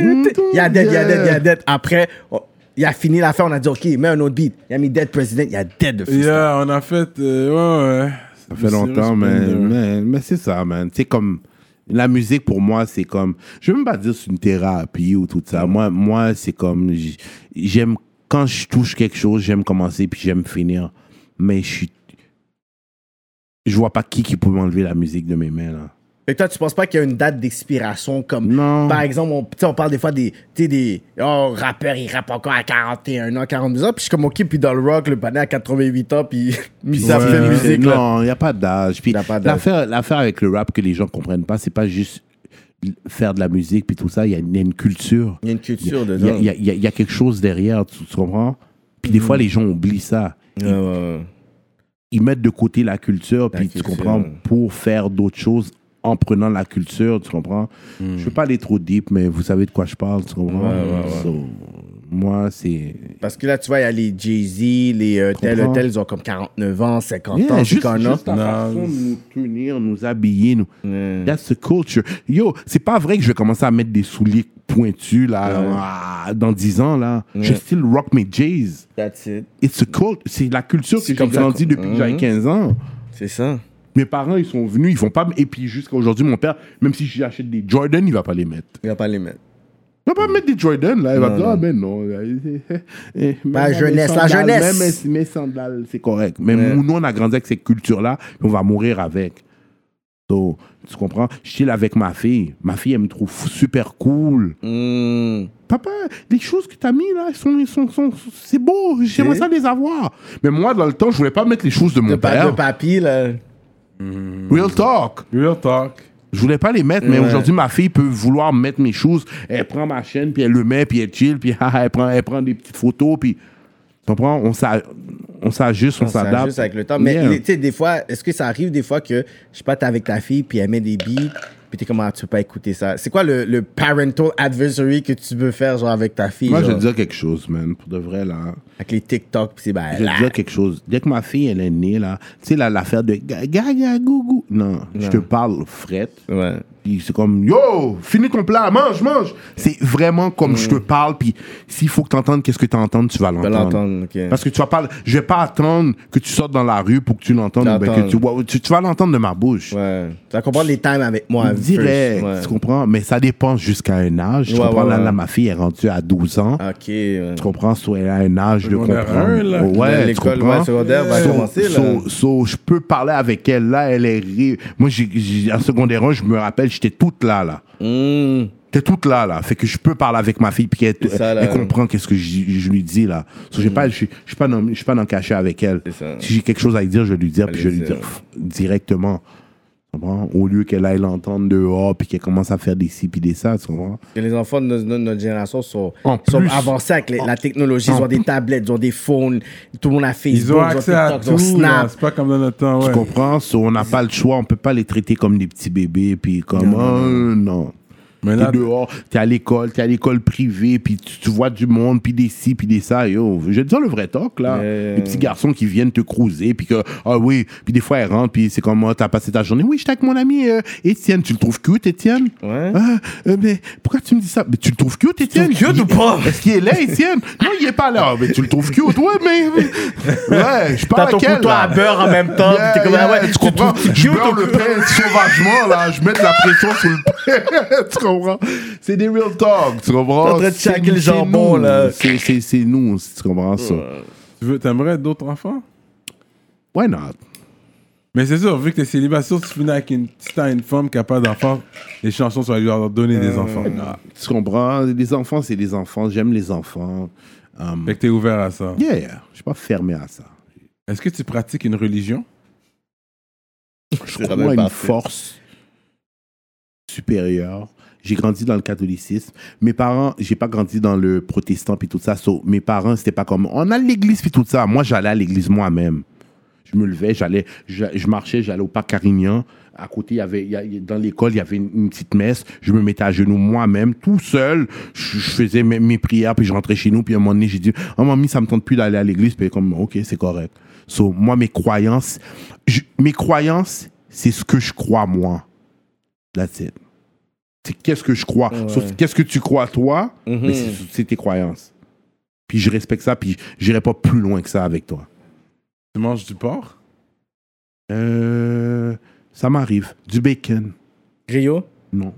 S5: Mm,
S4: Il y a Dead, il y a Dead, il y a Dead. Après, on- il a fini l'affaire, on a dit, OK, mets un autre beat. Il a mis Dead President, il y a Dead de freestyle.
S3: Yeah, on a fait. euh, ouais, ouais.
S5: Ça fait longtemps, mais, mais, mais c'est ça, man. C'est comme. La musique, pour moi, c'est comme. Je veux même pas dire c'est une thérapie ou tout ça. Moi, moi c'est comme. j- J'aime. Quand je touche quelque chose, j'aime commencer puis j'aime finir. Mais je suis. Je vois pas qui qui peut m'enlever la musique de mes mains, là.
S4: Fait que toi, tu penses pas qu'il y a une date d'expiration comme.
S5: Non.
S4: Par exemple, on, tu sais, on parle des fois des. Tu sais, des. Oh, rappeur, il rappe encore à 41 ans, 42 ans. Puis je suis comme, ok, puis dans le rock, le panneau à 88 ans, puis. Puis ça
S5: Ouais,
S4: fait
S5: mais
S4: musique, là.
S5: Non, il n'y a pas d'âge. Puis
S4: Y a pas d'âge.
S5: l'affaire, l'affaire avec le rap que les gens comprennent pas, c'est pas juste faire de la musique puis tout ça. Il y, a- il y a une culture.
S4: Il y a une culture
S5: Il y
S4: dedans.
S5: a- il y, a- il y a- il y a quelque chose derrière, tu, tu comprends? Puis
S4: Mm.
S5: des fois, les gens oublient ça.
S4: Ouais, ouais, ouais.
S5: Ils mettent de côté la culture,
S4: La
S5: puis tu
S4: culture.
S5: comprends, pour faire d'autres choses en prenant la culture, tu comprends?
S4: Mm.
S5: Je veux pas aller trop deep, mais vous savez de quoi je parle, tu comprends? So, moi, c'est...
S4: Parce que là, tu vois, il y a les Jay-Z, les euh, tel,
S5: Comprends.
S4: tel, ils ont comme 49 ans, 50
S5: Yeah,
S4: ans, hein.
S5: juste,
S4: 51 ans.
S5: juste la façon de nous tenir, nous habiller, nous...
S4: Mm.
S5: That's the culture. Yo, c'est pas vrai que je vais commencer à mettre des souliers pointus là, ah, dans 10 ans là. Je
S4: Mm.
S5: still rock mes J's.
S4: That's it.
S5: It's a cult. C'est la culture que
S4: C'est
S5: j'ai
S4: comme ça
S5: grandi
S4: qu'on-
S5: depuis que j'avais 15 ans.
S4: C'est ça.
S5: Mes parents, ils sont venus, ils vont pas. m- Et puis jusqu'à aujourd'hui, mon père, même si j'achète des Jordan, il va pas les mettre.
S4: Il va pas les mettre.
S5: Il va pas mettre des Jordan là. Il va dire, ah ben non. là, eh, eh, même
S4: La
S5: mes
S4: jeunesse, la
S5: sandales,
S4: jeunesse.
S5: Même mes- mes sandales, c'est correct. Mais nous, on a grandi avec cette culture là, on va mourir avec. So, tu comprends? Je chill avec ma fille. Ma fille, elle me trouve super cool.
S4: Mm.
S5: Papa, les choses que t'as mis là, elles sont, elles sont, sont- sont- c'est beau, j'aimerais
S4: Oui.
S5: ça les avoir. Mais moi, dans le temps, je voulais pas mettre les choses de mon
S4: De, pa- de
S5: père.
S4: papy, là.
S5: Real talk.
S3: Real talk.
S5: Je voulais pas les mettre, mais
S4: Ouais.
S5: aujourd'hui, ma fille peut vouloir mettre mes choses. Elle prend ma chaîne, puis elle le met, puis elle chill, puis haha, elle, prend, elle prend des petites photos, puis. Tu comprends? On s'a- on s'ajuste, on
S4: Ça
S5: s'adapte.
S4: juste avec le temps. Mais
S5: Yeah.
S4: les- tu sais, des fois, est-ce que ça arrive des fois que, je sais pas, t'es avec ta fille, puis elle met des beats, puis t'es comme, ah, tu peux pas écouter ça. C'est quoi le, le parental adversary que tu veux faire, genre, avec ta fille,
S5: Moi, je
S4: genre,
S5: vais te dire quelque chose, man, pour de vrai, là.
S4: avec les TikTok, puis c'est, bah,
S5: Je vais te dire quelque chose. Dès que ma fille, elle est née, là, tu sais, là, l'affaire de gaga, gougou. Non, je te parle fret.
S4: Ouais.
S5: Puis c'est comme, yo, finis ton plat, mange, mange. C'est vraiment comme je te parle. Puis s'il faut que tu entendes qu'est-ce que tu entends, tu vas
S4: vas l'entendre,
S5: l'entendre.
S4: ok.
S5: Parce que tu vas pas, je vais pas attendre que tu sortes dans la rue pour que tu l'entendes. ou ben que tu,
S4: L'entendre.
S5: tu, tu vas l'entendre de ma bouche.
S4: Ouais. Tu vas comprendre les times avec moi.
S5: Direct,
S4: first, ouais.
S5: tu comprends? Mais ça dépend jusqu'à un âge. tu
S4: Ouais,
S5: comprends?
S4: ouais,
S5: Là,
S4: ouais. Ah.
S5: là, ma fille est rendue à 12 ans.
S4: Ok. ouais.
S5: Tu comprends? Soit elle a un âge de
S3: Secondaire
S5: comprendre.
S3: un, là.
S4: Là,
S5: ouais, tu
S4: l'école,
S5: comprends?
S4: ouais, secondaire va
S5: So-
S4: commencer, là.
S5: so- so, je peux parler avec elle. Là, elle est. ré- Moi, j'ai- j'ai- en secondaire 1, je me rappelle, j'étais toute là, là.
S4: Mmh.
S5: T'es toute là, là. Fait que je peux parler avec ma fille, puis elle,
S4: C'est ça, là. Mm.
S5: elle comprend qu'est-ce que je, je lui dis, là. So, j'ai pas- Je suis je suis pas, dans- je suis pas dans le cachet avec elle.
S4: C'est ça.
S5: Si j'ai quelque chose à lui dire, je vais lui dire, puis je vais
S4: lui
S5: lui
S4: dire.
S5: dire pff, directement. Tu comprends? Au lieu qu'elle aille l'entendre dehors, puis qu'elle commence à faire des ci, puis des ça, tu comprends?
S4: Que les enfants de notre, de notre génération sont,
S5: En
S4: sont
S5: plus.
S4: avancés avec les- la technologie.
S5: en
S4: Ils ont des tablettes, ils ont des phones, tout le monde a Facebook,
S3: Ils ont accès à
S4: TikTok, ils ont
S3: tout. là.
S4: Snap.
S3: C'est pas comme dans notre temps,
S5: Tu
S3: ouais.
S5: comprends? So, on n'a pas le choix, on peut pas les traiter comme des petits bébés, puis comme, Ah, non.
S3: Mais là,
S5: T'es dehors, t'es à l'école, t'es à l'école privée, puis tu, tu vois du monde, puis des ci, puis des ça. Yo, je vais te dire le vrai talk, là.
S4: Yeah.
S5: Les petits garçons qui viennent te cruiser, puis que, ah oui, puis des fois, ils rentrent, puis c'est comme, ah, t'as passé ta journée. Oui, j'étais avec mon ami euh, Étienne. Tu le trouves cute, Étienne?
S4: Ouais.
S5: Ah, euh, mais pourquoi tu me dis ça? Mais tu le trouves cute, Étienne?
S4: trouves cute ou pas?
S5: Est-ce qu'il est là, Étienne? non, il est pas là. Ah, Mais tu le trouves cute, ouais, mais. mais- Ouais, je
S4: T'as
S5: parle
S4: ton
S5: à quel,
S4: couteau
S5: là?
S4: à beurre en même temps.
S5: Yeah,
S4: puis t'es comme, ah
S5: yeah,
S4: ouais,
S5: tu comprends? Je beurre le pain sauvagement, là. Je mets de la pression sur le pain. tu comprends? C'est des real talk, tu comprends?
S4: T'es en train de
S5: C'est-
S4: chacker le
S5: c'est
S4: jambon,
S5: nous.
S4: là.
S5: C'est- C'est c'est nous, si tu comprends ça.
S3: tu veux, t'aimerais d'autres enfants?
S5: Why not?
S3: Mais c'est sûr, vu que t'es célibataire, si tu finis avec une, si t'as une femme qui a pas d'enfants, les chansons, ça va lui leur donner des enfants.
S5: Tu comprends? Les enfants, c'est des enfants. J'aime les enfants. Um,
S3: Fait que t'es ouvert à ça.
S5: yeah, je suis pas fermé à ça.
S3: Est-ce que tu pratiques une religion?
S5: Je crois à une force supérieure. J'ai grandi dans le catholicisme. Mes parents, j'ai pas grandi dans le protestant puis tout ça. So, mes parents, c'était pas comme on a l'église puis tout ça. Moi, j'allais à l'église moi-même. Je me levais, j'allais, je, je marchais, j'allais au parc Carignan. À côté, il y avait, il y a- il y a- dans l'école, il y avait une, une petite messe. Je me mettais à genoux moi-même, tout seul. Je, je faisais mes, mes prières, puis je rentrais chez nous. Puis à un moment donné, j'ai dit, oh mamie, ça me tente plus d'aller à l'église. Puis comme, ok, c'est correct. So, moi, mes croyances, je- mes croyances, c'est ce que je crois moi. That's it. C'est qu'est-ce que je crois. So, qu'est-ce que tu crois toi, mais c'est c'est tes croyances. Puis je respecte ça, puis j'irai pas plus loin que ça avec toi.
S3: Tu manges du porc?
S5: Euh, ça m'arrive. Du bacon.
S4: Rio,
S5: Non.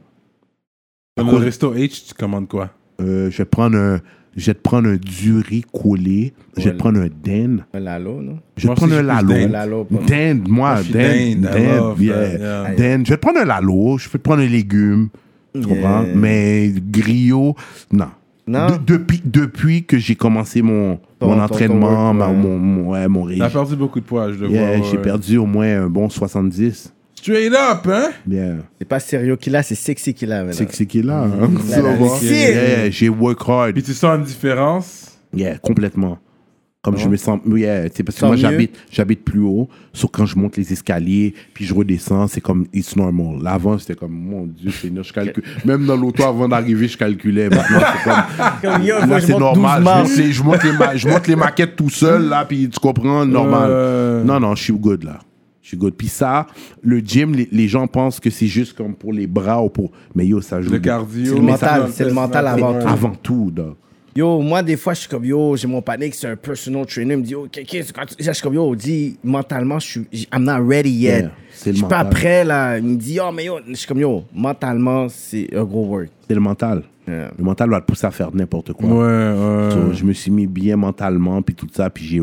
S3: Dans le
S5: Cool.
S3: resto H, tu commandes quoi?
S5: Euh, je vais te prendre un. Je vais te prendre un du riz collé. Je vais te
S4: Ouais.
S5: prendre un dinde.
S4: un euh, lalo, non?
S5: Je vais
S3: Moi
S5: te
S3: aussi,
S5: prendre un
S3: je suis
S5: lalo.
S3: dinde.
S4: Lalo, pas-
S5: Dinde, moi,
S3: Moi, je suis
S5: dinde.
S3: dinde, I
S5: Dinde,
S3: love that,
S5: yeah.
S3: yeah.
S5: Dinde. Je vais te prendre un lalo. Je vais te prendre un légume. Tu comprends? Mais griot, non.
S4: Non?
S5: De- depuis, depuis que j'ai commencé mon,
S4: Ton-
S5: mon
S4: ton- ton
S5: entraînement,
S4: work,
S5: ma-
S4: ouais.
S5: mon, mon, ouais, mon régime,
S3: T'as perdu beaucoup de poids, je le
S5: yeah,
S3: vois.
S5: j'ai
S3: ouais.
S5: perdu au moins un bon 70.
S3: Straight up, hein?
S5: Yeah.
S4: C'est pas sérieux qu'il a, c'est Mm-hmm. sexy qu'il a.
S5: C'est
S4: maintenant.
S5: que c'est qui est là. hein, tu
S4: Là, là,
S5: vois.
S4: c'est-
S5: Yeah, j'ai work hard.
S3: Puis tu sens une différence?
S5: Yeah, complètement. Comme je me sens. Yeah, c'est parce que
S4: Tant
S5: moi,
S4: mieux.
S5: j'habite, j'habite plus haut. Sauf quand je monte les escaliers, puis je redescends, c'est comme it's normal. Là, avant, c'était comme mon Dieu, Seigneur, je calcule. Même dans l'auto, avant d'arriver, je calculais. Maintenant, c'est comme.
S4: Comme, yo, faut
S5: Là,
S4: que je
S5: c'est
S4: monte 12
S5: normal. Je monte,
S4: marches.
S5: les, je, monte les ma- je monte les maquettes tout seul, là, puis tu comprends, normal.
S3: Euh.
S5: Non, non, je suis good, là. Je suis good. Puis ça, le gym, les, les gens pensent que c'est juste comme pour les bras ou pour... Mais yo, ça joue...
S3: Le
S5: de-
S3: cardio.
S5: C'est le
S3: Mais
S5: mental,
S3: ça-
S4: c'est le mental
S3: ça-
S4: avant
S5: Mais
S4: tout.
S5: Avant tout, là.
S4: Yo, moi, des fois, je suis comme, yo, j'ai mon panique, c'est un personal trainer. Il me dit, yo, qu'est- qu'est-ce que tu- Je suis comme, yo, dis, mentalement, je suis, j- I'm not ready yet.
S5: Yeah, c'est
S4: je
S5: le
S4: suis pas
S5: mental.
S4: prêt, là. Il me dit, oh, mais yo, je suis comme, yo, mentalement, c'est un gros work.
S5: C'est le mental.
S4: Yeah.
S5: Le mental va te pousser à faire n'importe quoi.
S3: Ouais, ouais.
S5: So, je me suis mis bien mentalement, puis tout ça, puis j'ai...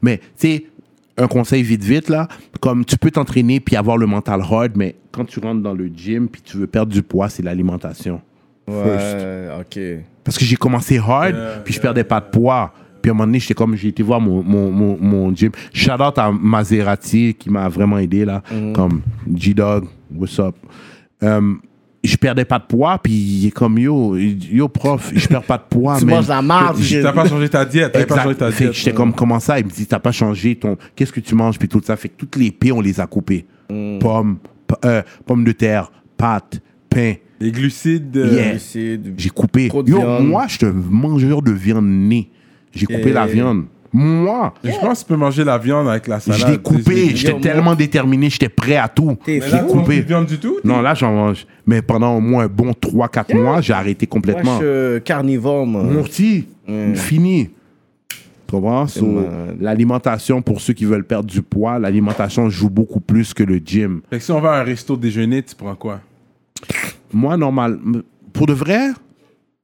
S5: Mais, tu sais, un conseil vite, vite, là, comme tu peux t'entraîner puis avoir le mental hard, mais quand tu rentres dans le gym puis tu veux perdre du poids, c'est l'alimentation.
S4: Ouais, ok.
S5: Parce que j'ai commencé hard, puis je perdais pas de poids. Puis à un moment donné, j'étais comme, j'ai été voir mon, mon, mon, mon gym. Shout out à Maserati qui m'a vraiment aidé là.
S3: Mm-hmm.
S5: Comme G-Dog, what's up? Euh, je perdais pas de poids, puis il est comme yo, yo prof, je perds pas de poids.
S4: Tu
S5: man.
S4: manges la marde,
S5: Je-
S4: j'ai-
S3: T'as pas changé ta diète, t'as pas changé
S5: Exact.
S3: ta
S5: Fait que
S3: diète. hein.
S5: j'étais comme comment ça Il me dit t'as pas changé ton qu'est-ce que tu manges puis tout ça. Fait que toutes les paix on les a coupées.
S3: Mm.
S5: Pommes, p- euh, pommes de terre, pâtes, pain.
S3: Les glucides. euh,
S5: Yeah.
S4: Lucide.
S5: J'ai coupé.
S4: Trop de
S5: Yo,
S4: viande.
S5: moi, je suis un mangeur de viande née. J'ai coupé la
S4: Et-
S5: viande. Moi,
S3: Je pense que tu peux manger la viande avec la salade.
S5: je l'ai coupé.
S3: Désolé.
S5: J'étais tellement déterminé, j'étais prêt à tout.
S4: T'es
S5: Je
S3: Mais là, tu
S5: l'ai
S3: manges plus de
S5: coupé.
S3: viande du tout?
S5: Non, là, j'en mange. Mais pendant au moins un bon 3-4 mois, j'ai
S4: Moi, je
S5: arrêté complètement.
S4: suis euh, carnivore, moi.
S5: Morti, fini. Tu comprends? So,
S4: malade.
S5: L'alimentation, pour ceux qui veulent perdre du poids, l'alimentation joue beaucoup plus que le gym.
S3: Fait que si on va à un resto déjeuner, tu prends quoi?
S5: Moi, normal. m- Pour de vrai,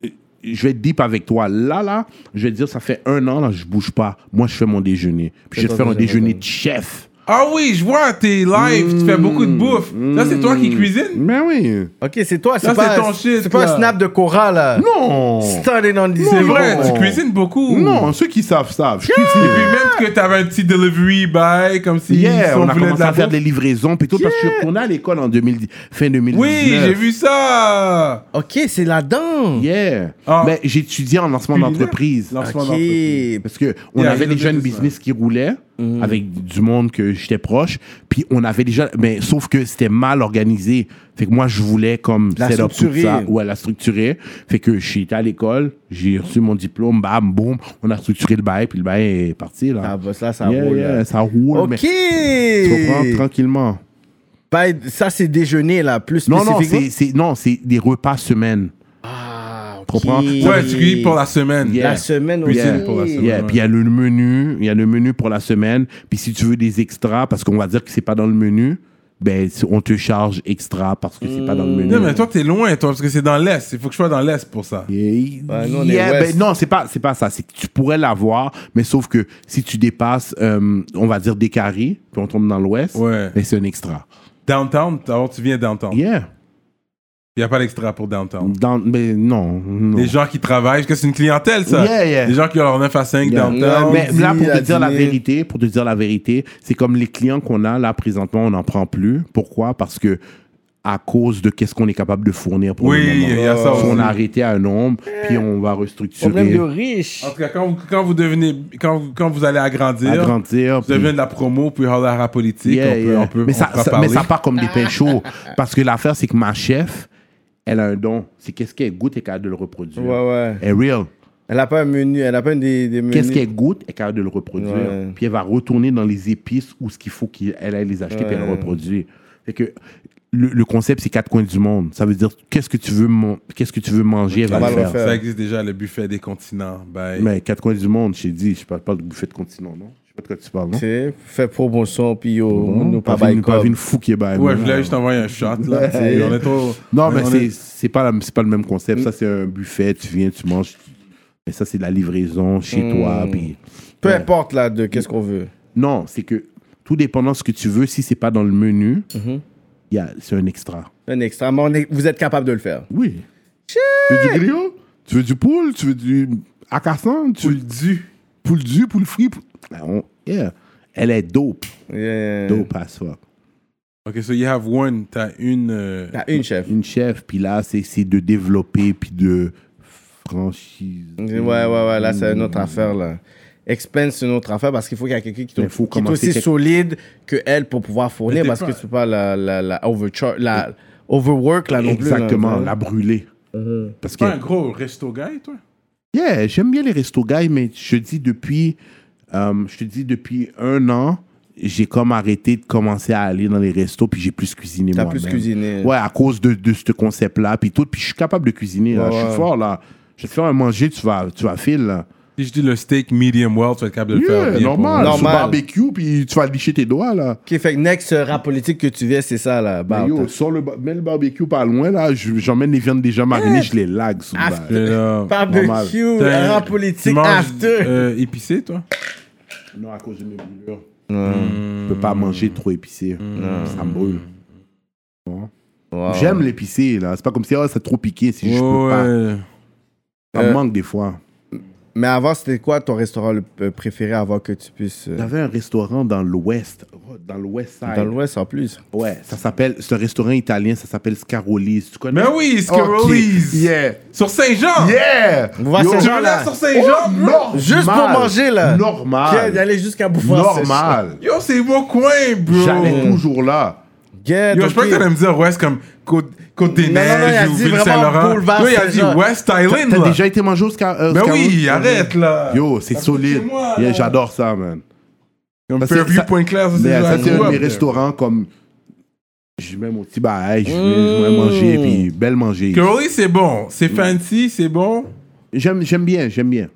S5: euh, je vais être deep avec toi. Là, là, je vais te dire, ça fait un an, là, je bouge pas. Moi, je fais mon déjeuner. Puis je vais te
S4: ton
S5: faire un
S4: déjeuner.
S5: déjeuner de chef.
S3: Ah oui, je vois tes lives, tu fais beaucoup de bouffe. Là, c'est toi qui cuisines?
S5: Mais Mm. Ben
S3: Euh,
S5: oui.
S4: Ok, c'est toi,
S3: Ça,
S4: c'est pas,
S3: c'est ton shit,
S4: c'est pas
S3: là.
S4: un snap de Cora, là.
S5: Non!
S4: Started on this.
S3: C'est vrai, tu
S5: non.
S3: cuisines beaucoup.
S5: Non, ceux qui savent, savent. Je
S3: Et puis
S5: cuisine.
S3: même que t'avais un petit delivery by, comme si
S5: Yeah,
S3: si
S5: on a
S3: voulait
S5: commencé à faire
S3: bouffe.
S5: des livraisons, puis tout, parce que je suis retourné à l'école en 2010, fin 2019.
S3: Oui, j'ai vu ça!
S4: Ok, c'est là-dedans.
S5: Yeah.
S3: Ah.
S5: Mais j'étudiais en lancement
S3: Culinaire.
S5: d'entreprise.
S3: Lancement
S4: Ok.
S3: d'entreprise.
S5: Parce que on
S3: Yeah,
S5: avait
S3: j'ai
S5: des jeunes
S3: noté ça.
S5: business qui roulaient avec du monde que j'étais proche. Puis on avait déjà. Mais sauf que c'était mal organisé. Fait que moi, je voulais comme
S4: La
S5: set up tout
S4: structurer.
S5: ça. Ouais, la structurer. Fait que j'étais à l'école, j'ai reçu mon diplôme, bam, boum. On a structuré le bail, puis le bail est parti. Là.
S4: Ah, bah, ça, ça
S5: Yeah,
S4: roule.
S5: yeah,
S4: là.
S5: ça roule.
S4: Ok.
S5: Mais tu comprends, tranquillement.
S4: Bah, ça, c'est déjeuner, là, plus
S5: Non, non,
S4: spécifiquement.
S5: c'est- c'est non, c'est des repas semaine.
S4: Ah, ok.
S5: Comprends?
S3: Ouais, tu cuisines pour la semaine.
S5: Yeah.
S4: La semaine aussi.
S5: Cuisine
S3: pour la semaine.
S5: Yeah,
S3: Ouais.
S5: Puis il y a le menu, il y a le menu pour la semaine. Puis si tu veux des extras, parce qu'on va dire que c'est pas dans le menu, ben si- on te charge extra parce que c'est pas dans le menu.
S3: Non, mais toi, t'es loin, toi, parce que c'est dans l'Est. Il faut que je sois dans l'Est pour ça.
S5: Yeah,
S4: Ouais, nous, on est
S5: yeah,
S4: ouest.
S5: ben non, c'est pas, c'est pas ça. C'est que tu pourrais l'avoir, mais sauf que si tu dépasses, euh, on va dire des carrés, puis on tombe dans l'ouest,
S3: Ouais.
S5: ben, c'est un extra.
S3: Downtown, alors tu viens downtown. Il
S5: Yeah.
S3: n'y a pas d'extra pour downtown.
S5: Dans, mais non. non.
S3: Les gens qui travaillent, parce que c'est une clientèle, ça.
S5: Yeah, yeah.
S3: Les gens qui ont leur 9 à 5
S5: Yeah.
S3: downtown.
S5: Mais
S4: Lundi,
S5: là, pour
S4: à
S5: te dire la
S4: dîner.
S5: vérité, pour te dire la vérité, c'est comme les clients qu'on a là présentement, on n'en prend plus. Pourquoi Parce que à cause de qu'est-ce qu'on est capable de fournir pour
S3: Oui,
S5: le moment.
S3: il y a ça
S5: Parce qu'on
S3: aussi.
S5: a arrêté à un nombre, puis on va
S4: Problème de
S5: restructurer,
S4: riche.
S3: En tout cas, quand vous, quand vous devenez, quand vous, quand vous allez agrandir,
S5: agrandir.
S3: vous
S5: puis-
S3: devenez de la promo, puis hors la politique,
S5: Yeah,
S3: on peut,
S5: yeah.
S3: on peut,
S5: mais,
S3: on
S5: ça,
S3: pourra
S5: ça- mais
S3: parler.
S5: ça part comme des pains chauds. Parce que l'affaire, c'est que ma chef, elle a un don. C'est qu'est-ce qu'elle goûte, elle est capable de le reproduire.
S4: Ouais, ouais.
S5: Elle est real.
S4: Elle a pas un menu, elle a pas un des, des menus.
S5: Qu'est-ce qu'elle goûte, elle est capable de le reproduire.
S4: Ouais.
S5: Puis elle va retourner dans les épices où ce qu'il faut qu'elle aille les acheter, puis elle
S4: Ouais.
S5: le reproduit. Fait que le, le concept, c'est quatre coins du monde. Ça veut dire qu'est-ce que tu veux, mon- qu'est-ce que tu veux manger, elle
S4: On
S5: va
S4: va
S5: le
S4: le
S5: faire.
S4: refaire.
S3: Ça existe déjà, le buffet des continents. Ben, Bye.
S5: Mais quatre coins du monde, je t'ai dit, je parle pas de buffet de continent, non? Je sais pas de quoi tu parles, non?
S4: C'est fait promotion, puis yo,
S5: Non,
S4: nous pas
S5: vu-
S4: bail
S5: pas
S4: comme.
S5: vu une fou qui est bail,
S3: ouais,
S5: non.
S3: je voulais juste t'envoyer un shot, là.
S4: Ouais. Mm.
S3: on est trop...
S5: Non, mais
S3: on
S5: c'est-
S3: est-
S5: c'est pas, la- c'est pas le même concept. Ça, c'est un buffet, tu viens, tu manges. tu- Mais ça, c'est de la livraison chez
S4: Mm.
S5: toi. Puis...
S4: Peu importe, là, de qu'est-ce qu'on veut.
S5: Non, c'est que tout dépendant de ce que tu veux, si c'est pas dans le menu,
S4: Mhm.
S5: y a- c'est un extra.
S4: Un extra, mais on est- vous êtes capable de le faire.
S5: Oui. Tu veux du griot Tu veux du poule Tu veux du acassin tu... Poule du. Poule du, poule frit poule- Ah, on- yeah. Elle est dope.
S4: Yeah.
S5: Dope à soi.
S3: OK, so you have one. T'as une... euh,
S4: T'as
S5: Ah,
S4: Ah, une chef.
S5: Une chef, puis là, c'est c'est de développer, puis de franchise.
S4: Ouais, ouais, ouais, là, c'est une
S5: Hmm.
S4: autre affaire, là. Expense, c'est une autre affaire parce qu'il faut qu'il y ait quelqu'un qui, te-
S5: Mais faut
S4: qui est
S5: commencer
S4: aussi
S5: quelque-
S4: solide que elle pour pouvoir fournir
S3: Mais t'es
S4: parce
S3: pas-
S4: que c'est pas la, la, la, overchar- la overwork, là, non plus, là. Mhm.
S5: Exactement, la brûler. Parce
S3: T'es
S5: que,
S3: un gros resto guy, toi?
S5: yeah, j'aime bien les restos guys, mais je te dis depuis, euh, je te dis depuis un an, j'ai comme arrêté de commencer à aller dans les restos, puis j'ai plus cuisiné
S4: T'as
S5: moi-même.
S4: plus cuisiné.
S5: Ouais, à cause de, de ce concept-là, puis tout, puis je suis capable de cuisiner, là.
S4: Ouais,
S5: je
S4: ouais.
S5: suis fort là. Je vais te faire un manger, tu vas, tu vas filer. Là.
S3: Si je dis le steak medium well, tu vas être capable de le faire
S5: Yeah,
S3: bien pour
S5: normal.
S3: moi.
S5: Sur
S4: Normal.
S5: barbecue, puis tu vas licher tes doigts là.
S4: Ok, fait que next euh, rap politique que tu viens, c'est ça, là. Bah,
S5: Mais yo, sors le, ba- mets le barbecue pas loin là, je- j'emmène les viandes déjà marinées, je les lague sur le
S4: Ah,
S5: bail.
S3: Et là,
S4: Barbecue,
S3: t'as-
S4: rap
S3: tu
S4: politique
S3: manges,
S4: after.
S3: euh, épicé, toi?
S5: Non, à cause de mes brûlures. Je peux pas manger trop épicé.
S4: Mm.
S5: Ça me brûle.
S4: Wow.
S5: J'aime l'épicé, là. C'est pas comme si oh, c'est trop piqué. Si je peux pas.
S3: Ouais.
S5: Ça
S4: Euh,
S5: me manque des fois.
S4: Mais avant, c'était quoi ton restaurant le- euh, préféré avant que tu puisses. euh,
S5: J'avais un restaurant dans l'ouest. Oh, Dans l'ouest side.
S4: Dans l'Ouest en plus.
S5: Ouais, ça s'appelle. C'est un restaurant italien, ça s'appelle Scaroli's. Tu connais?
S3: Mais Ben oui, Scaroli's.
S5: Ok. Yeah!
S3: Sur Saint-Jean!
S5: Yeah!
S4: va
S5: Yo, Oh,
S4: se-
S3: Tu
S4: Jean,
S3: veux
S4: là.
S3: là sur Saint-Jean? bro?
S5: normal.
S4: Juste pour manger, là.
S5: Normal.
S4: D'aller jusqu'à bouffer.
S5: Ah, Normal.
S3: Yo, c'est mon coin, bro!
S5: J'allais toujours là.
S4: Get,
S3: Yo, je pense
S4: ok.
S3: que t'allais me dire West comme Côte, Côte des
S4: Non, non, non, il a
S3: Neiges ou
S4: dit
S3: Ville
S4: vraiment
S3: Saint-Laurent.
S4: boulevard
S3: Yo, il a dit
S4: Saint-Jean.
S3: West Island,
S5: T'as
S3: là.
S5: déjà été mangé au Scar euh,
S3: Ben
S5: Scarwood?
S3: oui, arrête, là.
S5: Yo, c'est
S3: Ça fait chez
S5: solide.
S3: moi,
S5: Yeah,
S3: là.
S5: J'adore ça, man.
S3: Comme
S5: Ben, c'est-
S3: Fairview,
S5: ça-
S3: Pointe-Claire, ça, c'est
S5: Mais
S3: là,
S5: ça,
S3: I
S5: c'est
S3: grew
S5: un de
S3: up
S5: mes
S3: there.
S5: restaurants comme. Je vais même au petit bail, je vais, je
S3: Mmh.
S5: vais manger, puis belle manger.
S3: Curly, c'est bon. C'est
S5: Mm.
S3: fancy, c'est bon.
S5: J'aime j'aime bien, j'aime bien.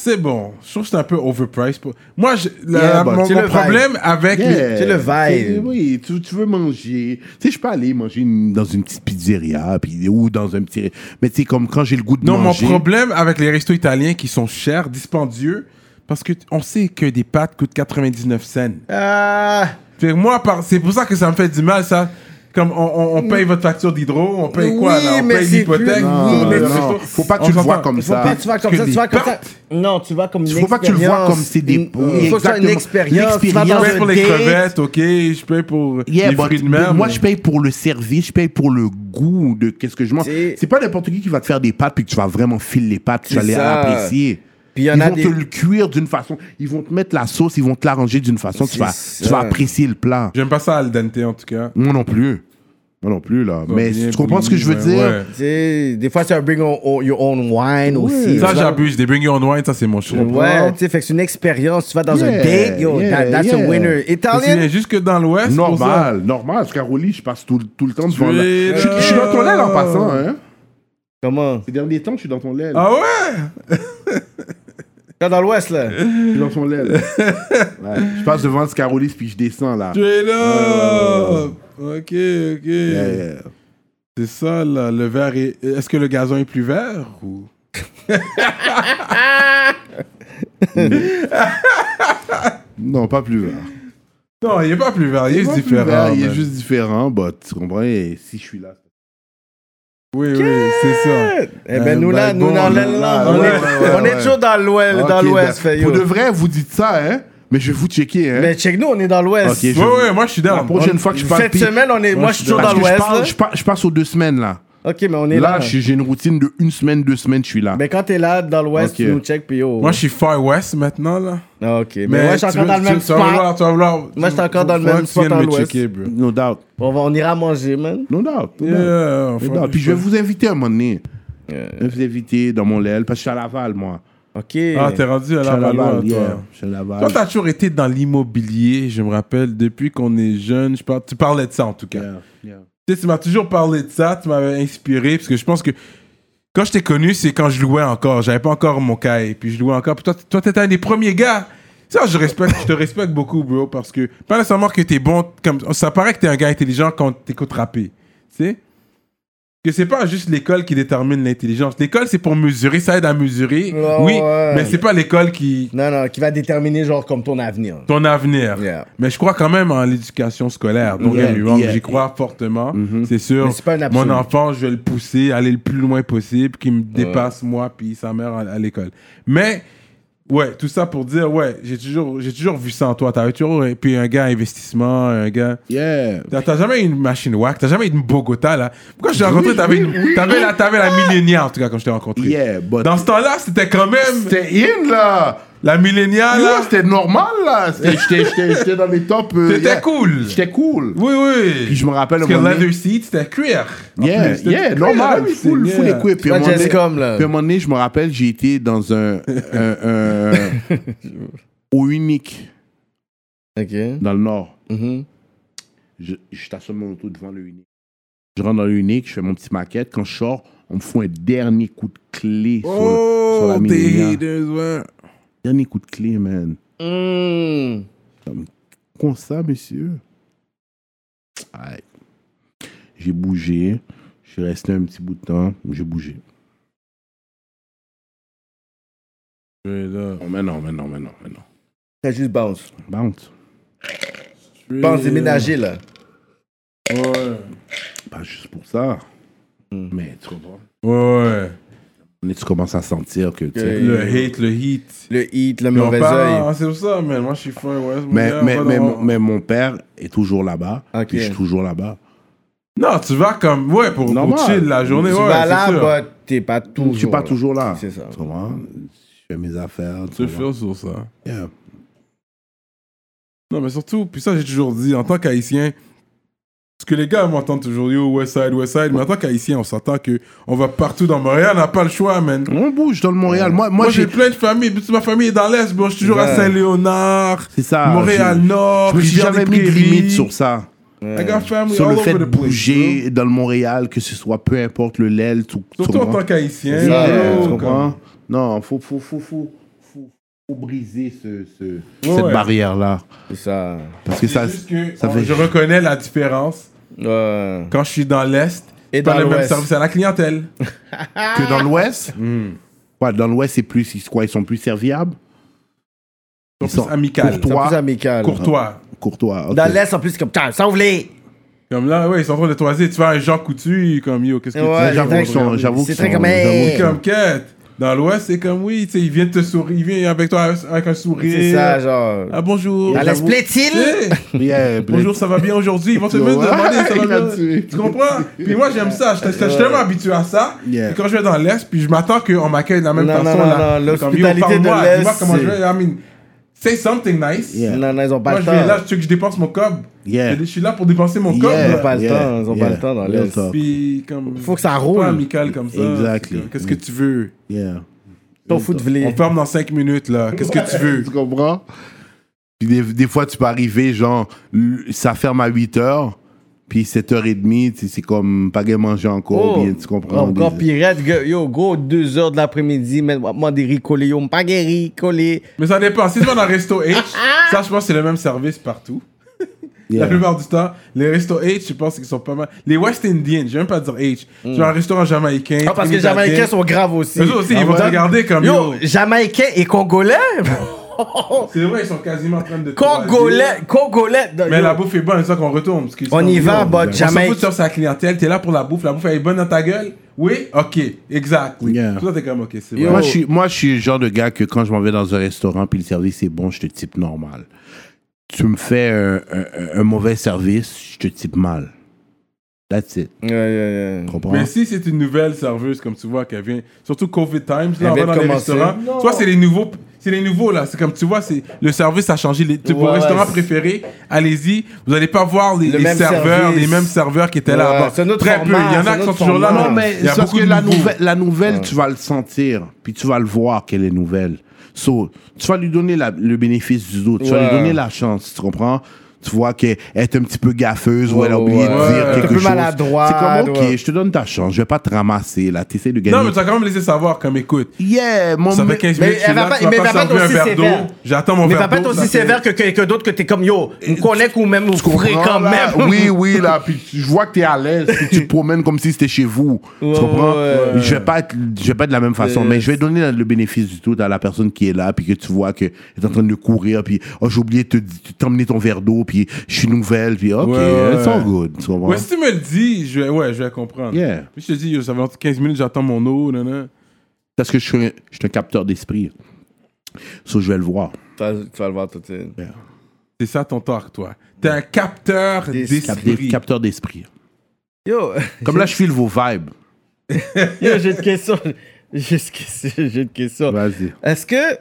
S3: C'est bon. Je trouve que c'est un peu overpriced. Pour... Moi, je- la-
S4: Yeah,
S3: la-
S4: bah,
S3: mon,
S4: c'est
S3: mon
S4: le
S3: problème avec... les-
S5: Yeah.
S4: c'est le vibe.
S5: C'est- Oui, tu, tu veux manger. Tu sais, je peux aller manger une- dans une petite pizzeria puis, ou dans un petit. Mais tu sais, comme quand j'ai le goût de
S3: Non,
S5: manger.
S3: mon problème avec les restos italiens qui sont chers, dispendieux, parce que t- on sait que des pâtes coûtent 99 cents.
S4: Ah,
S3: Fait que moi, par- c'est pour ça que ça me fait du mal, ça. Comme on, on- on
S5: Mm.
S3: paye votre facture d'hydro, on paye quoi,
S4: Oui,
S3: là? On
S4: mais
S3: paye
S4: c'est
S3: l'hypothèque.
S4: plus-
S3: on
S5: Non,
S4: Oui, mais
S3: le
S5: non,
S4: tu-
S3: resto.
S5: Faut pas que
S3: On
S5: tu le vois
S3: s'entend.
S5: comme
S4: faut
S5: ça.
S4: pas que tu vas comme
S3: que
S4: ça, tu
S3: des
S4: vas comme ça.
S3: pertes.
S4: Non, tu vas comme une
S5: Faut pas que tu le vois
S4: expérience.
S5: comme c'est des-
S4: Une-
S5: oui,
S4: Il faut que ce soit une
S5: exactement.
S4: expérience. tu vas
S5: L'expérience.
S4: dans
S3: Je
S5: Dans
S3: paye
S4: un
S3: pour les
S4: date.
S3: crevettes, ok? Je paye pour
S5: Yeah,
S3: les
S5: but-
S3: fruits de mer.
S5: moi,
S3: mais-
S5: je paye pour le service, je paye pour le goût de qu'est-ce que je mange.
S4: C'est-
S5: C'est pas n'importe qui qui va te faire des pâtes puis que tu vas vraiment filer les pâtes, tu vas
S4: C'est
S5: les
S4: ça.
S5: apprécier.
S4: Puis il y en
S5: ils
S4: a
S5: vont
S4: des-
S5: te le cuire d'une façon, ils vont te mettre la sauce, ils vont te l'arranger d'une façon, tu
S4: C'est
S5: vas,
S4: ça.
S5: tu vas apprécier le plat.
S3: J'aime pas ça al dente, en tout cas.
S5: Moi non plus. Moi non plus, là. Mais
S3: Bien
S5: tu comprends ce que je veux
S3: bouilli,
S5: dire?
S3: ouais.
S4: Tu sais, Des fois, c'est un bring on- on- your own wine aussi.
S3: Ça,
S4: tu vois.
S3: j'abuse. Des bring your own wine, ça, c'est mon show.
S4: Ouais, tu sais, fait que c'est une expérience. Tu vas dans un
S5: Yeah,
S4: date, yo,
S5: yeah,
S4: that- that's a
S5: yeah.
S4: winner.
S3: Ça se vient
S4: Italien?
S3: jusque dans l'Ouest. pour ça.
S5: Normal, normal. Scaroli, je passe tout, le- tout le temps devant
S3: Tu
S5: la-
S3: es
S5: Je, je suis dans ton lait, là, en passant, hein.
S4: Comment?
S5: Ces derniers temps, je suis dans ton lait. là.
S3: Ah ouais?
S4: T'es dans l'ouest, là?
S5: Je suis dans ton lait, là. Ouais, Je passe devant le Scaroli, puis je descends, là.
S3: Tu es là! Ok, ok.
S5: Euh. Yeah, yeah.
S3: C'est ça, là. Le verre est. Est-ce que le gazon est plus vert ou.
S5: Non, pas plus vert.
S3: Non, il est pas plus vert, il est
S5: Pas plus
S3: différent.
S5: vert, Il est
S3: man.
S5: juste différent, bah, tu comprends? Et si je suis là.
S3: Oui, oui, c'est ça.
S4: Eh ben, nous, là,
S3: ben,
S4: nous,
S3: bon,
S4: dans
S3: là,
S4: l'Est,
S5: là,
S4: là, on
S5: Ah, ouais,
S4: est-
S5: ouais, ouais,
S4: on est
S5: ouais.
S4: toujours dans l'ouest, dans
S5: Ok,
S4: l'ouest,
S5: ben,
S4: fait, yo.
S5: Pour de vrai, vous dites ça, hein? Mais je vais vous checker, hein?
S4: Mais check nous, on est dans l'ouest.
S5: Ok, je-
S3: Ouais, ouais, moi je suis
S5: La
S3: down.
S5: prochaine fois que je parle.
S4: Cette
S5: puis-
S4: semaine, on est, moi, je suis toujours
S5: Parce
S4: dans
S5: que je
S4: l'ouest,
S5: parle-
S4: là.
S5: je parle- Je passe aux deux semaines, là.
S4: Ok, mais on est
S5: Là,
S4: là. Ben,
S5: j'ai j'ai une routine de une semaine, deux semaines, je suis là.
S4: Mais quand t'es là, dans l'ouest,
S5: Ok.
S4: tu nous check, puis yo.
S3: Moi je suis far west maintenant, là.
S4: Ah, Ok, mais moi, je suis
S3: tu
S4: encore
S3: veux-
S4: dans le
S3: tu-
S4: même
S3: tu vas vouloir-
S4: spot.
S3: tu vas vouloir-
S4: Moi, je suis encore
S3: faut-
S4: dans le
S3: faut
S4: même
S3: que tu
S4: spot
S3: viennes
S4: dans
S3: me
S4: l'Ouest.
S3: checker, bro.
S5: No doubt.
S4: On va- on ira manger, man.
S5: No doubt. No doubt.
S4: Eh
S3: Yeah,
S4: ben,
S5: No
S3: faut-
S5: doubt. Puis je vais vous inviter un moment donné. Je vais vous inviter dans mon l'aile parce que je suis à Laval, moi.
S4: Ok.
S3: Ah, t'es rendu à
S5: Je suis à
S3: la valeur,
S5: Laval, yeah.
S3: toi.
S5: Je suis à Laval.
S3: Toi, t'as toujours été dans l'immobilier, je me rappelle, depuis qu'on est jeune. Je parle, tu parlais de ça, en tout cas.
S5: Yeah, yeah.
S3: Tu sais, tu m'as toujours parlé de ça, tu m'avais inspiré, parce que je pense que quand je t'ai connu, c'est quand je louais encore. J'avais pas encore mon caille, puis je louais encore. Puis toi, t- toi, t'étais un des premiers gars. Ça, je respecte, je te respecte beaucoup, bro, parce que pas nécessairement que t'es bon, comme ça paraît que t'es un gars intelligent quand t'écoutes rapper, tu sais. Que c'est pas juste l'école qui détermine l'intelligence. L'école, c'est pour mesurer, ça aide à mesurer.
S4: Ouais,
S3: oui,
S4: ouais.
S3: mais c'est pas l'école qui
S4: Non, non, qui va déterminer, genre, comme ton avenir.
S3: ton avenir.
S4: Yeah.
S3: Mais je crois quand même en l'éducation scolaire. Donc,
S5: Yeah, yeah.
S3: j'y crois fortement. C'est sûr.
S4: Mais c'est pas un absolu.
S3: Mon enfant, je vais le pousser, aller le plus loin possible, qu'il me dépasse, moi, puis sa mère à, à l'école. Mais, ouais, tout ça pour dire, ouais, j'ai toujours, j'ai toujours vu ça en toi. T'avais toujours, et puis un gars à investissement, un gars.
S5: Yeah.
S3: T'as t'as jamais eu une machine wack, t'as jamais eu une Bogota, là. Pourquoi je t'ai rencontré, t'avais une- t'avais la, t'avais la milléniaire, en tout cas, quand je t'ai rencontré.
S5: Yeah, but-
S3: Dans ce temps-là, c'était quand même
S5: C'était in, là.
S3: la
S4: Ah,
S3: milléniaire,
S5: Là,
S3: là.
S5: c'était normal, là. C'était- J'étais j'étais- j'étais dans les tops. euh,
S3: C'était
S5: yeah.
S3: cool.
S5: J'étais cool.
S3: Oui, oui.
S5: Puis je me rappelle un
S3: Parce que
S5: moment donné-
S3: leather seat, c'était cuir. En
S5: Yeah,
S3: plus, c'était
S5: yeah,
S3: cuir,
S4: Ah
S5: normal,
S3: c'est
S5: full,
S3: yeah.
S5: full equip. Puis à un
S4: Pas
S5: moment donné-
S4: Jesscom, là.
S5: puis à un moment donné, je me rappelle, j'ai été dans un... un- un- au Unique,
S4: Ok.
S5: dans le Nord.
S4: Mhm.
S5: Je, je t'assomme mon auto devant le Unique. Je rentre dans le Unique, je fais mon petit maquette. Quand je sors, on me fout un dernier coup de clé sur, le- sur
S3: Oh,
S5: la hein.
S3: des
S5: Millenia.
S3: haters, ouais.
S5: Dernier coup de clé, man.
S4: Mm.
S5: Comme ça, monsieur. Ouais. J'ai bougé. Je suis resté un petit bout de temps. J'ai bougé. Non, mais non, mais non, mais non, mais non.
S4: T'as juste bounce.
S5: Bounce.
S4: Bounce déménagé, là.
S3: Ouais.
S5: Pas juste pour ça. Mais tu comprends.
S3: Ouais.
S5: Mais tu commences à sentir que. tu sais,
S4: Que-
S3: Le hate, le hit.
S4: Le hit, le
S3: Mais on
S4: mauvais
S3: parle-
S4: oeil.
S3: ah, C'est pour ça, man. Moi, je suis fan, ouais.
S5: Mais,
S3: Ouais,
S5: mais,
S3: on va
S5: mais,
S3: dans-
S5: mon- mais mon père est toujours là-bas.
S4: Ok.
S5: Puis je suis toujours là-bas.
S3: Non, tu vas comme. Ouais, pour, pour
S5: Normal.
S3: chill la journée.
S4: Tu
S3: ouais,
S4: vas
S3: c'est
S4: là,
S3: sûr.
S4: bah, t'es pas toujours.
S5: Je suis pas
S4: là.
S5: toujours là.
S4: C'est ça.
S5: Tu comprends? Je fais mes affaires.
S3: Tu
S5: Tu
S3: es
S5: vois.
S3: fier sur ça.
S5: Yeah.
S3: Non, mais surtout, puis ça, j'ai toujours dit, en tant qu'haïtien, Parce que les gars m'entendent toujours, yo, Westside, Westside. Mais en tant qu'haïtien, on s'entend que on va partout dans Montréal, on n'a pas le choix, man.
S5: On bouge dans le Montréal. Moi, moi,
S3: Moi, j'ai
S5: j'ai.
S3: plein de familles. Parce que Ma famille est dans l'Est, bro. Je suis toujours à
S5: Ouais.
S3: Saint-Léonard,
S5: C'est ça. je-
S3: Montréal-Nord.
S5: Je me suis jamais mis de limite sur ça.
S3: I got family
S5: Sur
S3: all
S5: le fait
S3: over
S5: de
S3: the place, bro.
S5: bouger dans le Montréal, que ce soit peu importe le LEL, tout. tout
S3: Surtout en
S5: le
S3: tant Oh,
S5: monde.
S3: qu'haïtien.
S5: Ouais,
S3: yo,
S5: tu
S3: comme-
S5: comprends? Non, faut, faut, faut, faut, faut, faut briser ce, ce-
S3: Ouais,
S5: cette
S3: ouais.
S5: barrière-là.
S4: C'est ça.
S5: Parce que
S3: C'est
S5: ça.
S3: juste que
S5: ça
S3: on-
S5: fait-
S3: je reconnais la différence
S4: Ouais.
S3: quand je suis dans l'Est.
S4: Et
S3: pas
S4: dans
S3: le même
S4: l'Ouest.
S3: service à la clientèle.
S5: Que dans l'Ouest
S4: Hmm.
S5: Ouais, dans l'Ouest, c'est plus. Ils, quoi, ils sont plus serviables
S3: Ils sont plus amicales.
S5: Courtois.
S4: C'est plus amical.
S3: Courtois.
S5: Courtois. ok.
S4: Dans l'Est, en plus, c'est comme, calme, ça vous l'est.
S3: Comme là, ouais, ils sont en train de toiser. Tu vois un Jean Coutu, comme yo, qu'est-ce que
S4: Ouais,
S3: tu
S5: j'avoue
S4: c'est
S5: qu'ils sont-
S4: très-
S5: j'avoue
S4: C'est
S5: qu'ils
S4: très
S5: sont-
S4: comme,
S5: j'avoue
S4: hey.
S5: qu'ils
S3: C'est comme quête. Dans l'Ouest, c'est comme oui, tu sais, il vient de te sourire, il vient avec toi avec un sourire.
S4: C'est ça, genre.
S3: Ah bonjour.
S4: À
S3: J'avoue.
S4: l'Esplétil.
S3: Tu sais,
S5: Yeah,
S3: Bonjour, ça va bien aujourd'hui. Ils vont te
S5: Ouais,
S3: même demander, ça
S5: il
S3: va
S5: l'a
S3: bien.
S5: tué.
S3: Tu comprends? Puis moi, j'aime ça. Je suis tellement habitué à ça.
S5: Yeah.
S3: Et quand je vais dans l'Est, puis je m'attends qu'on m'accueille de la même
S4: Non,
S3: façon.
S4: non,
S3: là.
S4: non, non,
S3: Comme, yo,
S4: l'hospitalité
S3: parle-moi,
S4: de l'Est,
S3: Dis-moi comment je
S4: c'est-
S3: vais. I mean, say something nice.
S5: Yeah.
S4: Non, non, ils ont pas
S3: Moi,
S4: le
S3: je
S4: temps.
S3: vais là, tu sais que je dépense mon cob.
S5: Yeah.
S3: Je suis là pour dépenser mon cob.
S5: Yeah.
S4: Ils ont
S3: là.
S4: pas le
S5: Yeah,
S4: temps, ils ont
S5: yeah.
S4: pas le temps dans
S5: Real
S4: l'Est.
S5: talk.
S3: Puis, comme.
S4: Faut que ça
S3: c'est
S4: roule.
S3: Pas amical comme ça.
S5: Exactly.
S3: C'est comme, Qu'est-ce que tu veux?
S5: Yeah.
S4: Ton foot
S3: On
S4: voulait.
S3: ferme dans 5 minutes, là. Qu'est-ce que tu veux?
S5: Tu comprends? Puis des, des fois, tu peux arriver, genre, l- ça ferme à 8 heures, puis 7h30, tu sais, c'est comme pas gay manger
S4: Oh,
S5: encore, bien, tu comprends?
S4: Encore
S5: Des-
S4: pirate, gueux. yo, gros, 2 heures de l'après-midi, mais moi, des ricolés, yo, pas guéri, collé.
S3: Mais ça dépend. Si tu vas dans un resto H, ça, je pense que c'est le même service partout. La
S5: Yeah.
S3: plupart du temps, les restos H, je pense qu'ils sont pas mal. Les West Indians, je vais même pas dire H. Tu vas à un restaurant jamaïcain.
S4: Hmm. Ah, parce que les
S3: trinidadien.
S4: Jamaïcains sont graves aussi.
S3: Eux aussi,
S4: Ah
S3: ils vont
S4: ouais?
S3: te regarder comme
S4: Yo,
S3: yo.
S4: Jamaïcains et Congolais?
S3: C'est vrai, ils sont quasiment en train de. te
S4: Congolais, Congolais.
S3: Mais
S4: Yo,
S3: la bouffe est bonne, c'est ça qu'on retourne. parce qu'ils
S4: On
S3: sont-
S4: y va,
S3: Yo,
S4: but
S3: On s'en
S4: jamais-
S3: fout sur sa clientèle, t'es là pour la bouffe, la bouffe elle est bonne dans ta gueule. Oui, ok, exact. Oui.
S5: Yeah.
S3: Toi, t'es comme, ok, c'est
S4: Yo.
S3: vrai.
S5: Moi, je suis, moi, je suis le genre de gars que quand je m'en vais dans un restaurant, puis le service est bon, je te type normal. Tu me fais un, un- un mauvais service, je te type mal. That's it.
S4: Ouais, ouais, ouais.
S5: Tu comprends?
S3: Mais si c'est une nouvelle serveuse, comme tu vois, qui vient, surtout COVID Times, là, on va
S4: vient de
S3: dans les
S4: commencer.
S3: restaurants.
S4: Non.
S3: Soit c'est les nouveaux, c'est les nouveaux, là. C'est comme tu vois, c'est, le service a changé. Les,
S4: Ouais,
S3: vos restaurants
S4: c'est-
S3: préférés, allez-y. Vous n'allez pas voir les,
S4: Le
S3: les
S4: même
S3: serveurs,
S4: service.
S3: les mêmes serveurs qui étaient là
S4: Ouais,
S3: avant.
S4: c'est un autre
S3: Très
S4: format,
S3: peu. Il y en
S4: c'est un
S3: a qui sont
S4: autre
S3: toujours là.
S4: format.
S5: Non, mais
S3: il y a
S5: c'est parce
S3: beaucoup
S5: que
S3: de
S5: la
S3: nouveaux.
S5: nouvelle, la nouvelle tu vas le sentir, puis tu vas le voir qu'elle est nouvelle. So, tu vas lui donner la- le bénéfice du doute, tu vas
S4: Ouais.
S5: lui donner la chance, tu comprends? Tu vois qu'elle est un petit peu gaffeuse ou elle a
S4: Ouais,
S5: oublié
S4: ouais.
S5: de dire
S3: Ouais.
S5: quelque
S4: Un peu
S5: chose.
S4: maladroite,
S5: C'est comme, OK,
S4: ouais.
S5: je te donne ta chance, je vais pas te ramasser, là, t'essayes de gagner.
S3: Non, mais tu as quand même laissé savoir, comme écoute.
S5: Yeah, mon
S3: Ça
S5: mais-
S3: fait 15
S4: mais
S3: minutes que je
S4: elle
S3: suis
S4: va
S3: là,
S4: pas-
S3: tu m'as
S4: mais
S3: pas
S4: elle va
S3: servi
S4: pas
S3: un
S4: être aussi
S3: verre d'eau.
S4: sévère.
S3: J'attends mon
S4: Mais va
S3: verre d'eau.
S4: pas être
S3: ça
S4: aussi
S3: fait-
S4: sévère que quelqu'un d'autre que t'es comme yo, on connaît ou même on
S5: Tu comprends,
S4: courait quand
S5: là?
S4: même.
S5: Oui, oui, là. Puis tu- je vois que t'es à l'aise. Puis tu te promènes comme si c'était chez vous.
S4: Ouais,
S5: tu comprends?
S4: ouais,
S5: Je vais pas être, je vais pas être de la même façon.
S4: Euh,
S5: Mais je vais donner le bénéfice du tout à la personne qui est là. Puis que tu vois qu'elle est en train de courir. Puis, oh, j'ai oublié de te- de t'emmener ton verre d'eau. Puis, je suis nouvelle. Puis, OK,
S3: Ouais, ouais,
S5: it's all
S3: ouais.
S5: good. Tu comprends?
S3: Ouais, si tu me le dis, je vais, ouais, je vais comprendre.
S5: Yeah.
S3: Puis je te dis, yo, ça fait 15 minutes, j'attends mon eau, nanana.
S5: Parce que je suis, un- je suis un capteur d'esprit. So, je vais le voir.
S4: Tu vas tu vas le voir tout de suite.
S3: C'est ça ton tort, toi. T'es un capteur
S5: Capteur-
S3: d'esprit.
S5: Capteur d'esprit.
S4: Yo,
S5: Comme là, je file vos vibes.
S4: yo, j'ai une question. J'ai une question. J'ai une question.
S5: Vas-y.
S4: Est-ce que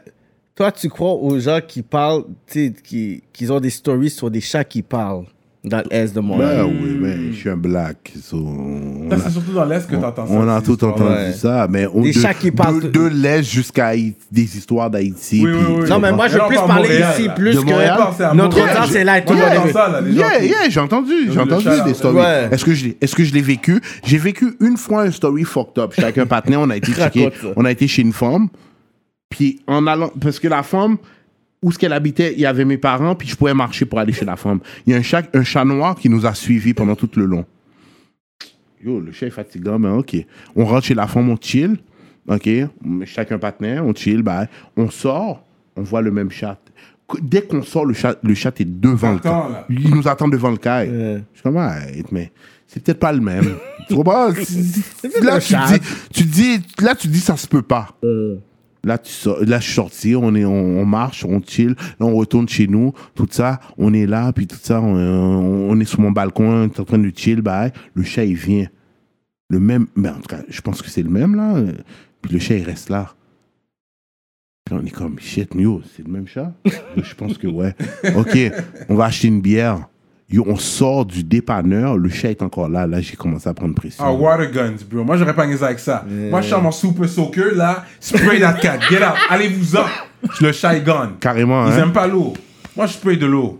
S4: toi, tu crois aux gens qui parlent, tu sais, qui, qui ont des stories sur des chats qui parlent dans l'Est de
S5: Ben
S4: Montréal?
S5: oui, mais je suis un black. so, on
S3: Ça,
S5: a-
S3: c'est surtout dans l'Est que t'entends ça.
S5: On a
S3: ces
S5: tout
S3: histoires-là.
S5: entendu
S4: Ouais.
S5: ça, mais on
S4: Des
S5: de,
S4: chats qui parlent-
S5: de, de l'Est jusqu'à Haï- des histoires d'Haïti.
S3: Oui, oui,
S5: puis-
S3: oui.
S4: Non, mais moi, je
S3: Là,
S4: veux
S3: on
S4: plus
S3: parle
S4: parler
S3: Montréal,
S4: ici,
S3: là.
S4: plus
S5: De Montréal?
S4: que.
S3: Non, c'est à
S4: Notre
S3: Montréal.
S4: audience est là et tout.
S3: Moi,
S4: Ouais.
S3: j'entends ça, là, les gens
S5: Yeah,
S3: qui-
S5: yeah, j'ai entendu, j'ai
S3: le
S5: entendu
S3: chat, là,
S5: des
S3: ouais.
S5: stories.
S4: Ouais.
S5: Est-ce que je l'ai, est-ce que je l'ai vécu J'ai vécu une fois un story fucked up. J'étais avec un partenaire, on a été checké-
S4: Raconte ça.
S5: on a été chez une femme, puis en allant, parce que la femme où ce qu'elle habitait, il y avait mes parents, puis je pouvais marcher pour aller chez la femme. Il y a un chat, un chat noir qui nous a suivis pendant tout le long. Yo, le chat est fatigant, mais ok. On rentre chez la femme, on chill. OK? Chacun partenaire, on chill, bah, on sort, on voit le même chat. Qu- Dès qu'on sort, le chat, le chat est devant le
S3: Attends,
S5: ca-
S3: là.
S5: Il nous attend devant le caille.
S4: Ouais.
S5: Je suis comme, Arrête, mais c'est peut-être pas le même. tu comprends?
S4: peut-être un
S5: Là, tu
S4: chat.
S5: dis, tu dis, là, tu dis, ça se peut pas. Là, tu sors- là, je suis sorti, on, est, on, on marche, on chill, là, on retourne chez nous, tout ça, on est là, puis tout ça, on, euh, on- on est sur mon balcon, on est en train de chill, bah, le chat, il vient. Le même, mais en tout cas, je pense que c'est le même, là, euh, puis le chat, il reste là. Puis là, on est comme, shit, yo, c'est le même chat Je pense que ouais. Ok, on va acheter une bière. Yo, on sort du dépanneur, le chat est encore là. Là, j'ai commencé à prendre pression.
S3: Ah, water guns, bro. Moi, j'aurais pas mis ça avec ça. Moi, je sors mon super soccer, là. Spray that cat. Get out. Allez-vous-en. Je le shy gun.
S5: Carrément,
S3: Ils
S5: hein?
S3: aiment pas l'eau. Moi, je spray de l'eau.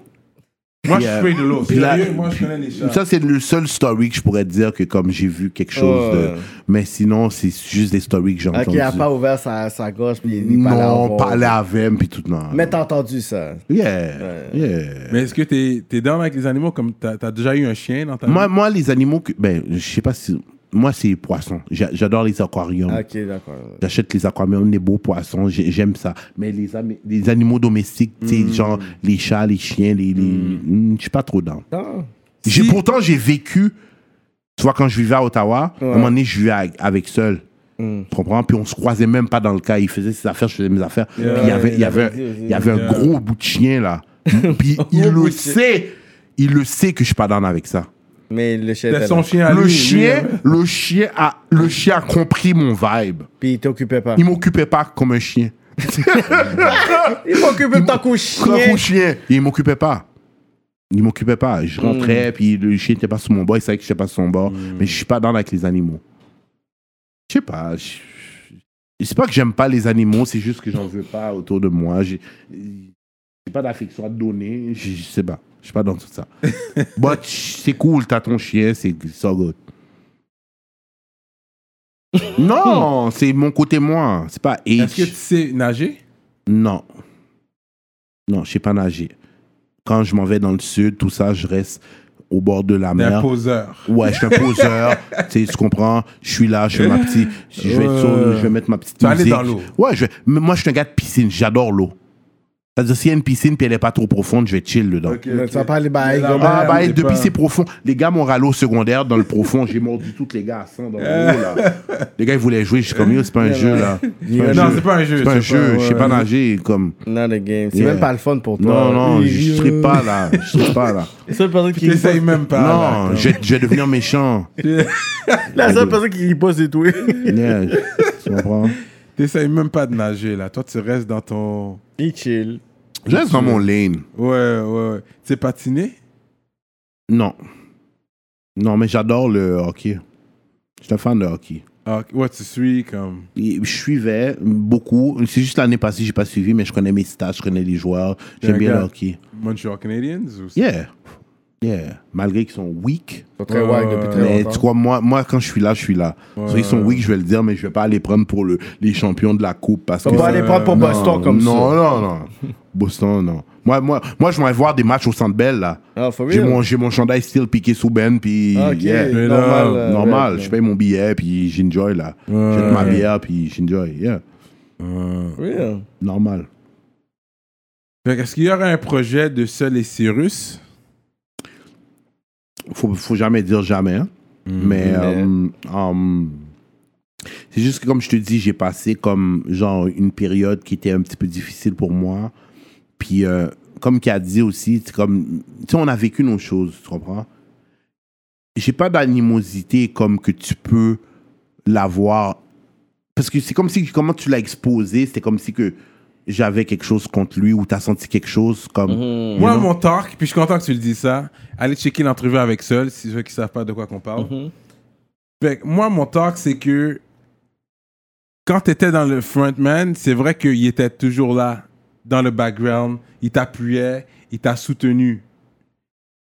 S3: Moi, je spray de l'eau.
S5: Puis là-
S3: Sérieux, moi, je connais les chats.
S5: Ça, c'est le seul story que je pourrais te dire que comme j'ai vu quelque chose de...
S4: Ouais.
S5: Mais sinon, c'est juste des stories que j'ai
S4: Oh. Ok,
S5: entendues.
S4: il a pas ouvert sa, sa gorge, puis
S5: Mm.
S4: il est pas allé en
S5: non,
S4: voir.
S5: parler à VM, puis tout. Non.
S4: Mais t'as entendu ça.
S5: Yeah, yeah.
S3: Mais est-ce que t'es es dans avec les animaux comme t'as as déjà eu un chien dans ta
S5: Moi, moi, les animaux que... Ben, je sais pas si... Moi, c'est les poissons. J'a- J'adore les aquariums.
S4: Ok, d'accord.
S5: J'achète les aquariums, les beaux poissons, j'ai- j'aime ça. Mais les, ami- les animaux domestiques, tu
S4: Mm.
S5: sais, genre les chats, les chiens, les. les- Mm, je suis pas trop dans.
S4: Non.
S5: J'ai Pourtant, j'ai vécu. Tu vois, quand je vivais à Ottawa, à un moment donné, je vivais avec, avec seul.
S4: Mm.
S5: Tu comprends? Puis on se croisait même pas dans le cas. Il faisait ses affaires, je faisais mes affaires. Puis il y avait, il y avait, il y avait un gros bout de chien, là. Puis il
S4: bout
S5: le
S4: de chien.
S5: sait. Il le sait que je suis pas dans avec ça.
S4: Mais le chien
S3: C'était
S4: était
S3: son
S4: là.
S3: chien à lui.
S5: Le
S3: lui,
S5: chien,
S3: hein.
S5: le chien a, le chien a compris mon vibe.
S4: Puis il t'occupait pas.
S5: Il m'occupait pas comme un chien.
S4: Il m'occupait de ton
S5: Comme
S4: chien.
S5: un chien. Il m'occupait pas. Il m'occupait pas.
S3: Hmm.
S5: Je rentrais, puis le chien n'était pas sous mon bord. Il savait que je n'étais pas sous son bord. Mais je suis pas dans avec les animaux. Je sais pas. je- C'est pas que j'aime pas les animaux, c'est juste que j'en veux pas autour de moi. J'ai j'ai pas d'affection à te donner. Je je sais pas. Je suis pas dans tout ça. But c'est cool, t'as ton chien, c'est so good. non, c'est mon côté moi. C'est pas
S3: Est-ce que
S5: hate.
S3: tu sais nager
S5: Non. Non, je sais pas nager. Quand je m'en vais dans le sud, tout ça, je reste au bord de la
S3: T'es un
S5: mer.
S3: poseur.
S5: Ouais, je suis un poseur. tu sais, tu comprends? Je suis là, je fais ma petite. Je vais, être sur-
S3: Ouais.
S5: je vais mettre ma petite.
S3: Tu vas aller
S5: musique.
S3: dans l'eau.
S5: Ouais, je vais- mais moi, je suis un gars de piscine. J'adore l'eau. C'est-à-dire, s'il y a une piscine puis elle est pas trop profonde, je vais chill dedans.
S4: Mais tu vas pas aller bailler,
S3: Mais
S4: gars.
S3: la
S5: Ah,
S3: merde,
S5: bah,
S3: t'es
S5: depuis
S3: pas-
S5: c'est profond. Les gars m'ont râlé au secondaire dans le profond. J'ai mordu toutes les gars à 100 dans le haut, là. Les gars, ils voulaient jouer. Je suis comme, yo, c'est pas un jeu, là. C'est pas un
S3: Non,
S5: jeu.
S3: c'est pas un jeu.
S5: C'est pas un jeu. Je sais pas
S3: ouais.
S5: nager. Comme.
S4: Not a game. C'est
S5: Yeah.
S4: même pas le fun pour toi.
S5: Non, non,
S4: Oui,
S5: je
S4: oui,
S5: serai
S4: oui.
S5: pas là. Je serai pas là.
S4: La seule personne qui
S3: T'essayes même pas. là,
S5: non,
S3: comme.
S5: je, vais- je vais devenir méchant.
S4: La seule personne qui bosse et tout.
S5: Yeah, je- tu comprends?
S3: T'essayes même pas de nager, là. Toi, tu restes dans ton.
S4: Il chill.
S5: Je reste dans mon lane.
S3: Ouais, ouais, ouais. Tu sais patiner
S5: Non. Non, mais j'adore le hockey. Je suis un fan de hockey.
S3: Ah, Ouais, tu suis comme.
S5: Et Je suivais beaucoup. C'est juste l'année passée, j'ai pas suivi, mais je connais mes stats, je connais les joueurs.
S3: T'es
S5: J'aime
S3: un
S5: bien
S3: gars.
S5: le hockey.
S3: Montreal Canadiens ou
S5: Yeah. Yeah. Malgré qu'ils sont weak.
S4: Ils sont très
S3: Ouais,
S4: wack
S3: ouais,
S4: depuis très
S5: Mais tu
S4: longtemps.
S5: crois, moi, moi, quand je suis là, je suis là.
S3: Ouais.
S5: Ils sont weak, je vais le dire, mais je vais pas aller prendre pour le- les champions de la coupe. Parce
S4: On
S5: que
S4: va
S5: ça-
S4: aller prendre pour
S5: Non,
S4: Boston comme ça.
S5: Non, non, non. Boston, non. Moi, moi, moi je vais voir des matchs au Centre Bell, là.
S4: Ah, for
S5: J'ai
S4: real?
S5: mon, j'ai mon chandail style piqué sous Ben, puis...
S4: Ah, ok.
S5: yeah.
S3: Mais là,
S4: Normal. euh,
S5: Normal,
S4: ouais,
S5: je paye mon billet, puis j'enjoy, là.
S3: Ouais.
S5: Je Jette ma bière, puis j'enjoy, yeah.
S4: Real.
S5: Normal.
S3: Fait que Est-ce qu'il y aurait un projet de Seul et Cyrus
S5: Faut, faut jamais dire jamais, hein.
S3: Mm-hmm.
S5: Mais... euh, euh, c'est juste que, comme je te dis, j'ai passé comme, genre, une période qui était un petit peu difficile pour moi. Puis, euh, comme qui a dit aussi, c'est comme, tu sais, on a vécu nos choses, tu comprends? J'ai pas d'animosité comme que tu peux l'avoir. Parce que c'est comme si, comment tu l'as exposé, c'était comme si que j'avais quelque chose contre lui ou t'as senti quelque chose comme. you
S3: Moi,
S5: know?
S3: mon talk, puis je suis content que tu le dis ça, allez checker l'entrevue avec Seul, si ceux qui savent pas de quoi qu'on parle. Fait que moi, mon talk, c'est que quand tu étais dans le frontman, c'est vrai qu'il était toujours là, dans le background. Il t'appuyait, il t'a soutenu.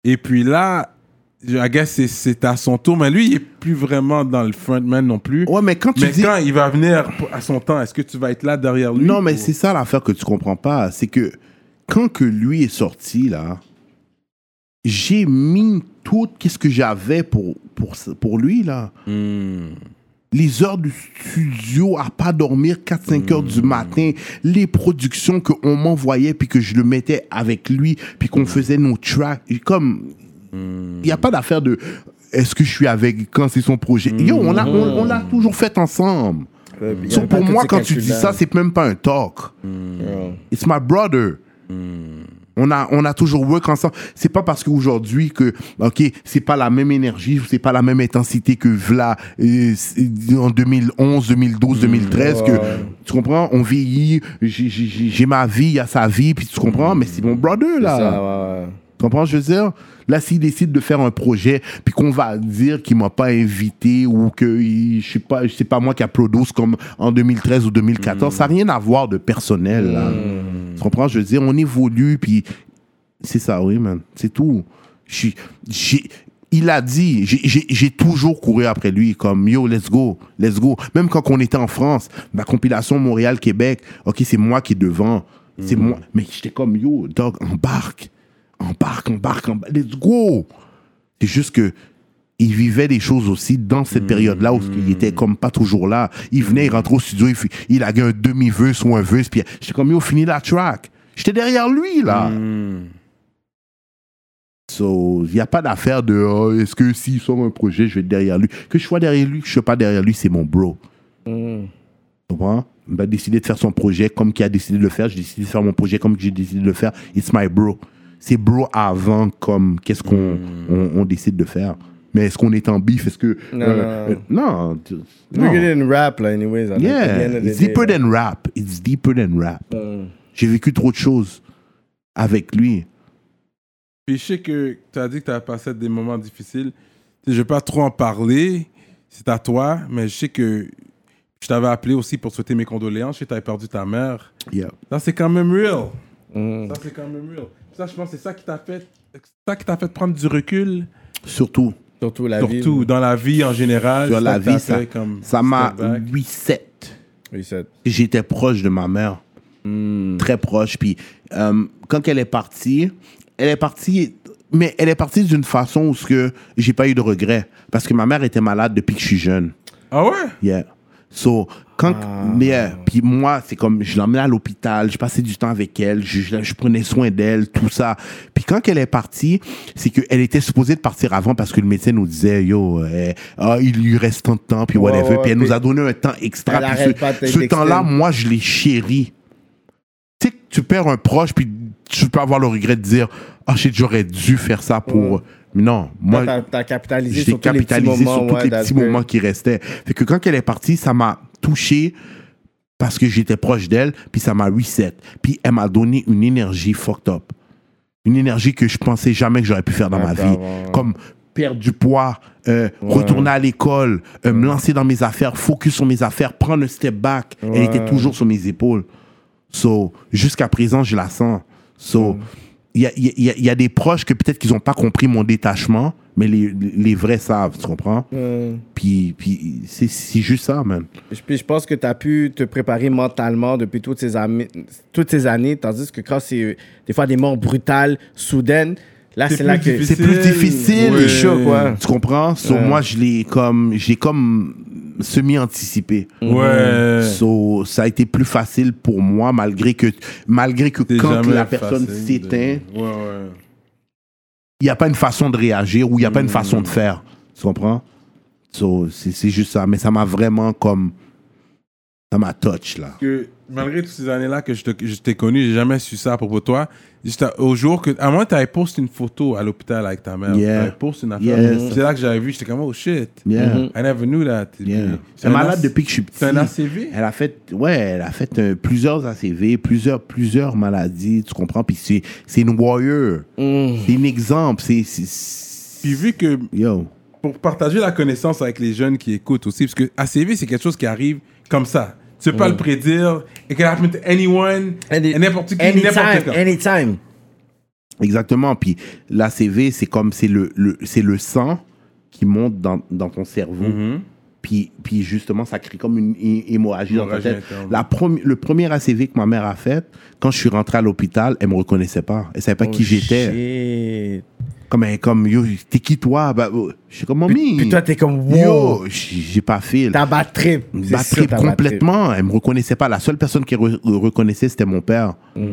S3: Et puis là, je I guess c'est- c'est à son tour, mais lui, il est plus vraiment dans le frontman non plus.
S5: Ouais, mais quand Oh, tu
S3: Mm-hmm. mais
S5: dis.
S3: quand il va venir pour- à son temps, est-ce que tu vas être là derrière lui
S5: Non, mais
S3: ou-
S5: c'est ça l'affaire que tu comprends pas. C'est que quand que lui est sorti, là, j'ai mis tout qu'est-ce que j'avais pour, pour, pour lui, là. Les heures du studio à pas dormir 4-5 heures du matin, les productions qu'on m'envoyait, puis que je le mettais avec lui, puis qu'on faisait nos tracks. Et Comme, il n'y a pas d'affaire de est-ce que je suis avec quand c'est son projet. Yo, on l'a on- on l'a toujours fait ensemble.
S4: Euh, il y
S5: So,
S4: avait pas
S5: pour
S4: tous
S5: moi,
S4: ces
S5: quand tu dis
S4: calculs-là. Hmm.
S5: ça, c'est même pas un talk. It's my brother. On a, on a toujours work ensemble. C'est pas parce qu'aujourd'hui que, ok, c'est pas la même énergie, c'est pas la même intensité que v'là euh, c'est- en 2011,
S4: Hmm.
S5: 2012, 2013 que, tu comprends, on vieillit, j'ai- j'ai j'ai- j'ai ma vie, il y a sa vie, puis tu comprends, mais c'est mon brother, là.
S4: Ça, ouais, ouais.
S5: Tu comprends, ce que je veux dire? Là, s'il décide de faire un projet, puis qu'on va dire qu'il m'a pas invité ou que il- je suis pas, c'est pas moi qui a produit comme en 2013 ou 2014, ça n'a rien à voir de personnel. là. Tu comprends? Je veux dire, on évolue, puis c'est ça, oui, man. C'est tout. Je suis- j'ai- il a dit, j'ai- j'ai j'ai toujours couru après lui, comme yo, let's go, let's go. Même quand on était en France, ma compilation Montréal-Québec, ok, c'est moi qui est devant. C'est moi. Mais j'étais comme yo, dog, embarque. Embarque, embarque, embarque. Let's go. C'est juste que il vivait des choses aussi dans cette période-là où il était comme pas toujours là. Il venait, il rentrait au studio, il, fi- il a un demi-verse ou un verse, puis j'étais comme, yo, fini la track. J'étais derrière lui, là. So, il n'y a pas d'affaire de oh, est-ce que s'il sort un projet, je vais être derrière lui. Que je sois derrière lui, que je ne sois pas derrière lui, c'est mon bro.
S4: Hmm.
S5: Tu comprends? Il a décidé de faire son projet comme qu'il a décidé de le faire. J'ai décidé de faire mon projet comme que j'ai décidé de le faire. It's my bro. C'est bro avant comme qu'est-ce qu'on
S4: Hmm.
S5: on, on décide de faire. Mais est-ce qu'on est en bif? Est-ce que.
S4: Non,
S5: euh, euh, non, tu- non.
S4: Nigga didn't rap, là, anyways. at the end
S5: Yeah,
S4: of the
S5: it's
S4: day,
S5: deeper
S4: là. Hmm.
S5: than rap. It's deeper than rap. J'ai vécu trop de choses avec lui.
S3: Puis je sais que tu as dit que tu as passé des moments difficiles. Tu sais, Je ne vais pas trop en parler, c'est à toi, mais je sais que je t'avais appelé aussi pour souhaiter mes condoléances. Je sais que tu avais perdu ta mère.
S5: Yeah.
S3: Ça, c'est quand même real.
S5: Mm.
S3: Ça, c'est quand même real. Ça, je pense que c'est ça qui t'a fait, c'est ça qui t'a fait prendre du recul,
S5: Surtout.
S4: Surtout la vie.
S3: surtout dans la vie en général.
S5: sur
S3: C'est
S5: la
S3: que t'as
S5: vie, ça,
S3: fait comme
S5: ça m'a
S3: step back.
S5: reset.
S4: Oui,
S5: Euh,
S4: c'est-
S5: J'étais proche de ma mère,
S3: Hmm.
S5: très proche. Puis euh, quand elle est partie, elle est partie, mais elle est partie d'une façon où ce que j'ai pas eu de regret parce que ma mère était malade depuis que je suis jeune.
S3: Ah ouais?
S5: Yeah. So, quand.
S4: Ah.
S5: yeah. Puis moi, c'est comme, je l'emmenais à l'hôpital, je passais du temps avec elle, je, je- je prenais soin d'elle, tout ça. Puis quand elle est partie, c'est qu'elle était supposée de partir avant parce que le médecin nous disait, yo, eh, ah, il lui reste tant de temps, puis
S4: Ouais,
S5: whatever.
S4: ouais,
S5: puis elle
S4: puis
S5: nous a donné un temps extra.
S4: elle
S5: puis
S4: arrête pas de
S5: ce
S4: te
S5: ce
S4: texter.
S5: temps-là, moi, je l'ai chéri. Tu sais, que tu perds un proche, puis tu peux avoir le regret de dire, ah, shit, j'aurais dû faire ça pour. Non, moi.
S4: T'as t'as capitalisé
S5: J'ai
S4: sur tous les petits
S5: capitalisé
S4: moments.
S5: sur tous
S4: ouais,
S5: les
S4: that's
S5: petits
S4: good.
S5: moments qui restaient. Fait que quand elle est partie, ça m'a touché parce que j'étais proche d'elle, puis ça m'a reset. Puis elle m'a donné une énergie fucked up. Une énergie que je pensais jamais que j'aurais pu faire dans ma vie. Comme perdre du poids, euh, retourner à l'école, euh, me lancer dans mes affaires, focus sur mes affaires, prendre un step back. Elle était toujours sur mes épaules. So, jusqu'à présent, je la sens.
S3: Mm.
S5: So, il y, a, il y a- il y a- il y a des proches que peut-être qu'ils n'ont pas compris mon détachement, mais les, les vrais savent, tu comprends?
S4: Mm.
S5: Puis, puis c'est c'est juste ça, man.
S4: Je- Puis je pense que tu as pu te préparer mentalement depuis toutes ces, ami- toutes ces années, tandis que quand c'est euh, des fois des morts brutales, soudaines, là
S3: C'est
S4: c'est là
S3: plus
S4: que
S3: difficile.
S5: C'est plus difficile.
S3: Ouais.
S4: les chocs, ouais.
S5: Tu comprends? So,
S4: Ouais.
S5: moi, je l'ai comme, j'ai comme semi-anticipé. Mm.
S3: Ouais.
S5: So, ça a été plus facile pour moi, malgré que, malgré que
S3: C'est
S5: quand
S3: jamais
S5: la personne
S3: facile de-
S5: s'éteint,
S3: Ouais, ouais.
S5: il n'y a pas une façon de réagir ou il n'y a pas une façon
S3: Hmm.
S5: de faire. Tu comprends? So, c'est c'est juste ça. Mais ça m'a vraiment comme. Ça m'a touch, là.
S3: que malgré toutes ces années-là que je te- je t'ai connu, j'ai jamais su ça à propos de toi. Juste à- au jour que, à moi, tu avais posté une photo à l'hôpital avec ta mère.
S5: Yeah.
S3: T'avais posté une affaire.
S5: Yes.
S3: C'est là que j'avais vu. J'étais comme, oh shit.
S5: Yeah. Mm-hmm.
S3: I never knew that.
S5: Yeah.
S3: Hmm. C'est
S5: Elle est
S3: un
S5: malade
S3: as-
S5: depuis que je suis petit.
S3: C'est un ACV.
S5: Elle a fait, ouais, elle a fait euh, plusieurs ACV, plusieurs, plusieurs maladies, tu comprends? Puis c'est, c'est une warrior.
S3: Hmm.
S5: C'est un exemple. C'est, c'est-
S3: Puis vu que,
S5: Yo.
S3: pour partager la connaissance avec les jeunes qui écoutent aussi, parce que ACV, c'est quelque chose qui arrive comme ça. Tu peux pas le prédire. It can happen to anyone,
S4: Any-
S3: et n'importe qui, n'importe
S4: Anytime,
S3: quand.
S4: anytime.
S5: Exactement. Puis l'ACV, c'est comme, c'est le, le- c'est le sang qui monte dans, dans ton cerveau.
S4: Mm-hmm.
S5: Puis, puis justement, ça crée comme une hé- hémorragie dans ta
S3: Hémorragie
S5: tête.
S3: interne.
S5: La premi- le premier ACV que ma mère a fait, quand je suis rentré à l'hôpital, elle me reconnaissait pas. Elle savait
S4: Oh,
S5: pas qui j'étais.
S4: Shit.
S5: Comme, elle- comme, yo, t'es qui toi? Bah, oh, je suis comme, mamie.
S4: Puis toi, t'es comme wow.
S5: Yo, j'ai j'ai pas fait.
S4: T'as bad trip. C'est
S5: Bah,
S4: ça,
S5: trip
S4: ta bad
S5: complètement. Elle me reconnaissait pas. La seule personne qui re- reconnaissait, c'était mon père.
S4: Mm.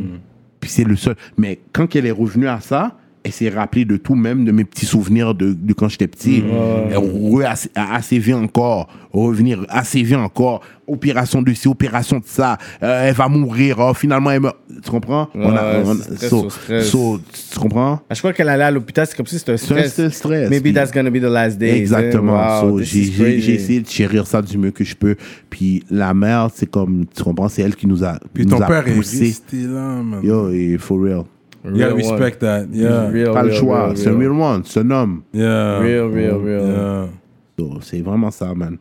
S5: Puis c'est le seul. Mais quand elle est revenue à ça, elle s'est rappelée de tout, même de mes petits souvenirs de, de quand j'étais petit.
S4: Mm.
S5: Elle re- ass- a assévé encore, revenir, assévé encore. Opération de ci, opération de ça. Euh, elle va mourir. Oh, finalement, elle meurt. Tu comprends On a-
S4: ouais,
S5: on a-
S4: c'est stress
S5: so-
S4: sur stress.
S5: so, tu comprends
S4: Ah, Je crois qu'elle allait à l'hôpital, c'est comme si c'était un
S5: C'est un
S4: stress.
S5: stress.
S4: Maybe
S5: Puis-
S4: that's gonna be the last day.
S5: Exactement.
S4: Wow,
S5: So,
S4: this
S5: j'ai-
S4: is
S5: J'ai
S4: crazy.
S5: j'ai essayé de chérir ça du mieux que je peux. Puis la mère, c'est comme, tu comprends, c'est elle qui nous a.
S3: Puis
S5: nous
S3: ton
S5: a
S3: père est
S5: poussés.
S3: resté là, man.
S5: Yo, et for real.
S3: You gotta
S4: Real one.
S3: respect that. Yeah.
S4: Real,
S5: Pas le
S4: real,
S5: choix.
S4: real,
S5: C'est un
S4: real.
S5: real one, c'est un homme.
S3: Yeah.
S4: Real, real, real.
S3: Yeah.
S5: So, c'est vraiment ça, man.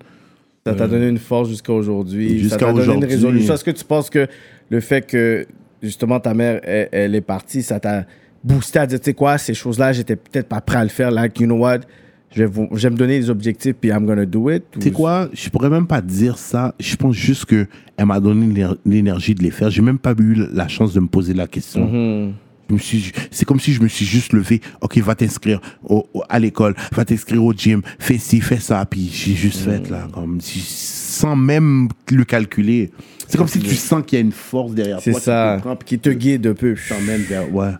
S4: Ça t'a donné une force jusqu'à aujourd'hui.
S5: Mm. Jusqu'à
S4: ça t'a donné une
S5: aujourd'hui.
S4: résolution. Est-ce que tu penses que le fait que, justement, ta mère, elle, elle est partie, ça t'a boosté à dire, tu sais quoi, ces choses-là, j'étais peut-être pas prêt à le faire. Like, you know what, je vais, vous- je vais me donner des objectifs, puis I'm gonna do it.
S5: Tu sais
S4: Ou-
S5: quoi, je pourrais même pas dire ça. Je pense juste que elle m'a donné l'éner- l'énergie de les faire. J'ai même pas eu la chance de me poser la question.
S4: Mhm.
S5: Je me suis ju- C'est comme si je me suis juste levé. Ok, va t'inscrire au- au- à l'école, va t'inscrire au gym, fais ci, fais ça. Puis j'ai juste fait là,
S4: Mhm.
S5: comme si- sans même le calculer. C'est comme si tu sens qu'il y a une force derrière
S4: Mhm. C'est
S5: toi. qui
S4: ça.
S5: te prend, puis
S4: Qui te guide un peu.
S5: qui t'emmène vers. Ouais.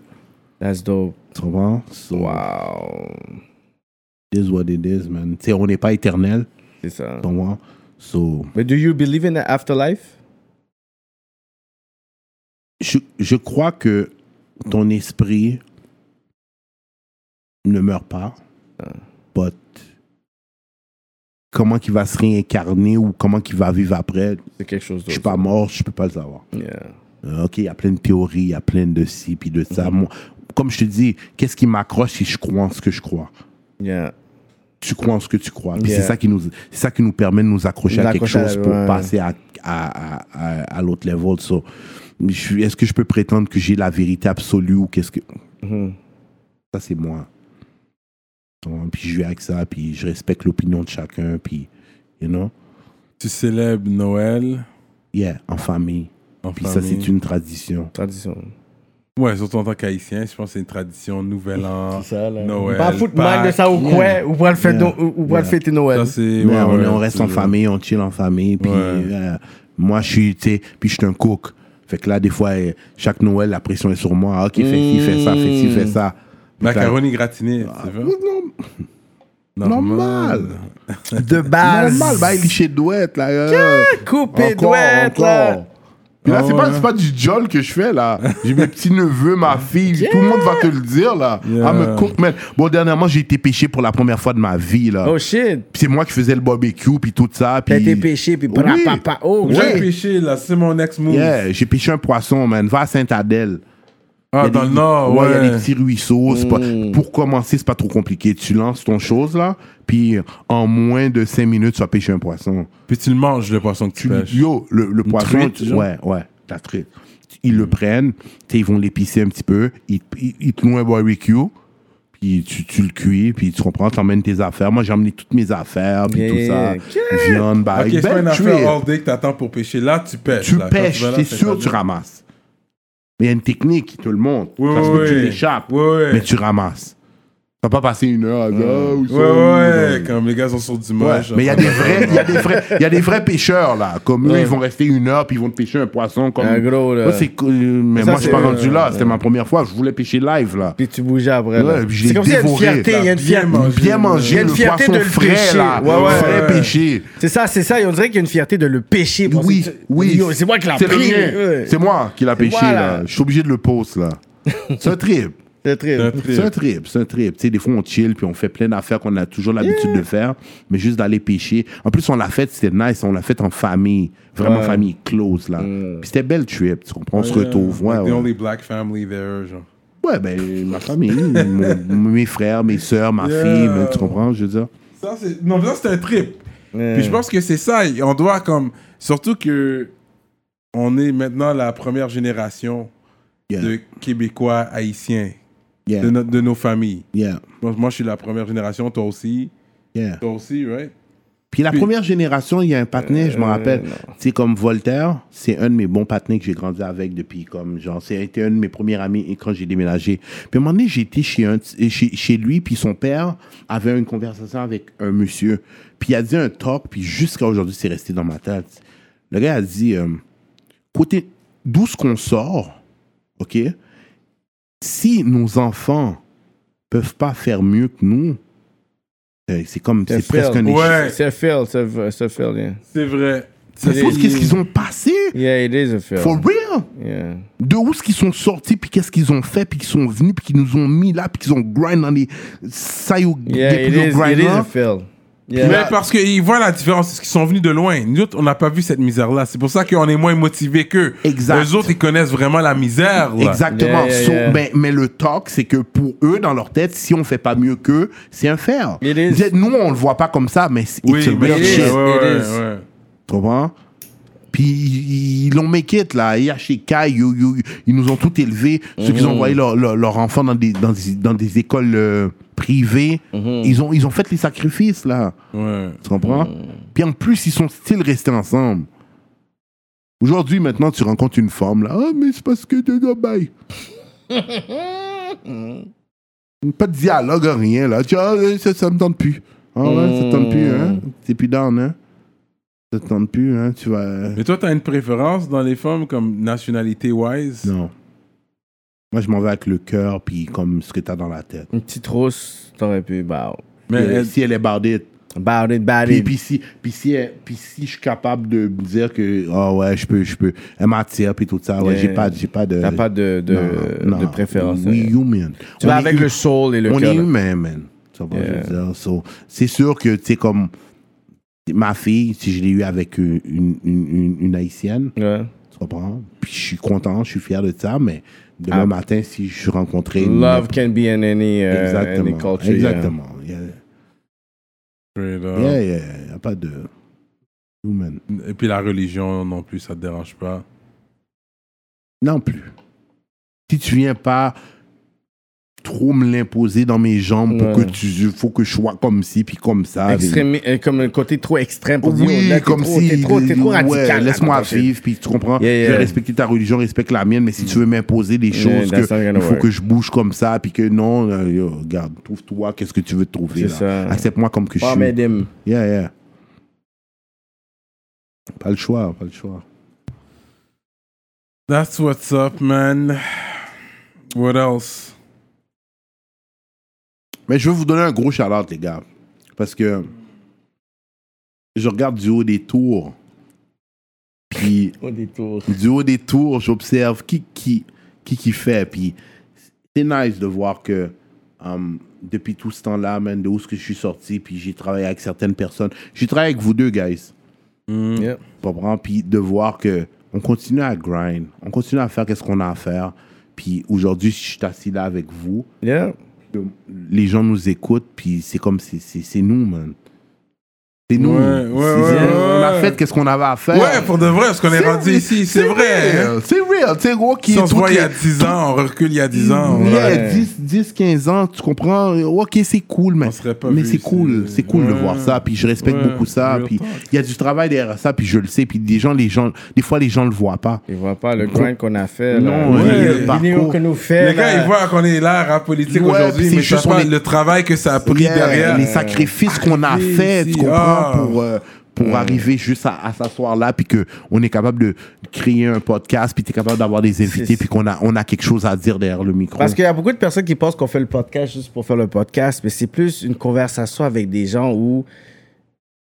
S4: That's dope.
S5: Tu comprends? So,
S4: Wow.
S5: it is what it is, man. Tu sais, on n'est pas éternel.
S4: C'est ça.
S5: Tu comprends? So,
S4: Mais do you believe in the afterlife?
S5: je, je crois que ton esprit ne meurt pas, but comment qu'il va se réincarner ou comment qu'il va vivre après,
S4: C'est quelque chose
S5: je suis
S4: d'autre.
S5: pas mort, je peux pas le savoir.
S4: Yeah.
S5: Euh, ok, il y a plein de théories, il y a plein de ci puis de ça. Moi, comme je te dis, qu'est-ce qui m'accroche si je crois en ce que je crois
S4: Yeah.
S5: tu crois en ce que tu crois. Puis
S4: Yeah.
S5: c'est ça qui nous, c'est ça qui nous permet de nous accrocher
S4: Nous
S5: à quelque
S4: accrocher à-
S5: chose pour
S4: ouais.
S5: passer à, à, à, à- à l'autre level. So, je suis- est-ce que je peux prétendre que j'ai la vérité absolue ou qu'est-ce que
S4: Mhm.
S5: ça c'est moi. Donc, Puis je vis avec ça, puis je respecte l'opinion de chacun, puis you know,
S3: Tu célèbres Noël.
S5: yeah, en famille.
S3: en
S5: Puis ça
S3: famille.
S5: c'est une tradition.
S4: Tradition.
S3: Ouais, surtout en tant qu'haïtien, je pense que c'est une tradition Nouvelle An.
S4: C'est ça, là.
S3: Noël.
S4: Pas foutre mal de
S3: Pâques.
S4: ça ou quoi?
S5: Yeah.
S4: Ou pas le fête-
S5: Yeah.
S4: ou- ou pas le
S5: Yeah.
S4: fêter Noël?
S3: Ça, c'est.
S5: Mais
S3: ouais,
S5: Ben, on,
S3: ouais,
S5: on reste
S3: c'est-
S5: en famille, on chill en famille. Puis
S3: Ouais.
S5: euh, moi, je suis, tu sais, puis je suis un cook. Fait que là, des fois, euh, chaque Noël, la pression est sur moi. Ah, Ok, fais ci, fais ça, fais ci, fais ça. Fait que là,
S3: Macaroni gratiné, tu veux?
S5: Normal.
S4: De base.
S5: Normal, bah, il est chez Douette, là. euh,
S4: Coupé
S5: encore,
S4: douette, là.
S5: encore. Puis là,
S3: Ah
S5: c'est pas,
S3: ouais.
S5: c'est pas du jol que je fais, là. J'ai mes petits-neveux, ma fille, tout le monde va te le dire, là.
S3: Yeah.
S5: Ah, me cook, man. Bon, dernièrement, j'ai été pêché pour la première fois de ma vie, là.
S4: Oh shit.
S5: Puis c'est moi qui faisais le barbecue, puis tout ça.
S4: T'as
S5: puis-
S4: été pêché, puis
S5: Oui.
S4: papa, papa. Oh,
S5: Oui.
S3: J'ai
S4: shit.
S3: pêché, là, c'est mon next move.
S5: Yeah, j'ai pêché un poisson, man. Va à Sainte-Adèle.
S3: Ah,
S5: Y a
S3: dans
S5: des-
S3: le nord,
S5: Ouais, il y a
S3: ouais.
S5: des petits ruisseaux. c'est pas-
S4: Mm.
S5: pour commencer, c'est pas trop compliqué. Tu lances ton chose, là, puis en moins de 5 minutes, tu vas pêcher un poisson.
S3: Puis tu le manges, le poisson que tu
S5: Tu, lui-
S3: pêches.
S5: yo, le, le poisson,
S3: truite,
S5: tu-
S3: genre?
S5: ouais, ouais, la truite. Ils le prennent, tu sais, ils vont l'épicer un petit peu, ils, ils- ils te louent un barbecue, puis tu, tu le cuis, puis tu comprends, t'emmènes tes affaires. Moi, j'ai emmené toutes mes affaires, puis
S4: Yeah,
S5: tout ça.
S4: yeah,
S5: Viande, bah,
S3: Ok, c'est pas
S5: belle
S3: une
S5: truite.
S3: affaire all day que t'attends pour pêcher. Là, tu pêches.
S5: Tu
S3: là. Quand
S5: pêches,
S3: vas là,
S5: t'es
S3: c'est
S5: sûr,
S3: pas
S5: tu
S3: bien.
S5: ramasses. Mais il y a une technique qui te le montre.
S3: Oui,
S5: parce
S3: oui,
S5: que tu
S3: oui.
S5: l'échappes,
S3: Oui, oui.
S5: mais tu ramasses. Tu vas pas passer une heure à dire, Ah, où sont-
S3: Ouais, ouais, ouais, comme les gars sont sur du
S5: Ouais,
S3: moche.
S5: mais il y a des vrais, il y a des vrais, il y a des vrais pêcheurs là. Comme eux, ils vont rester une heure puis ils vont te pêcher un poisson comme.
S4: Un gros, là.
S5: Moi, c'est cool, mais
S4: Ça,
S5: moi, je suis
S4: c'est- euh,
S5: pas rendu là. C'était ma première fois. Je voulais pêcher live là.
S4: Puis tu bougeais après. là.
S5: Ouais, puis je
S4: C'est
S5: l'ai
S4: comme s'il y a une
S5: dévoré,
S4: fierté, il y a une
S3: bien
S4: fierté.
S3: mangé.
S5: Bien
S3: Il y
S5: manger
S3: a
S5: le
S4: une fierté
S5: poisson
S4: de le
S5: frais
S4: pêcher.
S5: là.
S4: Ouais, ouais,
S5: Frais
S3: ouais.
S5: pêché.
S4: C'est ça, c'est ça. On dirait qu'il y a une fierté de le pêcher. Parce
S5: Oui,
S4: que tu-
S5: oui.
S4: Yo, C'est moi qui l'a
S5: C'est le
S4: pris.
S5: mien.
S4: Ouais.
S5: C'est moi qui l'a pêché
S4: moi, là.
S5: là. Je suis obligé de le poster là. C'est un trip.
S4: C'est très.
S5: C'est un trip, c'est un trip. Tu sais, des fois, on chill, puis on fait plein d'affaires qu'on a toujours l'habitude de faire, mais juste d'aller pêcher. En plus, on l'a fait, c'était nice, on l'a fait en famille, vraiment famille close, là. Puis c'était belle trip, tu comprends, on se retrouve. Ouais,
S3: Like The
S5: ouais.
S3: only black family there, genre.
S5: Ouais, ben, ma famille, mon- mes frères, mes sœurs, ma
S3: Yeah.
S5: fille, mais tu comprends, je veux dire.
S3: Ça, c'est... Non, mais ça, c'est un trip.
S4: Ouais.
S3: Puis je pense que c'est ça. et On doit comme... Surtout que on est maintenant la première génération
S5: Yeah.
S3: de Québécois haïtiens,
S5: Yeah,
S3: de, notre- de nos familles.
S5: yeah,
S3: Moi, moi, je suis la première génération, toi aussi.
S5: yeah.
S3: Toi aussi, right?
S5: Puis la
S3: Puis-
S5: première génération, il y a un patinet, je me rappelle. C'est comme Voltaire, c'est un de mes bons patinets que j'ai grandi avec depuis comme genre, c'était un de mes premiers amis et quand j'ai déménagé. Puis à un moment donné, j'étais chez, un, t- chez, chez lui, puis son père avait une conversation avec un monsieur. Puis il a dit un talk, puis jusqu'à aujourd'hui, c'est resté dans ma tête. Le gars a dit, euh, côté d'où ce qu'on sort, OK, si nos enfants peuvent pas faire mieux que nous, euh, c'est comme,
S4: C'est
S5: c'est presque un
S4: fair.
S5: échec.
S3: Ouais,
S4: C'est un fail. C'est un- c'est un fail, yeah.
S3: c'est vrai.
S5: Ça se
S3: C'est-
S5: trouve, qu'est-ce qu'ils ont passé?
S4: Yeah, it is a fail.
S5: For real?
S4: Yeah.
S5: De où ce qu'ils sont sortis, puis qu'est-ce qu'ils ont fait, puis qu'ils sont venus, puis qu'ils nous ont mis là, puis qu'ils ont grind dans les... Ça, you
S4: Yeah,
S5: get
S4: it
S5: your
S4: is,
S5: grind
S4: it is a
S5: là.
S4: fail. Yeah.
S3: Mais parce qu'ils voient la différence, c'est qu'ils sont venus de loin. Nous autres, on n'a pas vu cette misère-là. C'est pour ça qu'on est moins motivés qu'eux.
S5: Exact.
S3: Les autres, ils connaissent vraiment la misère. là.
S5: Exactement.
S4: Yeah, yeah,
S5: So,
S4: yeah.
S5: ben, mais le talk, c'est que pour eux, dans leur tête, si on fait pas mieux qu'eux, c'est un faire.
S4: It is.
S5: Vous êtes- Nous, on le voit pas comme ça, mais c'est
S3: Oui,
S5: it's a
S3: mais
S5: real
S4: it
S3: c'est-
S5: shit.
S4: is.
S3: ouais, ouais,
S4: It
S3: ouais,
S4: is.
S3: ouais.
S5: Tu comprends? Puis ils ils l'ont make it, là. Hier, chez Kai, you- you- ils nous ont tout élevés. Ceux qui ont envoyé leurs leur, leur enfants dans des, dans des, dans des écoles euh, privées, ils, ont, ils ont fait les sacrifices, là.
S3: Ouais.
S5: Tu comprends? Puis en plus, ils sont still restés ensemble. Aujourd'hui, maintenant, tu rencontres une femme, là. Ah, mais c'est parce que tu dois bail. Pas de dialogue, rien, là. Tu vois, Ah, euh, ça, ça me tente plus. Ah ouais, ça te tente plus, hein? T'es plus down, hein? Ça te tente plus, hein? Tu vas.
S3: Mais toi, t'as une préférence dans les femmes comme nationalité-wise?
S5: Non. Moi, je m'en vais avec le cœur, puis comme ce que t'as dans la tête.
S4: Une petite rousse, t'aurais pu. Bah,
S3: Mais
S5: Euh,
S3: elle-
S5: si elle est bardée,
S4: about it, about
S5: Puis,
S4: it.
S5: puis si, puis, si, euh, puis si je suis capable de me dire que, ah ouais, je peux, je peux, elle m'attire, puis tout ça, ouais,
S4: Yeah.
S5: j'ai pas, j'ai pas de.
S4: T'as pas de, de,
S5: Non,
S4: de
S5: non.
S4: préférence.
S5: We
S4: hein.
S5: human.
S4: Tu
S5: On
S4: vas
S5: est
S4: avec
S5: hu-
S4: le soul et le
S5: On
S4: cœur.
S5: est humain, man. Tu vois, je veux dire. So, c'est sûr que, tu sais, comme ma fille, si je l'ai eu avec une, une, une, une haïtienne,
S4: Ouais.
S5: tu comprends? Puis je suis content, je suis fier de ça, mais demain
S4: Ah.
S5: matin, si je rencontrais une-
S4: Love can be in any, uh,
S5: Exactement.
S4: any culture. yeah. Oh.
S5: Exactement. Yeah,
S3: Straight up.
S5: yeah, yeah. Y a pas de. Human.
S3: Et puis la religion non plus, ça te dérange pas.
S5: Non plus. Si tu viens pas trop me l'imposer dans mes jambes pour
S4: Ouais.
S5: que tu faut que je sois comme ci puis comme ça. avec-
S4: Extrême, euh, comme un côté trop extrême pour dire, oh,
S5: Ah, Oui,
S4: là, t'es
S5: comme
S4: trop-
S5: si
S4: T'es trop, t'es trop radical.
S5: ouais,
S4: là,
S5: laisse-moi
S4: dans ta
S5: vivre puis tu comprends.
S4: Yeah, yeah.
S5: Je vais respecter ta religion, respecte la mienne, mais si tu veux m'imposer des
S4: Yeah,
S5: choses
S4: that's not
S5: que
S4: gonna
S5: il faut
S4: work.
S5: que je bouge comme ça puis que non, euh, yo, regarde, trouve-toi qu'est-ce que tu veux te trouver
S4: C'est
S5: là. Ah,
S4: ça.
S5: Accepte-moi comme que je
S4: Oh,
S5: suis.
S4: mais dim.
S5: Yeah, yeah. Pas le choix, pas le choix.
S3: That's what's up, man. What else?
S5: Mais je veux vous donner un gros shout-out, les gars. Parce que je regarde du haut des tours. Puis
S4: Au détour.
S5: du haut des tours, j'observe qui qui, qui qui fait. Puis c'est nice de voir que um, depuis tout ce temps-là, man, de où est-ce que je suis sorti, puis j'ai travaillé avec certaines personnes. J'ai travaillé avec vous deux, guys.
S4: Yeah.
S5: Tu comprends? Puis de voir que on continue à grind, on continue à faire qu'est-ce qu'on a à faire. Puis aujourd'hui, si je suis assis là avec vous,
S4: Yeah.
S5: les gens nous écoutent, puis c'est comme c'est- c'est c'est nous, man. C'est nous.
S3: Ouais, ouais,
S5: C'est-
S3: ouais,
S5: c'est-
S3: ouais,
S5: on a
S3: ouais.
S5: fait qu'est-ce qu'on avait à faire.
S3: Ouais, pour de vrai, parce qu'on est rendu ici, c'est vrai. hein.
S5: real, C'est real. Tu sais, gros, qui
S3: Si on se
S5: toutes
S3: voit il y a
S5: les-
S3: 10 ans, on recule il y a 10 ans.
S5: Yeah,
S3: ouais.
S5: 10, 10, 15 ans, tu comprends? Ok, c'est cool, mais,
S3: On serait pas
S5: mais
S3: vus,
S5: c'est cool.
S3: c'est-
S5: C'est cool de
S3: Ouais.
S5: voir ça, puis je respecte
S3: Ouais,
S5: beaucoup ça,
S3: real
S5: puis
S3: talk.
S5: il y a du travail derrière ça, puis je le sais, puis des gens, les gens, des fois, les gens le voient pas.
S4: Ils voient pas le grind qu'on a fait.
S5: Non,
S4: là.
S3: ouais, le
S4: le vidéo
S5: parcours.
S4: que nous fait.
S3: Les gars,
S4: là.
S3: ils voient qu'on est là, rap politique
S5: Ouais, puis
S3: aujourd'hui,
S5: c'est
S3: mais
S5: juste
S3: juste pas
S5: on est-
S3: le travail que ça a pris
S5: Yeah,
S3: derrière.
S5: Les sacrifices qu'on a
S3: Arriver
S5: fait,
S3: ici,
S5: tu comprends,
S3: ah.
S5: pour, euh, pour
S4: Mm.
S5: arriver juste à, à s'asseoir là, puis que on est capable de créer un podcast, puis tu es capable d'avoir des invités,
S4: C'est-
S5: puis qu'on a, on a quelque chose à dire derrière le micro.
S4: Parce qu'il y a beaucoup de personnes qui pensent qu'on fait le podcast juste pour faire le podcast, mais c'est plus une conversation avec des gens où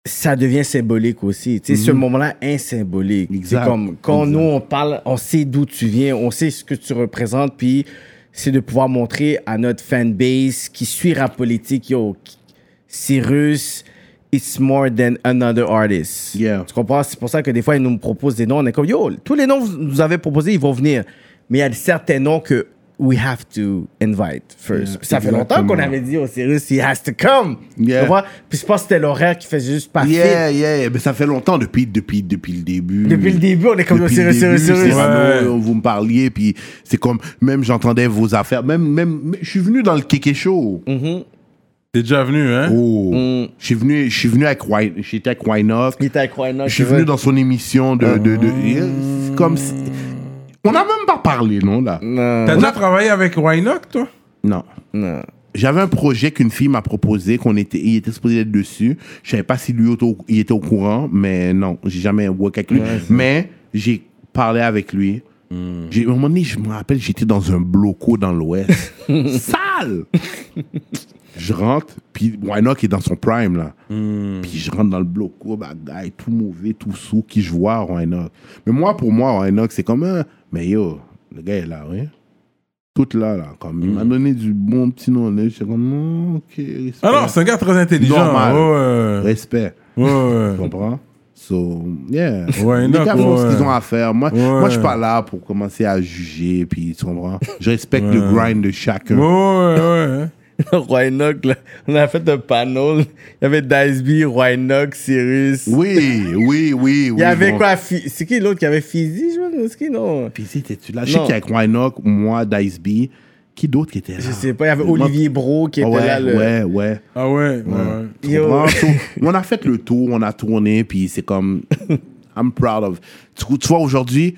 S4: ça devient symbolique aussi. Tu sais, ce moment-là est symbolique.
S5: Mhm. Exact.
S4: C'est comme quand
S5: Exact.
S4: nous, on parle, on sait d'où tu viens, on sait ce que tu représentes, puis c'est de pouvoir montrer à notre fanbase qui suit rap politique, yo, Cyrus, it's more than another artist.
S5: Yeah.
S4: Tu comprends? C'est pour ça que des fois, ils nous proposent des noms. On est comme, yo, tous les noms que vous nous avez proposés, ils vont venir. Mais il y a certains noms que we have to invite first. Puis ça fait longtemps
S5: exactement.
S4: qu'on avait dit au Cyrus, he has to come.
S5: Yeah.
S4: Tu vois? Puis je pense que c'était l'horaire qui faisait juste pas
S5: yeah,
S4: fit.
S5: yeah, mais ça fait longtemps depuis, depuis, depuis le début.
S4: Depuis le début, on est comme, yo,
S5: Depuis le
S4: Cyrus, Cyrus,
S5: début, c'est
S4: Cyrus.
S5: Sano,
S3: Ouais.
S5: vous me parliez, puis c'est comme, même j'entendais vos affaires, même, même, je suis venu dans le Kéké Show.
S4: Mm-hmm.
S3: T'es déjà venu, hein?
S5: Oh.
S4: Mm.
S5: Je suis venu, je suis venu avec Wine, j'étais avec Winehoff.
S4: Il était incroyable.
S5: Je suis venu dans son émission de. de, de- c'est comme. si- On n'a même pas parlé, non, là
S3: T'as déjà travaillé avec Wynock, toi?
S5: Non.
S4: Non.
S5: J'avais un projet qu'une fille m'a proposé, qu'on était, il était supposé être dessus. Je savais pas si lui auto- il était au courant, mais non, j'ai jamais work avec lui. mais j'ai parlé avec lui. J'ai, à un moment donné, je me rappelle, j'étais dans un bloco dans l'Ouest. Sale! je rentre, puis Wynock est dans son prime, là.
S3: Hmm.
S5: Puis je rentre dans le bloco, bagaille, tout mauvais, tout sous, qui je vois, Wynock. Mais moi, pour moi, Wynock, c'est comme un... Mais yo, le gars est là, ouais. Toute là, là, comme.
S3: Hmm.
S5: Il m'a donné du bon petit nom, là. J'étais comme, non, ok. Respect.
S3: Ah non, c'est un gars très intelligent.
S5: Normal.
S3: Ouais,
S5: Respect.
S3: ouais, ouais.
S5: Tu comprends? So, yeah.
S3: Ouais,
S5: Les
S3: non,
S5: gars font
S3: ouais.
S5: ce qu'ils ont à faire. Moi,
S3: Ouais.
S5: moi je suis pas là pour commencer à juger, puis tu comprends? Je respecte le grind de chacun.
S3: Ouais, ouais, hein. ouais.
S4: Le Roy Knock, là, on a fait un panel. Il y avait Diceby, Roy Knock, Cyrus.
S5: Oui, oui, oui, oui.
S4: Il y avait
S5: bon.
S4: quoi Fi- C'est qui l'autre qui avait Fizzy, je pense C'est qui, non
S5: Puis tu sais, t'es-tu là? Je sais
S4: Non.
S5: qu'il y a Wynock, moi, Dice B. Qui d'autre qui était là? Ah
S4: Je sais pas, il y avait Olivier Bro qui était
S5: ouais,
S4: là. Le...
S5: ouais, ouais.
S3: Ah ouais, ouais. ouais.
S5: Tu
S4: Yo.
S5: comprends? So, on a fait le tour, on a tourné, puis c'est comme. I'm proud of. Tu, tu vois, aujourd'hui,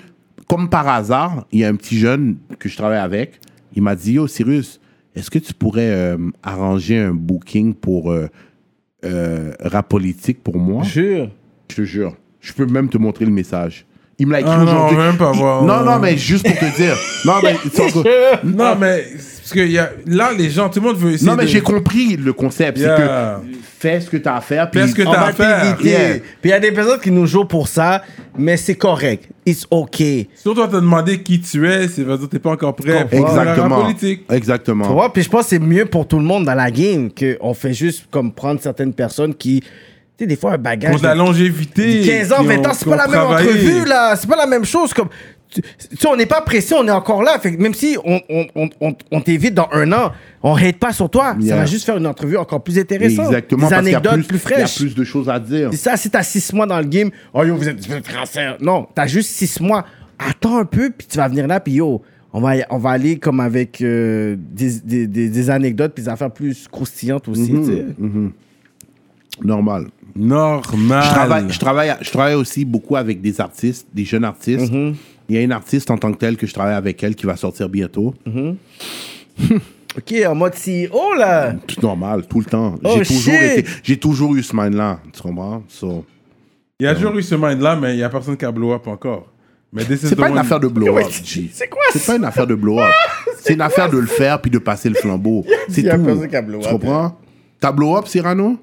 S5: comme par hasard, il y a un petit jeune que je travaille avec. Il m'a dit Yo, Cyrus, est-ce que tu pourrais euh, arranger un booking pour euh, euh, rap politique pour moi
S4: Jure.
S5: Je te jure. Je peux même te montrer le message. Il me l'a écrit
S3: Ah non,
S5: aujourd'hui.
S3: on veut même pas
S5: Il-
S3: voir.
S5: Non, non, mais juste pour te dire. non, mais, c'est encore-
S3: Non, mais c'est parce que y a, là, les gens, tout le monde veut essayer.
S5: non, mais
S3: de-
S5: j'ai compris le concept.
S3: Yeah.
S5: C'est que fais ce que t'as à faire. puis-
S3: Fais ce que
S4: On
S3: t'as
S4: va
S3: à faire.
S4: t'éviter.
S5: Yeah.
S4: Puis il y a des personnes qui nous jouent pour ça, mais c'est correct. It's okay.
S3: Surtout, on t'a demandé qui tu es, c'est veut dire que t'es pas encore prêt pour faire la
S5: Exactement.
S3: politique.
S5: Exactement.
S4: Tu vois, puis je pense que c'est mieux pour tout le monde dans la game qu'on fait juste comme prendre certaines personnes qui, tu sais, des fois un bagage.
S3: Pour de la longévité.
S4: 15 ans,
S3: qui ont-
S4: 20 ans, c'est
S3: qui
S4: pas
S3: ont
S4: la même
S3: travaillé.
S4: entrevue, là. C'est pas la même chose. Comme, tu tu sais, on n'est pas pressé, on est encore là. Fait que même si on, on, on, on, on t'évite dans un an, on hate pas sur toi. Ça
S5: Yeah.
S4: va juste faire une entrevue encore plus intéressante.
S5: Exactement.
S4: Des
S5: parce qu'il y a
S4: anecdotes plus,
S5: Il y a
S4: fraîches.
S5: plus de choses à dire.
S4: Et ça, si t'as 6 mois dans le game, oh yo, vous êtes, vous êtes cancer. Non, t'as juste 6 mois. Attends un peu, puis tu vas venir là, puis yo, on va, on va aller comme avec euh, des, des, des, des anecdotes, puis des affaires plus croustillantes aussi.
S5: Mhm.
S4: tu sais.
S5: Normal.
S3: Normal.
S5: Je travaille, je, travaille, je travaille aussi beaucoup avec des artistes, des jeunes artistes.
S4: Mhm.
S5: Il y a une artiste en tant que telle que je travaille avec elle qui va sortir bientôt.
S4: Mhm. Ok, en mode CEO, là.
S5: Tout normal, tout le temps.
S4: Oh,
S5: j'ai toujours
S4: shit.
S5: été- j'ai toujours eu ce mind-là. Tu comprends? So,
S3: Il y a toujours eu ce mind-là, mais il y a personne qui a blow up encore. Mais this is
S5: c'est
S3: the
S5: pas une
S3: one-
S5: affaire de blow-up,
S4: Ouais,
S5: G.
S4: c'est quoi
S5: C'est
S4: ça?
S5: pas une affaire de blow-up. C'est une affaire de le faire puis de passer le flambeau. C'est
S4: y a
S5: tout.
S4: personne qui a blow
S5: Tu
S4: up.
S5: comprends? T'as blow-up, Cyrano?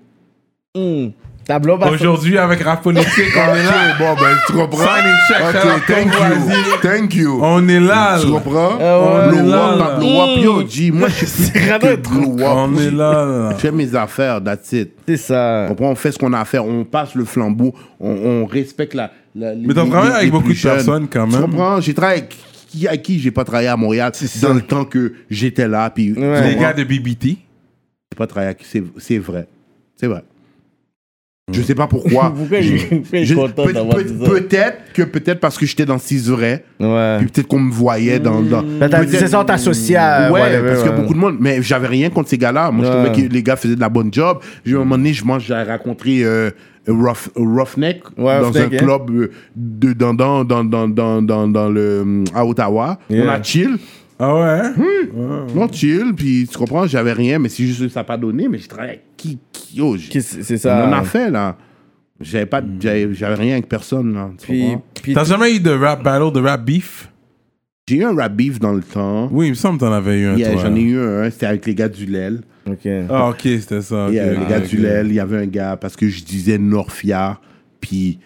S4: Hmm. Tableau bas-
S3: Aujourd'hui, avec rap politique, on est là.
S5: Ok, bon, ben, tu comprends?
S3: Sign and check, shout out
S5: Ok, thank you.
S3: Courvoisier.
S5: Thank you.
S3: On est Oh, là.
S5: Tu
S3: là.
S5: comprends?
S4: Ah ouais,
S5: blow
S3: Euh, oh, là,
S5: up,
S3: là.
S5: pas blow up. Yo, G, moi, je suis plus
S4: Cyrano est
S5: que blow up.
S3: On
S5: G.
S3: est là. là.
S5: Je fais mes affaires, that's it.
S4: C'est ça.
S5: Tu comprends? On fait ce qu'on a à faire. On passe le flambeau. On, on respecte la. la les-
S3: Mais t'as
S5: les-
S3: travaillé
S5: les-
S3: avec
S5: les
S3: beaucoup
S5: plus
S3: de personnes,
S5: jeunes.
S3: quand
S5: Tu
S3: même.
S5: comprends? J'ai travaillé avec qui, à qui j'ai pas travaillé à Montréal dans le temps que j'étais là. Puis tu
S4: Ouais.
S3: Les
S5: comprends?
S3: gars de BBT.
S5: J'ai pas travaillé avec- c'est- C'est vrai. C'est vrai. Je sais pas pourquoi.
S4: Pourquoi il-
S5: Je-
S4: pourquoi il est
S5: je-
S4: content
S5: peut-
S4: d'avoir
S5: peut-
S4: dit ça?
S5: Peut-être que peut-être parce que j'étais dans Cisuré.
S4: Ouais.
S5: Puis peut-être qu'on me voyait dans. dans
S4: Ben, t'as dit,
S5: peut-être-
S4: C'est ça, on t'associe à.
S5: ouais,
S4: whatever,
S5: parce qu'il y
S4: Euh, ouais.
S5: a beaucoup de monde. Mais j'avais rien contre ces gars-là. Moi, je
S4: Ouais.
S5: trouvais que les gars faisaient de la bonne job. J'ai- À un moment donné, je mange, j'ai rencontré euh, Rough, Roughneck
S4: Ouais,
S5: dans
S4: Roughneck, hein.
S5: un
S4: yeah.
S5: club euh, de, dans, dans, dans, dans, dans, dans, dans le, hum, à Ottawa. On
S4: Yeah. Hmm.
S5: a chill.
S3: Ah ouais? hein?
S5: Hmm? On chill. Puis tu comprends, j'avais rien. Mais c'est juste que ça n'a pas donné. Mais je travaillais avec qui, qui oh, j'ai-
S4: Qui- C'est ça. Hmm.
S5: On en a fait, là. J'avais pas, j'avais j'avais rien avec personne, là. Tu
S4: Puis,
S5: comprends?
S4: puis
S3: T'as jamais eu de rap battle, de rap beef?
S5: J'ai eu un rap beef dans le temps.
S3: Oui, il me semble que t'en avais eu un,
S5: Yeah,
S3: toi.
S5: J'en ai eu un. C'était avec les gars du LEL.
S4: Ok.
S3: Ah, ok, c'était ça. ok,
S5: Il y avait
S3: ok,
S5: les gars
S3: Ah, ok.
S5: du LEL, il y avait un gars, parce que je disais Norfia, puis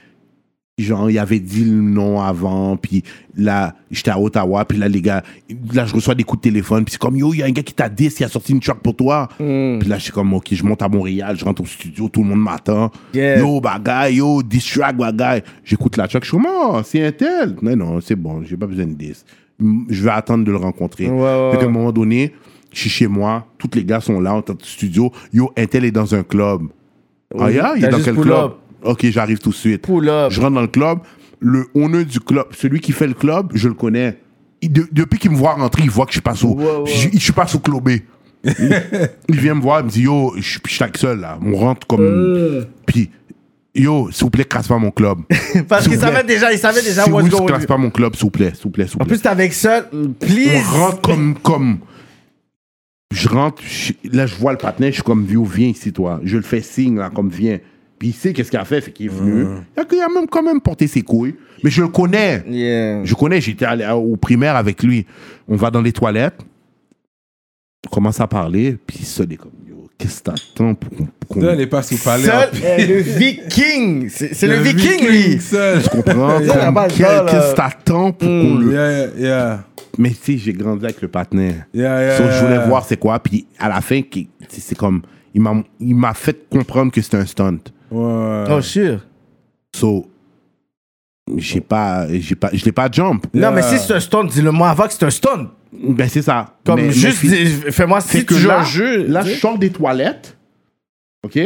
S5: genre, il avait dit le nom avant, puis là, j'étais à Ottawa, puis là, les gars, là, je reçois des coups de téléphone, puis c'est comme, yo, il y a un gars qui t'a dit, il a sorti une track pour toi. Puis là, je suis comme, ok, je monte à Montréal, je rentre au studio, tout le monde m'attend.
S4: Yeah.
S5: Yo, bagaille, yo, diss track, bagaille. J'écoute la track, je suis comme, oh, c'est un tel. Non, non, c'est bon, j'ai pas besoin de diss. M- Je vais attendre de le rencontrer.
S4: Ouais, ouais,
S5: Fait qu'à un
S4: ouais.
S5: moment donné, je suis chez moi, tous les gars sont là, on est dans le studio. Yo, Intel est dans un club. ah, yeah, il
S4: t'as
S5: est dans
S4: juste
S5: quel
S4: pull
S5: club
S4: up.
S5: Ok, j'arrive tout de suite.
S4: Pull up.
S5: Je rentre dans le club. Le honneur du club, celui qui fait le club, je le connais. Il- de- depuis qu'il me voit rentrer, il voit que je passe au,
S4: Ouais, ouais.
S5: Je, je passe au clubé. il vient me voir, il me dit Yo, je suis je suis avec seul là. On rentre comme.
S4: Euh.
S5: Puis, yo, s'il vous plaît, casse pas mon club.
S4: Parce
S5: S'il
S4: qu'il
S5: vous plaît.
S4: savait déjà, il savait déjà
S5: Si
S4: what's
S5: oui,
S4: going
S5: casse
S4: on.
S5: pas mon club, s'il vous plaît, s'il vous plaît, s'il vous
S4: En
S5: plaît.
S4: plus, t'es avec ça, please.
S5: On rentre comme. comme je rentre, je- là, je vois le partenaire, je suis comme, Vio, viens ici, toi. Je le fais signe, là, comme, viens. Puis il sait qu'est-ce qu'il a fait, fait qu'il est venu.
S4: Mmh.
S5: Il a- Il a même quand même porté ses couilles. Mais je le connais.
S4: Yeah.
S5: Je connais, j'étais allé à- au primaire avec lui. On va dans les toilettes, on commence à parler, puis il sonne comme, Yo, Qu'est-ce que t'attends pour qu'on- pour qu'on.
S3: Là, elle est pas sous palais.
S4: Seul
S3: hein.
S4: est le viking. C'est c'est le, viking, lui.
S3: seul.
S5: Tu comprends?
S4: Ça, la base,
S5: Quel-
S4: là, Mmh. là.
S5: Qu'est-ce que t'attends pour qu'on le.
S3: Yeah, yeah, yeah.
S5: Mais tu sais, j'ai grandi avec le partenaire.
S3: Yeah, yeah,
S5: So,
S3: yeah,
S5: je voulais
S4: Euh.
S3: yeah.
S5: voir c'est quoi. Puis à la fin, qui- tu sais, c'est comme. Il m'a- il m'a fait comprendre que c'était un stunt.
S3: Ouais.
S4: Oh, sure.
S5: So. J'ai pas, j'ai pas, je l'ai pas jump.
S4: Non, mais si c'est un stunt, dis-le-moi avant que c'est un stunt.
S5: Ben, c'est ça.
S4: Comme
S5: Mais- mais
S4: juste,
S5: c'est-
S4: dis- fais-moi
S5: c'est
S4: si
S5: que
S4: tu joues
S5: là,
S4: un jeu.
S5: là
S4: tu
S5: je
S4: sais.
S5: sors des toilettes. OK?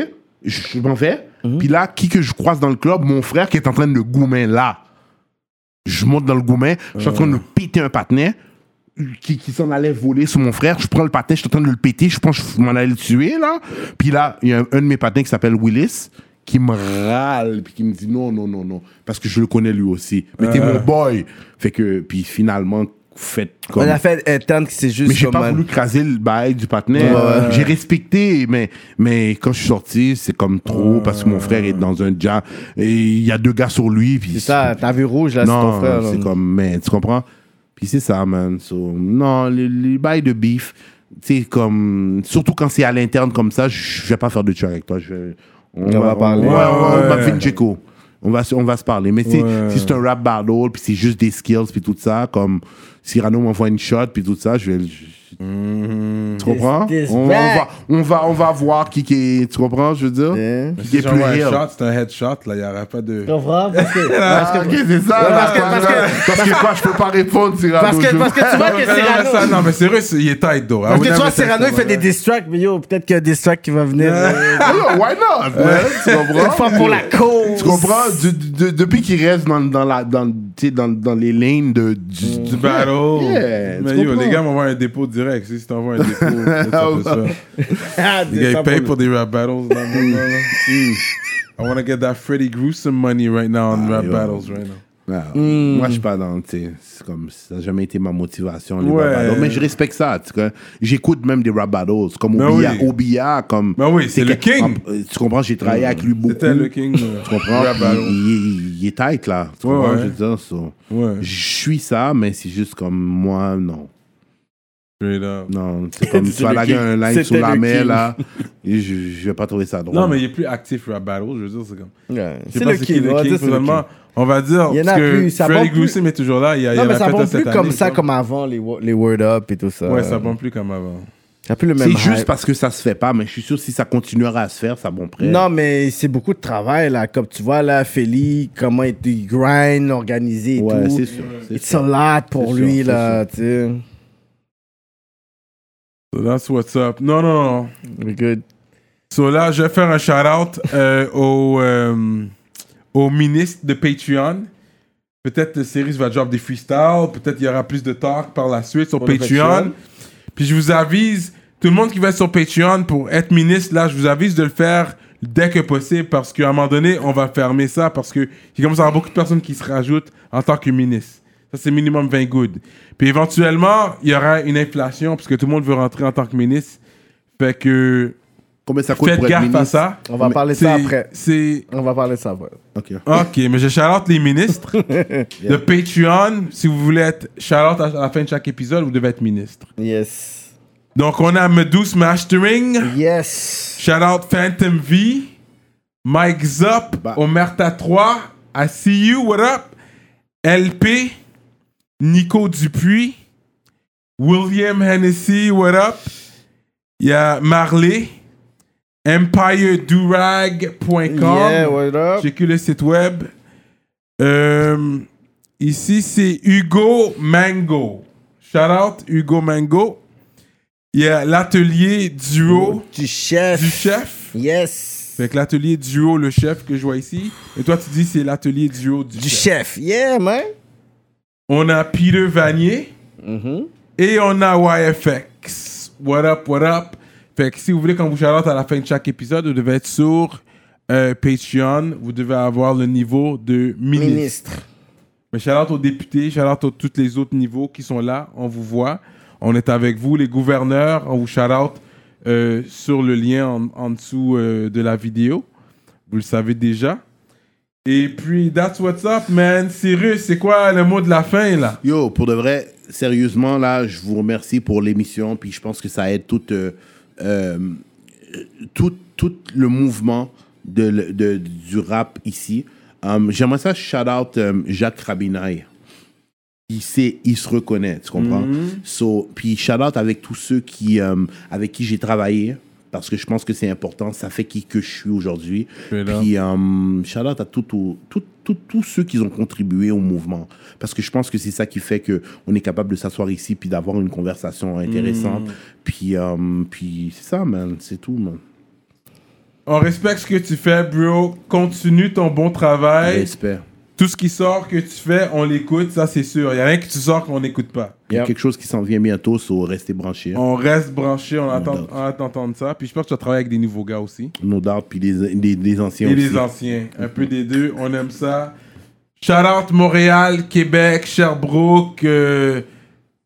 S5: Je, je m'en vais.
S4: Mhm.
S5: Puis là, qui que je croise dans le club? Mon frère qui est en train de goumer là. Je monte dans le goumet. Je suis en train de
S4: Euh.
S5: péter un patinet qui, qui s'en allait voler sur mon frère. Je prends le patinet, je suis en train de le péter. Je pense que je m'en allais le tuer, là. Puis là, il y a un, un de mes patins qui s'appelle Willis qui me râle puis qui me dit non non non non parce que je le connais lui aussi mais t'es mon boy fait que puis finalement faites comme
S4: Euh. On a fait un tent qui c'est juste
S5: mais j'ai
S4: comme,
S5: pas
S4: man.
S5: voulu craser le bail du partenaire. J'ai respecté, mais, mais quand je suis sorti, c'est comme trop parce que mon frère est dans un jam et il y a deux gars sur lui. puis
S4: C'est ça, t'as vu rouge là, Ah, c'est
S5: Non,
S4: ton frère. là.
S5: c'est comme, mais tu comprends? Puis c'est ça, man. So, non, les, les bails de beef, c'est comme, surtout quand c'est à l'interne comme ça, je je vais pas faire de tueur avec toi. Je, vais-
S4: On va parler.
S5: On, ouais,
S4: Ouais,
S5: on- on va
S3: ouais.
S5: faire une Jeko. On va, se- on va se parler. Mais si-
S3: Ouais.
S5: si c'est un rap battle, puis c'est juste des skills, puis tout ça, comme Cyrano m'envoie une shot, puis tout ça, je vais. je-
S4: Mhm.
S5: Tu comprends?
S4: This- this
S5: On, on
S4: back.
S5: va, on, va, on va voir qui, qui est. Tu comprends, je veux dire?
S4: Hein?
S5: Qui,
S3: Si
S5: est plus
S3: j'envoie
S5: réel.
S3: un shot, c'est un headshot, là. Il n'y aurait pas de.
S4: Tu comprends? Parce que-
S5: Ah, ok, c'est ça. là,
S4: parce que-
S5: parce,
S4: parce
S5: que, quoi, je peux pas répondre, Cyrano.
S4: Parce que,
S5: je-
S4: parce que tu vois
S3: Non, mais
S4: que
S3: non, mais ça,
S4: Cyrano.
S3: non, mais c'est vrai, c'est- il est tight, though.
S4: Parce que tu vois, Cyrano, il fait des diss tracks, mais yo, peut-être qu'il y a des diss tracks qui va venir. euh,
S5: Ah, why not? man? Tu comprends?
S4: Une fois pour la cause.
S5: Tu comprends? Du- du- depuis qu'il reste dans, dans, la, dans, tu sais, dans, dans les lignes de, du,
S3: Du battle.
S5: Yeah, tu
S3: mais yo,
S5: comprends.
S3: les gars m'envoient un dépôt direct. Si tu t'envoies un dépôt, ça fait ça.
S4: Ah,
S3: Les gars, ils payent pour des rap battles. là, là, là, là. Mm. I want to get that Freddy Gruesome money right now on rap
S5: yo.
S3: battles right now.
S5: Ah, Moi, je suis pas dans. tu sais, C'est comme ça n'a jamais été ma motivation les
S3: Ouais.
S5: rap battles. Mais je respecte ça. tu sais, J'écoute même des rap battles comme
S3: Ben
S5: Obia,
S3: oui.
S5: Obia, comme.
S3: Ben oui, c'est le
S5: que-
S3: king.
S5: en- euh, tu comprends? J'ai travaillé avec lui beaucoup.
S3: C'était le king. euh,
S5: Mm. Tu comprends?
S3: Rap
S5: Puis
S3: battle.
S5: il, il- il est tight là. Tu
S3: Ouais,
S5: comprends?
S3: ouais.
S5: Je veux dire, so,
S3: Ouais.
S5: Je suis ça, mais c'est juste comme moi, non.
S3: Straight up.
S5: Non, c'est comme
S4: C'est
S5: tu vas
S4: le
S5: laguer
S4: king.
S5: un line
S4: C'était
S5: sous la
S4: le
S5: mer
S4: king.
S5: là. et Je, je vais pas trouver ça drôle.
S3: Non, mais il est plus actif rap battle. Je veux dire, c'est comme.
S4: Ouais,
S3: Je
S4: C'est
S3: sais pas
S4: le
S3: qui
S4: king, on va dire c'est le
S3: finalement.
S4: king.
S3: On va dire.
S4: Il y en a
S3: parce que
S4: plus, ça
S3: Freddy
S4: bombe plus.
S3: Gruesome est toujours là. Il y a, il y
S4: Non,
S3: en
S4: mais
S3: a
S4: ça
S3: fait un
S4: vend plus
S3: cette
S4: comme
S3: année,
S4: ça, euh, comme avant, les, wo- les Word Up et tout ça.
S3: Ouais, ça vend plus comme avant.
S4: Ça a plus le même
S5: C'est juste
S4: hype.
S5: parce que ça se fait pas, mais je suis sûr que si ça continuera à se faire, ça bon prêt.
S4: Non, mais c'est beaucoup de travail, là. Comme tu vois, là, Feli, comment il il grind, organisé et
S5: ouais, c'est
S4: tout.
S5: sûr. c'est
S4: It's
S5: sûr.
S4: a lot pour
S5: C'est
S4: lui,
S5: sûr, c'est
S4: là, tu sais.
S3: So that's what's up. Non, non, non.
S4: We good.
S3: So là, je vais faire un shout-out euh, au, euh, au ministre de Patreon. Peut-être le série va drop des freestyles. Peut-être il y aura plus de talk par la suite sur
S4: le
S3: Patreon.
S4: Patreon.
S3: Puis je vous avise, tout le monde qui va être sur Patreon pour être ministre, là, je vous avise de le faire dès que possible parce qu'à un moment donné, on va fermer ça parce que il commence à y avoir beaucoup de personnes qui se rajoutent en tant que ministre. Ça, c'est minimum 20 good. Puis éventuellement, il y aura une inflation parce que tout le monde veut rentrer en tant que ministre. Fait que
S5: Combien ça coûte
S3: faites
S5: pour être
S3: gaffe
S5: ministre
S3: à ça.
S4: On va
S5: Mais
S4: parler de
S3: C'est-
S4: ça après.
S3: C'est.
S4: On va parler de ça après.
S5: Ok.
S3: Ok, mais je shout les ministres. Le Patreon, si vous voulez être shout à à la fin de chaque épisode, vous devez être ministre.
S4: Yes.
S3: Donc, on a Medus Mastering,
S4: Yes.
S3: shout out Phantom V, Mike Zop,
S5: Bah.
S3: Omerta 3, I see you, what up? LP, Nico Dupuis, William Hennessy, what up? Il y a Marley, EmpireDurag.com.
S4: Yeah, Word Up.
S3: J'ai que le site web. Euh, ici, c'est Hugo Mango. Shout out Hugo Mango. Il y a l'atelier duo
S4: Du chef.
S3: du chef.
S4: Yes.
S3: Fait que l'atelier duo, le chef que je vois ici. Et toi, tu dis c'est l'atelier duo du,
S4: Du
S3: chef.
S4: chef. Yeah, man.
S3: On a Peter Vanier. Et on a YFX. What up, what up? Fait que si vous voulez qu'on vous chalote à la fin de chaque épisode, vous devez être sur euh, Patreon. Vous devez avoir le niveau de ministre.
S4: Ministre.
S3: Mais shout-out aux députés, shout-out à tous les autres niveaux qui sont là. On vous voit. On est avec vous, les gouverneurs. On vous shout-out euh, sur le lien en, en dessous euh, de la vidéo. Vous le savez déjà. Et puis, that's what's up, man. Cyrus, c'est quoi le mot de la fin, là?
S5: Yo, pour de vrai, sérieusement, là, je vous remercie pour l'émission. Puis je pense que ça aide toute euh, euh, tout, tout le mouvement de, le- de- du rap ici. Um, J'aimerais ça shout-out um, Jacques Rabinaille. Il sait, il se reconnaît, tu comprends? So, puis shout-out avec tous ceux qui, um, avec qui j'ai travaillé, parce que je pense que c'est important. Ça fait qui que je suis aujourd'hui.
S3: Straight up.
S5: Puis um, shout-out à tout- tout- tout- tout- tous ceux qui ont contribué au mouvement, parce que je pense que c'est ça qui fait que on est capable de s'asseoir ici puis d'avoir une conversation intéressante. Puis, um, puis c'est ça, man. C'est tout, man.
S3: On respecte ce que tu fais, bro. Continue ton bon travail.
S5: Respect.
S3: Tout ce qui sort que tu fais, on l'écoute, ça c'est sûr. Il y a rien que tu sors qu'on n'écoute pas.
S5: Il y a
S4: Yep.
S5: quelque chose qui s'en vient bientôt, so restez branchés. hein.
S3: On reste branché, on attend,
S5: doubt.
S3: on attend d'entendre ça. Puis je pense que tu vas travailler avec des nouveaux gars aussi.
S5: No doubt, puis les, les, les anciens
S3: Et
S5: aussi.
S3: les anciens. Un peu des deux, on aime ça. Shout out Montréal, Québec, Sherbrooke, euh,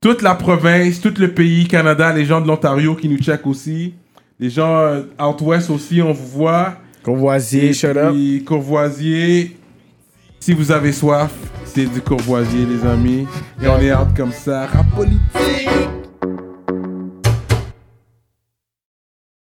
S3: toute la province, tout le pays, Canada, les gens de l'Ontario qui nous checkent aussi. Les gens euh, out west aussi, on vous voit.
S4: Convoisier, shut up.
S3: puis Courvoisier, si vous avez soif, c'est du Courvoisier, les amis. Et on est out comme ça. Rap politique.